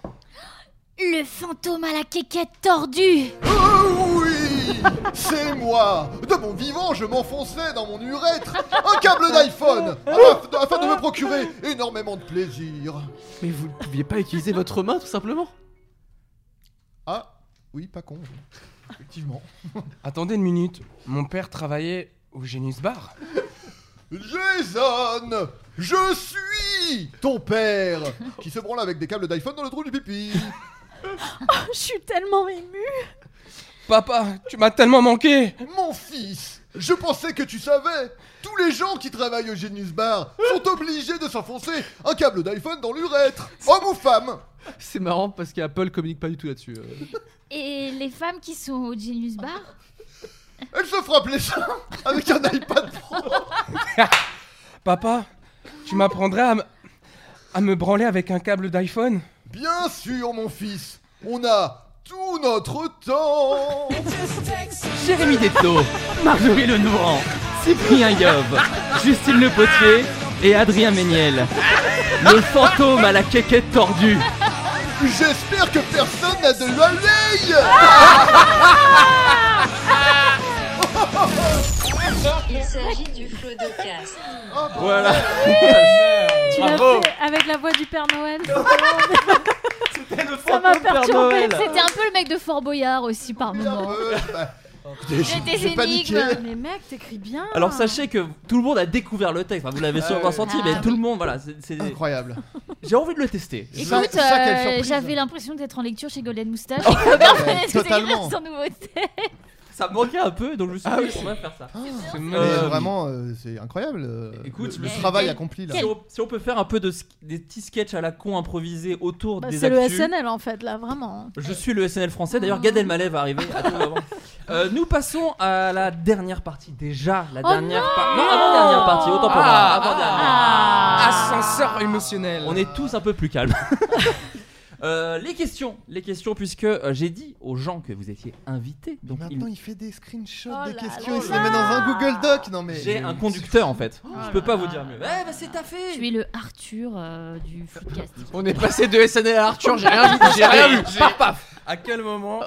Speaker 12: Le fantôme à la quéquette tordue
Speaker 10: Oh oui C'est moi De mon vivant, je m'enfonçais dans mon urètre un câble d'iPhone afin, afin de me procurer énormément de plaisir.
Speaker 8: Mais vous ne pouviez pas utiliser votre main tout simplement
Speaker 10: Ah, oui, pas con. Effectivement.
Speaker 13: Attendez une minute, mon père travaillait au Genius Bar.
Speaker 10: Jason Je suis ton père qui se branle avec des câbles d'iPhone dans le trou du pipi.
Speaker 11: Oh, Je suis tellement émue.
Speaker 13: Papa, tu m'as tellement manqué
Speaker 10: Mon fils Je pensais que tu savais Tous les gens qui travaillent au Genius Bar sont obligés de s'enfoncer un câble d'iPhone dans l'urètre, homme ou femme
Speaker 8: C'est marrant parce qu'Apple communique pas du tout là-dessus. euh.
Speaker 12: Et les femmes qui sont au Genius Bar
Speaker 10: Elle se frappe les seins avec un iPad Pro
Speaker 13: Papa, tu m'apprendrais à, m- à me branler avec un câble d'iPhone
Speaker 10: Bien sûr, mon fils On a tout notre temps
Speaker 7: Jérémy Detto, Marjorie Lenoir, Cyprien Yov, Justine Le Potier et Adrien Méniel. Le fantôme à la quéquette tordue.
Speaker 10: J'espère que personne n'a de l'oeil
Speaker 11: Ah
Speaker 4: Il s'agit du flot de caste.
Speaker 7: Voilà.
Speaker 11: Tu l'as fait avec la voix du Père Noël. Ça m'a
Speaker 7: fantôme Père
Speaker 11: perturbé.
Speaker 7: Noël.
Speaker 12: C'était un peu le mec de Fort Boyard aussi par moment.
Speaker 10: J'ai
Speaker 12: J'ai
Speaker 10: euh, bah, j'ai paniqué
Speaker 11: Mais mec,
Speaker 12: Eh
Speaker 11: t'écris bien.
Speaker 7: Alors sachez que tout le monde a découvert le texte. Enfin, vous l'avez sûrement
Speaker 10: Ouais.
Speaker 7: senti,
Speaker 12: Ah
Speaker 7: mais
Speaker 12: oui.
Speaker 7: tout le monde, voilà. c'est- c'est-
Speaker 10: Incroyable
Speaker 7: J'ai envie de le tester.
Speaker 12: Écoute,
Speaker 10: Ça- ça, quelle
Speaker 12: euh,
Speaker 10: surprise.
Speaker 12: j'avais l'impression d'être en lecture chez Golden Moustache. et Robert venait nous écrire
Speaker 10: totalement.
Speaker 12: son nouveau texte.
Speaker 7: Ça me manquait un peu, donc je me suis
Speaker 10: Ah
Speaker 7: dit,
Speaker 10: oui.
Speaker 7: on va faire ça.
Speaker 13: C'est
Speaker 10: Mais
Speaker 7: Euh,
Speaker 10: vraiment, euh, c'est incroyable euh,
Speaker 7: Écoute,
Speaker 10: le, le
Speaker 7: mais-
Speaker 10: travail
Speaker 7: quel-
Speaker 10: accompli là.
Speaker 7: Si on, si on peut faire un peu de sk- des petits sketchs à la con improvisés autour
Speaker 11: Bah,
Speaker 7: des
Speaker 11: c'est le
Speaker 7: actus.
Speaker 11: SNL en fait, là, vraiment.
Speaker 7: Je suis le SNL français. D'ailleurs, Gad Elmaleh va arriver. à tout moment. Euh, nous passons à la dernière partie. Déjà, la
Speaker 11: Oh
Speaker 7: dernière
Speaker 11: non
Speaker 7: partie. Non, avant dernière partie. Autant pour
Speaker 13: Ah,
Speaker 7: moi. Avant
Speaker 13: Ascenseur émotionnel
Speaker 7: Ah. On est tous un peu plus calmes. Euh, les questions, les questions, puisque euh, j'ai dit aux gens que vous étiez invités. Donc il-
Speaker 10: Maintenant, il fait des screenshots
Speaker 11: Oh
Speaker 10: des
Speaker 11: là
Speaker 10: questions,
Speaker 11: là
Speaker 10: il se les met dans un Google Doc. Non mais
Speaker 7: j'ai un conducteur en fait. Je peux pas vous dire mieux. Eh, bah, c'est ta
Speaker 12: Je
Speaker 7: fait.
Speaker 12: suis le Arthur euh, du footcast.
Speaker 8: On est passé de SNL à Arthur, j'ai rien vu, j'ai rien vu. Paf, paf.
Speaker 13: À quel moment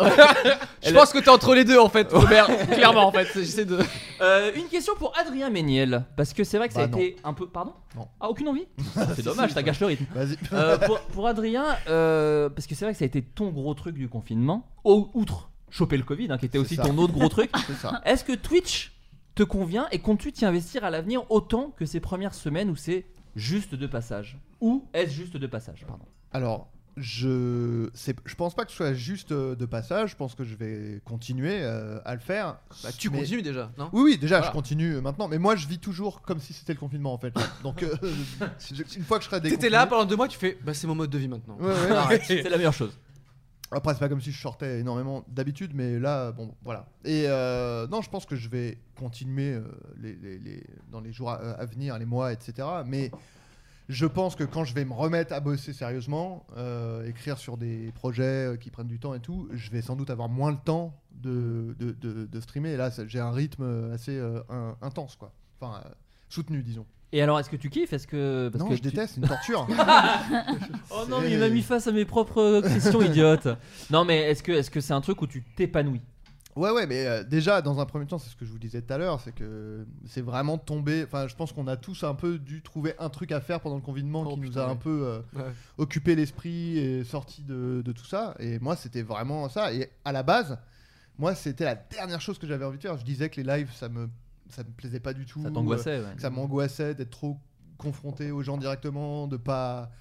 Speaker 8: Je pense que t'es entre les deux en fait, Robert. Clairement en fait, j'essaie de.
Speaker 7: Euh, une question pour Adrien Méniel, parce que c'est vrai que ça
Speaker 10: Bah,
Speaker 7: a été un peu. Pardon
Speaker 10: Non.
Speaker 7: Ah, aucune envie C'est dommage,
Speaker 10: si,
Speaker 7: ça
Speaker 10: si.
Speaker 7: gâche le rythme.
Speaker 10: Vas-y.
Speaker 7: Euh, pour, pour Adrien, euh, euh, parce que c'est vrai que ça a été ton gros truc du confinement, au- outre choper le Covid, hein, qui était aussi
Speaker 8: ça.
Speaker 7: ton autre gros truc.
Speaker 8: C'est ça.
Speaker 7: Est-ce que Twitch te convient et comptes-tu t'y investir à l'avenir autant que ces premières semaines où c'est juste de passage Ou est-ce juste de passage Pardon.
Speaker 10: Alors, je, c'est- je pense pas que ce soit juste euh, de passage. Je pense que je vais continuer euh, à le faire.
Speaker 8: Bah, tu continues déjà, non
Speaker 10: Oui, oui, déjà,
Speaker 8: Voilà.
Speaker 7: Ah.
Speaker 10: je continue euh, maintenant. Mais moi, je vis toujours comme si c'était le confinement, en fait. Donc, euh, je- une fois que je serai
Speaker 8: T'étais
Speaker 10: déconfiné-
Speaker 8: là pendant deux mois, tu fais, bah c'est mon mode de vie maintenant.
Speaker 10: Ouais, ouais.
Speaker 8: Arrête.
Speaker 10: Après, c'est pas comme si je sortais énormément d'habitude, mais là, bon, voilà. Et euh, non, je pense que je vais continuer euh, les, les- les- dans les jours à, euh, à venir, les mois, etc. Mais je pense que quand je vais me remettre à bosser sérieusement, euh, écrire sur des projets euh, qui prennent du temps et tout, je vais sans doute avoir moins le temps de, de, de- de streamer. Et là, ça- j'ai un rythme assez euh, un- intense, quoi. Enfin, euh, soutenu, disons.
Speaker 7: Et alors, est-ce que tu kiffes Est-ce que parce
Speaker 10: Non,
Speaker 7: que
Speaker 10: je
Speaker 7: tu-
Speaker 10: déteste, c'est une torture.
Speaker 7: oh non, mais il m'a mis face à mes propres questions idiotes. Non, mais est-ce que est-ce que c'est un truc où tu t'épanouis
Speaker 10: Ouais, ouais, mais euh, déjà, dans un premier temps, c'est ce que je vous disais tout à l'heure, c'est que c'est vraiment tombé. Enfin, je pense qu'on a tous un peu dû trouver un truc à faire pendant le confinement qui nous a un peu euh,
Speaker 8: Oh, Ouais.
Speaker 10: occupé l'esprit et sorti de, de tout ça. Et moi, c'était vraiment ça. Et à la base, moi, c'était la dernière chose que j'avais envie de faire. Je disais que les lives, ça me, ça me plaisait pas du tout.
Speaker 7: Ça t'angoissait, ouais.
Speaker 10: que Ça m'angoissait d'être trop confronté aux gens directement, de pas.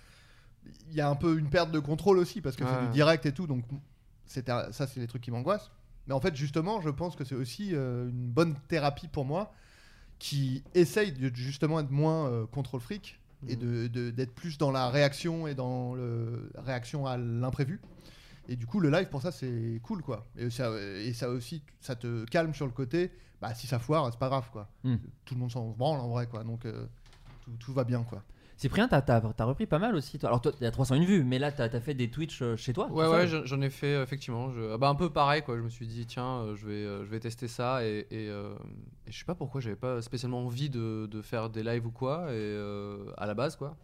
Speaker 10: Il y a un peu une perte de contrôle aussi parce que c'est
Speaker 8: Ouais.
Speaker 10: du direct et tout. Donc c'était ça, c'est les trucs qui m'angoissent. Mais en fait, justement, je pense que c'est aussi euh, une bonne thérapie pour moi qui essaye de justement être moins euh, contrôle fric et de- de- d'être plus dans la réaction et dans le réaction à l'imprévu. Et du coup, le live pour ça, c'est cool quoi. Et ça, et ça aussi, ça te calme sur le côté. Bah, si ça foire, c'est pas grave quoi.
Speaker 7: Mm.
Speaker 10: Tout le monde s'en branle en vrai quoi. Donc euh, tout, tout va bien quoi.
Speaker 7: Cyprien, t'as t'as- t'as repris pas mal aussi. Toi. Alors, toi, t'as 301 vues, mais là, t'as as fait des Twitch euh, chez toi.
Speaker 8: Ouais,
Speaker 7: tout
Speaker 8: ouais,
Speaker 7: seul.
Speaker 8: j'en j'en ai fait euh, effectivement. Je... ah bah, un peu pareil, quoi. Je me suis dit, tiens, euh, je, vais, euh, je vais tester ça. Et, et, euh, et je sais pas pourquoi, j'avais pas spécialement envie de, de faire des lives ou quoi, et, euh, à la base, quoi.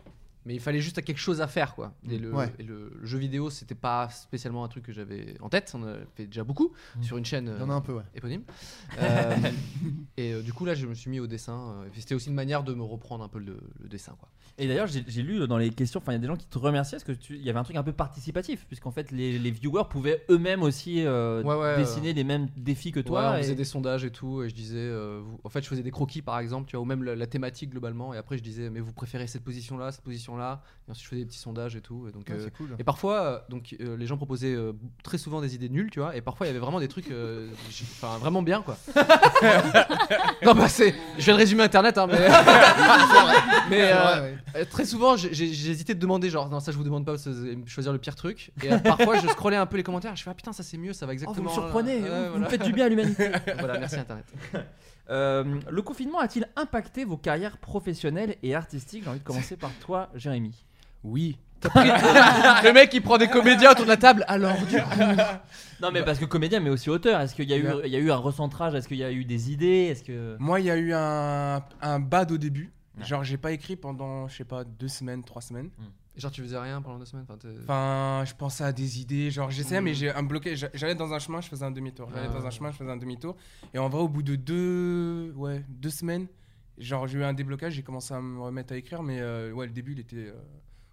Speaker 8: Mais il fallait juste quelque chose à faire, quoi. Et le,
Speaker 10: Ouais.
Speaker 8: et le jeu vidéo, c'était pas spécialement un truc que j'avais en tête. On en avait fait déjà beaucoup sur une chaîne
Speaker 10: Mmh. Il y en a
Speaker 8: euh,
Speaker 10: un peu, ouais.
Speaker 8: éponyme. Euh, et euh, du coup, là, je me suis mis au dessin. euh, et puis c'était aussi une manière de me reprendre un peu le, le dessin, quoi.
Speaker 7: Et d'ailleurs, j'ai j'ai lu euh, dans les questions, enfin, il y a des gens qui te remerciaient parce que tu- il y avait un truc un peu participatif, puisqu'en fait, les, les viewers pouvaient eux-mêmes aussi euh,
Speaker 8: Ouais, ouais,
Speaker 7: dessiner
Speaker 8: euh.
Speaker 7: les mêmes défis que
Speaker 8: Ouais,
Speaker 7: toi.
Speaker 8: on
Speaker 7: et-
Speaker 8: faisait des sondages et tout, et je disais, euh, vous- en fait, je faisais des croquis par exemple, tu vois, ou même la, la thématique globalement, et après je disais, mais vous préférez cette position là, cette position là, et ensuite je faisais des petits sondages et tout, et donc.
Speaker 10: Ouais,
Speaker 8: euh,
Speaker 10: Ah, c'est cool.
Speaker 8: Et parfois, euh, donc euh, les gens proposaient euh, très souvent des idées nulles, tu vois, et parfois il y avait vraiment des trucs, euh, j- enfin vraiment bien quoi. non bah c'est, je viens de résumer Internet, hein, mais. mais
Speaker 10: C'est
Speaker 8: euh,
Speaker 10: vrai, ouais.
Speaker 8: euh, très souvent, j'ai- j'ai j'ai hésité de demander, genre, non, ça je vous demande pas, parce que vous allez me choisir le pire truc. Et euh, parfois, je scrollais un peu les commentaires, je fais, ah putain, ça c'est mieux, ça va
Speaker 7: Oh,
Speaker 8: exactement.
Speaker 7: vous me surprenez,
Speaker 8: Ouais,
Speaker 7: vous- vous
Speaker 8: voilà.
Speaker 7: faites du bien à l'humanité.
Speaker 8: voilà, merci Internet.
Speaker 7: Euh, le confinement a-t-il impacté vos carrières professionnelles et artistiques J'ai envie de commencer par toi, Jérémy.
Speaker 13: Oui.
Speaker 8: le mec il prend des comédiens autour de la table, Bah. alors du coup.
Speaker 7: Non, mais parce que comédien, mais aussi auteur. Est-ce qu'il y, a eu- il y a eu un recentrage Est-ce qu'il y a eu des idées Est-ce que.
Speaker 13: Moi, il y a eu un, un bad au début. Genre, j'ai pas écrit pendant, je sais pas, deux semaines, trois semaines.
Speaker 7: Hmm.
Speaker 8: Genre, tu faisais rien pendant deux semaines enfin, t'es-
Speaker 13: Enfin, je pensais à des idées, genre j'essayais,
Speaker 7: Hmm.
Speaker 8: Mm.
Speaker 13: mais j'ai un bloqué. J'a- J'allais dans un chemin, je faisais un demi-tour. J'allais
Speaker 8: Ah.
Speaker 13: dans un chemin, je faisais un demi-tour. Et en vrai, au bout de deux, ouais, deux semaines, genre j'ai eu un déblocage, j'ai commencé à me remettre à écrire, mais euh, ouais, le début il était euh,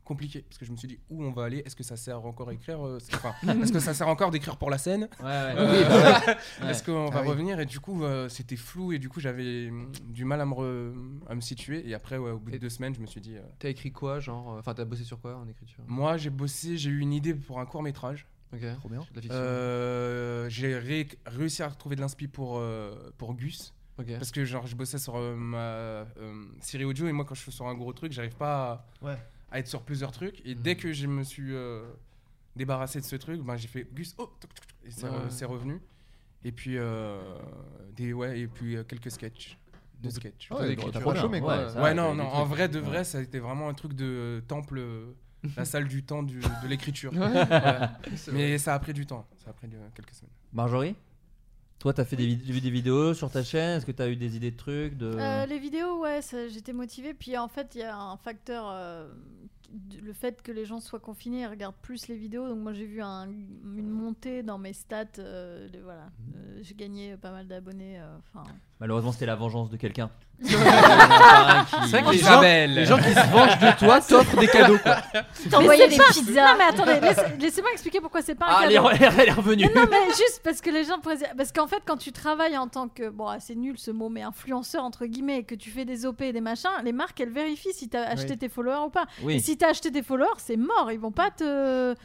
Speaker 13: compliqué parce que je me suis dit où on va aller, est-ce que ça sert encore à écrire, euh, c'est- enfin, est-ce que ça sert encore d'écrire pour la scène,
Speaker 7: Ouais, ouais.
Speaker 8: Ah
Speaker 13: Euh,
Speaker 7: Oui, bah ouais.
Speaker 13: est-ce qu'on
Speaker 7: Ah
Speaker 13: va
Speaker 7: oui.
Speaker 13: revenir et du coup euh, c'était flou et du coup j'avais mm, du mal à me re- à me situer et après ouais, au bout de deux semaines je me suis dit euh,
Speaker 8: T'as écrit quoi, genre euh, Enfin, t'as bossé sur quoi en écriture
Speaker 13: moi, j'ai bossé, j'ai eu une idée pour un court métrage.
Speaker 8: Ok. Trop bien. De la fiction.
Speaker 13: Euh, j'ai ré- réussi à retrouver de l'inspi pour, euh, pour Gus.
Speaker 8: Ok.
Speaker 13: Parce que genre, je bossais sur euh, ma euh, série audio et moi, quand je suis sur un gros truc, j'arrive pas à,
Speaker 10: Ouais.
Speaker 13: à être sur plusieurs trucs.
Speaker 8: Mhm.
Speaker 13: Et dès que je me suis euh, débarrassé de ce truc, ben, j'ai fait Gus, oh toc, toc, toc Et c'est re-
Speaker 8: Ouais.
Speaker 13: c'est revenu. Et puis, euh, des, ouais, et puis euh, quelques sketchs. Deux
Speaker 8: Donc,
Speaker 13: sketchs.
Speaker 8: ah ouais, donc t'as pas chômé, quoi.
Speaker 13: Ouais,
Speaker 8: Ouais, ça,
Speaker 13: ouais,
Speaker 8: t'as
Speaker 13: non,
Speaker 8: eu des
Speaker 13: non. En
Speaker 8: trucs.
Speaker 13: vrai, de vrai,
Speaker 8: Ouais.
Speaker 13: ça a été vraiment un truc de euh, temple, euh, la salle du temps du- de l'écriture.
Speaker 8: Ouais.
Speaker 13: Ouais.
Speaker 8: C'est
Speaker 13: Mais ça a pris du temps, ça a pris euh, quelques semaines.
Speaker 7: Marjorie Toi, t'as fait des, vid- vu des vidéos sur ta chaîne Est-ce que t'as eu des idées de trucs de...
Speaker 11: Euh, les vidéos, ouais, ça- j'étais motivée. Puis en fait, il y a un facteur, euh, d- le fait que les gens soient confinés et regardent plus les vidéos. Donc moi, j'ai vu un- Mhm. une montée dans mes stats. euh, de- voilà, Euh, j'ai gagné pas mal d'abonnés. euh, Enfin,
Speaker 7: Malheureusement, c'était la vengeance de quelqu'un. C'est
Speaker 8: vrai que les gens- les gens qui se vengent de toi t'offrent des cadeaux, quoi.
Speaker 11: Mais
Speaker 12: T'envoyais des
Speaker 11: c'est pas-
Speaker 12: pizzas.
Speaker 11: Non mais attendez, laisse- laissez-moi expliquer pourquoi c'est pas un
Speaker 7: Ah, elle est
Speaker 11: cadeau.
Speaker 7: re- elle est revenue.
Speaker 11: Mais non mais juste parce que les gens pourraient dire- parce qu'en fait quand tu travailles en tant que bon ah, c'est nul ce mot mais influenceur entre guillemets et que tu fais des OP et des machins, les marques elles vérifient si t'as acheté
Speaker 7: Oui.
Speaker 11: tes followers ou pas.
Speaker 7: Oui.
Speaker 11: Et si t'as acheté tes followers, c'est mort, ils vont pas te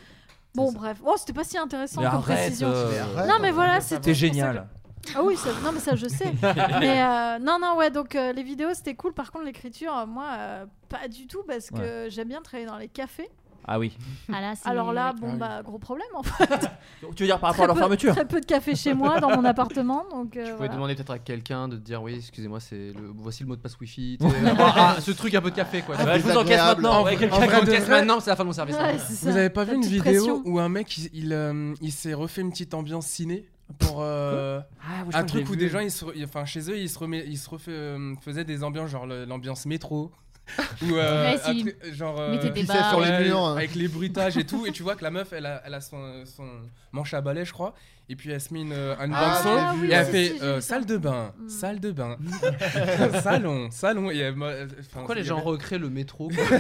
Speaker 11: Bon bref, oh c'était pas si intéressant
Speaker 7: Mais
Speaker 11: comme
Speaker 7: arrête,
Speaker 11: précision.
Speaker 7: euh, Mais arrête,
Speaker 11: non
Speaker 7: on
Speaker 11: mais
Speaker 7: veut
Speaker 11: voilà,
Speaker 7: pas
Speaker 11: c'était
Speaker 7: T'es génial.
Speaker 11: ah oui, ça- non mais ça je sais. mais euh, non non ouais donc euh, les vidéos c'était cool. Par contre l'écriture euh, moi euh, pas du tout parce que j'aime bien travailler dans les cafés.
Speaker 7: Ah oui.
Speaker 11: Alors là bon
Speaker 7: Ah oui.
Speaker 11: bah gros problème en fait.
Speaker 7: Tu veux dire par rapport
Speaker 11: Très
Speaker 7: à leur
Speaker 11: peu-
Speaker 7: fermeture
Speaker 11: Très peu de café chez moi dans mon appartement donc.
Speaker 8: Tu
Speaker 11: euh,
Speaker 8: pouvais
Speaker 11: voilà.
Speaker 8: demander peut-être à quelqu'un de te dire oui, excusez-moi, c'est le voici le mot de passe wifi. tu sais, avoir un- ce truc un peu de café quoi.
Speaker 7: Ah, Ouais, je vous encaisse désagréable. maintenant, ouais, quelqu'un
Speaker 13: en vrai,
Speaker 8: encaisse
Speaker 13: de vrai-
Speaker 8: maintenant, c'est la fin de mon service.
Speaker 13: Vous avez pas vu une vidéo où un mec il, il, euh, il s'est refait une petite ambiance ciné pour euh,
Speaker 7: Ah, ouais, je crois
Speaker 13: un
Speaker 7: que je
Speaker 13: truc
Speaker 7: l'ai
Speaker 13: où
Speaker 7: vu.
Speaker 13: des gens ils se re- ils- enfin chez eux ils se remet- ils se refait- euh, faisaient des ambiances genre le- l'ambiance métro ou euh,
Speaker 8: Ouais,
Speaker 13: un
Speaker 8: si.
Speaker 13: truc- genre euh,
Speaker 8: Mettez des Ils pissaient barres. sur les
Speaker 13: ouais,
Speaker 8: murs, hein.
Speaker 13: avec les bruitages et tout et tu vois que la meuf elle a, elle a son, son manche à balai je crois et puis elle se met une, euh, une
Speaker 8: Ah,
Speaker 13: bande
Speaker 8: je l'ai
Speaker 13: son
Speaker 8: vu,
Speaker 13: et elle
Speaker 8: ouais. Si,
Speaker 13: fait
Speaker 8: si, j'ai
Speaker 13: euh,
Speaker 8: vu ça. Mm.
Speaker 13: salle de bain salle de bain salon salon et elle m'a- enfin,
Speaker 8: Pourquoi
Speaker 13: il
Speaker 8: les
Speaker 13: y
Speaker 8: gens
Speaker 13: avait-
Speaker 8: recréent le métro quoi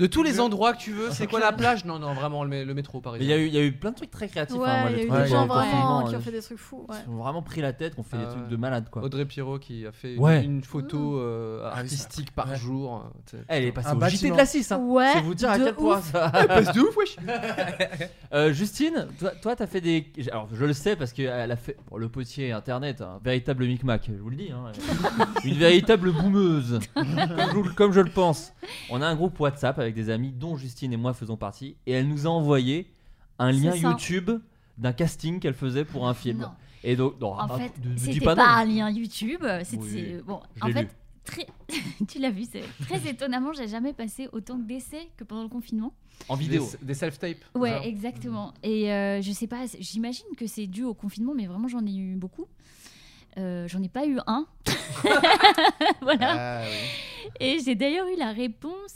Speaker 8: De tous les
Speaker 13: Le-
Speaker 8: endroits que tu veux, c'est quoi la plage Non, non, vraiment le, mé- le métro par
Speaker 7: Mais il
Speaker 8: exemple.
Speaker 7: y, a eu- il y a eu plein de trucs très créatifs.
Speaker 11: Ouais,
Speaker 7: hein, moi,
Speaker 11: il y
Speaker 7: j'ai
Speaker 11: a eu
Speaker 7: trouvé,
Speaker 11: des gens
Speaker 7: pendant le
Speaker 11: vraiment
Speaker 7: confinement,
Speaker 11: qui ont
Speaker 7: euh,
Speaker 11: fait des trucs fous, ouais.
Speaker 7: Ils ont vraiment pris la tête, qu'on fait
Speaker 8: Ah
Speaker 7: des trucs
Speaker 8: ouais.
Speaker 7: de malade quoi.
Speaker 8: Audrey Pirot qui a fait une-
Speaker 7: Ouais. Ah
Speaker 8: une photo euh, artistique par jour. euh, tu sais.
Speaker 7: Elle est passée
Speaker 8: Un
Speaker 7: au JT
Speaker 8: bâtiment.
Speaker 7: de la 6. Hein.
Speaker 8: Ouais,
Speaker 7: C'est vous dire à
Speaker 8: de
Speaker 7: quel point
Speaker 8: ouf.
Speaker 7: ça.
Speaker 8: Elle passe de ouf, wesh.
Speaker 7: Euh, Justine, toi, toi, t'as fait des. Alors, je le sais parce qu'elle a fait. bon, le potier internet, un véritable micmac, je vous le dis. hein. Une véritable boumeuse. comme, je, vous le- comme je le pense. On a un groupe WhatsApp avec des amis dont Justine et moi faisons partie. Et elle nous a envoyé un
Speaker 12: C'est
Speaker 7: lien
Speaker 12: ça.
Speaker 7: YouTube d'un casting qu'elle faisait pour un film.
Speaker 12: Non.
Speaker 7: Et donc, non,
Speaker 12: En
Speaker 7: ah,
Speaker 12: fait,
Speaker 7: ne- ne dis
Speaker 12: c'était
Speaker 7: pas
Speaker 12: pas,
Speaker 7: non.
Speaker 12: un lien YouTube. C'était
Speaker 7: Oui,
Speaker 12: bon.
Speaker 7: je
Speaker 12: En
Speaker 7: l'ai
Speaker 12: fait,
Speaker 7: lu.
Speaker 12: très, tu l'as vu, c'est très étonnamment, j'ai jamais passé autant d'essais que pendant le confinement.
Speaker 7: En vidéo.
Speaker 8: Des, des self-tapes.
Speaker 12: Ouais,
Speaker 8: Ah.
Speaker 7: Mmh.
Speaker 12: exactement. Et euh, je sais pas, c'est- j'imagine que c'est dû au confinement, mais vraiment j'en ai eu beaucoup. Euh, j'en ai pas eu un. voilà.
Speaker 15: Ah
Speaker 12: Et j'ai d'ailleurs eu la réponse.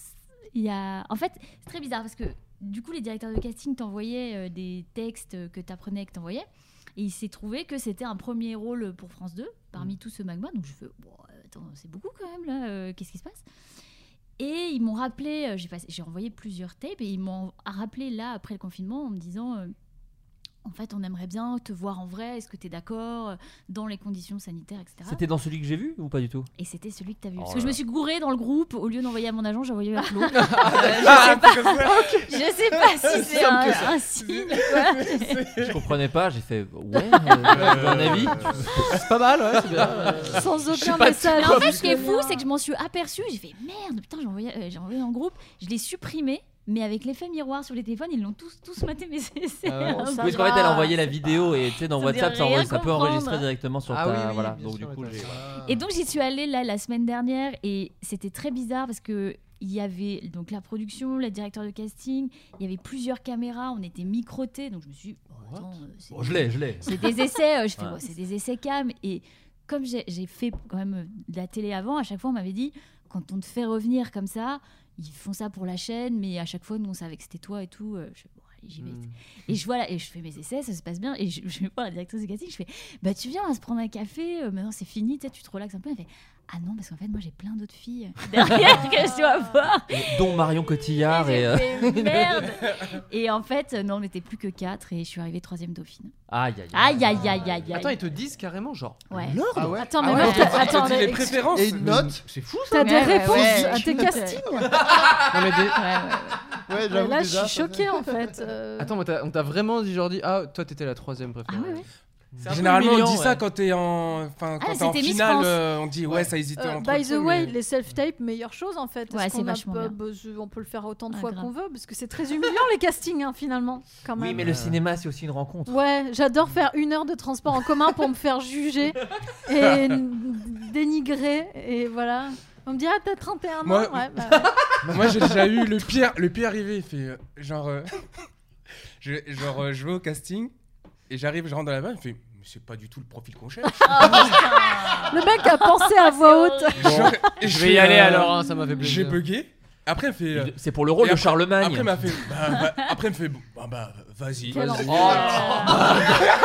Speaker 12: Il y a... En fait, c'est très bizarre parce que du coup, les directeurs de casting t'envoyaient euh, des textes que t'apprenais et que t'envoyais. Et il s'est trouvé que c'était un premier rôle pour France 2 parmi tout ce magma. Donc je fais, bon, euh, attends, c'est beaucoup quand même là, euh, qu'est-ce qui se passe et ils m'ont rappelé, euh, j'ai passé- j'ai envoyé plusieurs tapes et ils m'ont rappelé là après le confinement en me disant euh, en fait on aimerait bien te voir en vrai, est-ce que tu es d'accord euh, dans les conditions sanitaires, etc.
Speaker 7: C'était dans celui que j'ai vu ou pas du tout
Speaker 12: Et c'était celui que tu as vu.
Speaker 7: Oh
Speaker 12: Parce
Speaker 7: là
Speaker 12: que je me
Speaker 7: là.
Speaker 12: suis gourée dans le groupe, au lieu d'envoyer à mon agent, j'ai envoyé à Flo. Euh, je,
Speaker 7: Ah,
Speaker 12: sais pas,
Speaker 7: comme ça.
Speaker 12: je sais pas si
Speaker 15: C'est
Speaker 12: c'est
Speaker 15: simple que
Speaker 12: un,
Speaker 15: ça.
Speaker 12: un signe. quoi.
Speaker 7: Je comprenais pas, j'ai fait ouais, euh, à mon avis. C'est pas mal, ouais, c'est bien. Euh,
Speaker 11: Sans
Speaker 7: je sais
Speaker 11: aucun
Speaker 7: pas
Speaker 11: message.
Speaker 7: de
Speaker 12: Mais
Speaker 7: quoi.
Speaker 12: en fait, ce qui est fou, c'est que je m'en suis aperçue. J'ai fait merde, putain, j'ai envoyé, euh, j'ai envoyé en groupe. Je l'ai supprimé, mais avec l'effet miroir sur les téléphones, ils l'ont tous, tous maté. Mais c'est. c'est
Speaker 7: Ah ouais.
Speaker 12: un
Speaker 7: Oui,
Speaker 12: peu-
Speaker 7: parce qu'en fait, elle a envoyé la vidéo et tu sais, dans
Speaker 12: Ça veut
Speaker 7: WhatsApp,
Speaker 12: dire
Speaker 7: ça,
Speaker 12: rien
Speaker 7: enregistre- ça peut
Speaker 12: comprendre.
Speaker 7: enregistrer directement sur
Speaker 12: Ah
Speaker 7: ta.
Speaker 12: oui, oui,
Speaker 7: voilà,
Speaker 8: bien
Speaker 7: donc
Speaker 8: sûr,
Speaker 7: du coup,
Speaker 8: attends,
Speaker 7: j'ai-
Speaker 8: je-
Speaker 7: voilà.
Speaker 12: Et donc, j'y suis allée là la semaine dernière et c'était très bizarre parce que. Il y avait donc la production, le directeur de casting, il y avait plusieurs caméras, on était microtés, donc je me suis dit, oh, attends, euh, c'est-
Speaker 7: Bon, je l'ai, je l'ai.
Speaker 12: C'est des essais, euh, je fais,
Speaker 7: Ouais.
Speaker 12: ouais, c'est des essais cam. Et comme j'ai j'ai fait quand même euh, de la télé avant, à chaque fois on m'avait dit, quand on te fait revenir comme ça, ils font ça pour la chaîne, mais à chaque fois nous on savait que c'était toi et tout. euh, Je fais, bon, allez, j'y vais. Et je vois là, et je fais mes essais, ça se passe bien. Et je, je vais voir la directrice de casting, je fais, bah tu viens, on va se prendre un café, euh, maintenant c'est fini, tu sais, tu te relaxes un peu. Elle fait, ah non, parce qu'en fait moi j'ai plein d'autres filles derrière que je dois voir.
Speaker 7: Dont Marion Cotillard et. euh,
Speaker 12: Mais merde Et en fait, euh, non, on n'était plus que quatre et je suis arrivée troisième dauphine.
Speaker 7: Aïe, aïe, aïe.
Speaker 12: Aïe, aïe, aïe, aïe, aïe.
Speaker 8: Attends, ils te disent carrément genre.
Speaker 12: Ouais.
Speaker 8: l'ordre
Speaker 12: Ah ouais
Speaker 8: Attends,
Speaker 12: Attends,
Speaker 8: mais
Speaker 12: mais
Speaker 8: Ah ouais,
Speaker 12: moi,
Speaker 8: moi, attends,
Speaker 12: attends,
Speaker 8: attends, les préférences.
Speaker 10: Et une note
Speaker 8: C'est fou
Speaker 11: T'as des
Speaker 12: Ouais, ouais,
Speaker 11: réponses
Speaker 12: ouais.
Speaker 11: à Ah, tes
Speaker 12: Ouais.
Speaker 11: castings.
Speaker 8: Non, mais des-
Speaker 10: Ouais,
Speaker 11: Et
Speaker 10: j'avoue
Speaker 11: là,
Speaker 10: déjà,
Speaker 11: je suis
Speaker 10: ça
Speaker 11: choquée en fait. euh.
Speaker 8: Attends, mais t'as- on t'a vraiment dit genre dit ah toi t'étais la troisième préférée.
Speaker 13: C'est un peu Généralement, on humiliant, dit ça ouais. Euh, quand t'es en, enfin, quand
Speaker 11: Ah,
Speaker 13: t'es en
Speaker 11: c'était Miss
Speaker 13: finale,
Speaker 11: France.
Speaker 13: euh, on dit ouais, ça hésite
Speaker 11: Euh,
Speaker 13: entre.
Speaker 11: by the way, les self-tapes, meilleure chose en fait. parce
Speaker 12: Ouais,
Speaker 11: qu'on
Speaker 12: c'est
Speaker 11: a
Speaker 12: vachement
Speaker 11: pas
Speaker 12: bien.
Speaker 11: besoin- on peut le faire autant de
Speaker 12: Ah,
Speaker 11: fois
Speaker 12: grave.
Speaker 11: qu'on veut, parce que c'est très humiliant les castings hein, finalement. Quand même.
Speaker 7: Oui, mais le
Speaker 10: Euh,
Speaker 7: cinéma, c'est aussi une rencontre.
Speaker 11: Ouais, j'adore faire une heure de transport en commun pour me faire juger et dénigrer. Et voilà. On me dit, ah, t'as 31
Speaker 13: Moi-
Speaker 11: ans. Ouais, bah, ouais.
Speaker 13: Moi, j'ai déjà eu le pire, le pire arrivé. Il fait euh, genre, euh, je, genre, euh, je vais au casting et j'arrive, je rentre dans la vanne, il fait. Mais c'est pas du tout le profil qu'on cherche.
Speaker 11: Le mec a pensé à voix haute.
Speaker 13: Et genre- et
Speaker 8: Je vais y
Speaker 13: fais, euh,
Speaker 8: aller alors, hein, ça m'a fait
Speaker 13: J'ai
Speaker 8: plaisir.
Speaker 13: bugué. Après, elle fait. euh,
Speaker 7: Il- c'est pour le rôle
Speaker 13: et
Speaker 7: de
Speaker 13: après-
Speaker 7: Charlemagne.
Speaker 13: Après, elle m'a fait. bah, bah, après, elle me fait. Bah, bah, vas-y. Oh,
Speaker 7: Quel
Speaker 13: vas-y.
Speaker 7: enfer.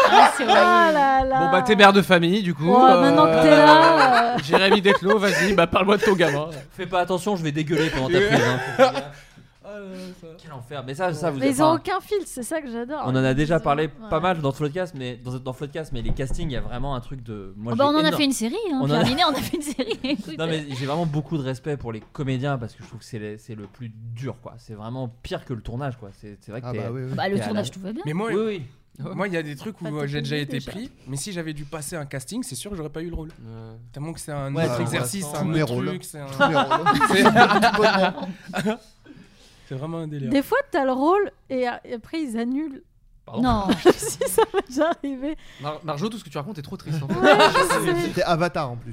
Speaker 7: Ah, c'est horrible.
Speaker 11: Ah là là.
Speaker 8: Bon bah t'es mère de famille du coup.
Speaker 11: Ouais, maintenant que t'es là, euh.
Speaker 8: Jérémy Detlo, vas-y, bah parle-moi de ton gamin.
Speaker 7: Fais pas attention, je vais dégueuler pendant ta prise. hein. Faut faire gaffe. Quel enfer. Mais ça, ça vous
Speaker 11: Mais
Speaker 7: êtes-
Speaker 11: ils ont
Speaker 7: enfin,
Speaker 11: aucun fil, c'est ça que
Speaker 12: Ah,
Speaker 11: j'adore.
Speaker 7: On en a déjà parlé
Speaker 11: Ouais.
Speaker 7: pas mal dans Floodcast, mais dans, dans Floodcast, mais les castings, il y a vraiment un truc de. Moi,
Speaker 12: Ah bah,
Speaker 7: j'ai
Speaker 12: on en a
Speaker 7: énorme-
Speaker 12: fait une série, hein.
Speaker 7: On en
Speaker 12: Pierre
Speaker 7: a-
Speaker 12: Ninet, on a fait une série. écoute.
Speaker 7: Non mais j'ai vraiment beaucoup de respect pour les comédiens parce que je trouve que c'est les- c'est le plus dur quoi. C'est vraiment pire que le tournage quoi. C'est c'est vrai que
Speaker 13: Ah bah
Speaker 7: t'es-
Speaker 13: oui, oui.
Speaker 12: Bah,
Speaker 7: t'es
Speaker 12: le
Speaker 7: à la-
Speaker 12: tournage, tout va bien. Ah,
Speaker 13: Mais moi,
Speaker 7: Oui, oui.
Speaker 13: moi, il y a des trucs
Speaker 12: Pas
Speaker 13: où
Speaker 12: de
Speaker 13: euh, j'ai déjà été
Speaker 12: technologie,
Speaker 13: pris, mais si j'avais dû passer un casting, c'est sûr que j'aurais pas eu le rôle. Tellement que c'est un
Speaker 10: Ouais,
Speaker 13: autre
Speaker 10: c'est
Speaker 13: exercice,
Speaker 10: intéressant.
Speaker 13: un
Speaker 10: Tous les
Speaker 13: autre
Speaker 10: rôles.
Speaker 13: truc, c'est un.
Speaker 10: Tous les rôles. Tout bonnement.
Speaker 13: C'est- c'est vraiment un délire.
Speaker 11: Des fois, t'as le rôle et a- et après ils annulent.
Speaker 8: Pardon Non.
Speaker 11: je sais, ça m'est déjà arrivé.
Speaker 8: Mar- Marjo, tout ce que tu racontes est trop triste en fait.
Speaker 11: Ouais, je sais.
Speaker 10: C'était Avatar en plus.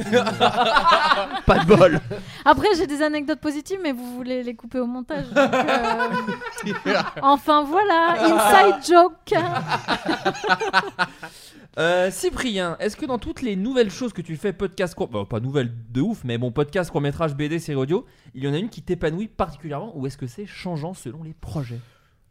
Speaker 8: Pas de bol.
Speaker 11: Après, j'ai des anecdotes positives, mais vous voulez les couper au montage. donc, euh, Enfin
Speaker 13: Ah.
Speaker 11: voilà, inside joke.
Speaker 7: Euh, Cyprien, est-ce que dans toutes les nouvelles choses que tu fais, podcast court, bah, pas nouvelles de ouf, mais bon podcast court métrage, BD, série audio, il y en a une qui t'épanouit particulièrement ou est-ce que c'est changeant selon les projets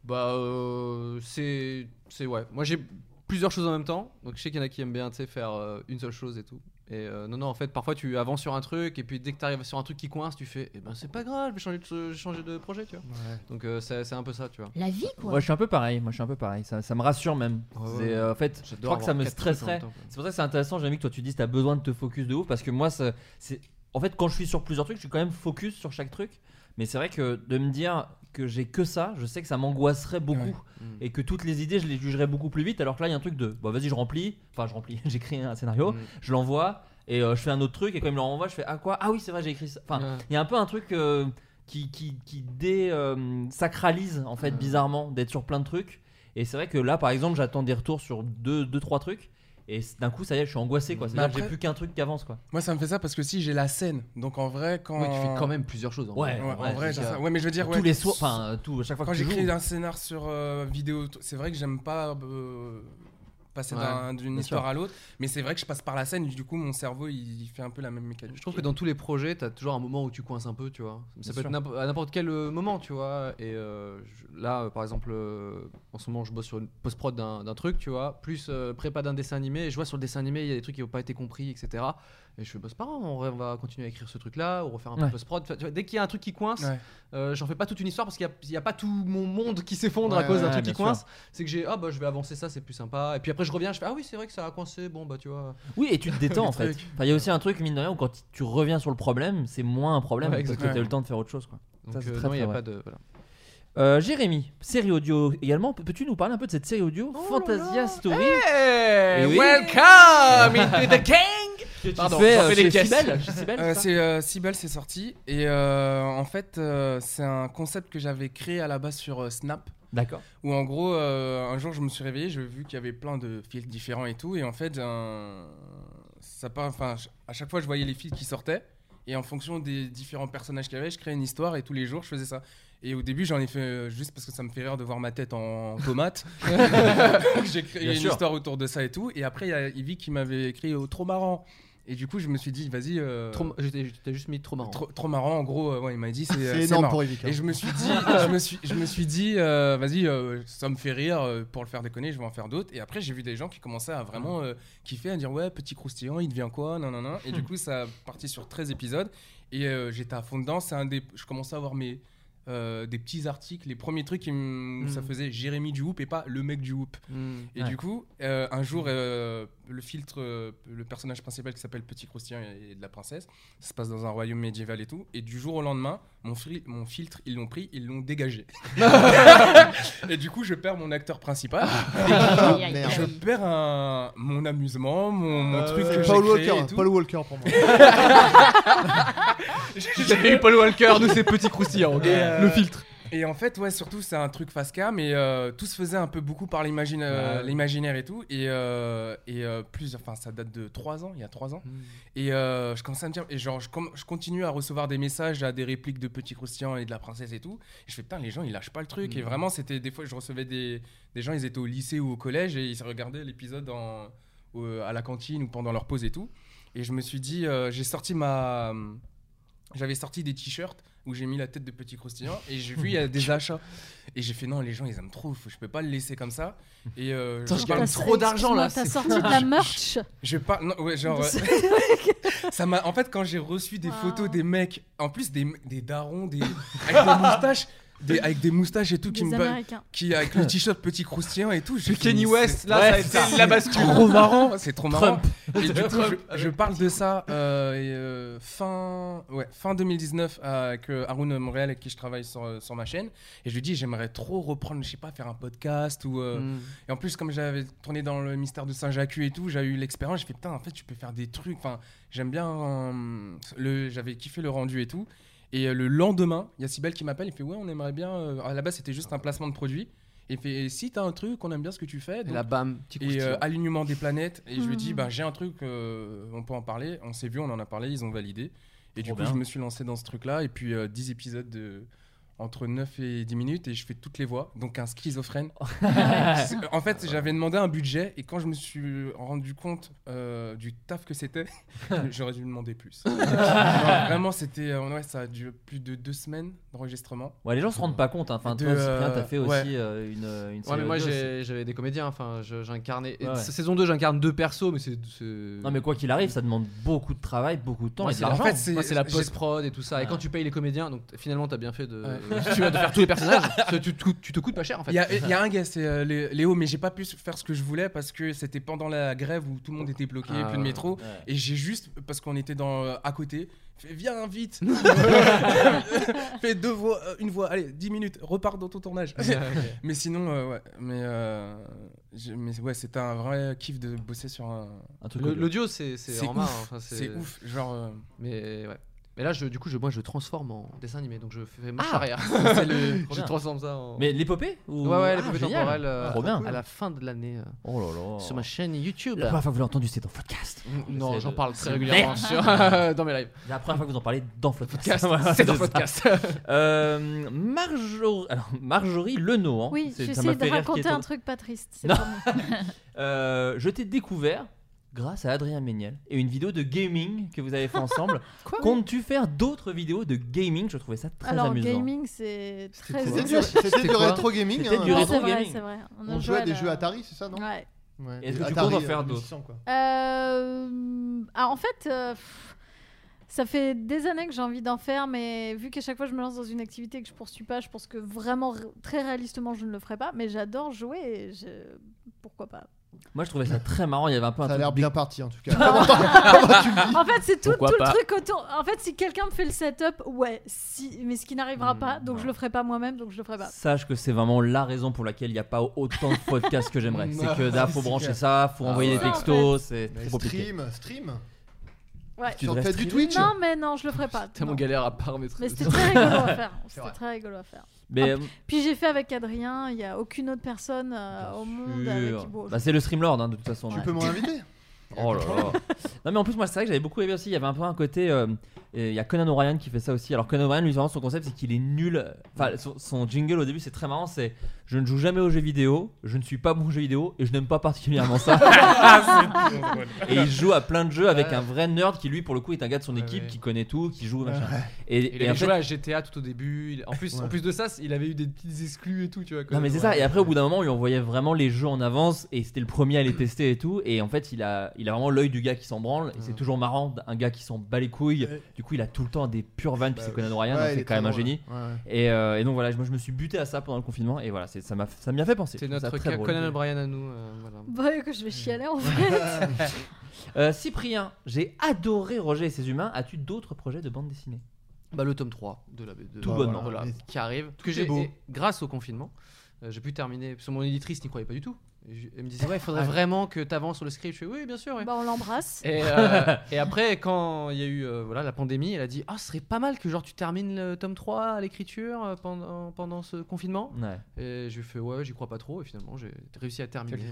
Speaker 8: Bah, euh, c'est. C'est ouais. Moi, j'ai plusieurs choses en même temps. Donc, je sais qu'il y en a qui aiment bien, tu sais, faire euh, une seule chose et tout. Et euh, non, non, en fait, parfois tu avances sur un truc et puis dès que tu arrives sur un truc qui coince, tu fais, eh ben c'est pas grave, je vais changer de, je vais changer de projet, tu vois. Donc, euh, c'est c'est un peu ça, tu vois.
Speaker 12: La vie, quoi.
Speaker 7: Moi je suis un peu pareil, moi je suis un peu pareil, ça, ça me rassure même.
Speaker 8: Ouais,
Speaker 7: C'est,
Speaker 8: ouais.
Speaker 7: euh, en fait, je
Speaker 8: J'adore
Speaker 7: crois que ça
Speaker 8: avoir
Speaker 7: me
Speaker 8: quatre trucs en même
Speaker 7: stresserait.
Speaker 8: temps, quoi.
Speaker 7: C'est pour ça que c'est intéressant, j'aime que toi tu dis t'as besoin de te focus de ouf parce que moi ça- c'est en fait quand je suis sur plusieurs trucs, je suis quand même focus sur chaque truc, mais c'est vrai que de me dire que j'ai que ça, je sais que ça m'angoisserait beaucoup et que toutes les idées, je les jugerais beaucoup plus vite alors que là il y a un truc de bah vas-y, je remplis, enfin je remplis, j'écris un scénario,
Speaker 13: Mm.
Speaker 7: je l'envoie et euh, je fais un autre truc et quand il me le renvoie, je fais ah quoi Ah oui, c'est vrai, j'ai écrit ça. Enfin, il
Speaker 8: Ouais.
Speaker 7: y a un peu un truc euh, qui, qui, qui désacralise en
Speaker 13: Mm.
Speaker 7: fait bizarrement d'être sur plein de trucs. Et c'est vrai que là, par exemple, j'attends des retours sur deux, deux trois trucs. Et c- d'un coup, ça y est, je suis angoissé quoi.
Speaker 13: Mm. Mais
Speaker 7: C'est-à-dire que j'ai
Speaker 13: après-
Speaker 7: plus qu'un truc qui avance quoi.
Speaker 13: Moi, ça me fait ça parce que si j'ai la scène, donc en vrai, quand.
Speaker 8: Ouais, tu fais quand même plusieurs choses, en
Speaker 7: Ouais,
Speaker 13: Ouais,
Speaker 7: vrai.
Speaker 13: en vrai,
Speaker 7: c'est
Speaker 13: j'ai
Speaker 7: ça.
Speaker 13: ça. Ouais, mais je veux dire,
Speaker 7: Tous
Speaker 13: ouais.
Speaker 7: les soirs- enfin, euh, tout- à chaque fois
Speaker 13: Quand
Speaker 7: que tu
Speaker 13: j'écris
Speaker 7: joues.
Speaker 13: un scénar sur euh, vidéo, t- c'est vrai que j'aime pas euh, passer
Speaker 8: Ouais,
Speaker 13: d'un- d'une
Speaker 8: bien
Speaker 13: histoire
Speaker 8: sûr.
Speaker 13: à l'autre, mais c'est vrai que je passe par la scène, du coup, mon cerveau, il, il fait un peu la même mécanique.
Speaker 8: Je trouve que dans tous les projets, t'as toujours un moment où tu coinces un peu, tu vois.
Speaker 13: Bien
Speaker 8: Ça peut
Speaker 13: sûr.
Speaker 8: être n'impo- à n'importe quel euh, moment, tu vois. Et euh, je- là, euh, par exemple, euh, en ce moment, je bosse sur une post-prod d'un d'un truc, tu vois, plus euh, prépa d'un dessin animé. Et je vois sur le dessin animé, il y a des trucs qui n'ont pas été compris, etc. Et je fais, bah, c'est pas grave, en vrai, on va continuer à écrire ce truc-là, ou refaire un peu
Speaker 7: Ouais.
Speaker 8: de post-prod. Enfin, tu vois, dès qu'il y a un truc qui coince,
Speaker 13: Ouais.
Speaker 8: euh, j'en fais pas toute une histoire parce qu'il n'y a, pas tout mon monde qui s'effondre à
Speaker 7: Ouais,
Speaker 8: cause d'un
Speaker 7: ouais,
Speaker 8: truc
Speaker 7: bien
Speaker 8: qui
Speaker 7: sûr.
Speaker 8: coince. C'est que j'ai, ah bah, je vais avancer ça, c'est plus sympa. Et puis après, je reviens, je fais, ah oui, c'est vrai que ça a coincé, bon, bah, tu vois.
Speaker 7: Oui, et tu te détends en fait. Enfin, Il y a aussi un truc, mine de rien, où quand t- tu reviens sur le problème, c'est moins un problème
Speaker 8: Ouais,
Speaker 7: parce que
Speaker 8: exactement.
Speaker 7: tu as eu le temps de faire autre chose. Quoi.
Speaker 8: Donc,
Speaker 7: Ça, c'est
Speaker 8: euh,
Speaker 7: très,
Speaker 8: non, il y
Speaker 7: très
Speaker 8: a
Speaker 7: vrai.
Speaker 8: pas de- voilà.
Speaker 7: Euh, Jérémy, série audio également. Pe- Peux-tu nous parler un peu de cette série audio Fantasia Story
Speaker 8: Hey,
Speaker 7: Eh oui.
Speaker 8: welcome into the king.
Speaker 7: Que tu
Speaker 8: Pardon,
Speaker 7: fais,
Speaker 8: j'en
Speaker 7: euh,
Speaker 8: fais
Speaker 7: chez
Speaker 8: les caisses.
Speaker 7: Cybèle, chez Cybèle,
Speaker 13: Euh,
Speaker 7: c'est ça
Speaker 13: c'est euh, Cybèle, c'est sorti. Et euh, en fait, euh, c'est un concept que j'avais créé à la base sur euh, Snap.
Speaker 7: D'accord.
Speaker 13: Où en gros, euh, un jour, je me suis réveillé, j'ai vu qu'il y avait plein de fils différents et tout. Et en fait, euh, ça part, enfin, ch- à chaque fois, je voyais les fils qui sortaient. Et en fonction des différents personnages qu'il y avait, je créais une histoire et tous les jours, je faisais ça. Et au début, j'en ai fait euh, juste parce que ça me fait rire de voir ma tête en tomate. j'ai créé
Speaker 7: Bien
Speaker 13: une
Speaker 7: sûr.
Speaker 13: histoire autour de ça et tout. Et après, il y a Ivy qui m'avait écrit oh, trop marrant. Et du coup, je me suis dit, vas-y. euh,
Speaker 8: Trop- je t'ai- je t'ai juste mis trop marrant.
Speaker 13: Trop, trop marrant, en gros, euh, ouais, il m'a dit c'est
Speaker 8: C'est
Speaker 13: euh,
Speaker 8: énorme
Speaker 13: marrant.
Speaker 8: pour Evic, hein.
Speaker 13: Et je me suis dit, je me suis, je me suis dit, euh, vas-y, euh, ça me fait rire euh, pour le faire déconner, je vais en faire d'autres. Et après, j'ai vu des gens qui commençaient à vraiment euh, kiffer, à dire ouais, petit croustillant, il devient quoi, non, non, non. Et du
Speaker 8: Hmm.
Speaker 13: coup, ça a parti sur 13 épisodes. Et euh, j'étais à fond dedans. C'est un des, je commençais à avoir mes euh, des petits articles, les premiers trucs qui me-
Speaker 8: Mm.
Speaker 13: ça faisait Jérémy du Hoop et pas le mec du Hoop.
Speaker 8: Mm.
Speaker 13: Et
Speaker 8: Ouais.
Speaker 13: du coup, euh, un jour, euh, le filtre, euh, le personnage principal qui s'appelle Petit Croustillant et et de la princesse, ça se passe dans un royaume médiéval et tout. Et du jour au lendemain, mon, fri- mon filtre, ils l'ont pris, ils l'ont dégagé. et du coup, je perds mon acteur principal.
Speaker 10: Ah.
Speaker 13: Et
Speaker 10: Aïe, aïe, aïe.
Speaker 13: je perds un- mon amusement, mon, mon
Speaker 10: Euh,
Speaker 13: truc
Speaker 10: c'est
Speaker 13: que j'ai
Speaker 10: Paul
Speaker 13: créé
Speaker 10: Walker,
Speaker 13: et tout.
Speaker 10: Paul Walker pour moi.
Speaker 8: J'avais eu Paul Walker, nous c'est Petit Croustillant, ok.
Speaker 13: Et, euh,
Speaker 8: le filtre.
Speaker 13: Et en fait, ouais, surtout, c'est un truc face cam, mais euh, tout se faisait un peu beaucoup par l'imagine- euh,
Speaker 8: Ouais.
Speaker 13: l'imaginaire et tout. Et, euh, et euh, plusieurs, enfin, ça date de 3 ans, il y a 3 ans. Et euh, je commençais à me dire, et genre, je, com- je continue à recevoir des messages à des répliques de Petit Croustillant et de la princesse et tout. Et je fais, putain, les gens, ils lâchent pas le truc. Et
Speaker 8: Mm.
Speaker 13: vraiment, c'était des fois, je recevais des, des gens, ils étaient au lycée ou au collège et ils regardaient l'épisode en- au- à la cantine ou pendant leur pause et tout. Et je me suis dit, euh, j'ai sorti ma J'avais sorti des t-shirts où j'ai mis la tête de petit croustillant et j'ai vu il y a des achats et j'ai fait non les gens ils aiment trop faut- je peux pas le laisser comme ça et euh,
Speaker 8: Attends,
Speaker 13: je
Speaker 8: je
Speaker 13: gagne
Speaker 8: t'as-
Speaker 13: trop d'argent là
Speaker 11: T'as
Speaker 13: c'est
Speaker 11: sorti
Speaker 13: fou.
Speaker 11: de la
Speaker 13: Je-
Speaker 11: merch
Speaker 13: je pas non ouais genre
Speaker 11: De
Speaker 13: euh, ça m'a en fait quand j'ai reçu des photos
Speaker 11: Ah.
Speaker 13: des mecs en plus des, des darons des avec des moustaches des- avec des moustaches et tout qui
Speaker 11: Des
Speaker 13: me ba-
Speaker 11: Américains.
Speaker 13: qui avec le t-shirt petit croustillant et tout je
Speaker 8: Le
Speaker 13: fais,
Speaker 8: Kenny
Speaker 13: mais
Speaker 8: West,
Speaker 13: c'est-
Speaker 8: là, ça a été
Speaker 13: c'est
Speaker 8: la bascule.
Speaker 13: trop marrant c'est trop marrant
Speaker 8: Trump.
Speaker 13: et du coup
Speaker 8: Trump
Speaker 13: je, je parle de ça euh, et, euh, fin ouais fin 2019 avec euh, Haroun Montréal avec qui je travaille sur, euh, sur ma chaîne et je lui dis j'aimerais trop reprendre je sais pas faire un podcast ou euh,
Speaker 8: Mm.
Speaker 13: et en plus, comme j'avais tourné dans le mystère de Saint-Jacques et tout, j'ai eu l'expérience. J'ai fait putain, en fait, tu peux faire des trucs. Enfin, j'aime bien. euh, le, j'avais kiffé le rendu et tout. Et euh, le lendemain, il y a Sibel qui m'appelle. Il fait ouais, on aimerait bien. euh, à la base, c'était juste un placement de produit. Et il fait si t'as un truc, on aime bien ce que tu fais.
Speaker 8: là, bam, petit
Speaker 13: Et
Speaker 8: croustillant.
Speaker 13: euh, alignement des planètes. Et je lui dis
Speaker 8: Mhm.
Speaker 13: bah j'ai un truc, euh, on peut en parler. On s'est vu, on en a parlé, ils ont validé. Et du
Speaker 8: Trop
Speaker 13: coup,
Speaker 8: bien.
Speaker 13: je me suis lancé dans ce truc-là. Et puis, euh, 10 épisodes de entre 9 et 10 minutes. Et je fais toutes les voix. Donc, un schizophrène. en fait, j'avais demandé un budget. Et quand je me suis rendu compte euh, du taf que c'était, j'aurais dû demander plus. Non, vraiment, c'était. euh, ouais, ça a duré plus de deux semaines d'enregistrement.
Speaker 7: Ouais, les gens se rendent pas compte, hein. Enfin,
Speaker 13: De,
Speaker 7: toi, Cyprien, t'as fait aussi
Speaker 13: ouais.
Speaker 7: euh, une, une
Speaker 8: Ouais,
Speaker 7: série
Speaker 8: mais moi
Speaker 7: audio,
Speaker 8: j'ai- j'avais des comédiens, enfin je- j'incarnais. et
Speaker 7: Ouais.
Speaker 8: Saison 2, j'incarne deux persos, mais c'est. c'est-
Speaker 7: Non, mais quoi qu'il arrive, ça demande beaucoup de travail, beaucoup de temps
Speaker 8: Moi,
Speaker 7: et
Speaker 8: c'est
Speaker 7: de
Speaker 8: la-
Speaker 7: l'argent.
Speaker 8: En fait, c'est moi, c'est la post-prod et tout ça. Et quand tu payes les comédiens, donc t- finalement, t'as bien fait de, Euh, tu vois, de faire tous les personnages. parce que tu, te coûtes- tu te coûtes pas cher en fait.
Speaker 13: Il y, a- il y a un gars, c'est euh, Lé- Léo, mais j'ai pas pu faire ce que je voulais parce que c'était pendant la grève où tout le monde était bloqué,
Speaker 8: Ah,
Speaker 13: plus de métro.
Speaker 8: ouais.
Speaker 13: Et j'ai juste, parce qu'on était dans, euh, à côté, fait, viens vite Fais deux voix, euh, une voix, allez, 10 minutes, repars dans ton tournage.
Speaker 8: Ouais, ouais.
Speaker 13: mais sinon, euh, ouais, mais, euh, j'ai- mais ouais, c'était un vrai kiff de bosser sur un,
Speaker 8: Le- L'audio, c'est c'est en main, hein,
Speaker 13: ouf.
Speaker 8: enfin,
Speaker 13: c'est ouf, genre. euh,
Speaker 8: Mais ouais. Mais là, je, du coup, je, moi, je transforme en dessin animé, donc je fais marche
Speaker 7: Ah
Speaker 8: arrière.
Speaker 7: C'est le-
Speaker 8: je transforme ça en.
Speaker 7: Mais l'épopée ou-
Speaker 8: Ouais, ouais,
Speaker 7: Ah,
Speaker 8: l'épopée
Speaker 7: génial.
Speaker 8: temporelle. euh,
Speaker 7: Trop bien.
Speaker 8: À la fin de l'année. euh,
Speaker 7: Oh là là.
Speaker 8: Sur ma chaîne YouTube.
Speaker 7: La première fois que vous l'avez entendu, c'est dans Floodcast.
Speaker 8: Mm, Non,
Speaker 7: C'est-
Speaker 8: j'en parle très
Speaker 7: c'est-
Speaker 8: régulièrement
Speaker 7: Merde.
Speaker 8: sur- euh, dans mes lives.
Speaker 7: La première fois que vous en parlez dans Floodcast.
Speaker 8: Podcast,
Speaker 7: Voilà,
Speaker 8: c'est dans
Speaker 7: ça.
Speaker 8: Floodcast.
Speaker 7: Euh, Marjorie, alors, Marjorie Leno. hein.
Speaker 11: Oui,
Speaker 7: C'est- ça m'a fait
Speaker 11: j'essaie de
Speaker 7: rire
Speaker 11: raconter
Speaker 7: qu'il y ait
Speaker 11: un
Speaker 7: ton-
Speaker 11: truc pas triste. c'est
Speaker 7: Non.
Speaker 11: promis.
Speaker 7: Euh, je t'ai découvert grâce à Adrien Méniel et une vidéo de gaming que vous avez fait ensemble.
Speaker 11: Quoi
Speaker 7: Comptes-tu faire d'autres vidéos de gaming Je trouvais ça très
Speaker 11: Alors,
Speaker 7: amusant.
Speaker 11: gaming, c'est très.
Speaker 10: C'était du- c'était du
Speaker 7: quoi
Speaker 10: rétro gaming,
Speaker 7: C'était
Speaker 10: hein.
Speaker 7: du
Speaker 10: Ouais,
Speaker 7: rétro
Speaker 11: C'est vrai,
Speaker 7: gaming.
Speaker 11: c'est vrai. a
Speaker 10: On jouait à
Speaker 11: à
Speaker 10: des
Speaker 11: la-
Speaker 10: jeux Atari, c'est ça, non
Speaker 11: Ouais.
Speaker 10: Ouais,
Speaker 7: Est-ce
Speaker 10: des
Speaker 7: que tu comptes en
Speaker 10: Atari,
Speaker 7: faire
Speaker 10: euh,
Speaker 7: d'autres
Speaker 10: 1600, quoi.
Speaker 11: Euh, ah, en fait, euh, pff, ça fait des années que j'ai envie d'en faire, mais vu qu'à chaque fois je me lance dans une activité que je poursuis pas, je pense que vraiment, r- très réalistement, je ne le ferai pas. Mais j'adore jouer et je- pourquoi pas.
Speaker 7: Moi, je trouvais ça très marrant. Il y avait un peu.
Speaker 10: Ça a l'air bien parti en tout cas. ah, bah,
Speaker 11: en fait, c'est tout,
Speaker 7: Pourquoi
Speaker 11: tout le
Speaker 7: pas
Speaker 11: truc autour. En fait, si quelqu'un me fait le setup, ouais, si, mais ce qui
Speaker 7: Hmm.
Speaker 11: n'arrivera pas, donc je le ferai pas moi-même, donc je le ferai pas.
Speaker 7: Sache que c'est vraiment la raison pour laquelle il n'y a pas autant de podcasts que j'aimerais. C'est que là, faut
Speaker 10: C'est
Speaker 7: brancher
Speaker 10: clair.
Speaker 7: ça, faut
Speaker 10: Ah
Speaker 7: envoyer
Speaker 10: ouais.
Speaker 7: des
Speaker 10: C'est ça, en
Speaker 7: textos,
Speaker 10: fait.
Speaker 7: Oh, c'est
Speaker 10: Mais
Speaker 7: trop compliqué.
Speaker 10: Stream, stream.
Speaker 11: Ouais.
Speaker 7: Tu Sur- devrais faites du streamer. Twitch
Speaker 11: Non, mais non, je le ferai pas.
Speaker 8: Tellement
Speaker 11: non.
Speaker 8: galère à paramétrer.
Speaker 11: Mais c'était très rigolo à faire.
Speaker 8: C'est
Speaker 11: C'était
Speaker 8: vrai.
Speaker 11: très rigolo à faire.
Speaker 7: Mais,
Speaker 11: Ah,
Speaker 7: euh,
Speaker 11: puis j'ai fait avec Adrien, il n'y a aucune autre personne euh, au monde avec qui bon,
Speaker 7: Bah, c'est le Streamlord hein, de toute façon.
Speaker 10: Tu
Speaker 7: Ouais.
Speaker 10: peux m'inviter
Speaker 7: Oh là là. non mais en plus moi c'est vrai que j'avais beaucoup aimé aussi, il y avait un peu un côté euh, et il y a Conan O'Brien qui fait ça aussi. Alors Conan O'Brien lui vraiment son concept c'est qu'il est nul. Enfin son, son jingle au début c'est très marrant, c'est je ne joue jamais aux jeux vidéo, je ne suis pas bon aux jeux vidéo et je n'aime pas particulièrement ça.
Speaker 8: Ah, C'est trop drôle.
Speaker 7: et il joue à plein de jeux avec
Speaker 8: Ouais.
Speaker 7: un vrai nerd qui lui pour le coup est un gars de son équipe
Speaker 8: ouais.
Speaker 7: qui connaît tout, qui joue machin.
Speaker 8: Et, il avait
Speaker 7: en fait-
Speaker 8: joué à GTA tout au début. il- En plus, en
Speaker 7: Ouais.
Speaker 8: plus de ça, il avait eu des petites exclus et tout, tu vois. quand
Speaker 7: Non mais
Speaker 8: même,
Speaker 7: c'est
Speaker 8: ouais.
Speaker 7: ça et après au bout d'un moment on lui envoyait vraiment les jeux en avance et c'était le premier à les tester et tout et en fait il a il a vraiment l'œil du gars qui s'en branle et c'est toujours marrant d- un gars qui s'en bat les couilles du coup il a tout le temps des pures vannes puis c'est Conan O'Brien
Speaker 10: ouais,
Speaker 7: donc
Speaker 10: il
Speaker 7: c'est
Speaker 10: est
Speaker 7: quand
Speaker 10: très
Speaker 7: même un
Speaker 10: drôle.
Speaker 7: génie
Speaker 10: Ouais, ouais.
Speaker 7: Et, euh, et donc voilà moi je me suis buté à ça pendant le confinement et voilà c'est- ça m'a ça m'y a fait penser
Speaker 8: C'est
Speaker 7: Je trouve ça
Speaker 8: notre
Speaker 7: très
Speaker 8: ca-
Speaker 7: drôle.
Speaker 8: Conan O'Brien à nous. euh, voilà.
Speaker 11: Bah, que je vais chialer en fait.
Speaker 7: Euh, Cyprien j'ai adoré Roger et ses humains as-tu d'autres projets de bande dessinée
Speaker 8: Bah, le tome 3 de la de,
Speaker 7: Tout
Speaker 8: voilà,
Speaker 7: bonnement.
Speaker 8: Bah, voilà,
Speaker 7: Mais-
Speaker 8: qui arrive.
Speaker 7: Tout
Speaker 8: Que
Speaker 7: est
Speaker 8: j'ai
Speaker 7: beau.
Speaker 8: et grâce au confinement, euh, j'ai pu terminer. Parce que mon éditrice n'y croyait pas du tout. Et je- elle me disait ouais, il faudrait
Speaker 7: Ah.
Speaker 8: vraiment que tu avances sur le script. Je fais oui, bien sûr. ouais.
Speaker 11: Bah, on l'embrasse.
Speaker 8: Et, euh, et après, quand il y a eu euh, voilà, la pandémie, elle a dit Ah, ce serait pas mal que genre tu termines le tome 3 à l'écriture euh, pendant, pendant ce confinement.
Speaker 7: Ouais.
Speaker 8: Et j'ai fait Ouais, j'y crois pas trop. Et finalement, j'ai réussi à terminer.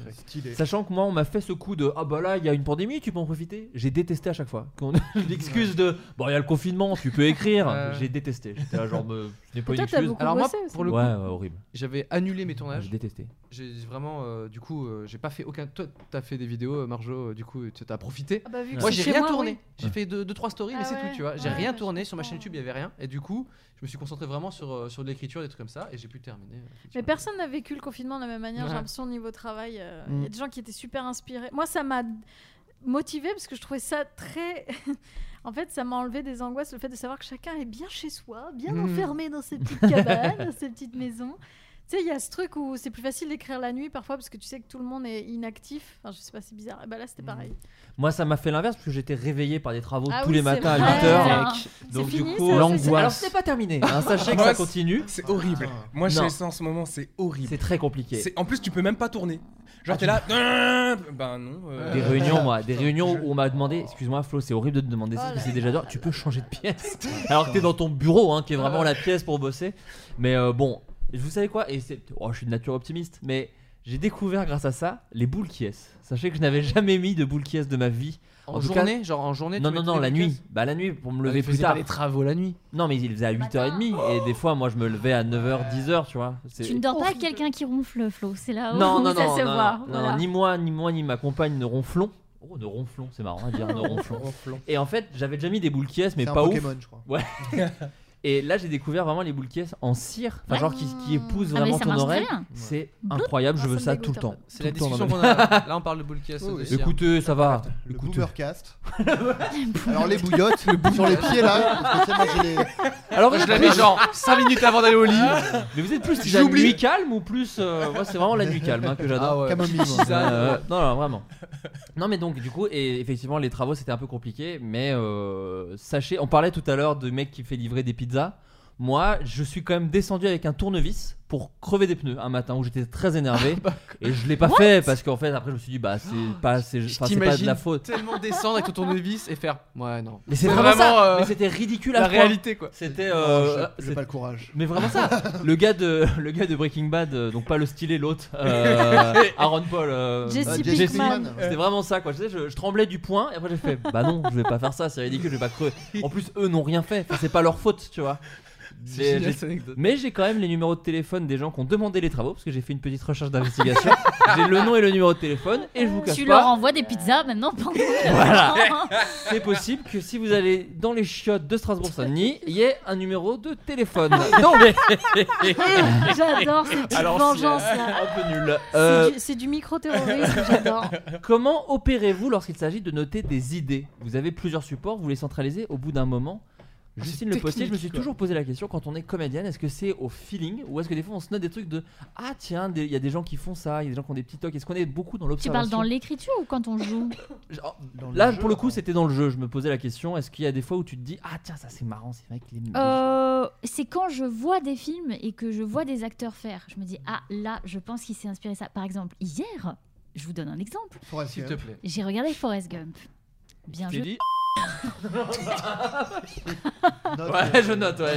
Speaker 7: Sachant que moi, on m'a fait ce coup de Ah bah là, il y a une pandémie, tu peux en profiter. J'ai détesté à chaque fois. Qu'on- L'excuse de Bon, il y a le confinement, tu peux écrire.
Speaker 11: Euh.
Speaker 8: Ouais.
Speaker 7: J'ai détesté. J'étais là, genre, me- ce n'est pas une
Speaker 8: Toi, t'as
Speaker 7: excuse.
Speaker 8: beaucoup Alors moi, bossé aussi. pour le
Speaker 7: Ouais,
Speaker 8: coup-
Speaker 7: ouais, horrible.
Speaker 8: J'avais annulé mes tournages.
Speaker 7: J'ai détesté.
Speaker 8: J'ai vraiment, euh, du coup, euh, j'ai pas fait aucun. Toi, t'as fait des vidéos, euh, Marjo, euh, du coup, tu t'as profité.
Speaker 11: Ah bah, vu que
Speaker 8: moi,
Speaker 11: c'est
Speaker 8: j'ai
Speaker 11: chez
Speaker 8: rien
Speaker 11: moi,
Speaker 8: tourné.
Speaker 11: oui.
Speaker 8: J'ai fait 2-3 deux, deux, trois stories,
Speaker 11: Ah
Speaker 8: mais c'est
Speaker 11: ouais,
Speaker 8: tout, tu vois. J'ai
Speaker 11: ouais,
Speaker 8: rien
Speaker 11: ouais,
Speaker 8: tourné
Speaker 11: je
Speaker 8: sur ma chaîne
Speaker 11: comprends.
Speaker 8: YouTube, il y avait rien. Et du coup, je me suis concentré vraiment sur, euh, sur de l'écriture, des trucs comme ça, et j'ai pu terminer. euh,
Speaker 11: Mais personne n'a vécu le confinement de la même manière,
Speaker 8: Ouais.
Speaker 11: j'ai l'impression, au niveau travail. euh, Il y
Speaker 8: Mm.
Speaker 11: a des gens qui étaient super inspirés. Moi, ça m'a motivée parce que je trouvais ça très. en fait, ça m'a enlevé des angoisses, le fait de savoir que chacun est bien chez soi, bien
Speaker 9: Mm.
Speaker 11: enfermé dans ses petites cabanes, dans ses petites maisons. Tu sais, il y a ce truc où c'est plus facile d'écrire la nuit parfois parce que tu sais que tout le monde est inactif. Enfin, je sais pas, c'est bizarre. Et bah là, c'était pareil.
Speaker 7: Moi, ça m'a fait l'inverse parce que j'étais réveillé par des travaux
Speaker 11: Ah
Speaker 7: tous
Speaker 11: oui,
Speaker 7: les
Speaker 11: c'est
Speaker 7: matins à
Speaker 11: vrai. Ah,
Speaker 7: 8 heures.
Speaker 11: C'est
Speaker 7: Donc, du
Speaker 11: fini,
Speaker 7: coup,
Speaker 11: ça,
Speaker 7: l'angoisse.
Speaker 11: c'est-
Speaker 7: Alors, ce n'est pas terminé. hein. Sachez que
Speaker 13: Moi,
Speaker 7: ça
Speaker 13: c'est-
Speaker 7: continue.
Speaker 13: C'est horrible. Moi,
Speaker 7: Non.
Speaker 13: chez ça en ce moment, c'est horrible.
Speaker 7: C'est très compliqué.
Speaker 13: C'est- En plus, tu peux même pas tourner. Genre,
Speaker 7: Ah,
Speaker 13: t'es là. Ben non. euh,
Speaker 7: Des réunions, moi, des réunions où on m'a demandé, excuse-moi Flo, c'est horrible de te demander ça,
Speaker 13: Oh
Speaker 7: parce que
Speaker 13: là
Speaker 7: c'est déjà d'heure, tu peux changer de pièce. Alors que t'es dans ton bureau, hein, qui est vraiment la pièce pour bosser. Mais euh, bon, vous savez quoi Et c'est, oh, je suis de nature optimiste, mais j'ai découvert grâce à ça les boules qui est. Sachez que je n'avais jamais mis de boules qui est de ma vie.
Speaker 8: En
Speaker 7: tout
Speaker 8: journée Genre en journée, tu
Speaker 7: Non, non,
Speaker 8: mettais
Speaker 7: non,
Speaker 8: des
Speaker 7: la
Speaker 8: boules
Speaker 7: nuit.
Speaker 8: quies
Speaker 7: Bah la nuit pour me
Speaker 8: Ah,
Speaker 7: lever
Speaker 8: tu
Speaker 7: plus
Speaker 8: faisais pas
Speaker 7: tard.
Speaker 8: les travaux la nuit.
Speaker 7: Non, mais il faisait à 8h30 et des fois moi je me levais à 9h, 10h, tu vois. C'est-
Speaker 12: Tu ne dors pas avec quelqu'un qui ronfle, Flo. C'est là où
Speaker 7: non, non,
Speaker 12: ça
Speaker 7: non,
Speaker 12: se
Speaker 7: non,
Speaker 12: voit.
Speaker 7: non,
Speaker 12: voilà.
Speaker 7: non, ni moi, ni moi, ni ma compagne ne ronflons. Oh, ne ronflons, c'est marrant à dire, ne ronflons.
Speaker 8: Ronflons.
Speaker 7: Et en fait, j'avais déjà mis des boules qui est, mais
Speaker 10: C'est un
Speaker 7: pas
Speaker 10: Pokémon,
Speaker 7: ouf.
Speaker 10: je crois.
Speaker 7: Ouais. Et là, j'ai découvert vraiment les boules qui est en cire, enfin
Speaker 8: Ouais.
Speaker 7: genre qui, qui épousent
Speaker 8: Ah, mais
Speaker 7: vraiment
Speaker 8: ça
Speaker 7: ton
Speaker 8: marche très
Speaker 7: oreille.
Speaker 8: bien.
Speaker 7: C'est
Speaker 8: Bloop.
Speaker 7: incroyable,
Speaker 8: Ah,
Speaker 7: je veux
Speaker 8: ça
Speaker 7: ça,
Speaker 8: me
Speaker 7: tout le
Speaker 8: dégoûte un
Speaker 7: temps.
Speaker 8: peu. C'est la
Speaker 7: Tout le temps,
Speaker 8: discussion
Speaker 7: dans
Speaker 8: qu'on
Speaker 7: ma-
Speaker 8: a. Là, on parle de boules qui est, Oui, de oui. cire.
Speaker 7: Écoutez, ça va.
Speaker 10: Le
Speaker 7: Écoutez.
Speaker 10: Boomercast. Alors les bouillottes sur les pieds là. parce que, tu sais, moi, j'ai les-
Speaker 7: Alors, vous
Speaker 8: je
Speaker 7: êtes
Speaker 8: l'avais
Speaker 7: plus-
Speaker 8: genre 5 minutes avant d'aller au lit.
Speaker 7: Mais vous êtes plus la
Speaker 8: J'oublie.
Speaker 7: nuit calme ou plus. euh, moi, c'est vraiment la nuit calme hein, que
Speaker 8: Ah
Speaker 7: j'adore.
Speaker 8: ouais. Camomille, moi.
Speaker 7: Euh, non, non, vraiment. Non, mais donc, du coup, et effectivement, les travaux c'était un peu compliqué. Mais euh, sachez, on parlait tout à l'heure du mec qui fait livrer des pizzas. Moi, je suis quand même descendu avec un tournevis pour crever des pneus un matin où j'étais très énervé.
Speaker 8: Bah,
Speaker 7: et je l'ai pas
Speaker 8: What
Speaker 7: fait parce qu'en fait, après, je me suis dit, bah, c'est pas, c'est- enfin, c'est pas de la
Speaker 8: T'imagines
Speaker 7: faute.
Speaker 8: tellement descendre avec ton tournevis et faire ouais non.
Speaker 7: Mais c'est vraiment, ça.
Speaker 8: euh,
Speaker 7: Mais c'était ridicule à
Speaker 8: La
Speaker 7: ce point.
Speaker 8: réalité quoi.
Speaker 7: C'était. euh,
Speaker 10: j'ai
Speaker 7: c'est-
Speaker 10: pas le courage.
Speaker 7: Mais vraiment ça. le gars de le gars de Breaking Bad, euh, donc pas le stylé l'autre, euh, Aaron Paul. euh,
Speaker 8: Jesse
Speaker 7: euh,
Speaker 8: Pinkman. Pinkman.
Speaker 7: C'était vraiment ça quoi. Je, sais, je, je tremblais du poing et après j'ai fait bah non, je vais pas faire ça, c'est ridicule, je vais pas creux. En plus eux n'ont rien fait, Enfin, c'est pas leur faute, tu vois.
Speaker 8: C'est
Speaker 7: Mais
Speaker 8: génial,
Speaker 7: j'ai-
Speaker 8: cette anecdote.
Speaker 7: mais j'ai quand même les numéros de téléphone des gens qui ont demandé les travaux parce que j'ai fait une petite recherche d'investigation. j'ai le nom et le numéro de téléphone et je vous cache
Speaker 12: Tu
Speaker 7: pas
Speaker 12: leur envoies des pizzas maintenant pendant
Speaker 7: voilà. C'est possible que si vous allez dans les chiottes de Strasbourg-Saint-Denis, il y ait un numéro de téléphone. Non mais
Speaker 11: J'adore cette petite
Speaker 7: Alors,
Speaker 11: vengeance,
Speaker 7: c'est
Speaker 11: là.
Speaker 7: un peu nul.
Speaker 11: C'est
Speaker 7: Euh,
Speaker 11: du- C'est du, micro-terrorisme, j'adore.
Speaker 7: Comment opérez-vous lorsqu'il s'agit de noter des idées Vous avez plusieurs supports, vous les centralisez au bout d'un moment.
Speaker 11: Ah,
Speaker 7: Justine Le Postier, je me suis
Speaker 8: technique, quoi.
Speaker 7: toujours posé la question quand on est comédienne, est-ce que c'est au feeling ou est-ce que des fois on se note des trucs de ah tiens des- il y a des gens qui font ça, il y a des gens qui ont des petits tocs. Est-ce qu'on est beaucoup dans
Speaker 12: Tu
Speaker 7: l'observation
Speaker 12: parles dans l'écriture ou quand on joue
Speaker 7: Là, pour le coup, c'était dans le jeu. Je me posais la question est-ce qu'il y a des fois où tu te dis Ah, tiens, ça c'est marrant, c'est vrai qu'il est.
Speaker 12: Euh, c'est quand je vois des films et que je vois des acteurs faire. Je me dis, ah là, je pense qu'il s'est inspiré de ça. Par exemple, hier, je vous donne un exemple.
Speaker 10: Forrest
Speaker 8: S'il te Gump. plaît.
Speaker 12: J'ai regardé Forrest Gump. Bien
Speaker 7: Tu
Speaker 12: joué.
Speaker 7: dis-
Speaker 10: Note,
Speaker 7: ouais, je note, ouais.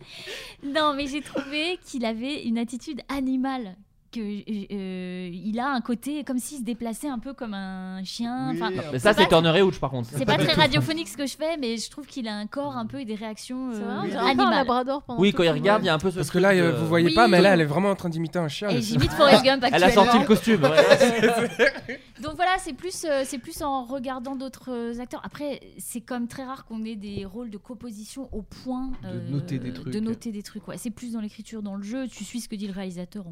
Speaker 12: non, mais j'ai trouvé qu'il avait une attitude animale. Que, euh, il a un côté comme s'il se déplaçait un peu comme un chien.
Speaker 7: Oui,
Speaker 12: enfin,
Speaker 7: Non, mais
Speaker 12: c'est
Speaker 7: ça,
Speaker 12: pas
Speaker 7: c'est
Speaker 12: très-
Speaker 7: Turner et Hooch, par contre.
Speaker 12: C'est pas très radiophonique ce que je fais, mais je trouve qu'il a un corps un peu et des réactions euh,
Speaker 11: C'est vrai, on dirait encore un
Speaker 12: animales.
Speaker 11: labrador pendant
Speaker 7: Oui, quand il regarde, il y a un peu ce.
Speaker 13: Parce que là, euh, vous voyez
Speaker 12: Oui.
Speaker 13: pas, mais là, elle est vraiment en train d'imiter un chien.
Speaker 12: Et
Speaker 13: le-
Speaker 12: j'imite Forrest Gump
Speaker 7: Elle a sorti
Speaker 12: actuellement.
Speaker 7: le costume. ouais.
Speaker 12: Donc voilà, c'est plus, euh, c'est plus en regardant d'autres euh, acteurs. Après, c'est comme très rare qu'on ait des rôles de composition au point euh,
Speaker 8: noter des trucs.
Speaker 12: De noter des trucs. Ouais, c'est plus dans l'écriture, dans le jeu. Tu suis ce que dit le réalisateur. en-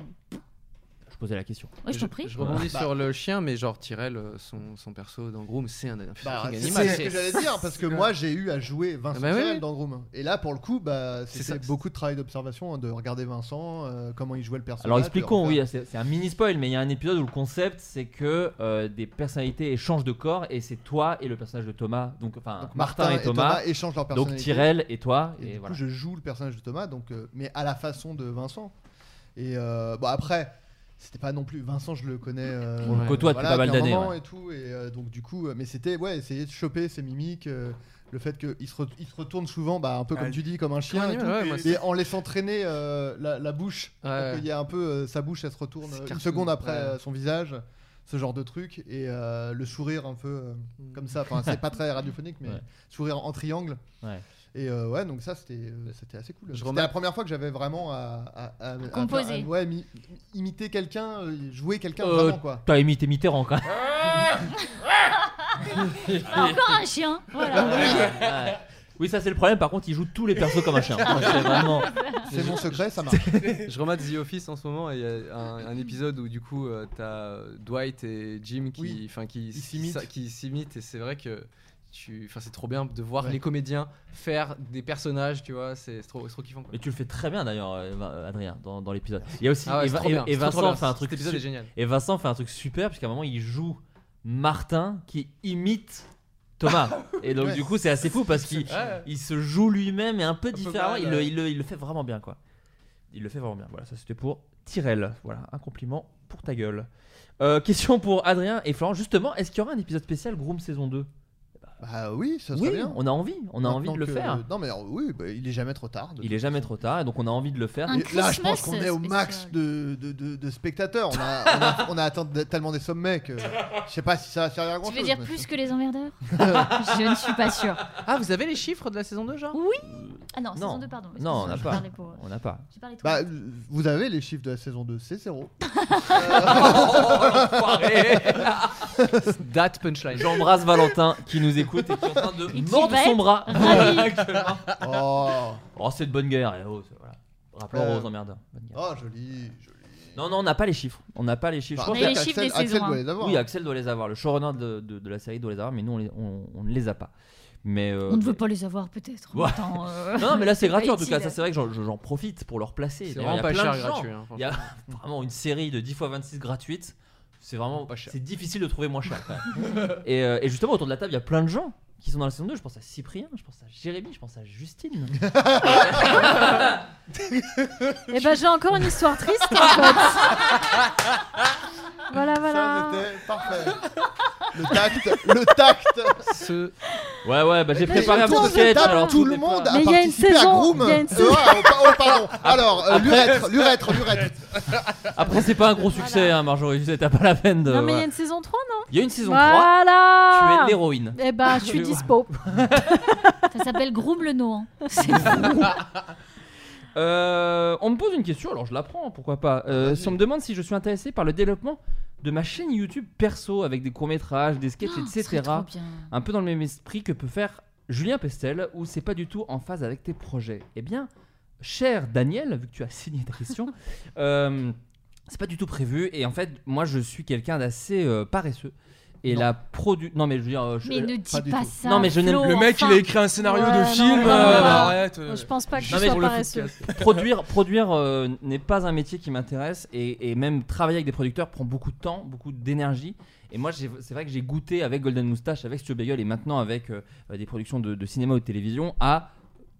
Speaker 7: Je posais la question.
Speaker 12: Ouais, je t'en prie.
Speaker 8: Je rebondis
Speaker 12: Bah.
Speaker 8: sur le chien, mais genre Tyrell, euh, son, son perso dans Groom, Ah, c'est un, un
Speaker 10: Bah,
Speaker 8: fucking
Speaker 10: c'est
Speaker 8: animal.
Speaker 10: ce que j'allais dire parce que moi j'ai eu à jouer Vincent
Speaker 8: Bah ouais,
Speaker 10: Tirel
Speaker 8: ouais.
Speaker 10: dans Groom et là pour le coup bah
Speaker 8: C'est
Speaker 10: c'était
Speaker 8: ça.
Speaker 10: beaucoup de travail d'observation hein, de regarder Vincent euh, comment il jouait le personnage.
Speaker 7: Alors
Speaker 10: de
Speaker 7: expliquons, oui,
Speaker 10: refaire-
Speaker 7: c'est c'est un mini spoil, mais il y a un épisode où le concept c'est que euh, des personnalités échangent de corps et c'est toi et le personnage de Thomas, donc enfin Martin, et Thomas,
Speaker 10: échangent leur
Speaker 7: Donc
Speaker 10: personnalité.
Speaker 7: Tyrell et toi, et,
Speaker 10: du
Speaker 7: voilà.
Speaker 10: coup, je joue le personnage de Thomas, donc, euh, mais à la façon de Vincent. Et euh, bon, après, c'était pas non plus. Vincent, je le connais. euh,
Speaker 7: On le côtoie depuis pas mal
Speaker 10: depuis un
Speaker 7: d'années,
Speaker 10: moment
Speaker 7: ouais.
Speaker 10: Et tout, et euh, donc du coup, euh, mais c'était ouais, essayer de choper ses mimiques. euh, le fait qu'il se, re- il se retourne souvent, bah, un peu comme
Speaker 8: Ah,
Speaker 10: tu dis, comme un chien,
Speaker 8: ouais,
Speaker 10: et, tout,
Speaker 8: ouais, moi,
Speaker 10: et
Speaker 8: c'est-
Speaker 10: en laissant traîner euh, la, la bouche.
Speaker 8: Ouais.
Speaker 10: pour qu'il y ait un peu euh, sa bouche, elle se retourne
Speaker 8: C'est
Speaker 10: euh, une
Speaker 8: cartoon,
Speaker 10: seconde après
Speaker 8: ouais.
Speaker 10: euh, son visage, ce genre de truc, et euh, le sourire un peu euh, comme ça. Enfin, c'est pas très radiophonique, mais
Speaker 7: Mm. Ouais.
Speaker 10: sourire en triangle.
Speaker 7: Ouais.
Speaker 10: Et euh, ouais, donc ça, c'était euh, c'était assez cool.
Speaker 16: Je
Speaker 10: C'était
Speaker 16: remarque-
Speaker 10: la première fois que j'avais vraiment à, à- à- à-
Speaker 16: Composer.
Speaker 10: à- à- ouais, mi- imiter quelqu'un, euh, jouer quelqu'un
Speaker 7: Euh,
Speaker 10: vraiment, quoi.
Speaker 7: T'as imité Mitterrand quand même.
Speaker 12: Encore un chien. Voilà.
Speaker 7: Ouais. Oui, ça c'est le problème. Par contre, il joue tous les persos comme un chien. C'est vraiment.
Speaker 10: C'est mon secret, ça marche.
Speaker 16: Je remate The Office en ce moment et il y a un, un épisode où du coup euh, t'as Dwight et Jim qui, enfin qui
Speaker 8: s'imitent.
Speaker 16: ça- qui s'imitent et c'est vrai que tu, enfin c'est trop bien de voir
Speaker 8: Ouais.
Speaker 16: les comédiens faire des personnages, tu vois, c'est c'est trop, c'est trop kiffant. Quoi.
Speaker 7: Et tu le fais très bien d'ailleurs, euh, Vin- euh, Adrien, dans, dans l'épisode. Il y a aussi
Speaker 16: Ah ouais,
Speaker 7: et,
Speaker 16: c'est
Speaker 7: Vin-
Speaker 16: trop bien,
Speaker 7: et- et
Speaker 16: c'est trop, trop
Speaker 7: Vincent
Speaker 16: bien.
Speaker 7: fait un
Speaker 16: Cet
Speaker 7: truc
Speaker 16: épisode
Speaker 7: su-
Speaker 16: est génial.
Speaker 7: Et Vincent fait un truc super puisqu'à un moment il joue Martin qui imite Thomas. et donc
Speaker 16: Ouais.
Speaker 7: du coup c'est assez fou parce qu'il
Speaker 16: Ouais.
Speaker 7: il se joue lui-même et un peu différemment.
Speaker 16: mal,
Speaker 7: il, le,
Speaker 16: ouais.
Speaker 7: il le- il le fait vraiment bien quoi. Il le fait vraiment bien. Voilà, ça c'était pour Tyrell. Voilà, un compliment pour ta gueule. Euh, question pour Adrien et Florent. Justement, est-ce qu'il y aura un épisode spécial Groom saison 2
Speaker 10: Bah oui, ça serait bien.
Speaker 7: On a envie, on a envie de le
Speaker 10: Maintenant que-
Speaker 7: faire.
Speaker 10: Non, mais alors, oui, bah, il est jamais trop tard. de
Speaker 7: Il est jamais trop tard et donc on a envie de le faire.
Speaker 10: Et là, je pense qu'on est au max de, de- de- de spectateurs. On a, on a- on a atteint de- tellement des sommets que je sais pas si ça va servir à grand
Speaker 12: Tu
Speaker 10: chose.
Speaker 12: veux dire
Speaker 10: mais-
Speaker 12: plus que les emmerdeurs Je ne suis pas sûr.
Speaker 8: Ah, vous avez les chiffres de la saison 2, genre
Speaker 12: Oui Ah non, saison 2, pardon.
Speaker 10: Non, on
Speaker 12: Excuse-moi,
Speaker 10: n'a
Speaker 12: je
Speaker 10: pas.
Speaker 12: parlais pour-
Speaker 7: On n'a pas.
Speaker 12: J'ai parlé trop
Speaker 10: Bah,
Speaker 12: vite.
Speaker 10: euh, vous avez les chiffres de la saison 2, c'est zéro.
Speaker 7: Oh,
Speaker 16: Date punchline.
Speaker 7: J'embrasse Valentin qui nous écoute et qui est en train de
Speaker 12: Et qui
Speaker 7: mordre
Speaker 12: va
Speaker 7: son
Speaker 12: être
Speaker 7: bras.
Speaker 12: ravi.
Speaker 7: Actuellement.
Speaker 10: oh,
Speaker 7: c'est de bonne guerre. eh, oh, c'est- voilà. Rappelons
Speaker 10: Euh,
Speaker 7: aux emmerdeurs. Bonne guerre.
Speaker 10: Oh, joli.
Speaker 7: Non, non, on n'a pas les chiffres. On n'a pas les chiffres.
Speaker 10: Bah,
Speaker 7: Je pense
Speaker 10: mais les
Speaker 7: que-
Speaker 10: chiffres des Axel- Axel saisons, doit hein. les avoir.
Speaker 7: Oui, Axel doit les avoir. Le showrunner de, de- de la série doit les avoir, mais nous on, les- on- on ne les a pas. Mais euh,
Speaker 12: On ne veut pas les avoir, peut-être. en
Speaker 7: Ouais.
Speaker 12: même temps, euh,
Speaker 7: Non, non, mais là c'est
Speaker 12: c'est
Speaker 7: gratuit
Speaker 12: pas
Speaker 7: en tout cas.
Speaker 12: utile.
Speaker 7: Ça, c'est vrai que j'en- j'en profite pour leur placer.
Speaker 16: C'est
Speaker 7: D'ailleurs, il y a
Speaker 16: vraiment pas cher
Speaker 7: plein de
Speaker 16: et
Speaker 7: gens.
Speaker 16: gratuit, hein,
Speaker 7: il y a vraiment une série de 10 x 26 gratuite. C'est vraiment pas cher. C'est difficile de trouver moins cher. quand même. et, euh, et justement, autour de la table, il y a plein de gens qui sont dans la saison 2. Je pense à Cyprien, je pense à Jérémy, je pense à Justine.
Speaker 11: Et ben j'ai encore une histoire triste en fait. Voilà, voilà.
Speaker 10: parfait. Le tact, le tact.
Speaker 7: Ouais, ouais, bah j'ai
Speaker 10: Mais
Speaker 7: préparé un
Speaker 10: autour
Speaker 7: petit
Speaker 10: de
Speaker 7: sketch.
Speaker 10: table,
Speaker 7: alors,
Speaker 10: tout le
Speaker 7: n'êtes
Speaker 10: monde
Speaker 7: pas-
Speaker 10: a participé à Groom. Euh, ah, oh, pa- oh, pardon. Alors, euh,
Speaker 7: Après-
Speaker 10: l'urètre, l'urètre, l'urètre.
Speaker 7: Après, c'est pas un gros succès, hein, Marjorie. tu sais, T'as pas la peine de.
Speaker 11: Non, mais il y a
Speaker 7: voilà.
Speaker 11: une saison 3, non
Speaker 7: Il y a une saison 3.
Speaker 11: Voilà
Speaker 7: Tu es l'héroïne.
Speaker 11: Eh ben, je suis
Speaker 7: Le-
Speaker 11: dispo.
Speaker 12: Ça s'appelle Groom le hein. Nohan. C'est
Speaker 7: Euh, on me pose une question, alors je la prends, pourquoi pas. Euh, si on me demande si je suis intéressé par le développement de ma chaîne YouTube perso avec des courts-métrages, des sketchs,
Speaker 12: Oh, ce
Speaker 7: etc.
Speaker 12: serait trop bien.
Speaker 7: Un peu dans le même esprit que peut faire Julien Pestel, où c'est pas du tout en phase avec tes projets. Eh bien, cher Daniel, vu que tu as signé ta question, euh, c'est pas du tout prévu. Et en fait, moi je suis quelqu'un d'assez euh, paresseux. Et la produ. Non, mais je veux dire. euh, je-
Speaker 12: Mais ne dis
Speaker 7: du
Speaker 12: pas
Speaker 7: tout.
Speaker 12: ça,
Speaker 7: Non, mais je n'aime
Speaker 12: Flo,
Speaker 7: Le mec,
Speaker 12: enfin.
Speaker 7: il a écrit un scénario de film,
Speaker 12: non, non,
Speaker 7: euh,
Speaker 12: non, non.
Speaker 7: arrête, euh,
Speaker 11: Je pense pas que je
Speaker 7: Non, mais
Speaker 11: sois
Speaker 7: pour le
Speaker 11: paresseux.
Speaker 7: produire produire euh, n'est pas un métier qui m'intéresse et, et même travailler avec des producteurs prend beaucoup de temps, beaucoup d'énergie. Et moi, j'ai- c'est vrai que j'ai goûté avec Golden Moustache, avec Studio Bagel et maintenant avec euh, des productions de, de cinéma ou de télévision à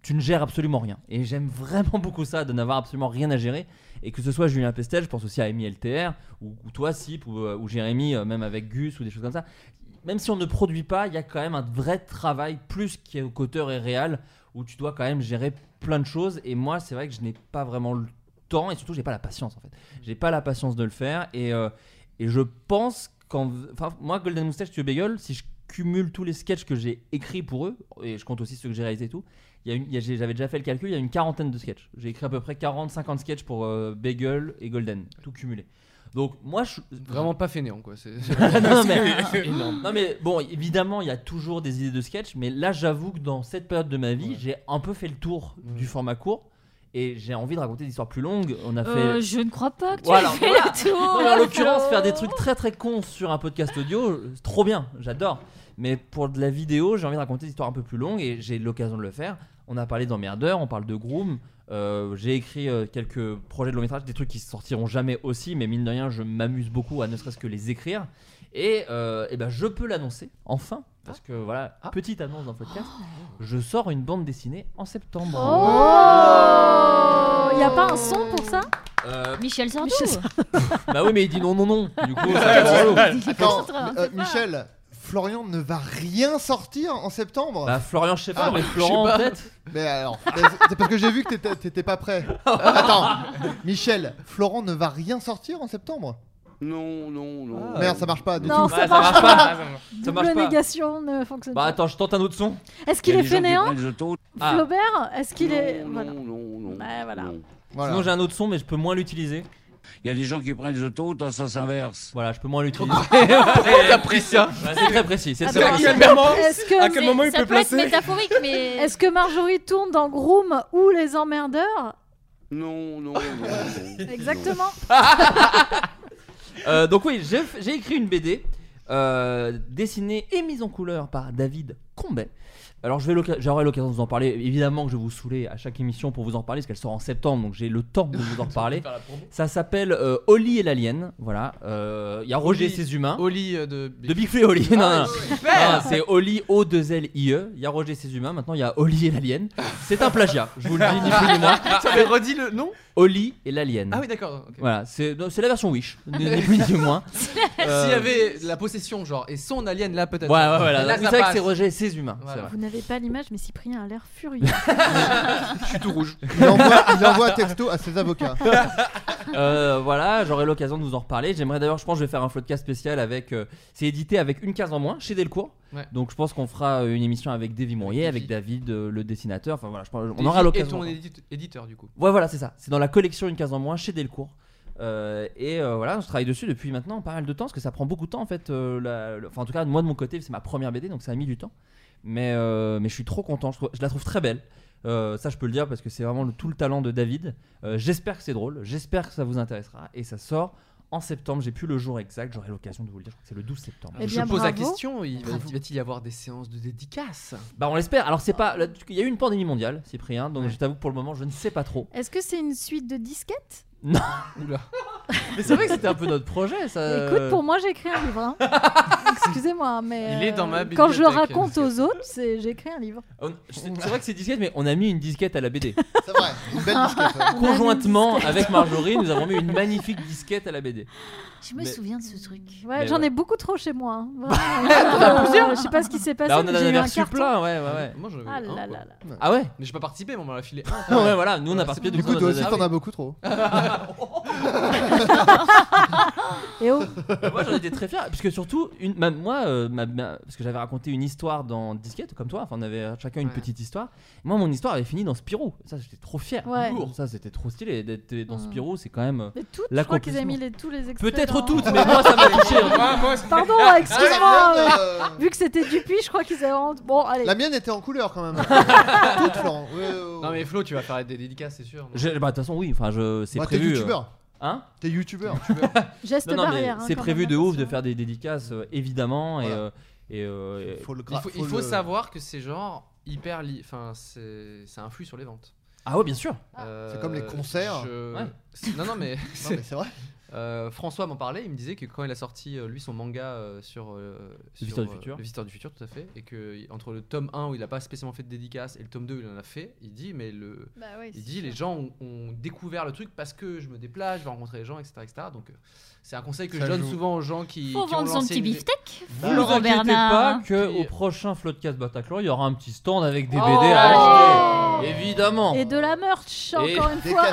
Speaker 7: tu ne gères absolument rien. Et j'aime vraiment beaucoup ça, de n'avoir absolument rien à gérer. Et que ce soit Julien Pestel, je pense aussi à Amy LTR, ou, ou toi, Sip, ou, euh, ou Jérémy, euh, même avec Gus, ou des choses comme ça. Même si on ne produit pas, il y a quand même un vrai travail, plus qui est qu'auteur et réel, où tu dois quand même gérer plein de choses. Et moi, c'est vrai que je n'ai pas vraiment le temps, et surtout, j'ai pas la patience, en fait. J'ai pas la patience de le faire. Et, euh, et je pense qu'en. Enfin, moi, Golden Moustache, tu bagel, si je cumule tous les sketchs que j'ai écrits pour eux, et je compte aussi ceux que j'ai réalisés et tout, il y a une- il y a- j'ai- j'avais déjà fait le calcul, il y a une quarantaine de sketchs. J'ai écrit à peu près 40-50 sketchs pour euh, Bagel et Golden, tout cumulé. Donc moi je...
Speaker 16: Vraiment pas fainéant, quoi, c'est-
Speaker 7: non, mais...
Speaker 16: C'est énorme.
Speaker 7: non mais bon évidemment il y a toujours des idées de sketch mais là j'avoue que dans cette période de ma vie j'ai un peu fait le tour du format court et j'ai envie de raconter des histoires plus longues. On a
Speaker 12: Euh,
Speaker 7: fait...
Speaker 12: je ne crois pas que tu
Speaker 7: Voilà,
Speaker 12: aies fait
Speaker 7: voilà.
Speaker 12: le tour.
Speaker 7: Non, mais en l'occurrence, faire des trucs très très cons sur un podcast audio, c'est trop bien, j'adore. Mais pour de la vidéo, j'ai envie de raconter des histoires un peu plus longues et j'ai l'occasion de le faire. On a parlé d'emmerdeur, on parle de groom. euh, j'ai écrit euh, quelques projets de long métrage, des trucs qui sortiront jamais aussi, mais mine de rien, je m'amuse beaucoup à ne serait-ce que les écrire. Et, euh, eh ben, je peux l'annoncer, enfin, parce que voilà, petite annonce dans le podcast, je sors une bande dessinée en septembre.
Speaker 11: Oh Il a pas un son pour ça
Speaker 7: Euh,
Speaker 12: Michel Sardou.
Speaker 7: bah oui, mais il dit non, non, non. Du coup, ça va être relou.
Speaker 10: Attends,
Speaker 12: hein,
Speaker 10: mais, euh, Michel, Florian ne va rien sortir en septembre.
Speaker 7: Bah, Florian, je sais pas,
Speaker 10: Ah,
Speaker 7: mais
Speaker 10: je sais
Speaker 7: Florent,
Speaker 10: pas.
Speaker 7: peut-être.
Speaker 10: Mais alors, mais c'est- c'est parce que j'ai vu que t'étais- t'étais pas prêt. Attends, Michel, Florent ne va rien sortir en septembre. Ah.
Speaker 3: Non, non, non.
Speaker 10: Merde, ça marche pas du
Speaker 11: Non,
Speaker 10: tout.
Speaker 11: ça Ouais, ça marche marche pas. pas. Ça marche Ah, Double pas. négation ne fonctionne
Speaker 7: Bah
Speaker 11: pas.
Speaker 7: attends, je tente un autre son.
Speaker 11: Est-ce qu'il
Speaker 7: Il y a
Speaker 11: est
Speaker 7: des gens qui
Speaker 11: fainéant
Speaker 7: prennent les autos. Ah.
Speaker 11: Flaubert Est-ce qu'il est. voilà. Bah,
Speaker 3: Ouais,
Speaker 11: voilà.
Speaker 7: Sinon j'ai un autre son mais je peux moins l'utiliser. Il y a des gens qui prennent les autos dans le sens inverse. Voilà, je peux moins l'utiliser.
Speaker 8: Pourquoi t'as pris ça
Speaker 7: Ouais, C'est très précis. C'est
Speaker 8: Attends,
Speaker 7: très précis.
Speaker 8: à quel moment-
Speaker 11: Ah, bah, Est-ce que-
Speaker 8: à quel moment il
Speaker 11: Ça
Speaker 8: peut
Speaker 11: peut être
Speaker 8: placer
Speaker 11: métaphorique, mais- Est-ce que Marjorie tourne dans Groom ou Les Emmerdeurs
Speaker 3: Non, non, non. non.
Speaker 11: Exactement.
Speaker 7: Ah, Euh, donc oui, j'ai j'ai écrit une BD euh, dessinée et mise en couleur par David Combet. Alors je vais l'oc- j'aurai l'occasion de vous en parler. Évidemment que je vais vous saouler à chaque émission pour vous en parler, parce qu'elle sort en septembre, donc j'ai le temps de vous en parler.
Speaker 8: faire la promo.
Speaker 7: Ça s'appelle euh, Oli et l'alien. Voilà. Euh, Il y a Roger et
Speaker 8: Oli-
Speaker 7: ses humains.
Speaker 8: Oli, euh, de Big-
Speaker 7: de Big Flea et Oli.
Speaker 8: Ah,
Speaker 7: non, non, non.
Speaker 8: super.
Speaker 7: Non, c'est Oli O 2 L I E. Il y a Roger et ses humains. Maintenant il y a Oli et l'alien. C'est un plagiat. Je vous le dis ni plus ni moins.
Speaker 8: Tu avais redit le nom
Speaker 7: Oli et l'alien.
Speaker 8: Ah oui, d'accord, ok.
Speaker 7: Voilà. C'est non, c'est la version Wish. Ni ni plus ni moins. Euh,
Speaker 10: Euh,
Speaker 8: S'il y avait la possession, genre, et son alien là, peut-être.
Speaker 7: Ouais, ouais, voilà.
Speaker 8: Ah, Là,
Speaker 7: C'est
Speaker 8: ça
Speaker 7: vrai que
Speaker 8: passe.
Speaker 7: c'est Roger et ses humains, c'est vrai.
Speaker 11: Vous n'avez pas l'image, mais Cyprien a l'air furieux.
Speaker 8: Je suis tout rouge.
Speaker 10: Il envoie, il envoie un texto à ses avocats.
Speaker 7: Euh, voilà, j'aurai l'occasion de vous en reparler. J'aimerais d'ailleurs, je pense, que je vais faire un floodcast spécial avec. euh, c'est édité avec une case en moins chez Delcourt.
Speaker 8: Ouais.
Speaker 7: Donc je pense qu'on fera euh, une émission avec Davy Mourier, avec David, euh, le dessinateur. Enfin voilà, je pense- on
Speaker 8: Davy
Speaker 7: aura
Speaker 8: est
Speaker 7: l'occasion.
Speaker 8: ton
Speaker 7: d'en-
Speaker 8: édite- éditeur, du coup.
Speaker 7: Ouais, voilà, c'est ça. C'est dans la collection une case en moins chez Delcourt. Euh, et euh, voilà, je travaille dessus depuis maintenant pas mal de temps parce que ça prend beaucoup de temps en fait. euh, la- le- enfin, en tout cas, moi de mon côté, c'est ma première BD donc ça a mis du temps. Mais, euh, mais je suis trop content, je, trouve- je la trouve très belle. Euh, ça, je peux le dire parce que c'est vraiment le- tout le talent de David. Euh, j'espère que c'est drôle, j'espère que ça vous intéressera. Et ça sort en septembre, j'ai plus le jour exact, j'aurai l'occasion de vous le dire. je crois que C'est le 12 septembre.
Speaker 8: je pose la question, il va- va-t-il y avoir des séances de dédicaces
Speaker 7: Bah, on l'espère. Alors, c'est pas. là, Il y a eu une pandémie mondiale, Cyprien, donc je t'avoue que pour le moment, je ne sais pas trop.
Speaker 11: Est-ce que c'est une suite de disquettes
Speaker 7: Non. Mais c'est vrai que c'était un peu notre projet, ça.
Speaker 11: Écoute, pour moi, j'ai écrit un livre. hein. Excusez-moi, hein, mais. euh,
Speaker 7: Il est dans ma
Speaker 11: Quand je le
Speaker 7: bibliothèque,
Speaker 11: raconte aux autres, c'est j'ai écrit un livre.
Speaker 7: On- C'est c'est vrai que c'est disquette, mais on a mis une disquette à la BD.
Speaker 10: C'est vrai, une belle disquette. ouais.
Speaker 7: Conjointement avec Marjorie, nous avons mis une magnifique disquette à la BD.
Speaker 11: Je
Speaker 7: Mais-
Speaker 11: souviens de ce truc.
Speaker 7: Mais
Speaker 11: Ouais, j'en
Speaker 7: ouais.
Speaker 11: ai beaucoup trop chez moi. hein. Vraiment.
Speaker 8: T'as
Speaker 11: Euh,
Speaker 8: plusieurs
Speaker 11: Je sais pas ce qui s'est passé.
Speaker 7: Là, on en
Speaker 11: mais
Speaker 7: a
Speaker 11: j'ai eu un
Speaker 7: reçu
Speaker 11: carton.
Speaker 7: plein, ouais, ouais, ouais.
Speaker 8: Moi, j'en avais
Speaker 11: Ah
Speaker 8: un,
Speaker 11: là
Speaker 8: quoi.
Speaker 11: là là.
Speaker 7: Ah ouais
Speaker 8: Mais j'ai pas participé, mais on m'a filé un.
Speaker 7: Ah Ouais, voilà, nous on a
Speaker 8: Voilà,
Speaker 7: participé
Speaker 8: c'est
Speaker 7: du
Speaker 8: bon.
Speaker 7: coup, on en a-
Speaker 10: aussi, t'en as beaucoup trop.
Speaker 7: Ah
Speaker 11: Et oh
Speaker 7: Mais Bah, Moi j'en étais très fier, puisque surtout, une, ma- moi, euh, ma- ma- parce que j'avais raconté une histoire dans Disquette, comme toi, enfin on avait chacun une petite histoire. Moi mon histoire avait fini dans Spirou, ça j'étais trop fier.
Speaker 11: Ouais.
Speaker 7: Lourd. Ça c'était trop stylé d'être dans
Speaker 11: Mm.
Speaker 7: Spirou, c'est quand même. euh,
Speaker 11: Mais toutes, je crois qu'ils
Speaker 7: l'accomplissement.
Speaker 11: avaient mis les- tous les extraits.
Speaker 7: Peut-être
Speaker 11: dans- Oh,
Speaker 7: toutes, mais moi ça m'a touché.
Speaker 11: Pardon, excuse-moi. euh, Vu que c'était Dupuis, je crois qu'ils avaient. honte. Bon, allez. Ah,
Speaker 10: La mienne était en couleur quand même. Toute Flan. Ouais, ouais, ouais.
Speaker 8: Non, mais Flo, tu vas faire des dédicaces, c'est sûr.
Speaker 7: Je- bah, De toute façon, oui, enfin, je, c'est
Speaker 10: Bah, t'es
Speaker 7: prévu. euh,
Speaker 10: youtubeur.
Speaker 7: Hein
Speaker 10: T'es youtubeur.
Speaker 11: Geste
Speaker 7: Non, non, mais
Speaker 11: barrière, hein,
Speaker 7: c'est
Speaker 11: quand
Speaker 7: prévu
Speaker 11: même,
Speaker 7: de ouf de faire des dédicaces, euh, évidemment. Et,
Speaker 8: Voilà.
Speaker 7: euh, et, euh, et-
Speaker 8: Il faut, il faut savoir que c'est genre hyper. li- Enfin, c'est- ça influe sur les ventes.
Speaker 7: Ah ouais, bien sûr.
Speaker 8: Euh,
Speaker 10: C'est comme les concerts.
Speaker 8: je-
Speaker 10: Ouais.
Speaker 8: c'est- Non, non, mais.
Speaker 10: Non, mais c'est vrai.
Speaker 8: Euh, François m'en parlait, il me disait que quand il a sorti euh, lui son manga euh, sur, euh, sur,
Speaker 7: Visiteur du
Speaker 8: euh,
Speaker 7: futur.
Speaker 8: Le Visiteur du futur, tout à fait, et que il- entre le tome 1 où il a pas spécialement fait de dédicace et le tome 2 où il en a fait, il dit mais le,
Speaker 11: Bah oui, c'est
Speaker 8: il dit les gens ont, ont découvert le truc parce que je me déplace, je vais rencontrer les gens, etc. etc. Donc euh, c'est un conseil que
Speaker 7: Ça
Speaker 8: je donne
Speaker 7: joue.
Speaker 8: souvent aux gens qui.
Speaker 12: Faut
Speaker 8: qui ont
Speaker 12: vendre son
Speaker 8: lancé
Speaker 12: petit
Speaker 8: une-
Speaker 12: beefsteak,
Speaker 7: Vous
Speaker 10: Bah,
Speaker 12: Laurent
Speaker 7: inquiétez pas
Speaker 12: Bernard.
Speaker 7: que au prochain Floodcast Bataclan, il y aura un petit stand avec des
Speaker 8: Oh
Speaker 7: BD à acheter. Évidemment.
Speaker 11: Et de la merch,
Speaker 7: Et-
Speaker 11: encore une fois.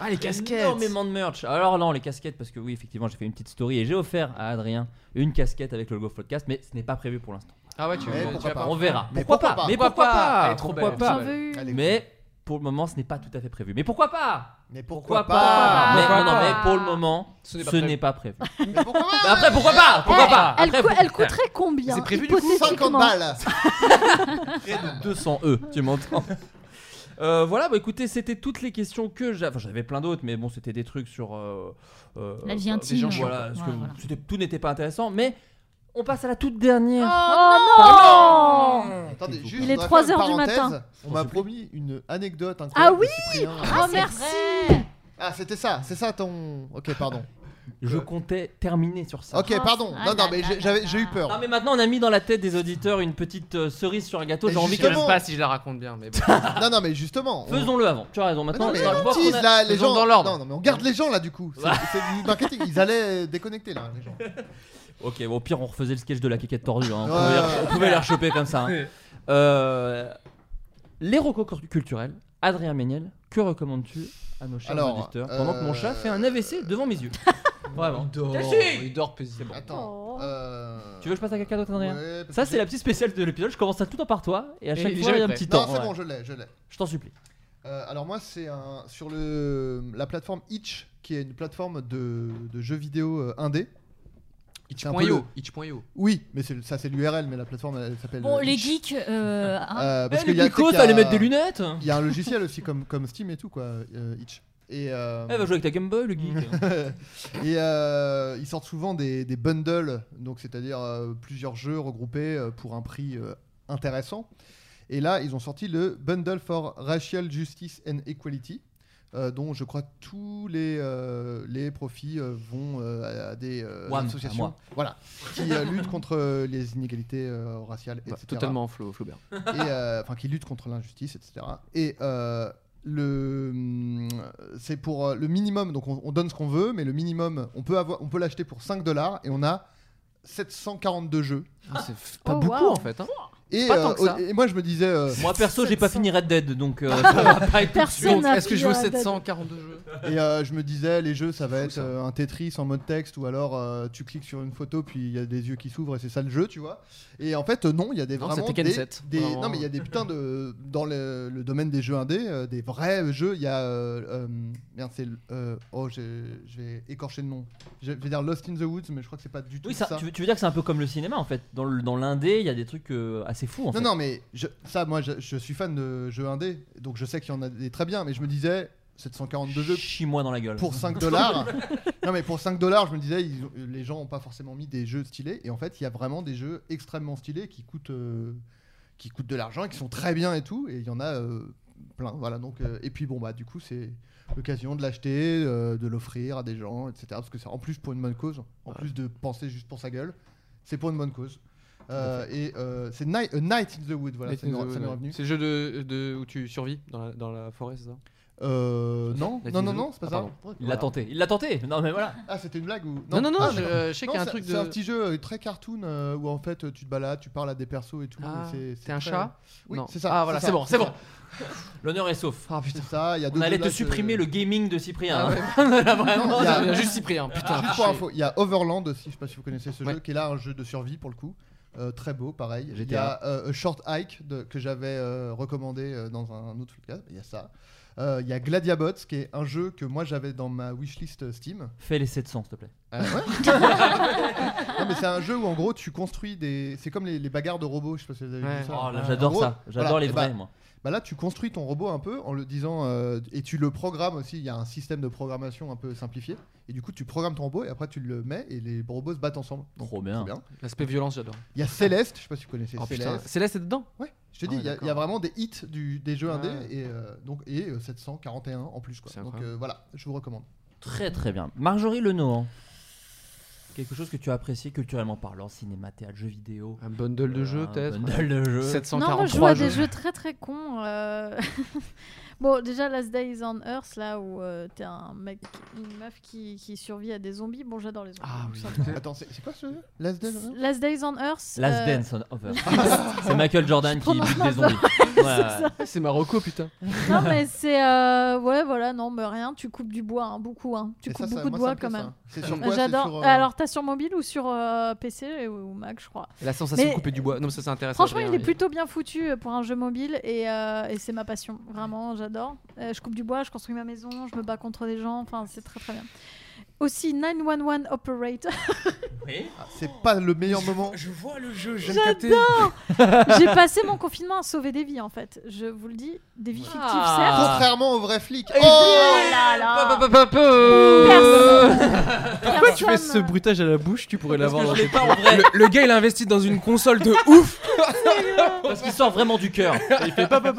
Speaker 8: ah, les casquettes.
Speaker 7: Énormément de merch. Alors non, les casquettes, parce que oui, effectivement, j'ai fait une petite story et j'ai offert à Adrien une casquette avec le logo Floodcast, mais ce n'est pas prévu pour l'instant.
Speaker 8: Ah ouais, tu
Speaker 10: Mais
Speaker 8: tu
Speaker 10: pourquoi
Speaker 8: vas
Speaker 10: pas.
Speaker 7: On verra.
Speaker 10: Mais
Speaker 7: pourquoi,
Speaker 10: pourquoi
Speaker 7: pas
Speaker 10: pas
Speaker 7: Mais pourquoi
Speaker 8: Pourquoi pas
Speaker 7: pas
Speaker 8: Elle est trop
Speaker 7: Pourquoi
Speaker 8: belle.
Speaker 7: pas
Speaker 8: J'en veux une.
Speaker 10: Elle est
Speaker 7: Mais pour le moment, ce n'est pas tout à fait prévu. Mais pourquoi pas
Speaker 10: Mais pourquoi, pas,
Speaker 7: Mais,
Speaker 10: Pourquoi
Speaker 7: non, non,
Speaker 10: pas
Speaker 7: mais pour le moment,
Speaker 8: Ce
Speaker 7: ce
Speaker 8: n'est
Speaker 7: n'est
Speaker 8: pas
Speaker 7: pas,
Speaker 8: prévu.
Speaker 7: prévu. Mais après, Ah, pourquoi pas Pourquoi pas
Speaker 11: Elle,
Speaker 7: Après,
Speaker 11: cou-
Speaker 7: pourquoi
Speaker 11: elle
Speaker 7: pas
Speaker 11: coûterait combien
Speaker 10: C'est prévu du coup
Speaker 11: hypothétiquement
Speaker 10: 50 balles.
Speaker 7: Près de 200 E, tu m'entends Euh, voilà, bah écoutez, c'était toutes les questions que j'avais. Enfin, j'avais plein d'autres, mais bon, c'était des trucs sur. euh, euh,
Speaker 12: La vie
Speaker 7: euh, des
Speaker 12: intime.
Speaker 7: gens, voilà,
Speaker 12: Ouais,
Speaker 7: parce que
Speaker 12: voilà.
Speaker 7: c'était- tout n'était pas intéressant, mais on passe à la toute dernière.
Speaker 11: Oh non
Speaker 10: Attendez, juste,
Speaker 11: Il est
Speaker 10: on va
Speaker 11: 3
Speaker 10: faire une
Speaker 11: heures du
Speaker 10: parenthèse.
Speaker 11: matin.
Speaker 10: On m'a promis une anecdote
Speaker 11: Ah
Speaker 10: incroyable.
Speaker 11: oui
Speaker 10: de Cyprien.
Speaker 11: Oh merci
Speaker 10: Ah, c'était ça, c'est ça ton. Ok, pardon.
Speaker 7: Je comptais terminer sur ça.
Speaker 10: Ok, pardon.
Speaker 11: Ah,
Speaker 10: Non, non, mais j'ai- j'avais- j'ai eu peur.
Speaker 7: Non, mais maintenant, on a mis dans la tête des auditeurs une petite euh, cerise sur le gâteau.
Speaker 10: Mais
Speaker 7: J'ai envie
Speaker 8: Je sais
Speaker 7: que.
Speaker 10: justement-
Speaker 8: même pas si je la raconte bien, mais bon.
Speaker 10: Non, non, mais justement. on-
Speaker 7: Faisons-le avant. Tu as raison.
Speaker 10: Mais non,
Speaker 7: Maintenant,
Speaker 10: mais
Speaker 7: Non, je
Speaker 10: on
Speaker 7: vois qu'on
Speaker 10: tease,
Speaker 7: a-
Speaker 10: là, les
Speaker 8: faisons
Speaker 10: gens.
Speaker 8: dans l'ordre.
Speaker 10: Non, non, mais on garde les gens là du coup. C'est c'est du marketing. Ils allaient euh, déconnecter là, les gens.
Speaker 7: Ok, bon, au pire, on refaisait le sketch de la quéquette tordue. hein. On,
Speaker 10: Ouais.
Speaker 7: pouvait, les- on pouvait les rechoper comme ça. hein. Euh, les recos cor- culturels, Adrien Méniel, que recommandes-tu à nos chers
Speaker 10: Alors,
Speaker 7: auditeurs pendant que mon
Speaker 10: euh,
Speaker 7: chat fait un AVC devant mes yeux Vraiment.
Speaker 8: Il dort,
Speaker 7: Tachi
Speaker 8: il dort paisiblement.
Speaker 10: Attends. euh,
Speaker 7: Tu veux que je passe à quelqu'un d'autre, Adrien
Speaker 10: Ouais, parce
Speaker 7: Ça,
Speaker 10: que
Speaker 7: c'est la petite spéciale de l'épisode. Je commence à tout en par toi et à
Speaker 10: Et
Speaker 7: chaque
Speaker 10: il est
Speaker 7: fois, il y a un
Speaker 10: jamais
Speaker 7: petit
Speaker 10: prêt.
Speaker 7: temps.
Speaker 10: Non, c'est
Speaker 7: ouais.
Speaker 10: bon, je l'ai, je l'ai.
Speaker 7: Je t'en supplie.
Speaker 10: Euh, alors moi c'est un sur le la plateforme Itch qui est une plateforme de, de jeux vidéo euh, indé. C'est un peu
Speaker 8: Itch.io,
Speaker 10: le-
Speaker 8: itch.io.
Speaker 10: Oui, mais c'est le- ça c'est l'URL mais la plateforme elle, s'appelle
Speaker 12: Bon,
Speaker 10: euh,
Speaker 12: les
Speaker 10: Itch.
Speaker 12: geeks. euh, hein.
Speaker 10: Euh, parce
Speaker 7: Eh,
Speaker 10: qu'il
Speaker 7: les
Speaker 10: y a-
Speaker 7: geekos,
Speaker 10: tu sais qu'il y a-
Speaker 7: fallait mettre des lunettes.
Speaker 10: Il y a un logiciel aussi comme, comme Steam et tout, quoi, euh, Itch. Et, euh,
Speaker 7: Eh, va jouer avec ta Game Boy, le geek.
Speaker 10: et euh, ils sortent souvent des, des bundles, donc c'est-à-dire euh, plusieurs jeux regroupés euh, pour un prix euh, intéressant. Et là, ils ont sorti le Bundle for Racial Justice and Equality. euh, dont je crois tous les, euh, les profits euh, vont euh, à, à des euh,
Speaker 8: Wam, à
Speaker 10: associations
Speaker 8: moi.
Speaker 10: voilà, qui euh, luttent contre euh, les inégalités euh, raciales,
Speaker 8: Bah,
Speaker 10: etc.
Speaker 8: totalement, Flo- Flaubert.
Speaker 10: Et, euh, enfin, qui lutte contre l'injustice, etc. Et euh, le, hum, c'est pour euh, le minimum, donc on, on donne ce qu'on veut, mais le minimum, on peut, avoir, on peut l'acheter pour 5 dollars et on a 742 jeux.
Speaker 7: Ah,
Speaker 8: c'est pas Oh, beaucoup, wow. en fait, hein.
Speaker 10: Et,
Speaker 8: C'est pas tant que
Speaker 10: euh,
Speaker 8: ça.
Speaker 10: et moi je me disais. euh,
Speaker 7: Moi, perso, j'ai pas fini Red Dead, donc euh, ça va pas être tout de suite.
Speaker 8: Personne n'a Est-ce que je fini veux Red Dead. 742 jeux
Speaker 10: Et euh, je me disais, les jeux, ça va être euh, un Tetris en mode texte, ou alors euh, tu cliques sur une photo, puis il y a des yeux qui s'ouvrent, et c'est ça le jeu, tu vois. Et en fait, euh, non, il y a des
Speaker 8: Non,
Speaker 10: vraiment
Speaker 8: c'est Tekken
Speaker 10: des,
Speaker 8: 7,
Speaker 10: des-
Speaker 8: vraiment.
Speaker 10: non, mais il y a des putains de dans le, le domaine des jeux indés, euh, des vrais jeux. Il y a, euh, euh, merde, c'est le- euh, oh, j'ai- je vais écorcher le nom. Je vais dire Lost in the Woods, mais je crois que c'est pas du tout
Speaker 7: Oui, ça,
Speaker 10: ça.
Speaker 7: Tu, veux, tu veux dire que c'est un peu comme le cinéma en fait. Dans le- dans l'indé, il y a des trucs euh, assez fous en
Speaker 10: non,
Speaker 7: fait.
Speaker 10: non, mais je- ça, moi, je, je suis fan de jeux indés, donc je sais qu'il y en a des très bien, mais je me disais, 742 jeux.
Speaker 7: Chie-moi dans la gueule.
Speaker 10: Pour 5 dollars. non, mais pour 5 dollars, je me disais, ils ont- les gens n'ont pas forcément mis des jeux stylés, et en fait, il y a vraiment des jeux extrêmement stylés qui coûtent, euh, qui coûtent de l'argent, et qui sont très bien et tout, et il y en a euh, plein, voilà. Donc, euh, et puis, bon, bah, du coup, c'est l'occasion de l'acheter, euh, de l'offrir à des gens, etc. Parce que c'est en plus pour une bonne cause, en plus de penser juste pour sa gueule, c'est pour une bonne cause. Euh, et euh, c'est Ni- A Night in the Wood, voilà,
Speaker 16: Night
Speaker 10: ça
Speaker 16: in
Speaker 10: m'est
Speaker 16: the
Speaker 10: ça
Speaker 16: Wood,
Speaker 10: m'est
Speaker 16: ouais.
Speaker 10: revenu.
Speaker 16: C'est le jeu de, de- où tu survis dans la, dans la forêt, c'est ça
Speaker 10: Euh, non,
Speaker 16: Night
Speaker 10: non,
Speaker 16: in
Speaker 10: non,
Speaker 16: the
Speaker 10: non,
Speaker 16: Wood.
Speaker 10: c'est pas
Speaker 16: Ah,
Speaker 10: ça.
Speaker 16: pardon.
Speaker 10: Ouais,
Speaker 7: Il l'a tenté, il l'a tenté. Non mais voilà.
Speaker 10: Ah, c'était une blague ou
Speaker 7: Non, non, non,
Speaker 10: Ah,
Speaker 7: je- euh, je sais qu'il y a un
Speaker 10: c'est-
Speaker 7: truc
Speaker 10: c'est
Speaker 7: de-
Speaker 10: un petit jeu euh, très cartoon euh, où en fait euh, tu te balades, tu parles à des persos et tout.
Speaker 16: Ah,
Speaker 10: et c'est-
Speaker 16: t'es
Speaker 10: c'est
Speaker 16: un
Speaker 10: très-
Speaker 16: chat
Speaker 10: Oui,
Speaker 16: Non.
Speaker 10: c'est ça.
Speaker 16: Ah, voilà,
Speaker 10: ça,
Speaker 16: c'est bon, c'est bon.
Speaker 10: ça.
Speaker 7: L'honneur est sauf.
Speaker 10: Ah putain. Ça, il y a
Speaker 7: On
Speaker 10: deux
Speaker 7: allait
Speaker 10: jeux
Speaker 7: te
Speaker 16: euh,
Speaker 10: là que-
Speaker 7: supprimer le gaming de Cyprien.
Speaker 10: Ah ouais.
Speaker 7: hein. Là, vraiment, Ah,
Speaker 10: Non, il y a-
Speaker 7: ça-
Speaker 10: Juste pour info, il y a Overland aussi, je sais pas si vous connaissez ce jeu, qui est là un jeu de survie pour le coup. Euh, très beau, pareil. Il y a
Speaker 7: GTA.
Speaker 10: euh, A Short Hike de- que j'avais euh, recommandé euh, dans un autre podcast. Il y a ça. Euh, Il y a Gladiabots qui est un jeu que moi j'avais dans ma wishlist euh, Steam.
Speaker 7: Fais les 700 s'il te plaît.
Speaker 10: Euh, ouais. non mais c'est un jeu où en gros tu construis des. C'est comme les, les bagarres de robots, je sais pas si vous avez
Speaker 7: Ouais.
Speaker 10: vu ça.
Speaker 7: Oh là,
Speaker 10: En
Speaker 7: j'adore
Speaker 10: gros,
Speaker 7: ça. J'adore les
Speaker 10: et
Speaker 7: vrais,
Speaker 10: bah-
Speaker 7: moi.
Speaker 10: Bah là tu construis ton robot un peu en le disant euh, et tu le programmes aussi. Il y a un système de programmation un peu simplifié et du coup tu programmes ton robot et après tu le mets et les robots se battent ensemble. Donc,
Speaker 7: Trop bien.
Speaker 10: c'est
Speaker 16: L'aspect violence, j'adore.
Speaker 10: Il y a Céleste, je sais pas si vous connaissez
Speaker 16: Oh, putain,
Speaker 10: Céleste.
Speaker 16: Céleste est dedans
Speaker 10: Ouais. Je te
Speaker 16: Ah
Speaker 10: dis,
Speaker 16: ouais,
Speaker 10: il y a- il y, a
Speaker 16: d'accord.
Speaker 10: vraiment des hits du- des jeux indés
Speaker 16: Ah.
Speaker 10: et euh, donc et euh, 741 en plus quoi. Donc euh, voilà, je vous recommande.
Speaker 7: Très très bien. Marjorie Lenoir. Quelque chose que tu as apprécié culturellement parlant, cinéma, théâtre, jeux vidéo.
Speaker 16: Un bundle de jeux, peut-être.
Speaker 7: Un bundle de jeux.
Speaker 16: 700.
Speaker 11: Non, moi je
Speaker 7: 143
Speaker 11: joue à des
Speaker 7: jeux.
Speaker 11: jeux très très cons. euh. bon, déjà Last Days on Earth, là où euh, t'es un mec, une meuf qui, qui survit à des zombies. Bon, j'adore les zombies.
Speaker 7: Ah
Speaker 11: tout simplement.
Speaker 10: Attends, c'est c'est quoi ce jeu Last Days on Earth
Speaker 11: Last Days on Earth.
Speaker 7: Last
Speaker 11: euh,
Speaker 7: Dance on Over. c'est Michael Jordan qui bute des zombies. Ouais, ouais.
Speaker 8: Eh,
Speaker 16: C'est Marocco, putain.
Speaker 11: Non mais c'est euh, ouais voilà non mais rien tu coupes du bois hein, beaucoup hein. tu
Speaker 16: Et
Speaker 11: coupes
Speaker 16: ça, ça-
Speaker 11: beaucoup de
Speaker 16: moi, ça
Speaker 11: bois
Speaker 16: me plaît,
Speaker 11: quand
Speaker 16: ça.
Speaker 11: même
Speaker 16: C'est sur quoi, c'est
Speaker 11: j'adore
Speaker 16: sur, euh,
Speaker 11: alors t'as sur mobile ou sur euh, PC ou, ou Mac je crois
Speaker 16: La sensation de
Speaker 11: Mais,
Speaker 16: couper du bois. Non, mais ça, c'est intéressant.
Speaker 11: Franchement,
Speaker 16: Adrien,
Speaker 11: il est plutôt bien foutu euh, pour un jeu mobile et, euh, et c'est ma passion. Vraiment, j'adore. Euh, je coupe du bois, je construis ma maison, je me bats contre des gens. Enfin, c'est très très bien. Aussi, 911 Operator.
Speaker 10: Ah, C'est pas le meilleur moment.
Speaker 13: Je vois le jeu, je viens de capter.
Speaker 11: J'adore J'ai passé mon confinement à sauver des vies en fait. Je vous le dis, des vies fictives certes.
Speaker 10: Contrairement aux vrais flics.
Speaker 11: Oh là là
Speaker 8: Euh.
Speaker 16: Pourquoi tu fais ce bruitage à la bouche Tu pourrais l'avoir dans tes pieds.
Speaker 13: Le, le gars il a investi dans une console de ouf
Speaker 7: Parce qu'il sort vraiment du cœur.
Speaker 13: Il fait pas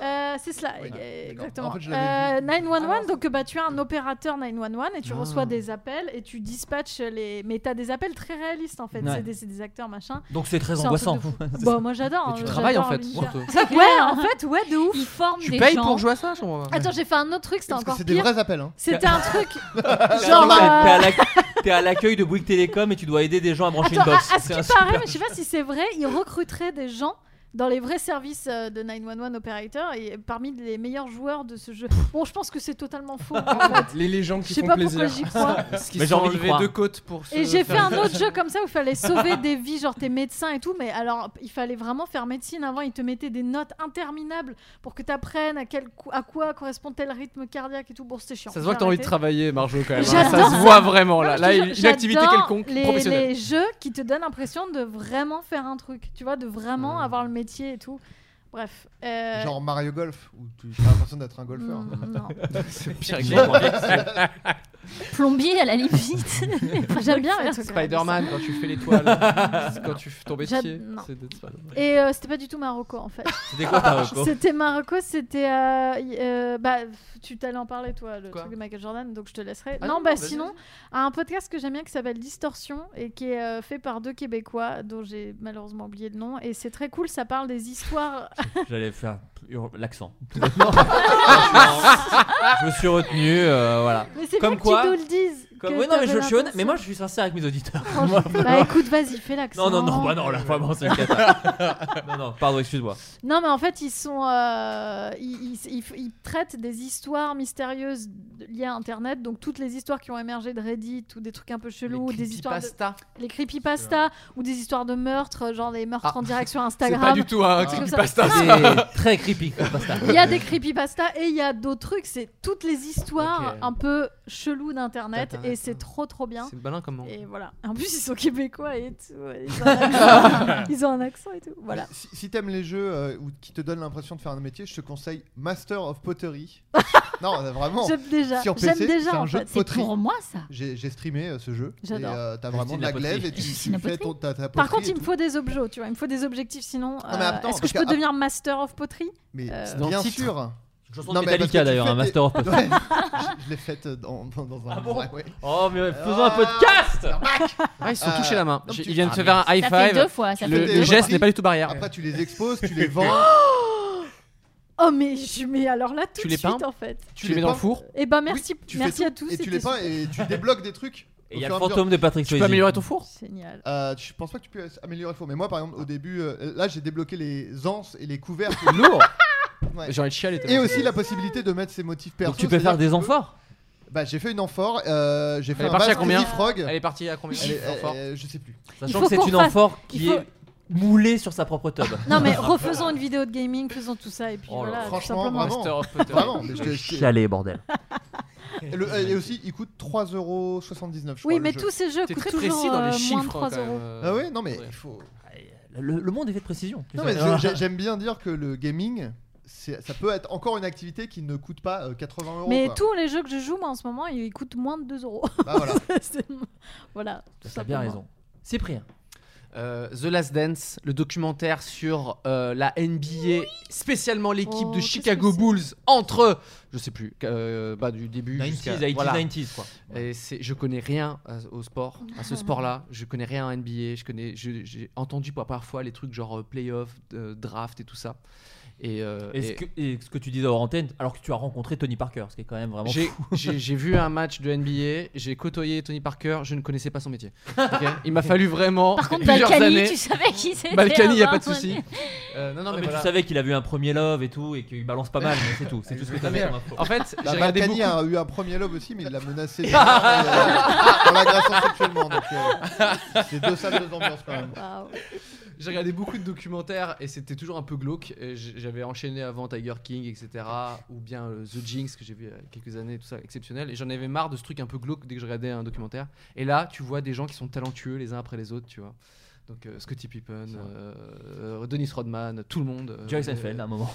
Speaker 11: Euh, c'est cela, euh, exactement.
Speaker 13: En fait, je
Speaker 11: Euh,
Speaker 13: l'avais
Speaker 11: 911, donc bah, tu as un opérateur 911 et tu reçois des appels et tu dispatches les. Mais tu as des appels très réalistes en fait,
Speaker 7: Ouais.
Speaker 11: c'est des, c'est des acteurs machin.
Speaker 7: Donc c'est très
Speaker 11: un truc
Speaker 7: angoissant.
Speaker 11: de fou.
Speaker 7: C'est
Speaker 11: bon,
Speaker 7: ça.
Speaker 11: moi j'adore.
Speaker 7: Et tu
Speaker 11: hein,
Speaker 7: travailles,
Speaker 11: j'adore
Speaker 7: en fait,
Speaker 11: l'univers.
Speaker 7: surtout.
Speaker 11: ouais, en fait, ouais, de ouf.
Speaker 12: Ils forment
Speaker 16: Tu des payes gens. pour jouer à ça, je comprends pas.
Speaker 11: Attends, j'ai fait un autre truc, c'était
Speaker 10: Parce que
Speaker 11: encore
Speaker 10: c'est des
Speaker 11: pire.
Speaker 10: vrais appels, hein.
Speaker 11: C'était un truc.
Speaker 7: T'es
Speaker 11: genre. euh,
Speaker 7: à la- t'es à l'accueil de Bouygues Télécom et tu dois aider des gens à brancher
Speaker 11: Attends,
Speaker 7: une box.
Speaker 11: à, à ce
Speaker 7: C'est
Speaker 11: qui
Speaker 7: un
Speaker 11: paraît,
Speaker 7: super-
Speaker 11: mais je sais pas si c'est vrai, ils recruteraient des gens dans les vrais services euh, de 911 Operator et parmi les meilleurs joueurs de ce jeu. Bon, je pense que c'est totalement faux.
Speaker 8: Ah,
Speaker 11: en fait.
Speaker 13: Les légendes
Speaker 11: Je
Speaker 13: qui
Speaker 11: sais
Speaker 13: font
Speaker 11: pas pourquoi
Speaker 13: plaisir.
Speaker 11: j'y crois.
Speaker 16: Parce qu'ils
Speaker 13: Mais j'ai
Speaker 16: sont
Speaker 13: envie d'y
Speaker 16: enlevés
Speaker 13: croire.
Speaker 16: deux côtes pour se
Speaker 11: Et j'ai fait
Speaker 16: faire
Speaker 11: un autre jeu comme ça où il fallait sauver des vies, genre t'es médecin et tout, mais alors il fallait vraiment faire médecine avant, ils te mettaient des notes interminables pour que t'apprennes à, quel cou- à quoi correspond tel rythme cardiaque et tout. Bon, c'était chiant.
Speaker 8: Ça se voit que t'as
Speaker 11: J'ai
Speaker 8: envie de
Speaker 11: arrêté.
Speaker 8: travailler, Marjo, quand même. hein.
Speaker 11: J'adore
Speaker 8: Ça se
Speaker 11: ça.
Speaker 8: voit vraiment, là.
Speaker 11: Non,
Speaker 8: Là,
Speaker 11: je te
Speaker 8: une
Speaker 11: jure,
Speaker 8: une activité
Speaker 11: j'adore
Speaker 8: quelconque,
Speaker 11: les,
Speaker 8: professionnelle.
Speaker 11: les jeux qui te donnent l'impression de vraiment faire un truc, tu vois, de vraiment avoir le métier et tout. Bref. euh,
Speaker 10: Genre Mario Golf, où tu as l'impression d'être un golfeur.
Speaker 11: Mm, non.
Speaker 10: C'est
Speaker 8: pire
Speaker 12: Plombier à la limite.
Speaker 11: J'aime bien les trucs comme ça.
Speaker 8: Spider-Man, quand tu fais l'étoile, c'est quand tu fais ton
Speaker 11: J'ad-
Speaker 8: métier,
Speaker 11: non.
Speaker 8: c'est d'être Spider-Man.
Speaker 11: Et euh, c'était pas du tout Marocco en fait.
Speaker 8: C'était quoi, ta reco
Speaker 11: C'était Marocco, c'était. euh, y- euh, bah, f- tu t'allais en parler toi, le truc de Michael Jordan, donc je te laisserai.
Speaker 8: Ah
Speaker 11: non,
Speaker 8: non,
Speaker 11: bah
Speaker 8: vas-y,
Speaker 11: sinon, un podcast que j'aime bien qui s'appelle Distorsion et qui est euh, fait par deux Québécois dont j'ai malheureusement oublié le nom. Et c'est très cool, ça parle des histoires.
Speaker 7: J'allais faire hur- l'accent. je me suis retenu, euh, voilà.
Speaker 11: Mais c'est
Speaker 7: Comme
Speaker 11: bien
Speaker 7: quoi.
Speaker 11: que tu nous le dises.
Speaker 7: Comme-
Speaker 11: que
Speaker 7: Oui, non, mais
Speaker 11: t'avais
Speaker 7: je suis honnête,
Speaker 11: l'intention.
Speaker 7: mais moi je suis sincère avec mes auditeurs.
Speaker 11: Franchement,
Speaker 7: Moi,
Speaker 11: bah écoute, vas-y, fais l'accent.
Speaker 7: Non, non, non, bah non, là vraiment c'est une cata. non, non, pardon, excuse-moi.
Speaker 11: Non, mais en fait, ils sont, euh, ils, ils- ils f- ils traitent des histoires mystérieuses de- liées à Internet, donc toutes les histoires qui ont émergé de Reddit ou des trucs un peu chelous, ou des histoires
Speaker 8: creepypasta.
Speaker 11: de, les creepypasta ou des histoires de meurtres, genre des meurtres en direct sur Instagram.
Speaker 8: Ah. pas du tout un
Speaker 11: des trucs comme ça.
Speaker 8: creepypasta, ça.
Speaker 11: Non,
Speaker 7: C'est très creepy comme pasta.
Speaker 11: Il y a des creepypasta et il y a d'autres trucs. C'est toutes les histoires
Speaker 8: Ok.
Speaker 11: un peu cheloues d'Internet
Speaker 8: D'Internet,
Speaker 11: et c'est trop trop bien.
Speaker 8: C'est malin comment.
Speaker 11: Et voilà. En plus, ils sont québécois et tout. Ils ont un accent, Ils ont un accent et tout. Voilà.
Speaker 10: Si, si t'aimes les jeux euh, ou qui te donnent l'impression de faire un métier, je te conseille Master of Pottery. non, euh, vraiment.
Speaker 11: J'aime déjà.
Speaker 10: Sur
Speaker 11: J'aime
Speaker 10: PC,
Speaker 11: déjà,
Speaker 10: c'est un
Speaker 11: en
Speaker 10: jeu
Speaker 11: fait.
Speaker 10: de
Speaker 11: C'est
Speaker 10: poterie.
Speaker 11: pour moi, ça.
Speaker 10: J'ai j'ai streamé euh, ce jeu.
Speaker 11: J'adore.
Speaker 10: Et, euh, t'as
Speaker 11: Je
Speaker 10: vraiment
Speaker 11: dis
Speaker 10: de
Speaker 11: de la
Speaker 10: la glaive
Speaker 11: poterie.
Speaker 10: et tu,
Speaker 11: Je dis
Speaker 10: tu
Speaker 11: de la
Speaker 10: fais
Speaker 11: poterie.
Speaker 10: ton, ta, ta
Speaker 11: Par
Speaker 10: poterie
Speaker 11: contre,
Speaker 10: et
Speaker 11: il me
Speaker 10: tout.
Speaker 11: faut des objets, tu vois. Il me faut des objectifs, sinon.
Speaker 10: Ah, mais
Speaker 11: euh,
Speaker 10: attends,
Speaker 11: Est-ce que
Speaker 10: parce
Speaker 11: je
Speaker 10: que-
Speaker 11: peux
Speaker 10: ah,
Speaker 11: devenir Master of Pottery
Speaker 10: Mais
Speaker 11: Euh,
Speaker 10: bien sûr.
Speaker 7: Une chanson de
Speaker 10: mais parce que
Speaker 7: Metallica,
Speaker 10: tu
Speaker 7: d'ailleurs,
Speaker 10: fais
Speaker 7: un
Speaker 10: tes-
Speaker 7: Master of Puppets.
Speaker 10: Ouais, je- je l'ai faite dans, dans, dans un. Ah bon
Speaker 7: Oh, mais faisons un
Speaker 10: Ah,
Speaker 7: podcast
Speaker 8: Ah, ils se sont
Speaker 10: Euh,
Speaker 8: touchés la main.
Speaker 10: donc
Speaker 8: J'ai-
Speaker 10: tu-
Speaker 8: Ils viennent
Speaker 10: Ah,
Speaker 8: se faire un
Speaker 10: merde.
Speaker 8: high
Speaker 10: Ça
Speaker 8: five.
Speaker 10: fait deux fois, ça
Speaker 8: le
Speaker 10: fait
Speaker 8: le
Speaker 10: deux
Speaker 8: geste
Speaker 10: fois.
Speaker 8: n'est pas du tout barrière.
Speaker 10: Après, tu les exposes, tu les vends.
Speaker 11: Oh, mais je mets alors là tout
Speaker 8: Tu
Speaker 11: de
Speaker 8: les
Speaker 11: suite,
Speaker 8: peins
Speaker 11: en fait.
Speaker 8: Tu les mets dans le four
Speaker 11: Eh ben, merci,
Speaker 10: tu fais
Speaker 11: merci
Speaker 10: tout,
Speaker 11: à tous.
Speaker 10: Et tu les
Speaker 11: c'était
Speaker 10: peins et tu débloques des trucs.
Speaker 7: Et
Speaker 10: au
Speaker 7: il y a le
Speaker 10: fur à mesure.
Speaker 7: fantôme de Patrick Tu peux Swayze. améliorer ton four
Speaker 11: Génial.
Speaker 10: Euh, je pense pas que tu peux améliorer ton four. Mais moi, par exemple, au début, euh, là, j'ai débloqué les anses et les couverts.
Speaker 8: Lourd
Speaker 10: Ouais.
Speaker 8: J'ai envie de chialer.
Speaker 10: Et aussi la possibilité de mettre ses motifs perso.
Speaker 7: tu peux faire
Speaker 10: c'est-à-dire
Speaker 7: des
Speaker 10: que-
Speaker 7: amphores
Speaker 10: Bah, j'ai fait une amphore. euh, j'ai fait
Speaker 8: Elle est
Speaker 10: un
Speaker 8: partie à
Speaker 10: basque
Speaker 8: combien
Speaker 10: Eddie Frog.
Speaker 8: Elle est partie à combien
Speaker 10: Elle est-
Speaker 8: L'amphore
Speaker 10: euh, Je sais plus.
Speaker 7: Sachant que c'est une amphore qui est moulée sur sa propre tub.
Speaker 11: Non, mais refaisons une vidéo de gaming, faisons tout ça. Et puis
Speaker 7: Oh là
Speaker 11: voilà,
Speaker 7: là.
Speaker 11: tout
Speaker 10: Franchement,
Speaker 11: simplement.
Speaker 10: vraiment. Master of Pottery. Vraiment, mais je-
Speaker 8: Euh,
Speaker 7: Le
Speaker 10: je-
Speaker 7: chalet, bordel.
Speaker 10: Et, le- et aussi, il coûte 3,79€. je
Speaker 11: Oui,
Speaker 10: crois,
Speaker 11: mais
Speaker 10: le
Speaker 11: tous ces jeux
Speaker 10: T'es
Speaker 11: coûtent
Speaker 10: très
Speaker 11: toujours,
Speaker 10: précis dans les
Speaker 11: euh, moins de
Speaker 10: chiffres,
Speaker 11: 3
Speaker 10: quand même,
Speaker 11: euros.
Speaker 10: euh, Ah ouais, non, mais il faut.
Speaker 7: Le, le monde est fait de précision. tu
Speaker 10: Non,
Speaker 7: sais.
Speaker 10: mais je- j'ai- j'aime bien dire que le gaming, c'est- ça peut être encore une activité qui ne coûte pas euh, 80 euros.
Speaker 11: Mais
Speaker 10: quoi.
Speaker 11: tous les jeux que je joue, moi, en ce moment, ils coûtent moins de 2 euros.
Speaker 10: Bah voilà.
Speaker 11: C'est- voilà. tout
Speaker 8: T'as bien
Speaker 11: simplement.
Speaker 8: raison.
Speaker 7: Cyprien.
Speaker 8: Euh, The Last Dance, le documentaire sur euh, la NBA, spécialement l'équipe
Speaker 7: Oh,
Speaker 8: de
Speaker 7: qu'est-ce
Speaker 8: Chicago Bulls entre, je sais plus, euh, bah, du début
Speaker 7: 90s,
Speaker 8: jusqu'à
Speaker 7: 80s, 90s, quoi.
Speaker 8: Et c'est, je connais rien à- au sport, à
Speaker 7: Ah.
Speaker 8: ce sport-là. Je connais rien à NBA. Je connais, je- j'ai entendu pour la première fois les trucs genre euh, playoff, euh, draft et tout ça. Et, euh,
Speaker 7: Et ce,
Speaker 8: et-
Speaker 7: que, et ce que tu disais hors antenne, alors que tu as rencontré Tony Parker, ce qui est quand même vraiment.
Speaker 8: J'ai-
Speaker 7: fou.
Speaker 8: J'ai j'ai vu un match de NBA, j'ai côtoyé Tony Parker, je ne connaissais pas son métier. Ok Il m'a fallu vraiment
Speaker 12: Par contre,
Speaker 8: plusieurs
Speaker 12: Balkany,
Speaker 8: années.
Speaker 12: tu savais qui c'était hein,
Speaker 8: Balkany, y a pas
Speaker 12: avant,
Speaker 8: de souci.
Speaker 12: ouais.
Speaker 8: Euh, non, non,
Speaker 7: Non, mais
Speaker 8: mais voilà.
Speaker 7: tu savais qu'il avait eu un premier love et tout, et qu'il balance pas mal, mais c'est tout. C'est tout ce que t'avais comme info. hein.
Speaker 8: En fait,
Speaker 10: Bah,
Speaker 8: j'ai regardé
Speaker 10: Balkany
Speaker 8: beaucoup.
Speaker 10: a eu un premier love aussi, mais il l'a menacé de mort, et,
Speaker 8: Ah,
Speaker 10: euh, en l'agressant sexuellement. Donc, euh, c'est deux salles, deux ambiances quand même.
Speaker 8: J'ai regardé beaucoup de documentaires et c'était toujours un peu glauque. Et j- J'avais enchaîné avant Tiger King, etc. Ou bien euh, The Jinx que j'ai vu il y a quelques années, tout ça, exceptionnel. Et j'en avais marre de ce truc un peu glauque dès que je regardais un documentaire. Et là, tu vois des gens qui sont talentueux les uns après les autres, tu vois. Donc euh, Scottie Pippen, euh, euh, Dennis Rodman, tout le monde. euh,
Speaker 7: Jerry Seinfeld,
Speaker 8: euh,
Speaker 7: à un moment.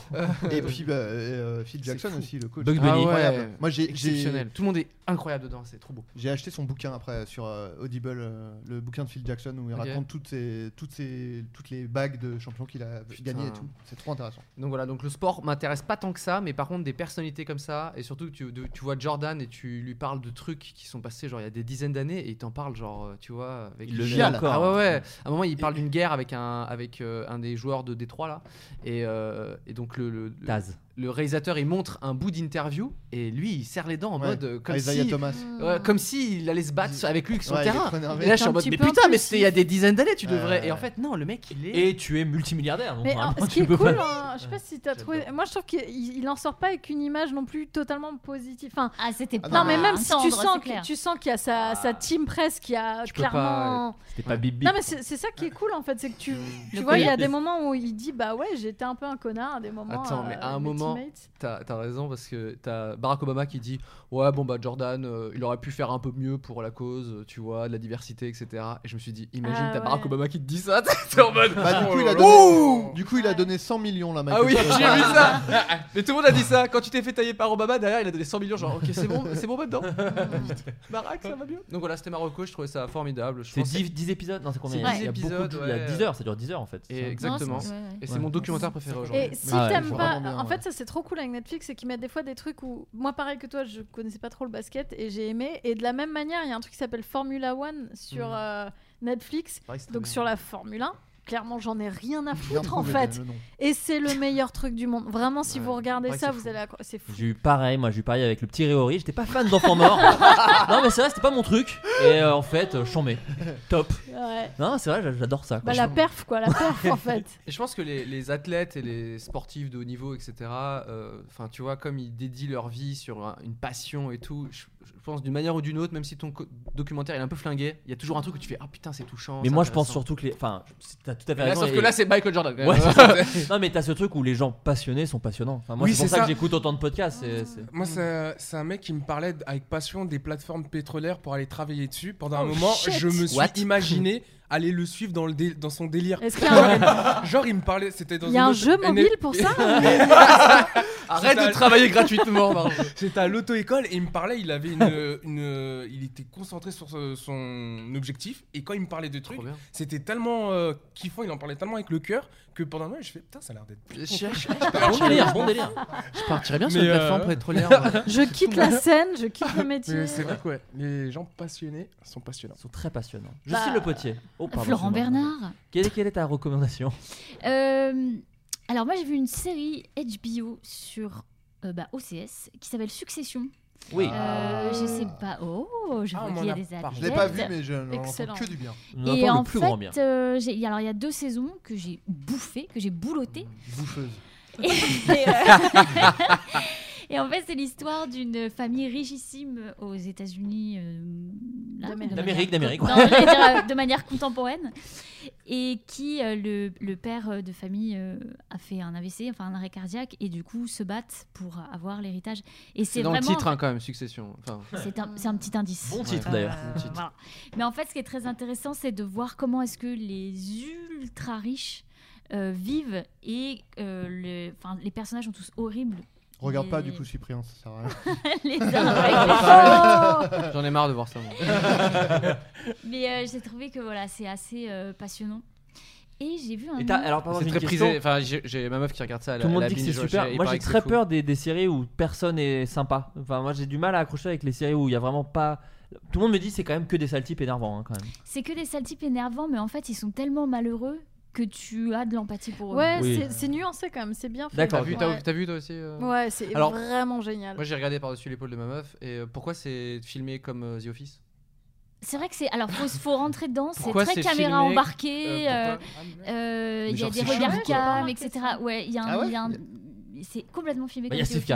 Speaker 10: Et puis bah, euh, Phil Jackson aussi, le coach.
Speaker 8: Bugs
Speaker 10: Ah
Speaker 8: Bunny.
Speaker 10: ouais.
Speaker 8: Incroyable.
Speaker 10: Moi, j'ai, j'ai-
Speaker 8: Exceptionnel. Tout le monde est incroyable dedans, c'est trop beau.
Speaker 10: J'ai acheté son bouquin après sur euh, Audible, euh, le bouquin de Phil Jackson où il
Speaker 8: Ok.
Speaker 10: raconte toutes, ses, toutes, ses- toutes les bagues de champion qu'il a gagnées et tout. C'est trop intéressant.
Speaker 8: Donc voilà, donc le sport m'intéresse pas tant que ça, mais par contre des personnalités comme ça, et surtout que tu, de- tu vois Jordan et tu lui parles de trucs qui sont passés genre il y a des dizaines d'années, et il t'en parle genre, euh, tu vois, avec
Speaker 7: Il le
Speaker 8: Chial.
Speaker 7: vit encore. hein.
Speaker 8: Ah ouais, ouais. À un moment, il parle d'une guerre avec un, avec, euh, un des joueurs de Détroit là, et, euh, et donc le. le, le-
Speaker 7: Taz.
Speaker 8: le réalisateur il montre un bout d'interview et lui il serre les dents en
Speaker 10: Ouais, Ah,
Speaker 8: mode euh, comme
Speaker 10: Isaiah
Speaker 8: si
Speaker 10: Thomas.
Speaker 8: Ouais, comme si il allait se battre sur- avec lui sur
Speaker 10: Ouais,
Speaker 8: le
Speaker 10: il est
Speaker 8: terrain
Speaker 10: trop énervé.
Speaker 8: et là je suis en
Speaker 10: Ah. Un
Speaker 8: mode
Speaker 10: petit
Speaker 8: mais
Speaker 10: peu
Speaker 8: putain mais c'était il y a
Speaker 10: impulsif.
Speaker 8: des dizaines d'années tu devrais
Speaker 10: Ouais.
Speaker 8: et en fait non le mec il est
Speaker 17: Et tu es multimilliardaire. Donc
Speaker 11: Mais
Speaker 17: normalement,
Speaker 11: en- ce
Speaker 17: Ah tu
Speaker 11: qui est
Speaker 17: peux
Speaker 11: cool,
Speaker 17: pas-
Speaker 11: hein, je sais pas si t'as trouvé. Moi, je trouve qu'il il en sort pas avec une image non plus totalement positive. Enfin,
Speaker 12: ah, c'était
Speaker 11: non,
Speaker 12: pas
Speaker 11: mais même si tu
Speaker 12: tendre, c'est
Speaker 11: sens, que-
Speaker 12: clair.
Speaker 11: tu sens qu'il y a sa, sa team presse qui a
Speaker 17: Ah. Tu peux pas,
Speaker 11: clairement.
Speaker 17: euh, C'était pas Bip Bip.
Speaker 11: Non, mais c'est c'est ça qui est cool en fait, c'est que tu, tu
Speaker 8: Le
Speaker 11: vois, il y a
Speaker 8: collectif.
Speaker 11: des moments où il dit bah ouais, j'étais un peu un connard à des moments.
Speaker 8: Attends,
Speaker 11: euh,
Speaker 8: mais à un
Speaker 11: avec mes
Speaker 8: moment,
Speaker 11: teammates.
Speaker 8: t'as as raison parce que t'as Barack Obama qui dit Ouais, bon, bah Jordan, euh, il aurait pu faire un peu mieux pour la cause, euh, tu vois, de la diversité, etc. Et je me suis dit Imagine,
Speaker 10: Ah,
Speaker 8: t'as
Speaker 10: ouais.
Speaker 8: Barack Obama qui te dit ça, t'es en mode.
Speaker 10: Bah, du coup, il a
Speaker 8: Oh là
Speaker 10: donné, du coup, il a donné 100 millions là,
Speaker 8: Ah
Speaker 10: Michael
Speaker 8: oui, j'ai
Speaker 10: Jordan.
Speaker 8: vu ça! Mais tout le monde a dit ça! Quand tu t'es fait tailler par Obama, derrière il a donné 100 millions, genre ok, c'est bon, c'est bon maintenant! Barack, ça va mieux? Donc voilà, c'était Marocco, je trouvais ça formidable.
Speaker 7: C'est 10, épisodes Non, c'est combien
Speaker 8: C'est 10
Speaker 7: Il y a beaucoup
Speaker 8: épisodes,
Speaker 7: de- il y a
Speaker 8: ouais.
Speaker 7: 10 heures, ça dure 10 heures en fait.
Speaker 8: Et
Speaker 7: C'est un-
Speaker 8: exactement.
Speaker 7: Ouais, ouais.
Speaker 8: Et c'est
Speaker 7: Ouais.
Speaker 8: mon documentaire préféré aujourd'hui.
Speaker 11: Et si t'aimes pas, en fait, ça c'est trop cool avec Netflix, c'est qu'ils mettent des fois des trucs où, moi pareil que toi, je connaissais pas trop le basket et j'ai aimé. Et de la même manière, il y a un truc qui s'appelle Formula One sur
Speaker 9: Mhm.
Speaker 11: euh, Netflix,
Speaker 9: Pareil, c'est très
Speaker 11: donc
Speaker 9: bien.
Speaker 11: sur la Formule 1. Clairement, j'en ai rien à
Speaker 10: Bien
Speaker 11: foutre en
Speaker 10: prouvé,
Speaker 11: fait.
Speaker 10: le nom.
Speaker 11: Et c'est le meilleur truc du monde. Vraiment, si vous regardez
Speaker 7: Pareil,
Speaker 11: ça,
Speaker 7: c'est
Speaker 11: vous allez. accro- C'est fou.
Speaker 7: J'ai eu pareil, moi j'ai eu pareil avec le petit Réori, j'étais pas fan d'enfants morts. non mais c'est vrai, c'était pas mon truc. Et euh, en fait, euh, chambé. Top.
Speaker 11: Ouais.
Speaker 7: Non, c'est vrai, j'a- j'adore ça. quoi.
Speaker 11: Bah, la perf, quoi, la perf en fait.
Speaker 8: Et je pense que les, les athlètes et les sportifs de haut niveau, etc., euh, enfin, tu vois, comme ils dédient leur vie sur un- une passion et tout, je, je pense d'une manière ou d'une autre, même si ton co- documentaire il est un peu flingué, il y a toujours un truc où tu fais Ah putain, c'est touchant.
Speaker 7: Mais
Speaker 8: c'est
Speaker 7: moi je pense
Speaker 8: intéressant.
Speaker 7: surtout que les. Enfin, c'est- t'as tout à fait
Speaker 8: Là,
Speaker 7: raison.
Speaker 8: sauf
Speaker 7: et-
Speaker 8: que là, c'est Michael Jordan, quand même.
Speaker 7: Ouais, c'est ça. non mais t'as ce truc où les gens passionnés sont passionnants. Enfin, moi
Speaker 13: Oui,
Speaker 7: c'est pour
Speaker 13: c'est
Speaker 7: ça, que
Speaker 13: ça.
Speaker 7: j'écoute autant de podcasts. c'est- c'est-
Speaker 13: Moi, c'est un- c'est un mec qui me parlait d- avec passion des plateformes pétrolières pour aller travailler dessus. Pendant un
Speaker 7: Oh,
Speaker 13: moment,
Speaker 7: shit.
Speaker 13: je me suis
Speaker 7: What
Speaker 13: imaginé aller le suivre dans, le dé- dans son délire.
Speaker 11: Est-ce qu'il y a
Speaker 13: genre,
Speaker 11: un-
Speaker 13: il me- genre, il me parlait. C'était dans
Speaker 11: Il y a
Speaker 13: une
Speaker 11: un
Speaker 13: autre-
Speaker 11: jeu mobile pour ça
Speaker 13: C'était
Speaker 8: de
Speaker 13: à-
Speaker 8: travailler gratuitement, Marge.
Speaker 13: C'était à l'auto-école et il me parlait. Il avait une, une- il était concentré sur ce- son objectif. Et quand il me parlait de trucs, c'était tellement euh, kiffant. Il en parlait tellement avec le cœur que pendant un moment, je fais putain, ça a l'air d'être. plus
Speaker 8: Je-
Speaker 13: con.
Speaker 8: je-
Speaker 13: Alors,
Speaker 8: bon délire,
Speaker 13: je-
Speaker 8: bon délire. Je partirais bien sur
Speaker 13: Mais,
Speaker 8: une plateforme
Speaker 13: euh,
Speaker 8: pétrolière.
Speaker 11: Je quitte la scène, je quitte le métier.
Speaker 13: Mais C'est vrai que ouais, les gens passionnés sont passionnants.
Speaker 7: Sont très passionnants. Je
Speaker 12: Bah,
Speaker 7: suis le potier. Oh, pardon,
Speaker 12: Florent
Speaker 7: excuse-moi.
Speaker 12: Bernard.
Speaker 7: Quelle, quelle est ta recommandation
Speaker 12: Euh, alors moi j'ai vu une série HBO sur euh, bah, OCS qui s'appelle Succession.
Speaker 7: Oui.
Speaker 12: Euh, je sais pas. Oh, je
Speaker 10: Ah, on
Speaker 12: vois
Speaker 10: m'en
Speaker 12: qu'il y a
Speaker 10: a
Speaker 12: des
Speaker 10: parlé.
Speaker 12: athlètes.
Speaker 10: Je l'ai pas vu, mais je n'en entends Excellent. que du bien.
Speaker 7: On
Speaker 12: Et
Speaker 7: entend le
Speaker 12: en
Speaker 7: plus
Speaker 12: fait,
Speaker 7: grand bien.
Speaker 12: euh, j'ai- alors il y a deux saisons que j'ai bouffé, que j'ai boulottées.
Speaker 10: Bouffeuse.
Speaker 12: Et, et, euh, et en fait, c'est l'histoire d'une famille richissime aux États-Unis. euh, là, de manière-
Speaker 7: D'Amérique, d'Amérique,
Speaker 12: Non,
Speaker 7: ouais.
Speaker 12: j'allais dire, euh, de manière contemporaine. Et qui, euh, le, le père euh, de famille, euh, a fait un AVC, enfin un arrêt cardiaque, et du coup se battent pour avoir l'héritage. Et
Speaker 8: C'est
Speaker 12: c'est
Speaker 8: dans le
Speaker 12: vraiment.
Speaker 8: titre, hein, quand même, Succession. Enfin,
Speaker 12: C'est un, c'est un petit indice.
Speaker 8: Bon titre, d'ailleurs. Bon titre.
Speaker 12: voilà. Mais en fait, ce qui est très intéressant, c'est de voir comment est-ce que les ultra riches euh, vivent et euh, le- enfin, les personnages sont tous horribles.
Speaker 10: Regarde
Speaker 12: Les-
Speaker 10: pas du coup Cyprien, ça sert à rien.
Speaker 12: Mm. Les arbres avec les
Speaker 8: J'en ai marre de voir ça, moi.
Speaker 12: Mais euh, j'ai trouvé que voilà, c'est assez euh, passionnant. Et j'ai vu un.
Speaker 7: Et t'as-
Speaker 12: autre-
Speaker 7: alors, pardon,
Speaker 8: C'est
Speaker 7: j'ai
Speaker 8: très
Speaker 7: une
Speaker 8: prisé.
Speaker 7: question.
Speaker 8: Enfin, j'ai- j'ai ma meuf qui regarde ça. elle-
Speaker 7: Tout le monde
Speaker 8: elle a
Speaker 7: dit que c'est
Speaker 8: binge-watché,
Speaker 7: super.
Speaker 8: il
Speaker 7: Moi,
Speaker 8: paraît
Speaker 7: j'ai
Speaker 8: que c'est
Speaker 7: très
Speaker 8: fou.
Speaker 7: peur des, des séries où personne est sympa. Enfin, moi, j'ai du mal à accrocher avec les séries où il y a vraiment pas. Tout le monde me dit c'est quand même que des sales types énervants, hein, quand même.
Speaker 12: C'est que des sales types énervants, mais en fait, ils sont tellement malheureux que tu as de l'empathie pour eux.
Speaker 11: Ouais,
Speaker 7: Oui.
Speaker 11: c'est- c'est nuancé quand même, c'est bien fait.
Speaker 8: T'as vu, t'as-
Speaker 11: Ouais.
Speaker 8: t'as vu, toi aussi euh
Speaker 11: Ouais, c'est
Speaker 8: Alors,
Speaker 11: vraiment génial.
Speaker 8: Moi j'ai regardé par-dessus l'épaule de ma meuf et euh, pourquoi c'est filmé comme euh, The Office
Speaker 12: C'est vrai que c'est. Alors, faut, faut rentrer dedans, c'est
Speaker 8: Pourquoi
Speaker 12: très
Speaker 8: c'est
Speaker 12: caméra
Speaker 8: filmé
Speaker 12: embarquée,
Speaker 8: Euh,
Speaker 12: euh,
Speaker 8: pourquoi
Speaker 12: euh,
Speaker 8: Mais
Speaker 12: il y a
Speaker 8: genre,
Speaker 12: des
Speaker 8: c'est
Speaker 12: regards
Speaker 8: chiant,
Speaker 12: calmes, etc. Ouais, il y a un.
Speaker 8: Ah ouais
Speaker 12: il y a un- C'est complètement filmé
Speaker 7: Bah, il y
Speaker 12: comme
Speaker 7: a
Speaker 12: The
Speaker 7: Steve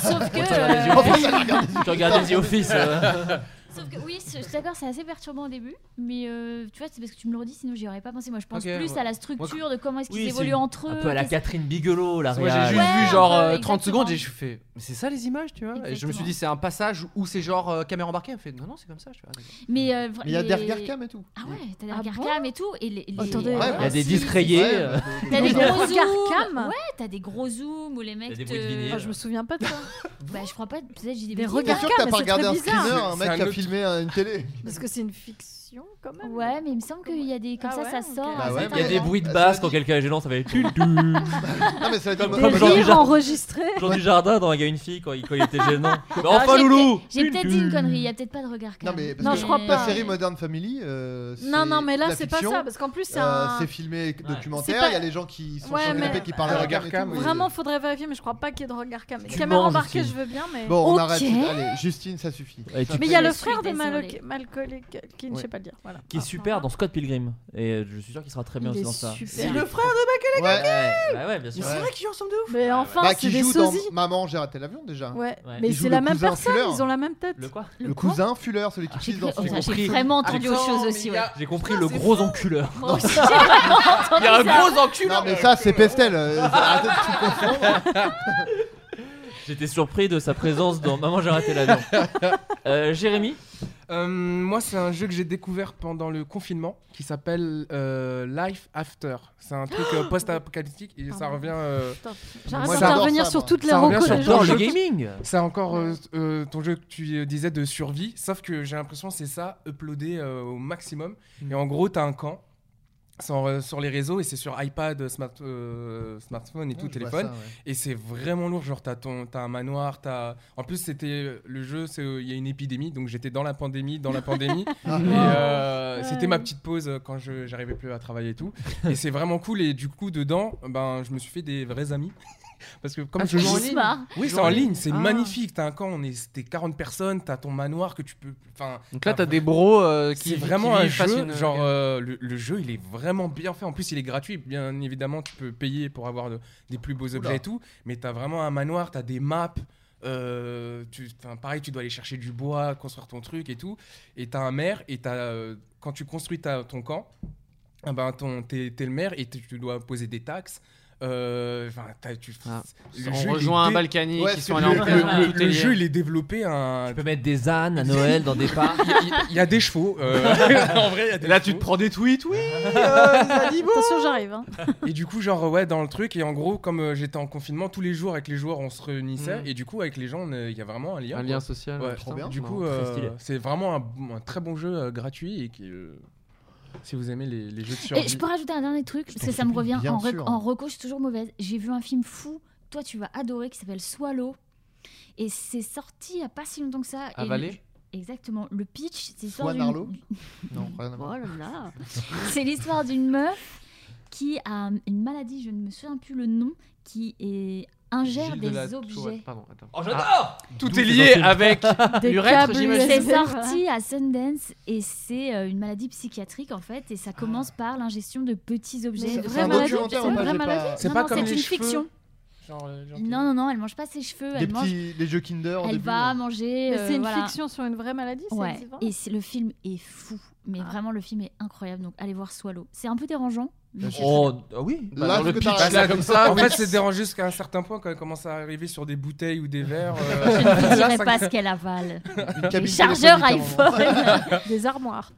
Speaker 7: Carell.
Speaker 12: Sauf que.
Speaker 7: Tu regardes The Office. Tu regardes
Speaker 12: euh,
Speaker 7: The Office, euh.
Speaker 12: Sauf que, oui, je suis d'accord, c'est assez perturbant au début, mais euh, tu vois, c'est parce que tu me le redis, sinon j'y aurais pas pensé. Moi, je pense
Speaker 7: Ok,
Speaker 12: plus
Speaker 7: ouais.
Speaker 12: à la
Speaker 7: Moi,
Speaker 12: structure, de comment est-ce qu'ils
Speaker 7: Oui, c'est
Speaker 12: évoluent
Speaker 7: une-
Speaker 12: entre eux.
Speaker 7: Un peu à la
Speaker 12: qu'est-ce-
Speaker 7: Catherine Bigelow, la
Speaker 8: Moi j'ai
Speaker 7: réal.
Speaker 8: juste vu genre
Speaker 12: un peu,
Speaker 8: euh, 30
Speaker 12: exactement.
Speaker 8: secondes et je fais mais c'est ça les images tu vois Et je me suis dit c'est un passage où c'est genre euh, caméra embarquée. Elle me fait non non c'est comme ça. Je fais, ah, d'accord.
Speaker 12: Mais euh, vra-
Speaker 8: Mais il y a des
Speaker 12: les-
Speaker 8: regards cam et tout.
Speaker 12: Ah ouais, t'as des regards cam et tout. Et les, les-
Speaker 8: Attendez,
Speaker 12: Ouais,
Speaker 8: ouais,
Speaker 12: bah,
Speaker 7: Il y a des
Speaker 12: si,
Speaker 7: disques
Speaker 12: si,
Speaker 7: rayés.
Speaker 12: si.
Speaker 7: euh,
Speaker 12: T'as des
Speaker 11: Des
Speaker 12: gros
Speaker 11: regards
Speaker 12: zooms.
Speaker 11: cam.
Speaker 12: Ouais, t'as des gros zooms où les mecs.
Speaker 7: des
Speaker 12: te-
Speaker 7: bruits de vinyle.
Speaker 11: Ah, je me souviens pas de ça.
Speaker 12: Bah, je crois pas, peut-être j'ai des
Speaker 11: Des
Speaker 12: bêtises.
Speaker 11: regards
Speaker 10: T'es sûr que t'as pas regardé un
Speaker 11: bizarre.
Speaker 10: screener, un
Speaker 11: C'est
Speaker 10: mec
Speaker 11: un
Speaker 10: qui a
Speaker 11: autre-
Speaker 10: filmé à une télé
Speaker 11: Parce que c'est une fiction. versions quand même.
Speaker 12: Ouais, mais il me semble qu'il y a des. Comme
Speaker 11: Ah
Speaker 12: ça,
Speaker 11: ouais,
Speaker 12: ça
Speaker 11: ok.
Speaker 12: sort.
Speaker 11: Bah
Speaker 12: à
Speaker 11: ouais,
Speaker 12: certains
Speaker 7: Il y a des
Speaker 12: moments.
Speaker 7: bruits de basse quand quelqu'un est gênant, ça va être.
Speaker 10: Non, mais ça va être
Speaker 7: comme,
Speaker 10: Des
Speaker 7: Jean du
Speaker 11: rires
Speaker 7: Jardin-
Speaker 11: enregistrés. Ah,
Speaker 7: Jean du Jardin dans Il y a une fille quand il, quand il était gênant. Mais
Speaker 12: Alors,
Speaker 7: enfin,
Speaker 12: Ah, j'ai
Speaker 7: Loulou
Speaker 12: peut-être- J'ai peut-être dit une connerie, il n'y a peut-être pas de regard.
Speaker 10: Non,
Speaker 12: quand
Speaker 10: mais
Speaker 12: même.
Speaker 10: parce que La série Modern Family. euh, c'est
Speaker 11: Non, non, mais là,
Speaker 10: la
Speaker 11: c'est pas
Speaker 10: fiction,
Speaker 11: ça, parce qu'en plus, c'est
Speaker 10: euh,
Speaker 11: un-
Speaker 10: C'est filmé
Speaker 11: C'est
Speaker 10: documentaire,
Speaker 11: pas-
Speaker 10: il y a les gens qui sont
Speaker 11: Ouais,
Speaker 10: sur le
Speaker 11: mais-
Speaker 10: canapé qui parlent
Speaker 11: Euh,
Speaker 10: à la cam et tout, mais-
Speaker 11: Vraiment, faudrait vérifier, mais je crois pas qu'il y ait de regard cam.
Speaker 10: Tu
Speaker 11: Caméra
Speaker 10: mens,
Speaker 11: embarquée, je
Speaker 10: Justine.
Speaker 11: veux bien, mais.
Speaker 10: Bon, on
Speaker 11: Ok.
Speaker 10: arrête. Allez, Justine, ça suffit.
Speaker 7: Allez, tu-
Speaker 11: Mais il y a
Speaker 7: Je
Speaker 11: le
Speaker 7: suis
Speaker 11: frère de
Speaker 12: désolée.
Speaker 11: Malo- Malcolm qui ne
Speaker 7: Ouais. Ah.
Speaker 11: sait pas le dire. Voilà.
Speaker 7: Qui est super dans Scott Pilgrim. Et euh, je suis sûr qu'il sera très bien
Speaker 11: Il
Speaker 7: aussi
Speaker 11: est
Speaker 7: dans ça.
Speaker 11: super.
Speaker 7: Si.
Speaker 11: Le
Speaker 17: frère de
Speaker 10: Ouais.
Speaker 7: Bah ouais, bien sûr.
Speaker 17: C'est vrai qu'ils jouent ensemble de ouf.
Speaker 11: Mais enfin,
Speaker 10: Bah,
Speaker 11: c'est
Speaker 10: qui
Speaker 11: des
Speaker 10: joue
Speaker 11: sosies.
Speaker 10: dans Maman, j'ai raté l'avion déjà.
Speaker 11: Ouais,
Speaker 10: Il
Speaker 11: mais
Speaker 10: joue
Speaker 11: c'est
Speaker 10: le
Speaker 11: la même
Speaker 10: cousin
Speaker 11: personne,
Speaker 10: Fuller.
Speaker 11: ils ont la même tête. Le
Speaker 7: quoi
Speaker 10: Le cousin Fuller, celui qui pisse dans son
Speaker 12: cru- oh, j'ai vraiment entendu autre chose aussi, ouais.
Speaker 7: J'ai compris le gros enculeur.
Speaker 12: Moi aussi, j'ai vraiment entendu ça.
Speaker 10: Non, mais ça, c'est Pestel. euh,
Speaker 11: ah,
Speaker 10: arrêtez de tout confondre.
Speaker 7: J'étais surpris de sa présence dans Maman, j'ai raté l'avion. Euh, Jérémy
Speaker 13: Euh, moi, c'est un jeu que j'ai découvert pendant le confinement qui s'appelle euh, Life After. C'est un truc euh, post-apocalyptique et ça revient. euh,
Speaker 11: Putain, j'arrête
Speaker 13: moi,
Speaker 11: d'intervenir
Speaker 13: ça,
Speaker 11: sur
Speaker 13: moi.
Speaker 11: toutes les
Speaker 13: Ça revient
Speaker 11: recos
Speaker 13: sur
Speaker 11: des
Speaker 13: ton
Speaker 11: gens.
Speaker 13: jeu.
Speaker 11: Le gaming.
Speaker 13: C'est encore euh, euh, ton jeu que tu euh, disais de survie, sauf que j'ai l'impression que c'est ça, uploadé euh, au maximum.
Speaker 7: Mm.
Speaker 13: Et en gros, t'as un camp. Sur, euh, sur les réseaux et c'est sur iPad, smart- euh, smartphone et tout,
Speaker 10: je vois
Speaker 13: téléphone.
Speaker 10: ça, ouais.
Speaker 13: Et c'est vraiment lourd. Genre, t'as ton- t'as un manoir, t'as. En plus, c'était le jeu, c'est euh, il y a une épidémie, donc j'étais dans la pandémie, dans la pandémie. et
Speaker 10: Ah.
Speaker 13: euh,
Speaker 10: Ouais.
Speaker 13: c'était ma petite pause euh, quand je j'arrivais plus à travailler et tout. Et c'est vraiment cool. Et du coup, dedans, ben, je me suis fait des vrais amis. Parce que comme
Speaker 12: Ah,
Speaker 13: je
Speaker 12: c'est en
Speaker 13: joue
Speaker 12: ligne Smart.
Speaker 13: oui, c'est
Speaker 12: Ah.
Speaker 13: en ligne, c'est magnifique. T'as un camp, on est, c'était 40 personnes, t'as ton manoir que tu peux. Enfin,
Speaker 16: Donc là, t'as des bros, euh, qui-
Speaker 13: C'est vraiment
Speaker 16: qui
Speaker 13: un
Speaker 16: fassent
Speaker 13: jeu.
Speaker 16: une-
Speaker 13: Genre, euh, le, le jeu, il est vraiment bien fait. En plus, il est gratuit. Bien évidemment, tu peux payer pour avoir de- des plus beaux objets et tout. Mais t'as vraiment un manoir, t'as des maps. euh, tu, enfin, pareil, tu dois aller chercher du bois, construire ton truc et tout. Et t'as un maire. Et t'as, euh, quand tu construis ta- ton camp, ah ben, ton, t'es, t'es le maire et tu- tu dois poser des taxes. Euh, enfin, t'as- tu,
Speaker 16: Ah. On
Speaker 13: il est
Speaker 16: rejoint un
Speaker 13: dé-
Speaker 16: Balkany
Speaker 7: Ouais,
Speaker 16: qui
Speaker 7: c'est
Speaker 16: sont
Speaker 7: le-
Speaker 16: allés en
Speaker 7: le-
Speaker 16: enfer.
Speaker 7: le-
Speaker 16: Tout
Speaker 7: le
Speaker 16: est lié.
Speaker 13: jeu, il est développé un. Tu
Speaker 7: peux mettre des ânes à Noël dans des parcs.
Speaker 13: Il y a- il y a des chevaux. euh, en vrai, il y a des
Speaker 16: Là, tu te prends des tweets, oui.
Speaker 11: Attention, j'arrive. hein.
Speaker 13: et du coup, genre, ouais, dans le truc. Et en gros, comme euh, j'étais en confinement, tous les jours avec les joueurs, on se réunissait.
Speaker 8: Hmm.
Speaker 16: Mm.
Speaker 13: Et du coup, avec les gens, on est- il y a vraiment un lien.
Speaker 16: Un
Speaker 13: quoi.
Speaker 16: lien social,
Speaker 13: Ouais.
Speaker 16: trop bien.
Speaker 13: Du coup,
Speaker 16: Non, très
Speaker 13: euh,
Speaker 16: stylé.
Speaker 13: c'est vraiment un, bon- un très bon jeu euh, gratuit. Et qui, euh, si vous aimez les, les jeux de survie.
Speaker 12: Et je peux rajouter un dernier truc, parce
Speaker 13: t'en
Speaker 12: que ça me
Speaker 13: supplie,
Speaker 12: revient.
Speaker 13: bien
Speaker 12: En, rec-
Speaker 13: sûr.
Speaker 12: en reco, je suis toujours mauvaise. J'ai vu un film fou, toi tu vas adorer, qui s'appelle Swallow. Et c'est sorti il n'y a pas si longtemps que ça. Et
Speaker 16: Avalé
Speaker 12: le- Exactement. Le pitch, c'est l'histoire
Speaker 10: Swan
Speaker 12: d'une-
Speaker 10: Arlo Non, rien à
Speaker 12: Oh
Speaker 10: voir.
Speaker 12: là là. C'est l'histoire d'une meuf qui a une maladie, je ne me souviens plus le nom, qui est- ingère
Speaker 16: Gilles de
Speaker 12: des
Speaker 16: la Tourette,
Speaker 12: objets.
Speaker 16: pardon, attends.
Speaker 7: Oh, j'adore
Speaker 8: Ah,
Speaker 16: Tout
Speaker 7: D'où
Speaker 16: est
Speaker 7: ces
Speaker 16: lié
Speaker 7: anciennes-
Speaker 16: avec
Speaker 7: Des
Speaker 16: l'urètre,
Speaker 7: câbles
Speaker 16: j'imagine.
Speaker 12: C'est
Speaker 7: USB.
Speaker 12: sorti à Sundance et c'est euh, une maladie psychiatrique en fait et ça commence par l'ingestion de petits objets.
Speaker 11: Ah. c'est
Speaker 12: de-
Speaker 11: un
Speaker 12: maladie,
Speaker 11: documentaire,
Speaker 12: c'est une
Speaker 11: moi,
Speaker 12: vraie
Speaker 11: j'ai pas-
Speaker 12: maladie.
Speaker 11: C'est
Speaker 12: Non,
Speaker 11: pas
Speaker 12: non,
Speaker 11: comme
Speaker 12: c'est
Speaker 11: les
Speaker 12: une
Speaker 11: cheveux.
Speaker 12: fiction. Non non non, elle mange pas ses cheveux,
Speaker 10: Les
Speaker 12: elle mange.
Speaker 10: petits les jeux Kinder. au
Speaker 12: elle
Speaker 10: début,
Speaker 12: va
Speaker 10: là.
Speaker 12: manger.
Speaker 11: hein. Mais
Speaker 12: euh,
Speaker 11: c'est une
Speaker 12: voilà.
Speaker 11: fiction sur une vraie maladie, ça Ah.
Speaker 12: Ouais.
Speaker 11: existe vraiment
Speaker 12: Et c'est- le film est fou, mais vraiment le film est incroyable. Donc allez voir Swallow. C'est un peu dérangeant. mais c'est
Speaker 7: Oh,
Speaker 12: très bien.
Speaker 7: ah oui
Speaker 13: Bah, dans le pitch, là, comme ça. En fait, c'est dérangeant jusqu'à un certain point quand elle commence à arriver sur des bouteilles ou des verres.
Speaker 12: Je
Speaker 13: euh,
Speaker 12: ne vous
Speaker 13: là,
Speaker 12: dirai
Speaker 13: ça-
Speaker 12: pas ce qu'elle avale.
Speaker 13: Une
Speaker 12: Des
Speaker 13: cabine
Speaker 12: chargeurs
Speaker 13: téléphonique, à un moment.
Speaker 12: iPhone.
Speaker 11: Des armoires.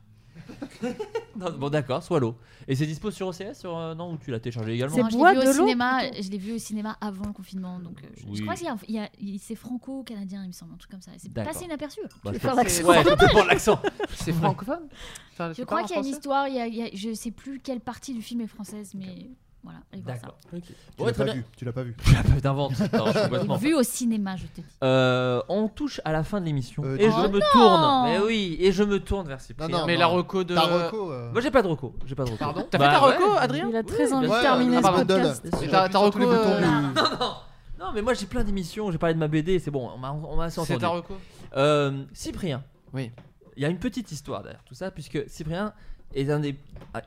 Speaker 7: Non, bon, d'accord, Swallow. Et c'est dispo sur OCS sur, euh, Non, ou tu l'as téléchargé également
Speaker 12: Non, je l'ai vu au cinéma- Je l'ai vu au cinéma avant le confinement. Donc, euh, je, je
Speaker 7: Oui.
Speaker 12: crois qu'il y a, il y a- il- c'est franco-canadien, il me semble, un truc comme ça. C'est
Speaker 7: D'accord.
Speaker 12: passé inaperçu.
Speaker 7: Bah,
Speaker 12: Tu
Speaker 7: je
Speaker 12: fais un
Speaker 7: pense-
Speaker 12: accent.
Speaker 7: Ouais, complètement l'accent.
Speaker 16: C'est francophone Enfin,
Speaker 12: Je
Speaker 16: c'est
Speaker 12: crois
Speaker 16: pas en
Speaker 12: qu'il y a une
Speaker 16: français
Speaker 12: histoire, il y a- il y a- je sais plus quelle partie du film est française, mais voilà. allez voir ça.
Speaker 7: D'accord.
Speaker 10: Tu
Speaker 7: Ouais,
Speaker 10: l'as
Speaker 7: très
Speaker 10: pas
Speaker 7: bien.
Speaker 10: vu, tu l'as pas vu.
Speaker 7: Tu l'as pas vu d'invente. attends, je suis complètement-
Speaker 12: Vu au cinéma, je te dis.
Speaker 7: Euh, on touche à la fin de l'émission
Speaker 10: Euh,
Speaker 7: et
Speaker 10: dis-
Speaker 7: je
Speaker 10: Oh
Speaker 7: me
Speaker 10: non
Speaker 7: tourne. Mais oui, et je me tourne vers Cyprien.
Speaker 10: Non, non, Mais non. la reco de- Ta reco, euh.
Speaker 7: Moi j'ai pas de reco, j'ai pas de reco. Bah
Speaker 16: Pardon T'as fait ta reco, Adrien Il a très envie de terminer ce podcast. Et t'as- t'as reco, euh,
Speaker 7: Non, non. Non, mais moi j'ai plein d'émissions, j'ai parlé de ma BD, c'est bon, on m'a on m'a assez
Speaker 16: C'est
Speaker 7: entendu.
Speaker 16: ta reco
Speaker 7: Euh, Cyprien.
Speaker 16: Oui.
Speaker 7: Il y a une petite histoire derrière tout ça, puisque Cyprien est un, des,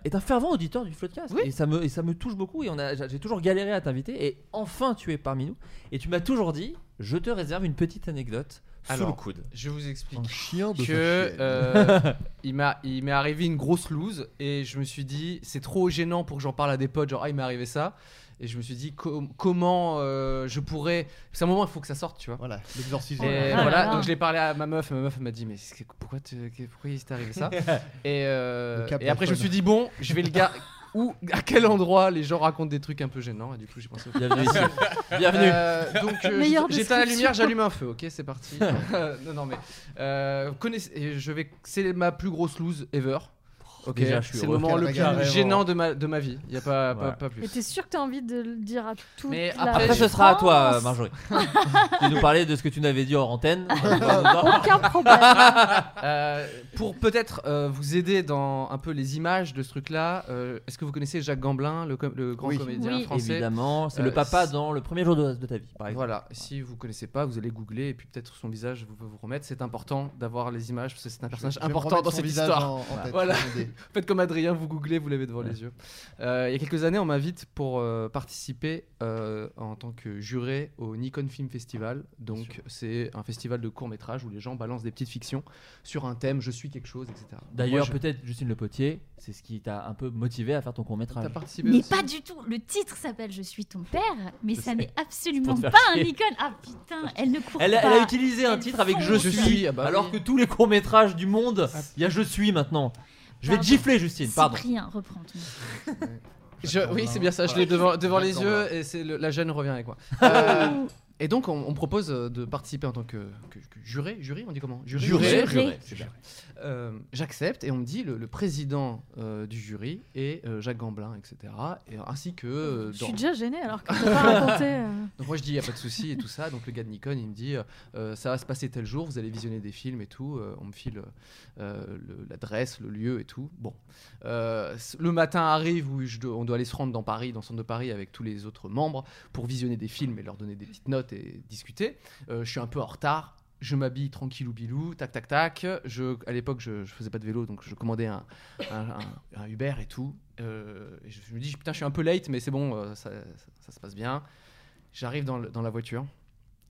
Speaker 7: est un fervent auditeur du Floodcast. Et, ça me, et ça me touche beaucoup. Et on a- j'ai toujours galéré à t'inviter. Et enfin, tu es parmi nous. Et tu m'as toujours dit je te réserve une petite anecdote sous
Speaker 16: Alors,
Speaker 7: le coude.
Speaker 16: Je vous explique
Speaker 10: de
Speaker 16: que
Speaker 10: ta chienne.
Speaker 16: euh, il m'a il m'est arrivé une grosse loose et je me suis dit c'est trop gênant pour que j'en parle à des potes genre ah il m'est arrivé ça et je me suis dit com- comment euh, je pourrais parce qu'à un moment il faut que ça sorte tu vois
Speaker 10: voilà l'exorcisme
Speaker 16: et
Speaker 10: Oh là
Speaker 16: voilà
Speaker 10: là.
Speaker 16: donc je l'ai parlé à ma meuf et ma meuf elle m'a dit mais c'est- pourquoi tu- que- pourquoi il s'est arrivé ça et euh,
Speaker 10: Le cap
Speaker 16: et après je me suis
Speaker 10: d'iPhone.
Speaker 16: dit bon je vais le gars où à quel endroit les gens racontent des trucs un peu gênants et du coup j'ai pensé au
Speaker 7: Bienvenue ici.
Speaker 16: Euh,
Speaker 7: Bienvenue.
Speaker 16: donc euh,
Speaker 7: Meilleure
Speaker 16: j'éteins la
Speaker 7: description.
Speaker 16: lumière j'allume un feu ok c'est parti non non mais euh, connaissez- et je vais c'est ma plus grosse lose ever
Speaker 8: Ok,
Speaker 7: Déjà, je suis
Speaker 8: c'est le
Speaker 7: heureux.
Speaker 8: moment le plus
Speaker 16: Carrément.
Speaker 8: gênant de ma, de ma vie. Il a pas, pas, pas plus.
Speaker 11: Et t'es sûr que t'as envie de le dire à tout
Speaker 8: Mais
Speaker 7: Après, ce sera à
Speaker 11: euh,
Speaker 7: toi, Marjorie. tu nous parlais de ce que tu n'avais dit hors antenne.
Speaker 11: Aucun problème.
Speaker 8: Euh, pour peut-être euh, vous aider dans un peu les images de ce truc-là, euh, est-ce que vous connaissez Jacques Gamblin, le, com- le grand comédien français Euh,
Speaker 7: Évidemment, c'est le papa dans le premier jour de, de ta vie.
Speaker 8: Voilà, si vous connaissez pas, vous allez googler et puis peut-être son visage vous peut vous remettre. C'est important d'avoir les images parce que c'est un personnage
Speaker 10: je vais me
Speaker 8: important
Speaker 10: remettre
Speaker 8: dans
Speaker 10: son
Speaker 8: cette
Speaker 10: visage
Speaker 8: histoire.
Speaker 10: en- en tête,
Speaker 8: voilà.
Speaker 10: c'est une idée.
Speaker 8: Faites comme Adrien, vous googlez, vous l'avez devant
Speaker 10: Ouais.
Speaker 8: les yeux. Euh, il y a quelques années, on m'invite pour euh, participer euh, en tant que juré au Nikon Film Festival.
Speaker 7: Ah,
Speaker 8: Donc, c'est un festival de court-métrage où les gens balancent des petites fictions sur un thème, je suis quelque chose, etc.
Speaker 7: D'ailleurs,
Speaker 8: Moi, je-
Speaker 7: peut-être Justine Le Potier, c'est ce qui t'a un peu motivé à faire ton court métrage.
Speaker 12: Mais pas du tout. Le titre s'appelle Je suis ton père, mais
Speaker 7: Je
Speaker 12: ça
Speaker 7: sais.
Speaker 12: n'est absolument
Speaker 7: Pour te faire
Speaker 12: pas un
Speaker 7: chier.
Speaker 12: icône. Ah putain, elle ne court
Speaker 7: Elle,
Speaker 12: pas.
Speaker 7: a- elle a utilisé un
Speaker 12: Elle
Speaker 7: titre avec
Speaker 12: fonce.
Speaker 7: Je suis,
Speaker 10: ah
Speaker 12: ah bah
Speaker 10: bah
Speaker 7: alors que tous les courts métrages du monde, il y a Je suis maintenant. Je vais te
Speaker 12: Pardon.
Speaker 7: gifler, Justine. Pardon.
Speaker 12: Cyprien, reprends ton
Speaker 8: Je- oui, c'est bien ça, je l'ai
Speaker 12: Voilà.
Speaker 8: devant, devant les
Speaker 12: D'accord,
Speaker 8: yeux et c'est le- la gêne revient avec moi. Euh, et donc, on, on propose euh, de participer en tant que, que- que juré, juré, on dit comment
Speaker 16: Juré. Juré.
Speaker 8: juré,
Speaker 16: C'est
Speaker 8: juré. Euh, J'accepte et on me dit le, le président euh, du jury est euh, Jacques Gamblin, etc. Et, ainsi que. euh,
Speaker 11: Je suis
Speaker 8: dans-
Speaker 11: déjà gênée alors que t'as pas raconté. euh.
Speaker 8: donc moi je dis il y a pas de souci et tout ça. Donc le gars de Nikon il me dit euh, euh, ça va se passer tel jour, vous allez visionner des films et tout. Euh, on me file euh, le- l'adresse, le lieu et tout. Bon, Euh, c- le matin arrive où je dois- on doit aller se rendre dans Paris, dans le centre de Paris avec tous les autres membres pour visionner des films et leur donner des petites notes et discuter. Euh, je suis un peu en retard. Je m'habille tranquille ou bilou, tac tac tac. Je, à l'époque, je, je faisais pas de vélo, donc je commandais un, un- un- un Uber et tout. Euh, et je, je me dis putain, je suis un peu late, mais c'est bon, euh, ça, ça- ça se passe bien. J'arrive dans, le- dans la voiture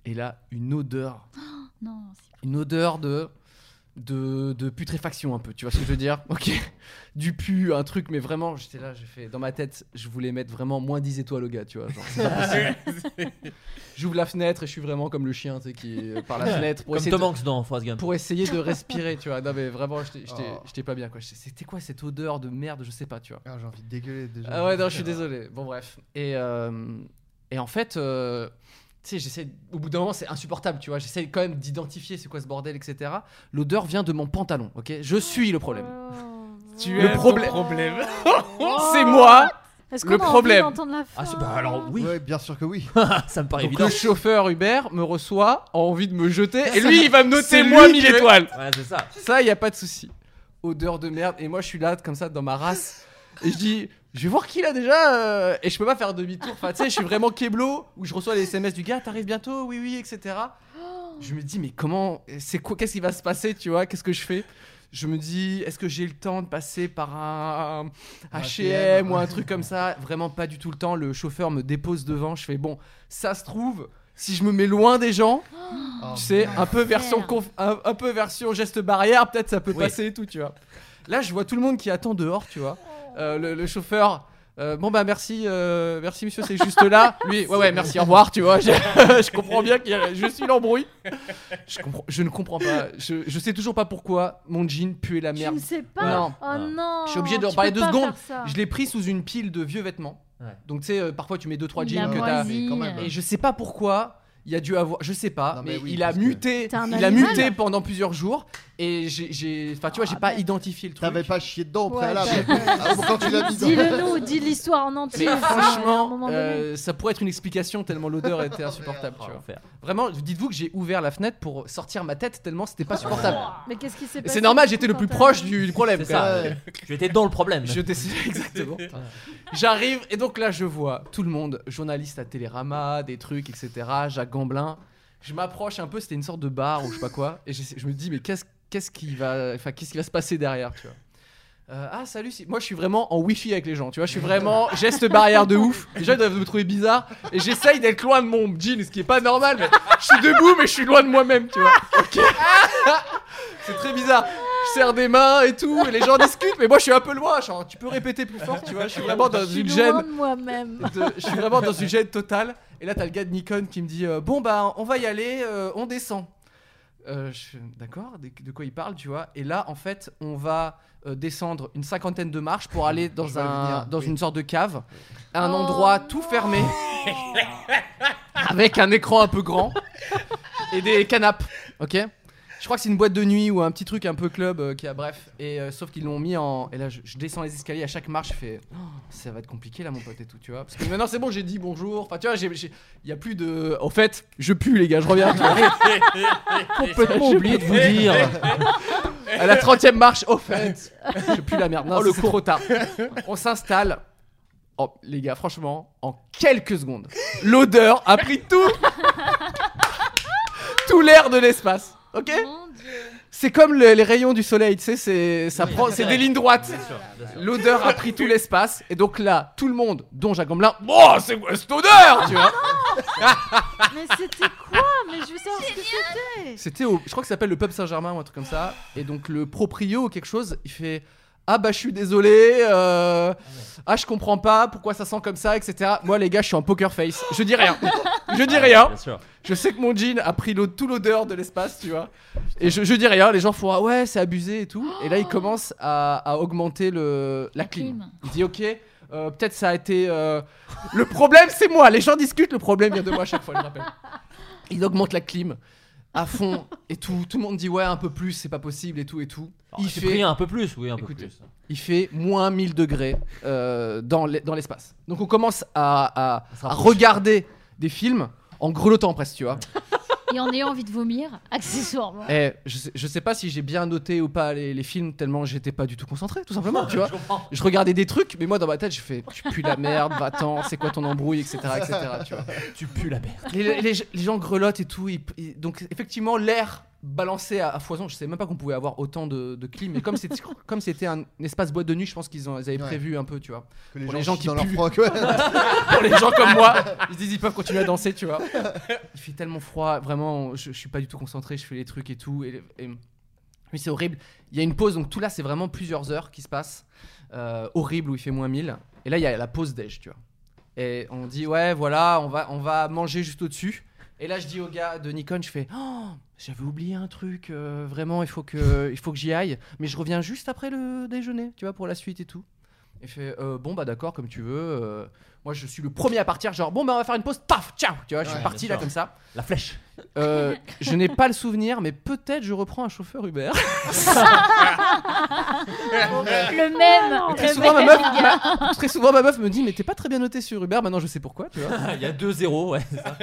Speaker 8: et là, une odeur,
Speaker 12: Non,
Speaker 8: une odeur de, de de putréfaction un peu. Tu vois ce que je veux dire Ok, du pu, un truc, mais vraiment, j'étais là, j'ai fait dans ma tête, je voulais mettre vraiment moins 10 étoiles au gars, tu vois. genre, c'est pas possible. J'ouvre la fenêtre et je suis vraiment comme le chien, tu sais, qui est par la fenêtre pour
Speaker 7: Comme
Speaker 8: essayer
Speaker 7: Tom
Speaker 8: de-
Speaker 7: Hanks dans Forrest Gump.
Speaker 8: pour essayer de respirer, tu vois. Non mais vraiment, j'étais- j'étais
Speaker 10: Oh.
Speaker 8: j'étais pas bien quoi. J'étais- C'était quoi cette odeur de merde, je sais pas, tu vois.
Speaker 10: Ah, j'ai envie de dégueuler déjà.
Speaker 8: Ah ouais, non, je suis désolé. Bon, bref. Et, euh, et en fait, euh, tu sais, j'essaie. Au bout d'un moment, c'est insupportable, tu vois. J'essaie quand même d'identifier c'est quoi ce bordel, etc. L'odeur vient de mon pantalon, ok Je suis le problème.
Speaker 13: Tu
Speaker 8: le
Speaker 13: es ton
Speaker 8: problème.
Speaker 13: problème.
Speaker 8: Oh, c'est moi
Speaker 11: Oh. Est-ce
Speaker 8: le
Speaker 11: qu'on a envie
Speaker 8: problème.
Speaker 11: d'entendre la
Speaker 8: ah, c'est, bah, alors oui.
Speaker 10: bien sûr que oui.
Speaker 7: ça me paraît
Speaker 8: Donc,
Speaker 7: évident.
Speaker 8: Le chauffeur Uber me reçoit, a envie de me jeter, et
Speaker 7: Ça,
Speaker 8: lui, il va me
Speaker 7: c'est
Speaker 8: noter moins
Speaker 7: lui
Speaker 8: 1000
Speaker 7: qui est-
Speaker 8: étoiles.
Speaker 7: Voilà, c'est ça.
Speaker 8: Ça, il n'y a pas de souci. Odeur de merde. Et moi, je suis là, comme ça, dans ma race. Et je dis, je vais voir qui là déjà. euh, Et je peux pas faire demi-tour. Enfin, tu sais, je suis vraiment keblo, où je reçois les SMS du gars, t'arrives bientôt, oui, oui, etc. Je me dis, mais comment, c'est quoi, qu'est-ce qui va se passer, tu vois, qu'est-ce que je fais Je me dis, est-ce que j'ai le temps de passer par un
Speaker 16: Un
Speaker 8: HM ou un
Speaker 16: ouais.
Speaker 8: truc comme ça Vraiment pas du tout le temps. Le chauffeur me dépose devant. Je fais, bon, ça se trouve, si je me mets loin des gens,
Speaker 11: Oh,
Speaker 12: Oh.
Speaker 8: tu sais, un peu version conf- un, un peu version geste barrière, peut-être ça peut
Speaker 16: Oui.
Speaker 8: passer et tout, tu vois. Là, je vois tout le monde qui attend dehors, tu vois. Euh, le, le chauffeur. euh, bon bah merci, euh, merci monsieur, c'est juste là. Lui, ouais ouais, merci, au revoir, tu vois. Je, je comprends bien qu'il y a- je suis l'embrouille. Je, comprends- je ne comprends pas. Je, je sais toujours pas pourquoi mon jean puait la
Speaker 11: Tu
Speaker 8: merde.
Speaker 11: ne sais pas.
Speaker 8: Voilà.
Speaker 11: Oh non.
Speaker 8: Je suis obligé de
Speaker 11: tu
Speaker 8: parler
Speaker 11: peux
Speaker 8: deux
Speaker 11: pas
Speaker 8: secondes.
Speaker 11: faire ça.
Speaker 8: Je l'ai pris sous une pile de vieux vêtements. Donc tu sais, euh, parfois tu mets deux trois
Speaker 11: Il
Speaker 8: jeans
Speaker 11: a
Speaker 8: que t'as.
Speaker 11: moisi, Quand même.
Speaker 8: Et je sais pas pourquoi. Il a dû avoir, je sais pas, mais, il a muté,
Speaker 11: T'es un
Speaker 8: il a
Speaker 11: animal.
Speaker 8: muté pendant plusieurs jours et j'ai- j'ai, enfin tu vois, j'ai pas identifié le truc. T'avais
Speaker 10: Ah, pas chié dedans au
Speaker 11: Ouais,
Speaker 10: préalable.
Speaker 11: t'as-
Speaker 10: Ah, quand tu l'as mis dans-
Speaker 11: Dis-le nous, dis l'histoire en
Speaker 8: Mais
Speaker 11: entier. à un moment
Speaker 8: franchement,
Speaker 11: donné.
Speaker 8: euh, ça pourrait être une explication tellement l'odeur était insupportable. tu vois. Vraiment, dites-vous que j'ai ouvert la fenêtre pour sortir ma tête tellement c'était pas supportable.
Speaker 11: Mais qu'est-ce qui s'est
Speaker 8: Et
Speaker 11: passé
Speaker 8: C'est normal, j'étais le plus proche du, du problème.
Speaker 7: C'est
Speaker 8: quoi.
Speaker 7: ça.
Speaker 8: Ouais.
Speaker 7: J'étais dans le problème.
Speaker 8: Je t'ai- exactement. J'arrive et donc là je vois tout le monde, journaliste à Télérama, des trucs, etc. Jacques Gamblin. Je m'approche un peu, c'était une sorte de bar ou je sais pas quoi, et j'essa- je, me dis mais qu'est-ce qu'est-ce qui va, enfin qu'est-ce qui va se passer derrière, tu vois. Euh, ah salut, si- moi je suis vraiment en wifi avec les gens, tu vois, je suis vraiment geste barrière de ouf. Déjà ils doivent me trouver bizarre et j'essaye d'être loin de mon jean, ce qui est pas normal. Mais je suis debout mais je suis loin de moi-même, tu vois. Ok. C'est très bizarre. Je serre des mains et tout, et les gens discutent, mais moi je suis un peu loin. Genre, tu peux répéter plus fort, tu vois. Je suis vraiment dans
Speaker 11: Je suis
Speaker 8: une
Speaker 11: loin
Speaker 8: gêne.
Speaker 11: de moi-même.
Speaker 8: de- je suis vraiment dans une gêne totale. Et là, t'as le gars de Nikon qui me dit euh, Bon, bah, on va y aller, euh, on descend. Euh, je suis, D'accord, de, de quoi il parle, tu vois. Et là, en fait, on va euh, descendre une cinquantaine de marches pour aller dans,
Speaker 16: vois le
Speaker 8: un,
Speaker 16: venir,
Speaker 8: dans
Speaker 16: oui.
Speaker 8: une sorte de cave, à un endroit tout fermé, avec un écran un peu grand et des canapes, ok Je crois que c'est une boîte de nuit ou un petit truc un peu club euh, qui a bref. Et euh, sauf qu'ils l'ont mis en. Et là, je, je descends les escaliers à chaque marche. Je fais. Oh, ça va être compliqué là, mon pote et tout, tu vois. Parce que maintenant, Ah c'est bon, j'ai dit bonjour. Enfin, tu vois, j'ai- j'ai- il y a plus de. Au fait, je pue, les gars, je reviens.
Speaker 7: Complètement oublié de vous dire.
Speaker 8: à la 30 e marche, au fait, je pue la merde. Non,
Speaker 7: eh, Oh, le
Speaker 8: c'est
Speaker 7: con.
Speaker 8: trop tard. On s'installe. Oh, les gars, franchement, en quelques secondes, l'odeur a pris tout, tout l'air de l'espace. Ok C'est comme le- les rayons du soleil, tu sais, c'est ça prend, Oh, c'est des lignes droites. L'odeur a pris tout l'espace, et donc là, tout le monde, dont Jacques Gamblin, oh, c'est quoi cette odeur,
Speaker 12: Ah
Speaker 8: tu vois
Speaker 11: Mais c'était quoi Mais je veux savoir ce que c'était.
Speaker 8: C'était au, je crois que ça s'appelle le pub Saint-Germain ou un truc comme ça. Et donc le proprio ou quelque chose, il fait ah bah je suis désolé, euh, ah je comprends pas pourquoi ça sent comme ça, etc. Moi les gars, je suis en poker face, je dis rien, je dis rien.
Speaker 7: Bien sûr.
Speaker 8: Je sais que mon jean a pris l'eau- tout l'odeur de l'espace, tu vois. Et je, je dis rien, les gens font ah ouais c'est abusé et tout. Et là il commence à, à augmenter le la, clim. Il dit ok. euh, Peut-être ça a été. euh, Le problème, c'est moi. Les gens discutent. Le problème vient de moi à chaque fois, je le rappelle. Il augmente la clim à fond et tout. Tout le monde dit ouais, un peu plus, c'est pas possible et tout et tout. Il
Speaker 7: c'est Oh, pris un peu plus, oui, un peu plus.
Speaker 8: Il fait moins 1000 degrés euh, dans l'e- dans l'espace. Donc on commence à, à- à regarder des films en grelottant presque, tu vois.
Speaker 12: Et en ayant envie de vomir, accessoirement.
Speaker 8: Eh, je, sais, je sais pas si j'ai bien noté ou pas les, les films tellement j'étais pas du tout concentré, tout simplement, tu vois.
Speaker 12: Je comprends.
Speaker 8: je regardais des trucs, mais moi dans ma tête, je fais tu pues la merde, va-t'en, c'est quoi ton embrouille, etc., etc. Tu vois.
Speaker 7: Tu pues la merde.
Speaker 8: Les, les- les gens grelottent et tout. ils- ils- donc, effectivement, l'air balancé à, à foison. Je sais même pas qu'on pouvait avoir autant de, de clim. Mais comme c'était, comme c'était un espace boîte de nuit, je pense qu'ils en- ils avaient
Speaker 10: Ouais.
Speaker 8: prévu un peu, tu vois.
Speaker 10: Que les
Speaker 8: pour
Speaker 10: gens
Speaker 8: les gens
Speaker 10: chient
Speaker 8: qui
Speaker 10: dans leur
Speaker 8: puent.
Speaker 10: froc, ouais.
Speaker 8: pour les gens comme moi, ils se disent ils peuvent continuer à danser, tu vois. Il fait tellement froid, vraiment, je, je suis pas du tout concentré. Je fais les trucs et tout. Et, et- mais c'est horrible. Il y a une pause, donc tout là, c'est vraiment plusieurs heures qui se passent. euh, horrible où il fait moins 1000. Et là, il y a la pause déj, tu vois. Et on dit, ouais, voilà, on va, on va manger juste au-dessus. Et là, je dis au gars de Nikon, je fais, oh, j'avais oublié un truc, euh, vraiment, il faut, que, il faut que j'y aille. Mais je reviens juste après le déjeuner, tu vois, pour la suite et tout. Il fait, euh, bon, bah d'accord, comme tu veux. euh, moi, je suis le premier à partir, genre, bon, bah on va faire une pause, paf, ciao, tu vois, je
Speaker 7: Ouais,
Speaker 8: suis parti
Speaker 7: bien
Speaker 8: là
Speaker 7: sûr.
Speaker 8: comme ça.
Speaker 7: La flèche.
Speaker 8: Euh, je n'ai pas le souvenir, mais peut-être je reprends un chauffeur Uber.
Speaker 12: le
Speaker 11: Ah
Speaker 12: même.
Speaker 8: Très
Speaker 12: le
Speaker 8: souvent, ma
Speaker 12: même,
Speaker 8: meuf,
Speaker 12: les gars.
Speaker 8: ma- très souvent, ma meuf me dit Mais t'es pas très bien noté sur Uber, maintenant je sais pourquoi, tu vois.
Speaker 7: Il y a 2-0, ouais, c'est ça.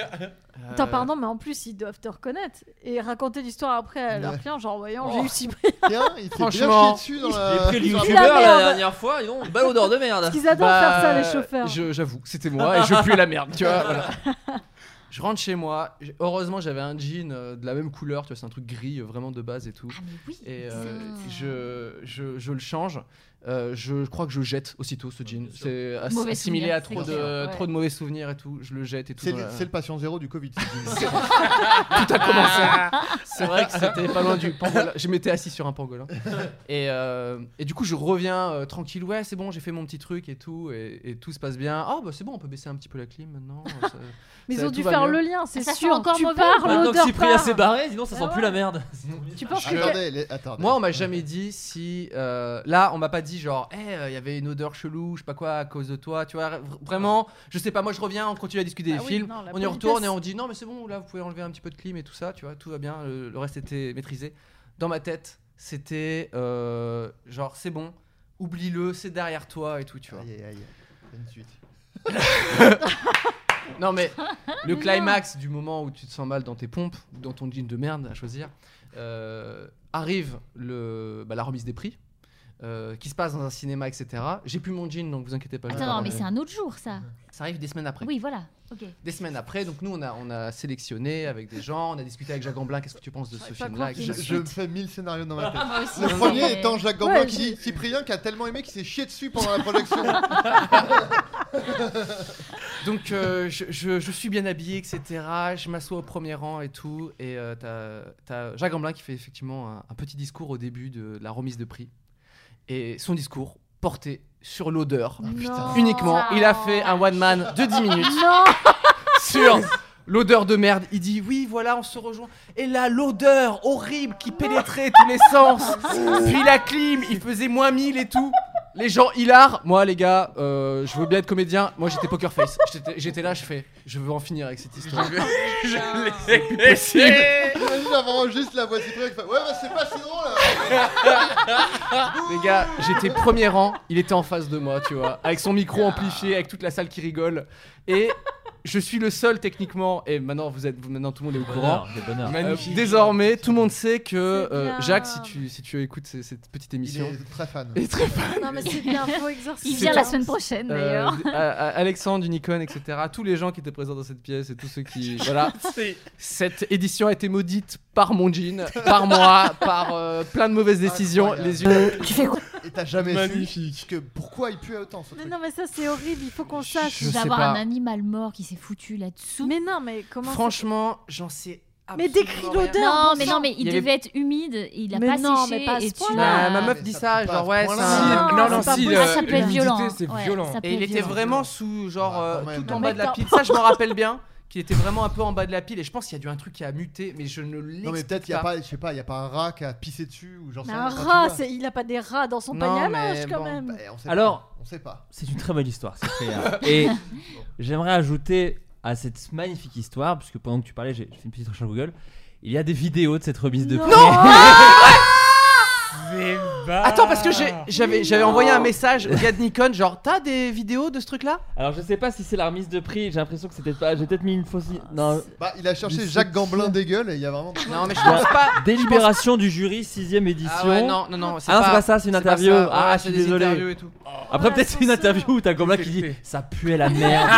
Speaker 11: Attends, pardon, mais en plus, ils doivent te reconnaître et raconter l'histoire après à leurs
Speaker 7: Ouais.
Speaker 11: clients, genre, voyons,
Speaker 7: Oh.
Speaker 11: j'ai eu si
Speaker 10: Tiens, il
Speaker 11: fait bien
Speaker 7: Franchement,
Speaker 11: chier dessus dans
Speaker 7: j'ai
Speaker 11: la-
Speaker 7: pris le
Speaker 11: dans la
Speaker 7: youtubeur la,
Speaker 11: merde.
Speaker 7: dernière fois, ils ont une balle odeur de merde.
Speaker 11: Parce qu'ils adorent faire ça, les chauffeurs.
Speaker 8: Bah, je- J'avoue, c'était moi et je pue la merde, tu vois. voilà. Je rentre chez moi, j'ai- heureusement j'avais un jean euh, de la même couleur, tu vois, c'est un truc gris euh, vraiment de base et tout.
Speaker 10: Ah,
Speaker 8: et euh, je, je, je le change. Euh, je crois que je jette aussitôt ce jean. C'est ass-
Speaker 10: Mauvais
Speaker 8: assimilé
Speaker 10: souvenir,
Speaker 8: à
Speaker 10: c'est
Speaker 8: trop de,
Speaker 10: clair, ouais.
Speaker 8: trop de mauvais souvenirs et tout. Je le jette et tout.
Speaker 10: C'est
Speaker 8: dans
Speaker 10: le,
Speaker 8: la-
Speaker 10: c'est le patient zéro du Covid.
Speaker 8: C'est- tout a commencé. C'est vrai que c'était pas loin du pangolin. Je m'étais assis sur un pangolin. Et, euh, et du coup, je reviens euh, tranquille. Ouais, c'est bon, j'ai fait mon petit truc et tout. Et, et tout se passe bien. Ah, bah c'est bon, on peut baisser un petit peu la clim maintenant. ça-
Speaker 11: Mais ils
Speaker 8: ça-
Speaker 11: ont
Speaker 8: tout
Speaker 11: dû
Speaker 8: va
Speaker 11: faire
Speaker 8: mieux.
Speaker 11: le lien, c'est
Speaker 12: Ça sent
Speaker 11: sûr.
Speaker 12: encore
Speaker 11: tu
Speaker 12: mauvais ou
Speaker 11: pars,
Speaker 12: pas
Speaker 11: l'odeur
Speaker 7: Ah, Cyprien
Speaker 11: part. Ah
Speaker 7: s'est barré, sinon ça sent plus la merde.
Speaker 11: Tu penses que-
Speaker 10: Attendez, les- attendez.
Speaker 8: Moi, on m'a jamais dit si. euh, là, on m'a pas dit genre, Eh, euh, il y avait une odeur chelou, je sais pas quoi, à cause de toi. Tu vois, v- vraiment, je sais pas. Moi, je reviens, on continue à discuter
Speaker 11: Bah
Speaker 13: Ah
Speaker 8: des
Speaker 13: oui,
Speaker 8: films.
Speaker 13: non, la
Speaker 8: on y
Speaker 13: politesse.
Speaker 8: retourne et on dit non, mais c'est bon, là, vous pouvez enlever un petit peu de clim et tout ça. Tu vois, tout va bien. Le, le reste était maîtrisé. Dans ma tête, c'était euh, genre, c'est bon, oublie-le, c'est derrière toi et tout. Tu vois.
Speaker 10: Aïe, aïe, aïe. Il y a Une suite.
Speaker 8: Non mais le
Speaker 10: Mais
Speaker 8: climax du moment où tu te sens mal dans tes pompes, ou dans ton jean de merde à choisir, euh, arrive le, bah, la remise des prix, euh, qui se passe dans un cinéma, etc. J'ai plus mon jean, donc vous inquiétez pas. je vais
Speaker 12: Attends, non,
Speaker 8: pas
Speaker 12: mais
Speaker 8: revenir.
Speaker 12: c'est un autre jour, ça.
Speaker 8: Ça arrive des semaines après.
Speaker 12: Oui, voilà. Ok.
Speaker 8: Des semaines après, donc nous on a, on a sélectionné avec des gens, on a discuté avec Jacques Gamblin, qu'est-ce que tu penses de ce
Speaker 10: Je,
Speaker 8: film-là etc.
Speaker 10: je me fais mille scénarios dans ma tête.
Speaker 8: Moi aussi,
Speaker 10: le
Speaker 8: c'est-
Speaker 10: premier étant Jacques Gamblin
Speaker 8: Ouais,
Speaker 10: qui
Speaker 8: j'ai-
Speaker 10: dit Cyprien qui a tellement aimé qu'il s'est chié dessus pendant la projection.
Speaker 8: Donc euh, je, je- je suis bien habillé, etc. Je m'assois au premier rang et tout. Et euh, t'as- t'as Jacques Gamblin qui fait effectivement un, un petit discours au début de la remise de prix. Et son discours porté sur l'odeur
Speaker 13: putain.
Speaker 8: uniquement. Il a fait un one man de 10 minutes sur l'odeur de merde. Il dit oui, voilà, on se rejoint. Et là, l'odeur horrible qui pénétrait tous les sens. Puis la clim, il faisait moins 1000 et tout. Les gens hilar, moi les gars, euh, je veux bien être comédien. Moi j'étais poker face. J'étais- J'étais là, je fais, je veux en finir avec cette histoire.
Speaker 13: Je vais- je l'ai
Speaker 8: C'est plus possible.
Speaker 4: j'avais vraiment juste la voix de Cyprien qui fait Ouais, bah c'est pas si drôle
Speaker 10: hein.
Speaker 4: là
Speaker 8: Les gars, j'étais premier rang, il était en face de moi, tu vois, avec son micro amplifié, avec toute la salle qui rigole. Et je suis le seul techniquement, et maintenant vous êtes, vous- maintenant tout le monde est au courant.
Speaker 7: bonheur, le bonheur.
Speaker 8: Euh,
Speaker 7: Magnifique.
Speaker 8: désormais, tout le monde sait que euh,
Speaker 11: bien.
Speaker 8: Jacques, si tu, si tu écoutes ce- cette petite émission,
Speaker 10: est très fan.
Speaker 8: est très fan.
Speaker 11: Non, mais c'est bien, faut exorciser.
Speaker 12: Il vient la semaine prochaine d'ailleurs.
Speaker 8: Euh, à- à- Alexandre, Unicorn, etc. Tous les gens qui étaient présents dans cette pièce et tous ceux qui. Voilà.
Speaker 16: C'est-
Speaker 8: Cette édition a été maudite par mon jean, par moi, par euh, plein de mauvaises décisions. Les yeux.
Speaker 10: Euh, Tu fais quoi Et t'as jamais
Speaker 8: Magnifique.
Speaker 10: su que pourquoi il puait autant ce
Speaker 11: Mais
Speaker 10: truc.
Speaker 11: non, mais ça c'est horrible, il faut qu'on sache.
Speaker 8: je sais
Speaker 12: D'avoir
Speaker 8: pas.
Speaker 12: un animal mort qui s'est foutu là-dessous.
Speaker 11: Mais non, mais comment
Speaker 8: Franchement, j'en sais.
Speaker 11: Mais décris l'odeur
Speaker 12: Non,
Speaker 11: bon
Speaker 12: mais
Speaker 11: sang.
Speaker 12: non, mais il,
Speaker 11: Il y
Speaker 12: devait être humide et il a
Speaker 11: Mais
Speaker 12: pas
Speaker 11: non,
Speaker 12: séché
Speaker 11: mais pas à ce
Speaker 12: et tu
Speaker 11: point-là.
Speaker 12: l'as-
Speaker 8: Bah, Ma meuf dit ça, genre ouais, c'est
Speaker 13: point-là.
Speaker 8: un-
Speaker 13: Si, non, non, si,
Speaker 8: possible.
Speaker 13: euh, Ah, ça peut être
Speaker 8: l'humidité,
Speaker 13: violent.
Speaker 8: c'est
Speaker 13: Ouais,
Speaker 8: violent.
Speaker 13: ça peut
Speaker 8: Et il
Speaker 13: être
Speaker 8: était
Speaker 13: violent.
Speaker 8: vraiment sous, genre, euh, tout en
Speaker 11: Mais
Speaker 8: bas de la
Speaker 11: quand-
Speaker 8: pile. Ça, je m'en rappelle bien, qu'il était vraiment un peu en bas de la pile. Et je pense qu'il y a dû un truc qui a muté, mais je ne l'explique
Speaker 10: Non mais peut-être il y a pas, je sais pas, il y a pas un rat qui a pissé dessus ou genre.
Speaker 11: Mais
Speaker 10: ça,
Speaker 11: un
Speaker 10: enfin, tu
Speaker 11: rat,
Speaker 10: vois.
Speaker 11: c'est- il a pas des rats dans son
Speaker 10: Non,
Speaker 11: panier à
Speaker 10: mais
Speaker 11: linge, quand
Speaker 10: bon,
Speaker 11: même.
Speaker 10: bah, on sait pas.
Speaker 7: Alors,
Speaker 10: on sait pas.
Speaker 7: C'est une très belle histoire, c'est fait, hein. Et j'aimerais ajouter à cette magnifique histoire, puisque pendant que tu parlais, j'ai j'ai fait une petite recherche Google. Il y a des vidéos de cette remise de
Speaker 8: Non.
Speaker 7: prix.
Speaker 8: Non
Speaker 13: C'est
Speaker 8: Attends, parce que j'ai- j'avais j'avais envoyé un
Speaker 7: Non.
Speaker 8: message au gars de Nikon, genre, t'as des vidéos de ce truc-là
Speaker 7: Alors je sais pas si c'est la remise de prix, j'ai l'impression que c'était pas. J'ai peut-être mis une fausse.
Speaker 8: Ah,
Speaker 7: Non.
Speaker 10: Bah, il a cherché
Speaker 7: Mais
Speaker 10: Jacques
Speaker 7: c'est-
Speaker 10: Gamblin des gueules et il y a vraiment.
Speaker 8: Non mais je
Speaker 7: Il y a
Speaker 8: pense pas.
Speaker 7: Délibération du jury, 6 édition.
Speaker 8: Ah ouais, non, non, non, c'est
Speaker 7: Ah
Speaker 8: pas-
Speaker 7: ça, c'est une
Speaker 8: c'est pas
Speaker 7: interview.
Speaker 8: ça.
Speaker 7: Ah,
Speaker 8: Ouais,
Speaker 7: je suis
Speaker 8: c'est des
Speaker 7: désolé.
Speaker 8: interviews et tout.
Speaker 7: Après, peut-être c'est une interview où t'as Gomla qui dit ça puait la merde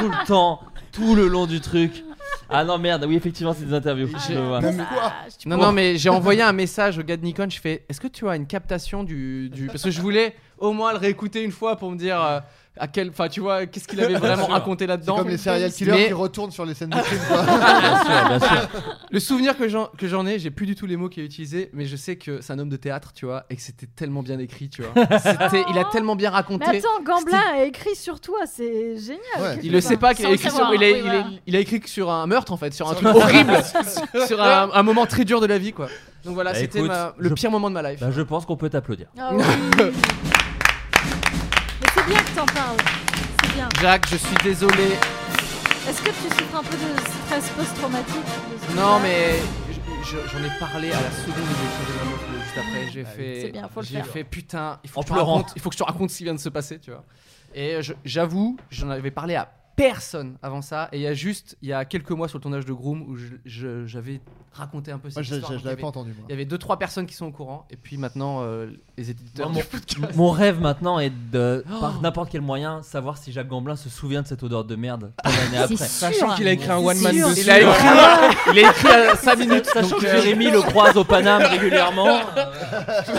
Speaker 7: tout le temps, tout le long du truc. Ah non, merde, oui, effectivement, c'est des interviews.
Speaker 8: Ah,
Speaker 7: Je vois.
Speaker 11: Ah,
Speaker 8: Non, non, mais j'ai envoyé un message au gars de Nikon. Je fais Est-ce que tu as une captation du, du- Parce que je voulais au moins le réécouter une fois pour me dire euh, à quel. Enfin, tu vois, qu'est-ce qu'il avait vraiment
Speaker 10: Bien sûr.
Speaker 8: raconté là-dedans.
Speaker 10: C'est comme les serial killers
Speaker 8: Mais-
Speaker 10: qui retournent sur les scènes
Speaker 7: Ah.
Speaker 10: de crime. quoi.
Speaker 8: Le souvenir que j'en, que j'en ai, j'ai plus du tout les mots qu'il a utilisés, mais je sais que c'est un homme de théâtre, tu vois, et que c'était tellement bien écrit, tu vois. C'était- il a tellement bien raconté.
Speaker 11: Mais attends, Gamblin a écrit sur toi, c'est génial. quelque
Speaker 8: Il le
Speaker 11: part.
Speaker 8: sait pas qu'il a écrit sur, il, a, il a- il a écrit que sur un meurtre en fait, sur un truc horrible, sur un, un moment très dur de la vie quoi. Donc voilà,
Speaker 7: Bah,
Speaker 8: c'était
Speaker 7: écoute,
Speaker 8: ma- le
Speaker 7: je-
Speaker 8: pire moment de ma life.
Speaker 7: Bah, je pense qu'on peut t'applaudir.
Speaker 11: Ah oui. Mais c'est bien que t'en parles. C'est bien.
Speaker 8: Jacques, je suis désolé.
Speaker 11: Est-ce que tu souffres un peu de stress post-traumatique de ce
Speaker 8: Non
Speaker 11: truc-là
Speaker 8: mais je- je- j'en ai parlé à la seconde où j'ai échangé ma meuf le- juste après. J'ai fait,
Speaker 11: Ah C'est bien, faut le
Speaker 8: j'ai
Speaker 11: faire.
Speaker 8: fait putain, il faut,
Speaker 7: En
Speaker 8: que je te
Speaker 7: pleurant.
Speaker 8: raconte, il faut que je te raconte ce qui vient de se passer, tu vois. Et je- j'avoue, j'en avais parlé à personne avant ça. Et il y a juste, il y a quelques mois sur le tournage de Groom où je- je- j'avais raconté un peu cette
Speaker 10: je-
Speaker 8: histoire.
Speaker 10: je- je
Speaker 8: Donc, il y
Speaker 10: l'avais
Speaker 8: avait-
Speaker 10: pas entendu, moi.
Speaker 8: Il y avait deux trois personnes qui sont au courant. Et puis maintenant, euh, les éditeurs.
Speaker 7: Moi,
Speaker 8: du podcast-
Speaker 7: Mon rêve maintenant est de, par
Speaker 8: Oh.
Speaker 7: n'importe quel moyen, savoir si Jacques Gamblin se souvient de cette odeur de merde tant d'années après.
Speaker 13: Sachant qu'il a écrit un
Speaker 7: C'est
Speaker 13: one man
Speaker 7: sûr.
Speaker 13: dessus.
Speaker 7: Il a écrit-
Speaker 13: Ah.
Speaker 7: il a écrit à cinq minutes, sachant que Jérémy le croise au Paname régulièrement.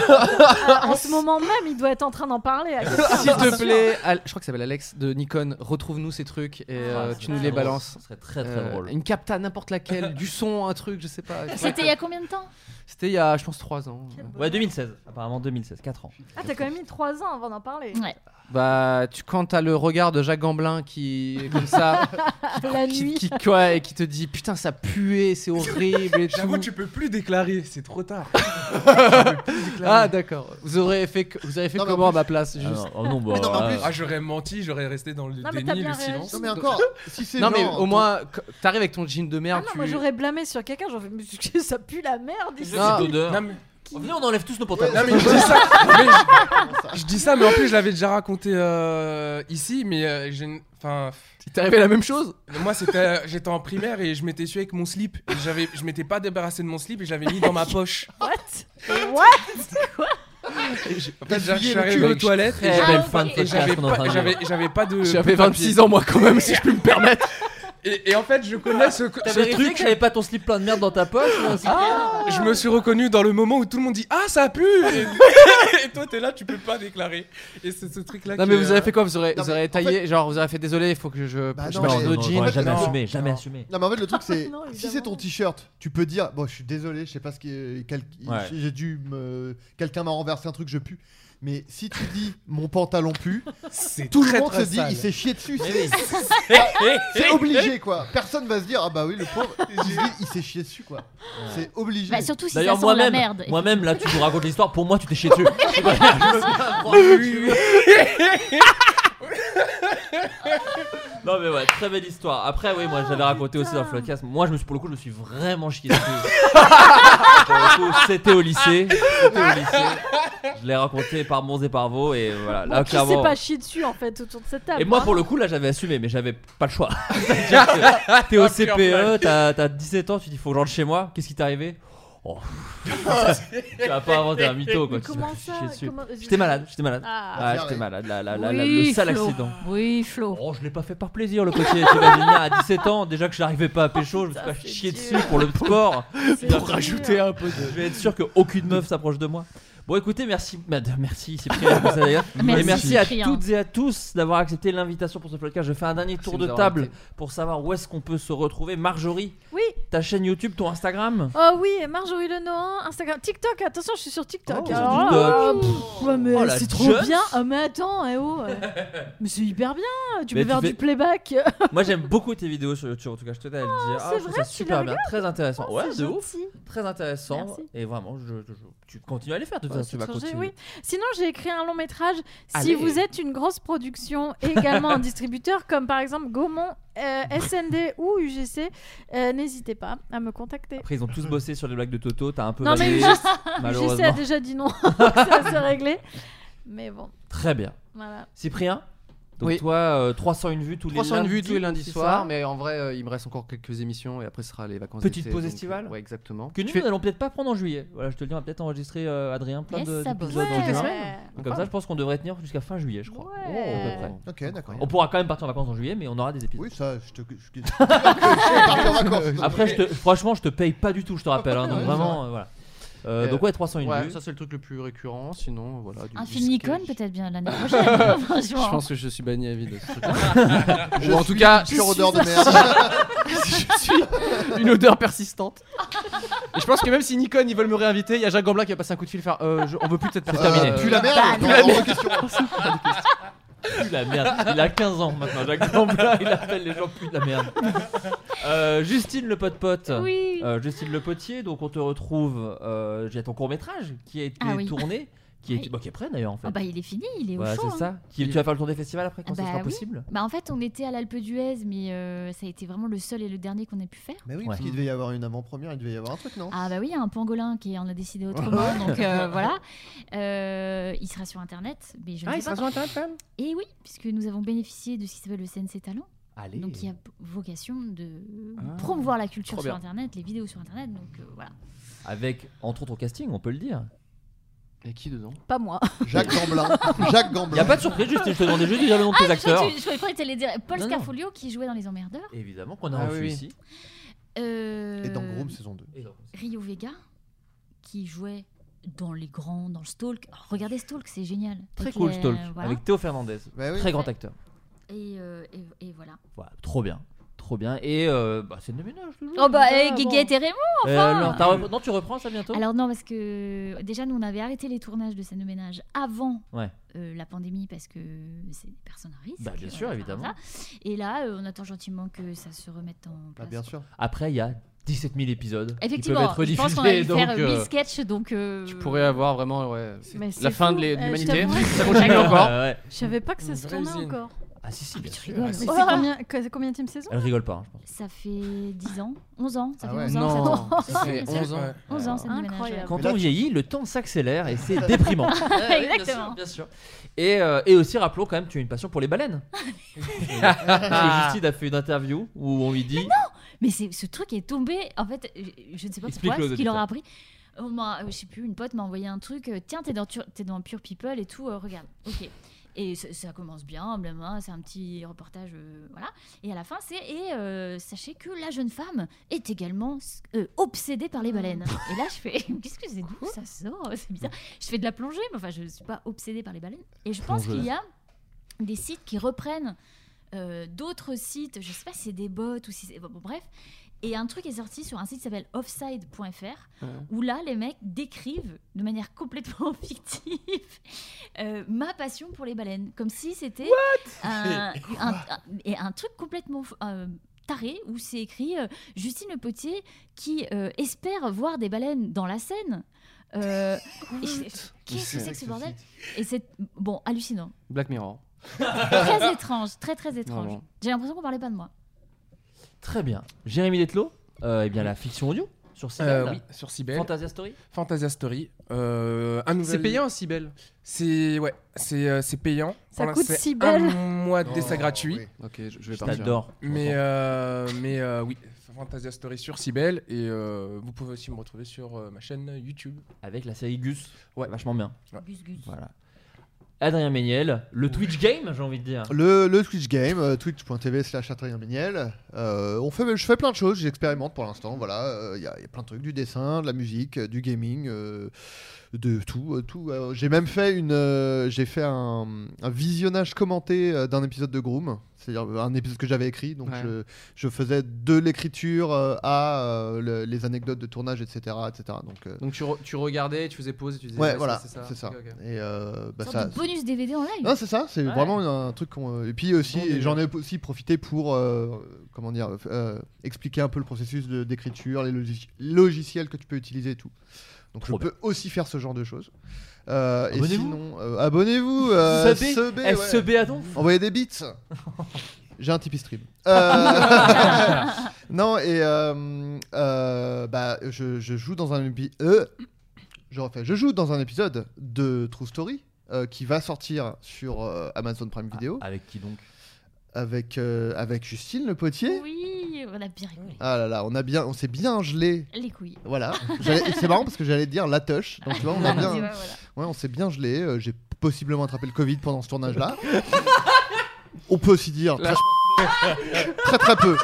Speaker 11: Ah, en ce moment même, il doit être en train d'en parler. à quelqu'un,
Speaker 8: S'il
Speaker 11: bien
Speaker 8: te
Speaker 11: sûr.
Speaker 8: plaît, Al- je crois que ça s'appelle Alex de Nikon, retrouve-nous ces trucs et euh,
Speaker 7: Ah, ça
Speaker 8: tu
Speaker 7: serait
Speaker 8: nous
Speaker 7: très
Speaker 8: les
Speaker 7: drôle.
Speaker 8: balances. Euh,
Speaker 7: Ça serait très, très drôle.
Speaker 8: Une capta, n'importe laquelle, du son, un truc, je sais pas.
Speaker 12: C'était il y a combien de temps
Speaker 8: C'était il y a, je pense, 3 ans.
Speaker 7: Ouais, 2016, apparemment 2016, 4 ans.
Speaker 11: Ah, t'as quand même mis 3 ans avant d'en parler. Ouais.
Speaker 8: Bah, tu, quand t'as le regard de Jacques Gamblin qui est comme ça,
Speaker 11: La nuit.
Speaker 8: qui, qui, quoi, et qui te dit putain, ça puait, c'est horrible et tout.
Speaker 13: J'avoue, tu peux plus déclarer, c'est trop tard.
Speaker 8: Ah, d'accord. Vous aurez fait, que- vous avez fait
Speaker 13: Non, mais en
Speaker 8: comment à
Speaker 13: plus-
Speaker 8: ma place juste.
Speaker 7: Ah non, oh non, bah, Mais non, mais en
Speaker 13: Ah, j'aurais menti, j'aurais resté dans le
Speaker 11: Non, mais t'as
Speaker 13: déni,
Speaker 11: bien
Speaker 13: le
Speaker 11: réagi.
Speaker 13: silence.
Speaker 11: Non, mais encore,
Speaker 10: si c'est
Speaker 8: Non, mais
Speaker 10: genre,
Speaker 8: au moins, qu- t'arrives avec ton jean de
Speaker 11: Ah
Speaker 8: merde.
Speaker 11: non, moi
Speaker 8: tu-
Speaker 11: j'aurais blâmé sur quelqu'un, j'aurais fait, mais ça pue la merde ici.
Speaker 8: Non.
Speaker 7: Cette odeur.
Speaker 13: Non, mais-
Speaker 7: Venez, on enlève tous nos pantalons.
Speaker 13: Non, mais je dis ça. mais je- je, dis ça, mais en plus, je l'avais déjà raconté euh, ici, mais euh, j'ai. une- Enfin.
Speaker 8: Il t'est arrivé la même chose
Speaker 13: Moi, c'était, euh, j'étais en primaire et je m'étais su avec mon slip. Et J'avais, je m'étais pas débarrassé de mon slip et j'avais mis dans ma poche.
Speaker 11: What What
Speaker 13: Et j'ai- en fait, j'ai- je
Speaker 8: T'as fouillé
Speaker 13: suis
Speaker 8: le
Speaker 13: arrivé
Speaker 8: cul.
Speaker 13: aux toilettes et
Speaker 8: Très
Speaker 13: j'avais-
Speaker 8: belle fin de
Speaker 13: et
Speaker 8: podcast
Speaker 13: j'avais
Speaker 8: qu'on est en train
Speaker 13: pas,
Speaker 8: de
Speaker 13: j'avais,
Speaker 8: faire.
Speaker 13: j'avais pas de.
Speaker 8: J'avais
Speaker 13: de papier.
Speaker 8: 26 ans, moi, quand même, si je puis me permettre.
Speaker 13: Et, et en fait, je connais ce,
Speaker 7: T'as
Speaker 13: ce
Speaker 7: vérifié
Speaker 13: truc. Ah,
Speaker 7: que j'avais pas ton slip plein de merde dans ta poche là, c'est-
Speaker 13: Je me suis reconnu dans le moment où tout le monde dit Ah, ça pue Et, et toi, t'es là, tu peux pas déclarer. Et c'est ce truc-là.
Speaker 8: Non
Speaker 13: qui,
Speaker 8: mais vous
Speaker 13: euh,
Speaker 8: avez fait quoi Vous aurez,
Speaker 13: Non,
Speaker 8: vous aurez taillé, genre vous aurez fait désolé, il faut que je,
Speaker 10: Bah
Speaker 8: je
Speaker 10: non,
Speaker 8: mange
Speaker 10: mais-
Speaker 8: nos
Speaker 10: non,
Speaker 8: jeans.
Speaker 7: j'aurais jamais assumé, jamais assumé.
Speaker 10: Non mais en fait le truc c'est
Speaker 11: Non,
Speaker 10: si c'est ton t-shirt, tu peux dire bon je suis désolé, je sais pas ce qui est- quel-
Speaker 7: Ouais.
Speaker 10: j'ai dû me quelqu'un m'a renversé un truc, je pue. Mais si tu dis mon pantalon pue,
Speaker 13: C'est
Speaker 10: tout
Speaker 13: très,
Speaker 10: le monde
Speaker 13: très
Speaker 10: se dit
Speaker 13: sale.
Speaker 10: il s'est chié dessus.
Speaker 13: Mais
Speaker 10: C'est
Speaker 13: oui.
Speaker 10: c'est- c'est obligé quoi. Personne va se dire ah bah oui le pauvre il, se dit, il s'est chié dessus quoi. C'est obligé.
Speaker 12: Bah, surtout si ça
Speaker 7: D'ailleurs,
Speaker 12: sent la
Speaker 7: moi-même,
Speaker 12: merde.
Speaker 7: moi-même, là, tu nous racontes l'histoire. Pour moi, tu t'es chié dessus. Je sais pas, je sais pas, je crois que tu- Non mais ouais, très belle histoire. Après oui, moi j'avais raconté aussi dans Floodcast. Moi je me suis pour le coup, je me suis vraiment chié dessus. Pour le coup, c'était au lycée, c'était au lycée. Je l'ai raconté par Mons et par Vaux et voilà, là
Speaker 11: Bon, qui s'est
Speaker 7: clairement.
Speaker 11: pas chié dessus en fait autour de cette table
Speaker 7: Et moi
Speaker 11: hein.
Speaker 7: pour le coup là j'avais assumé mais j'avais pas le choix. C'est-à-dire que T'es au
Speaker 11: Ah, pure blague.
Speaker 7: CPE, t'as t'as 17 ans, tu dis faut que je rentre chez moi, qu'est-ce qui t'est arrivé Oh. tu vas pas inventer un mytho quoi.
Speaker 11: Mais
Speaker 7: tu te
Speaker 11: comment
Speaker 7: fais
Speaker 11: ça
Speaker 7: chier dessus.
Speaker 11: Comment-
Speaker 7: J'étais malade, j'étais malade.
Speaker 11: Ah.
Speaker 7: Ah,
Speaker 11: Ah,
Speaker 7: j'étais
Speaker 11: ouais.
Speaker 7: malade, là, là, là, là,
Speaker 9: Oui,
Speaker 7: le sale
Speaker 9: Flo.
Speaker 7: accident.
Speaker 9: Oui, Flo.
Speaker 7: Oh, je l'ai pas fait par plaisir le côté. T'imagines bien, à 17 ans, déjà que je n'arrivais pas à pécho, je me suis pas chié dessus pour le sport.
Speaker 8: C'est
Speaker 7: Bien
Speaker 8: dur.
Speaker 7: rajouter un peu de. Je vais être sûr qu'aucune meuf s'approche de moi. Bon, écoutez, merci, mad- merci, c'est pour ça d'ailleurs.
Speaker 8: Merci.
Speaker 7: Et merci à
Speaker 8: Cyprien.
Speaker 7: toutes et à tous d'avoir accepté l'invitation pour ce podcast. Je fais un dernier tour
Speaker 8: de
Speaker 7: de
Speaker 8: nous avoir
Speaker 7: table
Speaker 8: invités.
Speaker 7: pour savoir où est-ce qu'on peut se retrouver. Marjorie,
Speaker 11: Oui.
Speaker 7: ta chaîne YouTube, ton Instagram
Speaker 11: Oh oui, et Marjorie Le Nohain, Instagram, TikTok, attention, je suis sur TikTok.
Speaker 7: sur
Speaker 11: Alors,
Speaker 7: TikTok.
Speaker 11: ah, pff, ouais, mais
Speaker 7: Oh, la
Speaker 11: c'est trop
Speaker 7: jeune.
Speaker 11: bien. Ah, mais attends, eh oh, euh, mais c'est hyper bien. Tu
Speaker 7: Mais
Speaker 11: peux
Speaker 7: tu
Speaker 11: faire
Speaker 7: fais-
Speaker 11: du playback.
Speaker 7: Moi j'aime beaucoup tes vidéos sur YouTube, en tout cas je tenais à le dire.
Speaker 11: Oh, c'est
Speaker 7: Ah, je trouve
Speaker 11: vrai,
Speaker 7: ça
Speaker 11: tu
Speaker 7: super
Speaker 11: les
Speaker 7: bien,
Speaker 11: regardes
Speaker 7: très intéressant.
Speaker 11: Oh,
Speaker 7: ouais,
Speaker 11: c'est
Speaker 7: c'est ouf.
Speaker 11: gentil.
Speaker 7: Très intéressant.
Speaker 11: Merci.
Speaker 7: Et vraiment, je, je- je- tu continues à les faire de toute
Speaker 11: Ouais,
Speaker 7: façon, tu vas
Speaker 11: Oh, c'est trop
Speaker 7: continuer.
Speaker 11: joli, oui. Sinon, j'ai écrit un long métrage.
Speaker 7: Allez.
Speaker 11: Si vous êtes une grosse production et également un distributeur, comme par exemple Gaumont, euh, SND ou UGC, euh, n'hésitez pas à me contacter.
Speaker 7: Après, ils ont tous bossé sur les blagues de Toto, t'as un peu
Speaker 11: non, mais
Speaker 7: validé,
Speaker 11: UGC, UGC a
Speaker 7: malheureusement.
Speaker 11: déjà dit non. Donc, ça c'est réglé. Mais bon.
Speaker 7: Très bien.
Speaker 11: Voilà.
Speaker 7: Cyprien, donc
Speaker 8: Oui.
Speaker 7: toi, euh, 301 vues tous les
Speaker 8: 300
Speaker 7: lundis.
Speaker 8: vues tous les lundis
Speaker 7: c'est
Speaker 8: soirs,
Speaker 7: ça
Speaker 8: mais en vrai, euh, il me reste encore quelques émissions et après ce sera les vacances.
Speaker 7: Petite
Speaker 8: d'été,
Speaker 7: pause
Speaker 8: donc,
Speaker 7: estivale
Speaker 8: euh, Ouais, exactement.
Speaker 7: Que nous, nous n'allons peut-être pas prendre en juillet. Voilà, je te le dis, on va peut-être enregistrer, euh, Adrien, plein
Speaker 8: Yes,
Speaker 7: de-
Speaker 8: ça
Speaker 7: d'épisodes
Speaker 8: bosse.
Speaker 7: en
Speaker 8: Toutes les
Speaker 7: juin.
Speaker 8: semaines.
Speaker 7: Donc Comme ça, je pense qu'on devrait tenir jusqu'à fin juillet, je crois. à peu près.
Speaker 10: Ok, d'accord.
Speaker 7: On pourra quand même partir en vacances en juillet, mais on aura des épisodes.
Speaker 10: Oui, ça, je te. je- partir en vacances.
Speaker 7: Après, je te- franchement, je te paye pas du tout, je te rappelle. hein, donc
Speaker 8: Ouais,
Speaker 7: vraiment,
Speaker 8: c'est vrai.
Speaker 7: euh, voilà. Euh, donc ouais, 301
Speaker 8: ouais,
Speaker 7: vues.
Speaker 8: Ça, c'est le truc le plus récurrent. Sinon, voilà. du-
Speaker 12: Un
Speaker 8: du
Speaker 12: film
Speaker 8: sketch.
Speaker 12: icône peut-être bien l'année prochaine,
Speaker 8: je
Speaker 12: franchement.
Speaker 8: pense que je suis banni à vie de ce truc.
Speaker 12: Je
Speaker 8: Ou en tout
Speaker 12: suis
Speaker 8: cas,
Speaker 12: une pure odeur de merde.
Speaker 8: je suis une odeur persistante. Et je pense que même si Nikon ils veulent me réinviter, il y a Jacques Gamblin qui va passer un coup de fil faire euh, je- on veut plus de cette
Speaker 10: C'est
Speaker 8: personne.
Speaker 10: terminé. Euh, Plus la merde,
Speaker 7: Bah,
Speaker 8: Plus
Speaker 10: non,
Speaker 8: la
Speaker 10: hors de
Speaker 8: merde.
Speaker 10: question.
Speaker 7: Plus la merde. Il a 15 ans maintenant, Jacques Gamblin. Il appelle les gens plus de la merde. Euh, Justine le pote pote.
Speaker 8: Oui.
Speaker 7: Euh, Justine le potier. Donc on te retrouve. Euh, Il y a ton court métrage qui a été
Speaker 12: Ah oui.
Speaker 7: tourné, qui est,
Speaker 12: Oui.
Speaker 7: bah, qui est prêt d'ailleurs en fait.
Speaker 12: Ah bah il est fini, il est au
Speaker 7: Voilà,
Speaker 12: chaud.
Speaker 7: c'est
Speaker 12: hein.
Speaker 7: ça. Qui- tu vas faire le tour des festivals après quand
Speaker 12: Ah
Speaker 7: ce
Speaker 12: bah
Speaker 7: sera
Speaker 12: oui.
Speaker 7: possible.
Speaker 12: Bah en fait on était à l'Alpe d'Huez mais euh, ça a été vraiment le seul et le dernier qu'on ait pu faire.
Speaker 10: Mais Bah oui, parce qu'il devait y avoir une avant-première, il devait y avoir un truc, non
Speaker 12: Ah bah oui, il y a un pangolin qui en a décidé autrement, donc euh, voilà. Euh, il sera sur internet, mais je ne
Speaker 8: Ah,
Speaker 12: sais
Speaker 8: il sera
Speaker 12: pas.
Speaker 8: sur Internet, quand même
Speaker 12: Et oui, puisque nous avons bénéficié de ce qui s'appelle le CNC Talent.
Speaker 7: Allez.
Speaker 12: Donc il y a vocation de
Speaker 7: Ah,
Speaker 12: promouvoir la culture
Speaker 7: trop
Speaker 12: sur
Speaker 7: bien.
Speaker 12: internet, les vidéos sur internet, donc euh, voilà.
Speaker 7: Avec entre autres au casting, on peut le dire.
Speaker 8: Et qui dedans
Speaker 11: Pas moi.
Speaker 10: Jacques Gamblin. Jacques Gamblin.
Speaker 7: Y a pas de surprise, Justine. Je te demandais juste de dire le nom de tes
Speaker 12: Ah,
Speaker 7: acteurs.
Speaker 12: Je, je, je croyais pas que t'allais dire Paul
Speaker 7: Non, non.
Speaker 12: Scarfolio qui jouait dans Les Emmerdeurs.
Speaker 7: Évidemment qu'on a
Speaker 10: Ah
Speaker 7: reçu
Speaker 10: oui, oui.
Speaker 7: ici.
Speaker 12: Euh,
Speaker 10: Et dans Groom saison 2.
Speaker 12: Rio Vega qui jouait dans Les Grands, dans Stalk. Oh, regardez Stalk, c'est génial.
Speaker 7: Très
Speaker 12: Et qui
Speaker 7: cool,
Speaker 12: est-
Speaker 7: Stalk.
Speaker 12: euh, voilà.
Speaker 7: Avec Théo Fernandez.
Speaker 12: Bah oui.
Speaker 7: Très grand acteur.
Speaker 12: Et, euh, et- et voilà.
Speaker 7: Voilà, trop bien. Trop bien. Et euh, bah, c'est de ménage toujours.
Speaker 12: Oh bah,
Speaker 7: eh,
Speaker 12: eh, Guiguette et Raymond, enfin
Speaker 7: Euh, non, t'as repr- non, tu reprends ça bientôt
Speaker 12: Alors non, parce que déjà, nous, on avait arrêté les tournages de scène de ménage avant
Speaker 7: Ouais.
Speaker 12: euh, la pandémie parce que c'est des personnes à risque.
Speaker 7: Bah, bien
Speaker 12: euh,
Speaker 7: sûr,
Speaker 12: voilà,
Speaker 7: évidemment.
Speaker 12: voilà. Et là, euh, on attend gentiment que ça se remette en place. quoi.
Speaker 7: Après, il y a 17 000 épisodes.
Speaker 12: Effectivement,
Speaker 7: Qui peuvent Bah, être
Speaker 12: je pense qu'on
Speaker 7: rediffusés,
Speaker 12: allait faire
Speaker 7: donc,
Speaker 12: 1000
Speaker 7: euh,
Speaker 12: sketchs, donc... euh,
Speaker 8: Tu pourrais avoir vraiment ouais,
Speaker 12: Mais
Speaker 8: la
Speaker 12: c'est
Speaker 8: fin de
Speaker 12: fou.
Speaker 8: l'é- de
Speaker 12: Euh, je
Speaker 8: l'humanité.
Speaker 12: t'avouerai
Speaker 8: ça
Speaker 12: que-
Speaker 8: continue encore.
Speaker 7: Ah ouais.
Speaker 11: Je savais pas que ça se
Speaker 8: Vraie
Speaker 11: tournait
Speaker 8: usine.
Speaker 11: encore.
Speaker 7: Ah si, si, bien sûr.
Speaker 12: rigoles. Oh
Speaker 7: Ah,
Speaker 11: Mais
Speaker 7: si,
Speaker 11: c'est
Speaker 7: si.
Speaker 11: combien, que- combien de saison
Speaker 7: Elle rigole pas, hein, je pense.
Speaker 12: Ça fait 10 ans, 11 ans, ça
Speaker 7: Ah
Speaker 12: fait
Speaker 7: ouais.
Speaker 12: 11 ans.
Speaker 7: Non,
Speaker 12: c'est
Speaker 7: ça
Speaker 12: vrai.
Speaker 7: fait
Speaker 12: C'est vrai.
Speaker 7: 11 ans.
Speaker 12: 11 ans, ça
Speaker 11: Incroyable.
Speaker 7: Quand
Speaker 11: Mais là,
Speaker 7: on
Speaker 11: tu-
Speaker 7: vieillit, le temps s'accélère et c'est déprimant.
Speaker 12: Ouais, bien sûr,
Speaker 7: bien sûr. Et, euh, et aussi, rappelons quand même, tu as une passion pour les baleines. Parce que Justine a fait une interview où on lui dit.
Speaker 12: Mais c'est ce truc est tombé. En fait, je- je ne sais pas
Speaker 7: Explique-le
Speaker 12: pourquoi,
Speaker 7: aux
Speaker 12: ce qu'il aura
Speaker 7: auditeurs.
Speaker 12: appris. On m'a- euh, je sais plus, une pote m'a envoyé un truc. euh, Tiens, t'es dans, Tur- t'es dans Pure People et tout. euh, regarde. Ok. Et ça- ça commence bien, blablabla, c'est un petit reportage, euh, voilà. Et à la fin, c'est et euh, sachez que la jeune femme est également euh, obsédée par les baleines. Et là, je fais qu'est-ce que c'est d'où ça sort C'est bizarre. Je fais de la plongée, mais enfin, je suis pas obsédée par les baleines. Et je pense
Speaker 9: Plongeuse.
Speaker 12: qu'il y a des sites qui reprennent euh, d'autres sites, je sais pas si c'est des bots ou si c'est. bon, bon, bref. Et un truc est sorti sur un site qui s'appelle offside.fr,
Speaker 9: Ouais.
Speaker 12: où là, les mecs décrivent de manière complètement fictive euh, ma passion pour les baleines. Comme si c'était un,
Speaker 9: Mais
Speaker 12: un- un- et un truc complètement euh, taré, où c'est écrit euh, Justine Le Potier qui euh, espère voir des baleines dans la Seine. Euh, et je- Qu'est-ce que c'est que ce bordel Et c'est bon, hallucinant.
Speaker 8: Black Mirror.
Speaker 12: très étrange, très très étrange.
Speaker 7: Vraiment.
Speaker 12: J'ai l'impression qu'on parlait pas de moi.
Speaker 7: Très bien. Jérémy Detlo, euh, eh bien la fiction audio sur Cybelle.
Speaker 13: Euh, oui, sur Cybelle.
Speaker 7: Fantasia Story.
Speaker 13: Fantasia Story. euh, un nouvel-
Speaker 8: C'est payant, Cybelle
Speaker 13: C'est ouais, c'est euh, c'est payant.
Speaker 8: Ça
Speaker 13: Pour
Speaker 8: coûte
Speaker 13: l'instant,
Speaker 8: si
Speaker 13: c'est
Speaker 8: belle.
Speaker 13: Un mois de
Speaker 8: Oh,
Speaker 13: d'essai gratuit.
Speaker 8: oui. Ok, je- je vais
Speaker 13: Je
Speaker 8: partir.
Speaker 13: t'adore.
Speaker 8: Je
Speaker 13: Mais
Speaker 8: m'entends.
Speaker 13: euh, mais euh, oui, Fantasia Story sur Cybelle et euh, vous pouvez aussi me retrouver sur euh, ma chaîne YouTube
Speaker 7: avec la série Gus. Ouais, vachement bien.
Speaker 12: Gus Gus.
Speaker 7: Voilà. Adrien Méniel, le Twitch Game, j'ai envie de dire.
Speaker 10: Le, le Twitch Game, euh, twitch.tv slash Adrien Méniel. Euh, on fait, je fais plein de choses, j'expérimente pour l'instant. Voilà, il y, a y a plein de trucs, du dessin, de la musique, euh, du gaming, euh, de tout, euh, tout. Euh, j'ai même fait une, euh, j'ai fait un, un visionnage commenté euh, d'un épisode de Groom, c'est-à-dire euh, un épisode que j'avais écrit. Donc
Speaker 8: Ouais.
Speaker 10: je, je faisais de l'écriture euh, à euh, le- les anecdotes de tournage, etc., etc. Donc, euh,
Speaker 8: Donc tu, re- tu regardais, tu faisais pause et tu disais.
Speaker 10: ouais,
Speaker 8: ça,
Speaker 10: voilà,
Speaker 8: c'est ça.
Speaker 10: c'est ça.
Speaker 8: Ok, ok.
Speaker 10: Et euh, bah,
Speaker 12: Sorte
Speaker 10: ça.
Speaker 12: de bonus DVD en live.
Speaker 10: Non, c'est ça, c'est
Speaker 12: Ouais.
Speaker 10: vraiment un truc qu'on. euh, Et puis aussi,
Speaker 12: Bon délire.
Speaker 10: j'en ai aussi profité pour, euh, comment dire, euh, expliquer un peu le processus de- d'écriture, les logi- logiciels que tu peux utiliser et tout. Donc
Speaker 7: Trop
Speaker 10: je peux aussi faire ce genre de choses. Euh, et
Speaker 7: Abonnez-vous.
Speaker 10: sinon, euh, abonnez-vous. euh,
Speaker 7: Sebez.
Speaker 10: sebez,
Speaker 7: Eh,
Speaker 10: ouais.
Speaker 7: sebez à donf.
Speaker 10: Envoyez des beats. J'ai un Tipeee stream. Euh, non, et euh, euh, bah, je, je joue dans un épi- euh, je refais. Je joue dans un épisode de True Story euh, qui va sortir sur euh, Amazon Prime Video.
Speaker 7: Ah, avec qui donc
Speaker 10: Avec euh, avec Justine Le Potier.
Speaker 12: Oui, on a bien rigolé.
Speaker 10: Ah là là, on a bien, on s'est bien gelé.
Speaker 12: Les couilles. Ah,
Speaker 10: Voilà. J'allais- C'est marrant parce que j'allais dire la touche. Donc tu vois, on a
Speaker 12: Tu
Speaker 10: bien.
Speaker 12: vois, voilà.
Speaker 10: Ouais, on s'est bien gelé. Euh, J'ai possiblement attrapé le Covid pendant ce tournage-là. on peut aussi dire très, très très peu.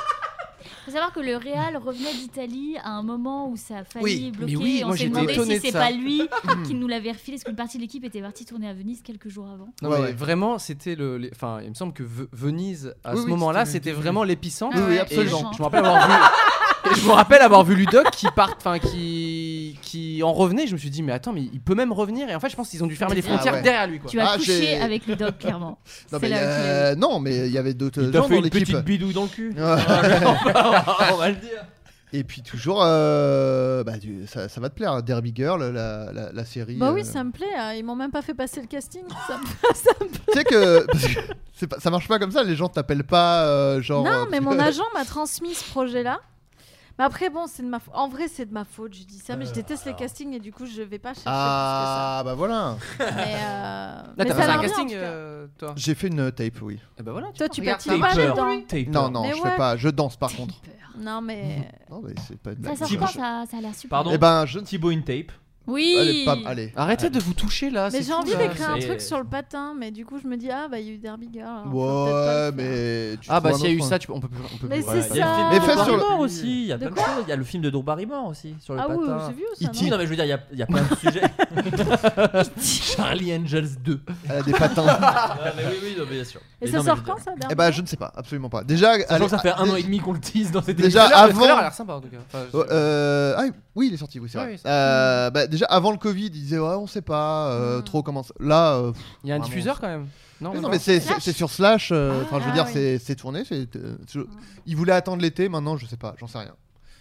Speaker 12: Faut savoir que le Real revenait d'Italie à un moment où ça a failli
Speaker 10: Oui, mais
Speaker 12: bloquer.
Speaker 10: oui,
Speaker 12: on
Speaker 10: moi,
Speaker 12: s'est
Speaker 10: j'étais
Speaker 12: demandé
Speaker 8: étonné
Speaker 12: si
Speaker 8: de
Speaker 12: c'est
Speaker 8: ça.
Speaker 12: pas lui qui nous l'avait refilé, parce qu'une partie de l'équipe était partie tourner à Venise quelques jours avant.
Speaker 8: Non,
Speaker 10: Ouais,
Speaker 8: mais
Speaker 10: ouais.
Speaker 8: vraiment, c'était le. les- Enfin, il me semble que Ve- Venise, à
Speaker 10: Oui,
Speaker 8: ce
Speaker 10: oui,
Speaker 8: moment-là,
Speaker 10: c'était
Speaker 8: c'était
Speaker 10: le-
Speaker 8: vraiment l'épicentre.
Speaker 10: Oui, oui,
Speaker 8: Et
Speaker 10: absolument.
Speaker 8: Je, je me rappelle avoir vu. et je me rappelle avoir vu Ludoc qui part, enfin qui qui en revenait. Je me suis dit mais attends mais il peut même revenir. Et en fait je pense qu'ils ont dû fermer les
Speaker 10: Ah
Speaker 8: frontières
Speaker 10: ouais.
Speaker 8: derrière lui. Quoi.
Speaker 12: Tu as
Speaker 10: Ah,
Speaker 12: couché
Speaker 10: j'ai-
Speaker 12: avec le doc, clairement.
Speaker 10: Non
Speaker 12: C'est
Speaker 10: mais,
Speaker 12: là
Speaker 10: euh,
Speaker 12: qu'il
Speaker 10: non, mais il y avait d'autres
Speaker 7: Il t'a
Speaker 10: gens
Speaker 7: fait
Speaker 10: dans
Speaker 7: une
Speaker 10: l'équipe.
Speaker 7: petite bidouille dans le cul.
Speaker 10: Ouais.
Speaker 7: On va le dire.
Speaker 10: Et puis toujours, euh, bah, du- ça, ça va te plaire, Derby Girl, la, la, la série.
Speaker 11: Bah
Speaker 10: euh,
Speaker 11: oui, ça me plaît. hein. Ils m'ont même pas fait passer le casting. Ça me, ça me plaît.
Speaker 10: Tu sais que, parce que c'est pas- ça marche pas comme ça, les gens t'appellent pas euh, genre.
Speaker 11: Non,
Speaker 10: euh,
Speaker 11: mais
Speaker 10: parce
Speaker 11: mon
Speaker 10: que-
Speaker 11: agent m'a transmis ce projet-là. Mais après, bon, c'est de ma fa- En vrai, c'est de ma faute. Je dis ça, mais je
Speaker 8: Euh,
Speaker 11: déteste les castings et du coup, je vais pas chercher
Speaker 10: Ah bah voilà.
Speaker 11: plus que ça. Mais, euh,
Speaker 8: Là,
Speaker 11: mais
Speaker 8: t'as
Speaker 11: ça
Speaker 8: fait
Speaker 11: a
Speaker 8: un
Speaker 11: l'air bien,
Speaker 8: casting,
Speaker 11: en tout cas.
Speaker 8: euh, toi
Speaker 10: J'ai fait une tape, oui.
Speaker 8: Et bah voilà,
Speaker 11: Toi, tu
Speaker 8: regarde
Speaker 11: patines
Speaker 8: ça.
Speaker 11: pas là-dedans.
Speaker 10: Non non,
Speaker 11: Mais
Speaker 10: je
Speaker 11: ouais.
Speaker 10: fais pas, je danse par contre.
Speaker 11: Non, mais.
Speaker 10: Non mais c'est pas une
Speaker 12: Ça
Speaker 10: blague.
Speaker 12: sort quand ça, ça a l'air super.
Speaker 7: Pardon.
Speaker 10: Eh ben, je-
Speaker 7: Thibaut une tape.
Speaker 12: Oui.
Speaker 10: Allez, pam, allez.
Speaker 8: Arrêtez de vous toucher là.
Speaker 11: Mais
Speaker 8: c'est
Speaker 11: j'ai
Speaker 8: cool,
Speaker 11: envie
Speaker 8: là.
Speaker 11: d'écrire un
Speaker 7: c'est-
Speaker 11: truc sur le patin, mais du coup, je me dis, ah bah, il y a eu Derby Girl. alors faut peut-être pas
Speaker 10: Ouais,
Speaker 11: le faire.
Speaker 10: mais. tu
Speaker 8: Ah bah
Speaker 10: trouves un
Speaker 8: s'il y a eu
Speaker 10: autre,
Speaker 8: ça
Speaker 10: hein.
Speaker 8: tu peux- on peut plus. on peut
Speaker 11: Mais
Speaker 8: plus-
Speaker 11: c'est
Speaker 8: ouais.
Speaker 11: ça.
Speaker 7: Il y a le
Speaker 10: Mais
Speaker 7: film de
Speaker 10: fais
Speaker 7: Drew
Speaker 10: sur le-
Speaker 7: Barrymore aussi. Il y a
Speaker 11: De
Speaker 7: plein de
Speaker 11: quoi
Speaker 7: choses. Il y a le film de Drew Barrymore aussi sur le
Speaker 11: Ah
Speaker 7: patin.
Speaker 11: oui, j'ai vu
Speaker 10: E
Speaker 11: ça,
Speaker 7: E.T.
Speaker 11: non E
Speaker 7: non mais je veux dire, il y a- il y, a plein de sujets. Charlie Angels 2.
Speaker 10: Elle a des patins.
Speaker 7: Non, mais oui, oui, non, mais bien sûr.
Speaker 11: Et
Speaker 7: Mais
Speaker 11: ça
Speaker 7: non, mais je
Speaker 11: sort
Speaker 7: veux dire-
Speaker 11: quand ça
Speaker 10: Eh ben, je ne sais pas, absolument pas. Déjà,
Speaker 7: Sachant
Speaker 10: allez,
Speaker 7: que ça fait
Speaker 10: ah,
Speaker 7: un an
Speaker 10: dé-
Speaker 7: et demi qu'on le tease dans cette
Speaker 10: Déjà
Speaker 8: Le trailer- Le trailer a
Speaker 10: avant.
Speaker 8: l'air sympa en tout cas. Enfin, je-
Speaker 10: Oh, euh, ah, oui, il est sorti, oui, c'est
Speaker 8: Ouais,
Speaker 10: vrai.
Speaker 8: oui, c'est
Speaker 10: Euh, bah, déjà, avant le Covid, ils disaient ouais, on sait pas euh, trop comment. ça- Là, euh, pff,
Speaker 8: Hmm. Il y a un
Speaker 10: vraiment,
Speaker 8: diffuseur quand même.
Speaker 10: Mais
Speaker 8: Non, même
Speaker 10: non,
Speaker 8: pas.
Speaker 10: mais c'est c'est- c'est sur Slash. euh, Enfin, je veux
Speaker 11: Ah,
Speaker 10: dire,
Speaker 11: oui.
Speaker 10: c'est- c'est tourné. c'est, euh, je- Ils voulaient attendre l'été. Maintenant, je sais pas. J'en sais rien.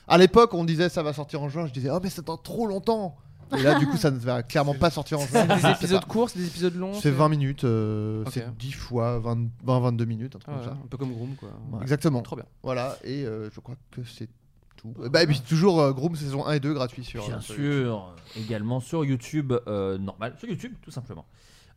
Speaker 10: À l'époque, on disait ça va sortir en juin. Je disais oh mais ça attend trop longtemps. Et là, du coup, ça ne va clairement pas sortir en juin.
Speaker 8: C'est
Speaker 10: je
Speaker 8: des
Speaker 10: sais
Speaker 8: épisodes
Speaker 10: pas.
Speaker 8: courts, c'est des épisodes longs.
Speaker 10: C'est 20 minutes. euh,
Speaker 8: Ok.
Speaker 10: C'est 10 fois 20, 20, 22 minutes. Un truc
Speaker 8: Ah
Speaker 10: comme
Speaker 8: ouais,
Speaker 10: ça.
Speaker 8: Un peu comme Groom quoi.
Speaker 10: Exactement.
Speaker 8: Trop bien.
Speaker 10: Voilà. Et euh, je crois que c'est tout. Bah, et puis toujours euh, Groom saison 1 et 2 gratuit sur. euh,
Speaker 7: Bien
Speaker 10: sur
Speaker 7: sûr, également sur YouTube, euh, normal, sur YouTube tout simplement.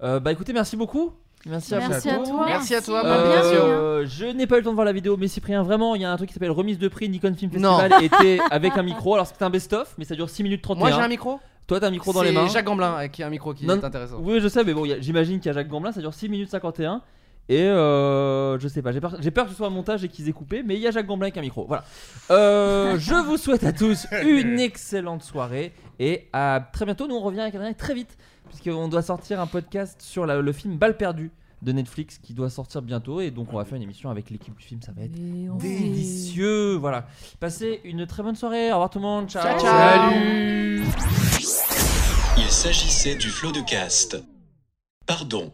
Speaker 7: Euh, bah écoutez, merci beaucoup. Merci,
Speaker 11: Merci
Speaker 7: à,
Speaker 11: à toi.
Speaker 8: Merci à toi,
Speaker 11: Bah, bien joué, hein.
Speaker 7: Euh, je n'ai pas eu le temps de voir la vidéo, mais Cyprien, vraiment, il y a un truc qui s'appelle remise de prix Nikon Film
Speaker 8: Non.
Speaker 7: Festival était avec un micro. Alors c'était un best-of, mais ça dure 6 minutes 31.
Speaker 8: Moi j'ai un micro.
Speaker 7: Toi, t'as un micro dans les
Speaker 8: C'est
Speaker 7: mains.
Speaker 8: Jacques Gamblin euh, qui a un micro qui
Speaker 7: Non,
Speaker 8: est intéressant.
Speaker 7: Oui, je sais, mais bon, il y a- j'imagine qu'il y a Jacques Gamblin, ça dure 6 minutes 51. Et euh, je sais pas, j'ai peur, j'ai peur que ce soit un montage et qu'ils aient coupé, mais il y a Jacques Gamblin avec un micro. Voilà. Euh, je vous souhaite à tous une excellente soirée et à très bientôt. Nous, on revient avec Adrien très vite, puisqu'on doit sortir un podcast sur la- le film Balle perdue de Netflix qui doit sortir bientôt. Et donc, on va faire une émission avec l'équipe du film, ça va être délicieux. Voilà. Passez une très bonne soirée. Au revoir tout le monde. Ciao.
Speaker 8: Ciao, ciao. Salut.
Speaker 17: Il s'agissait du flot de cast. Pardon.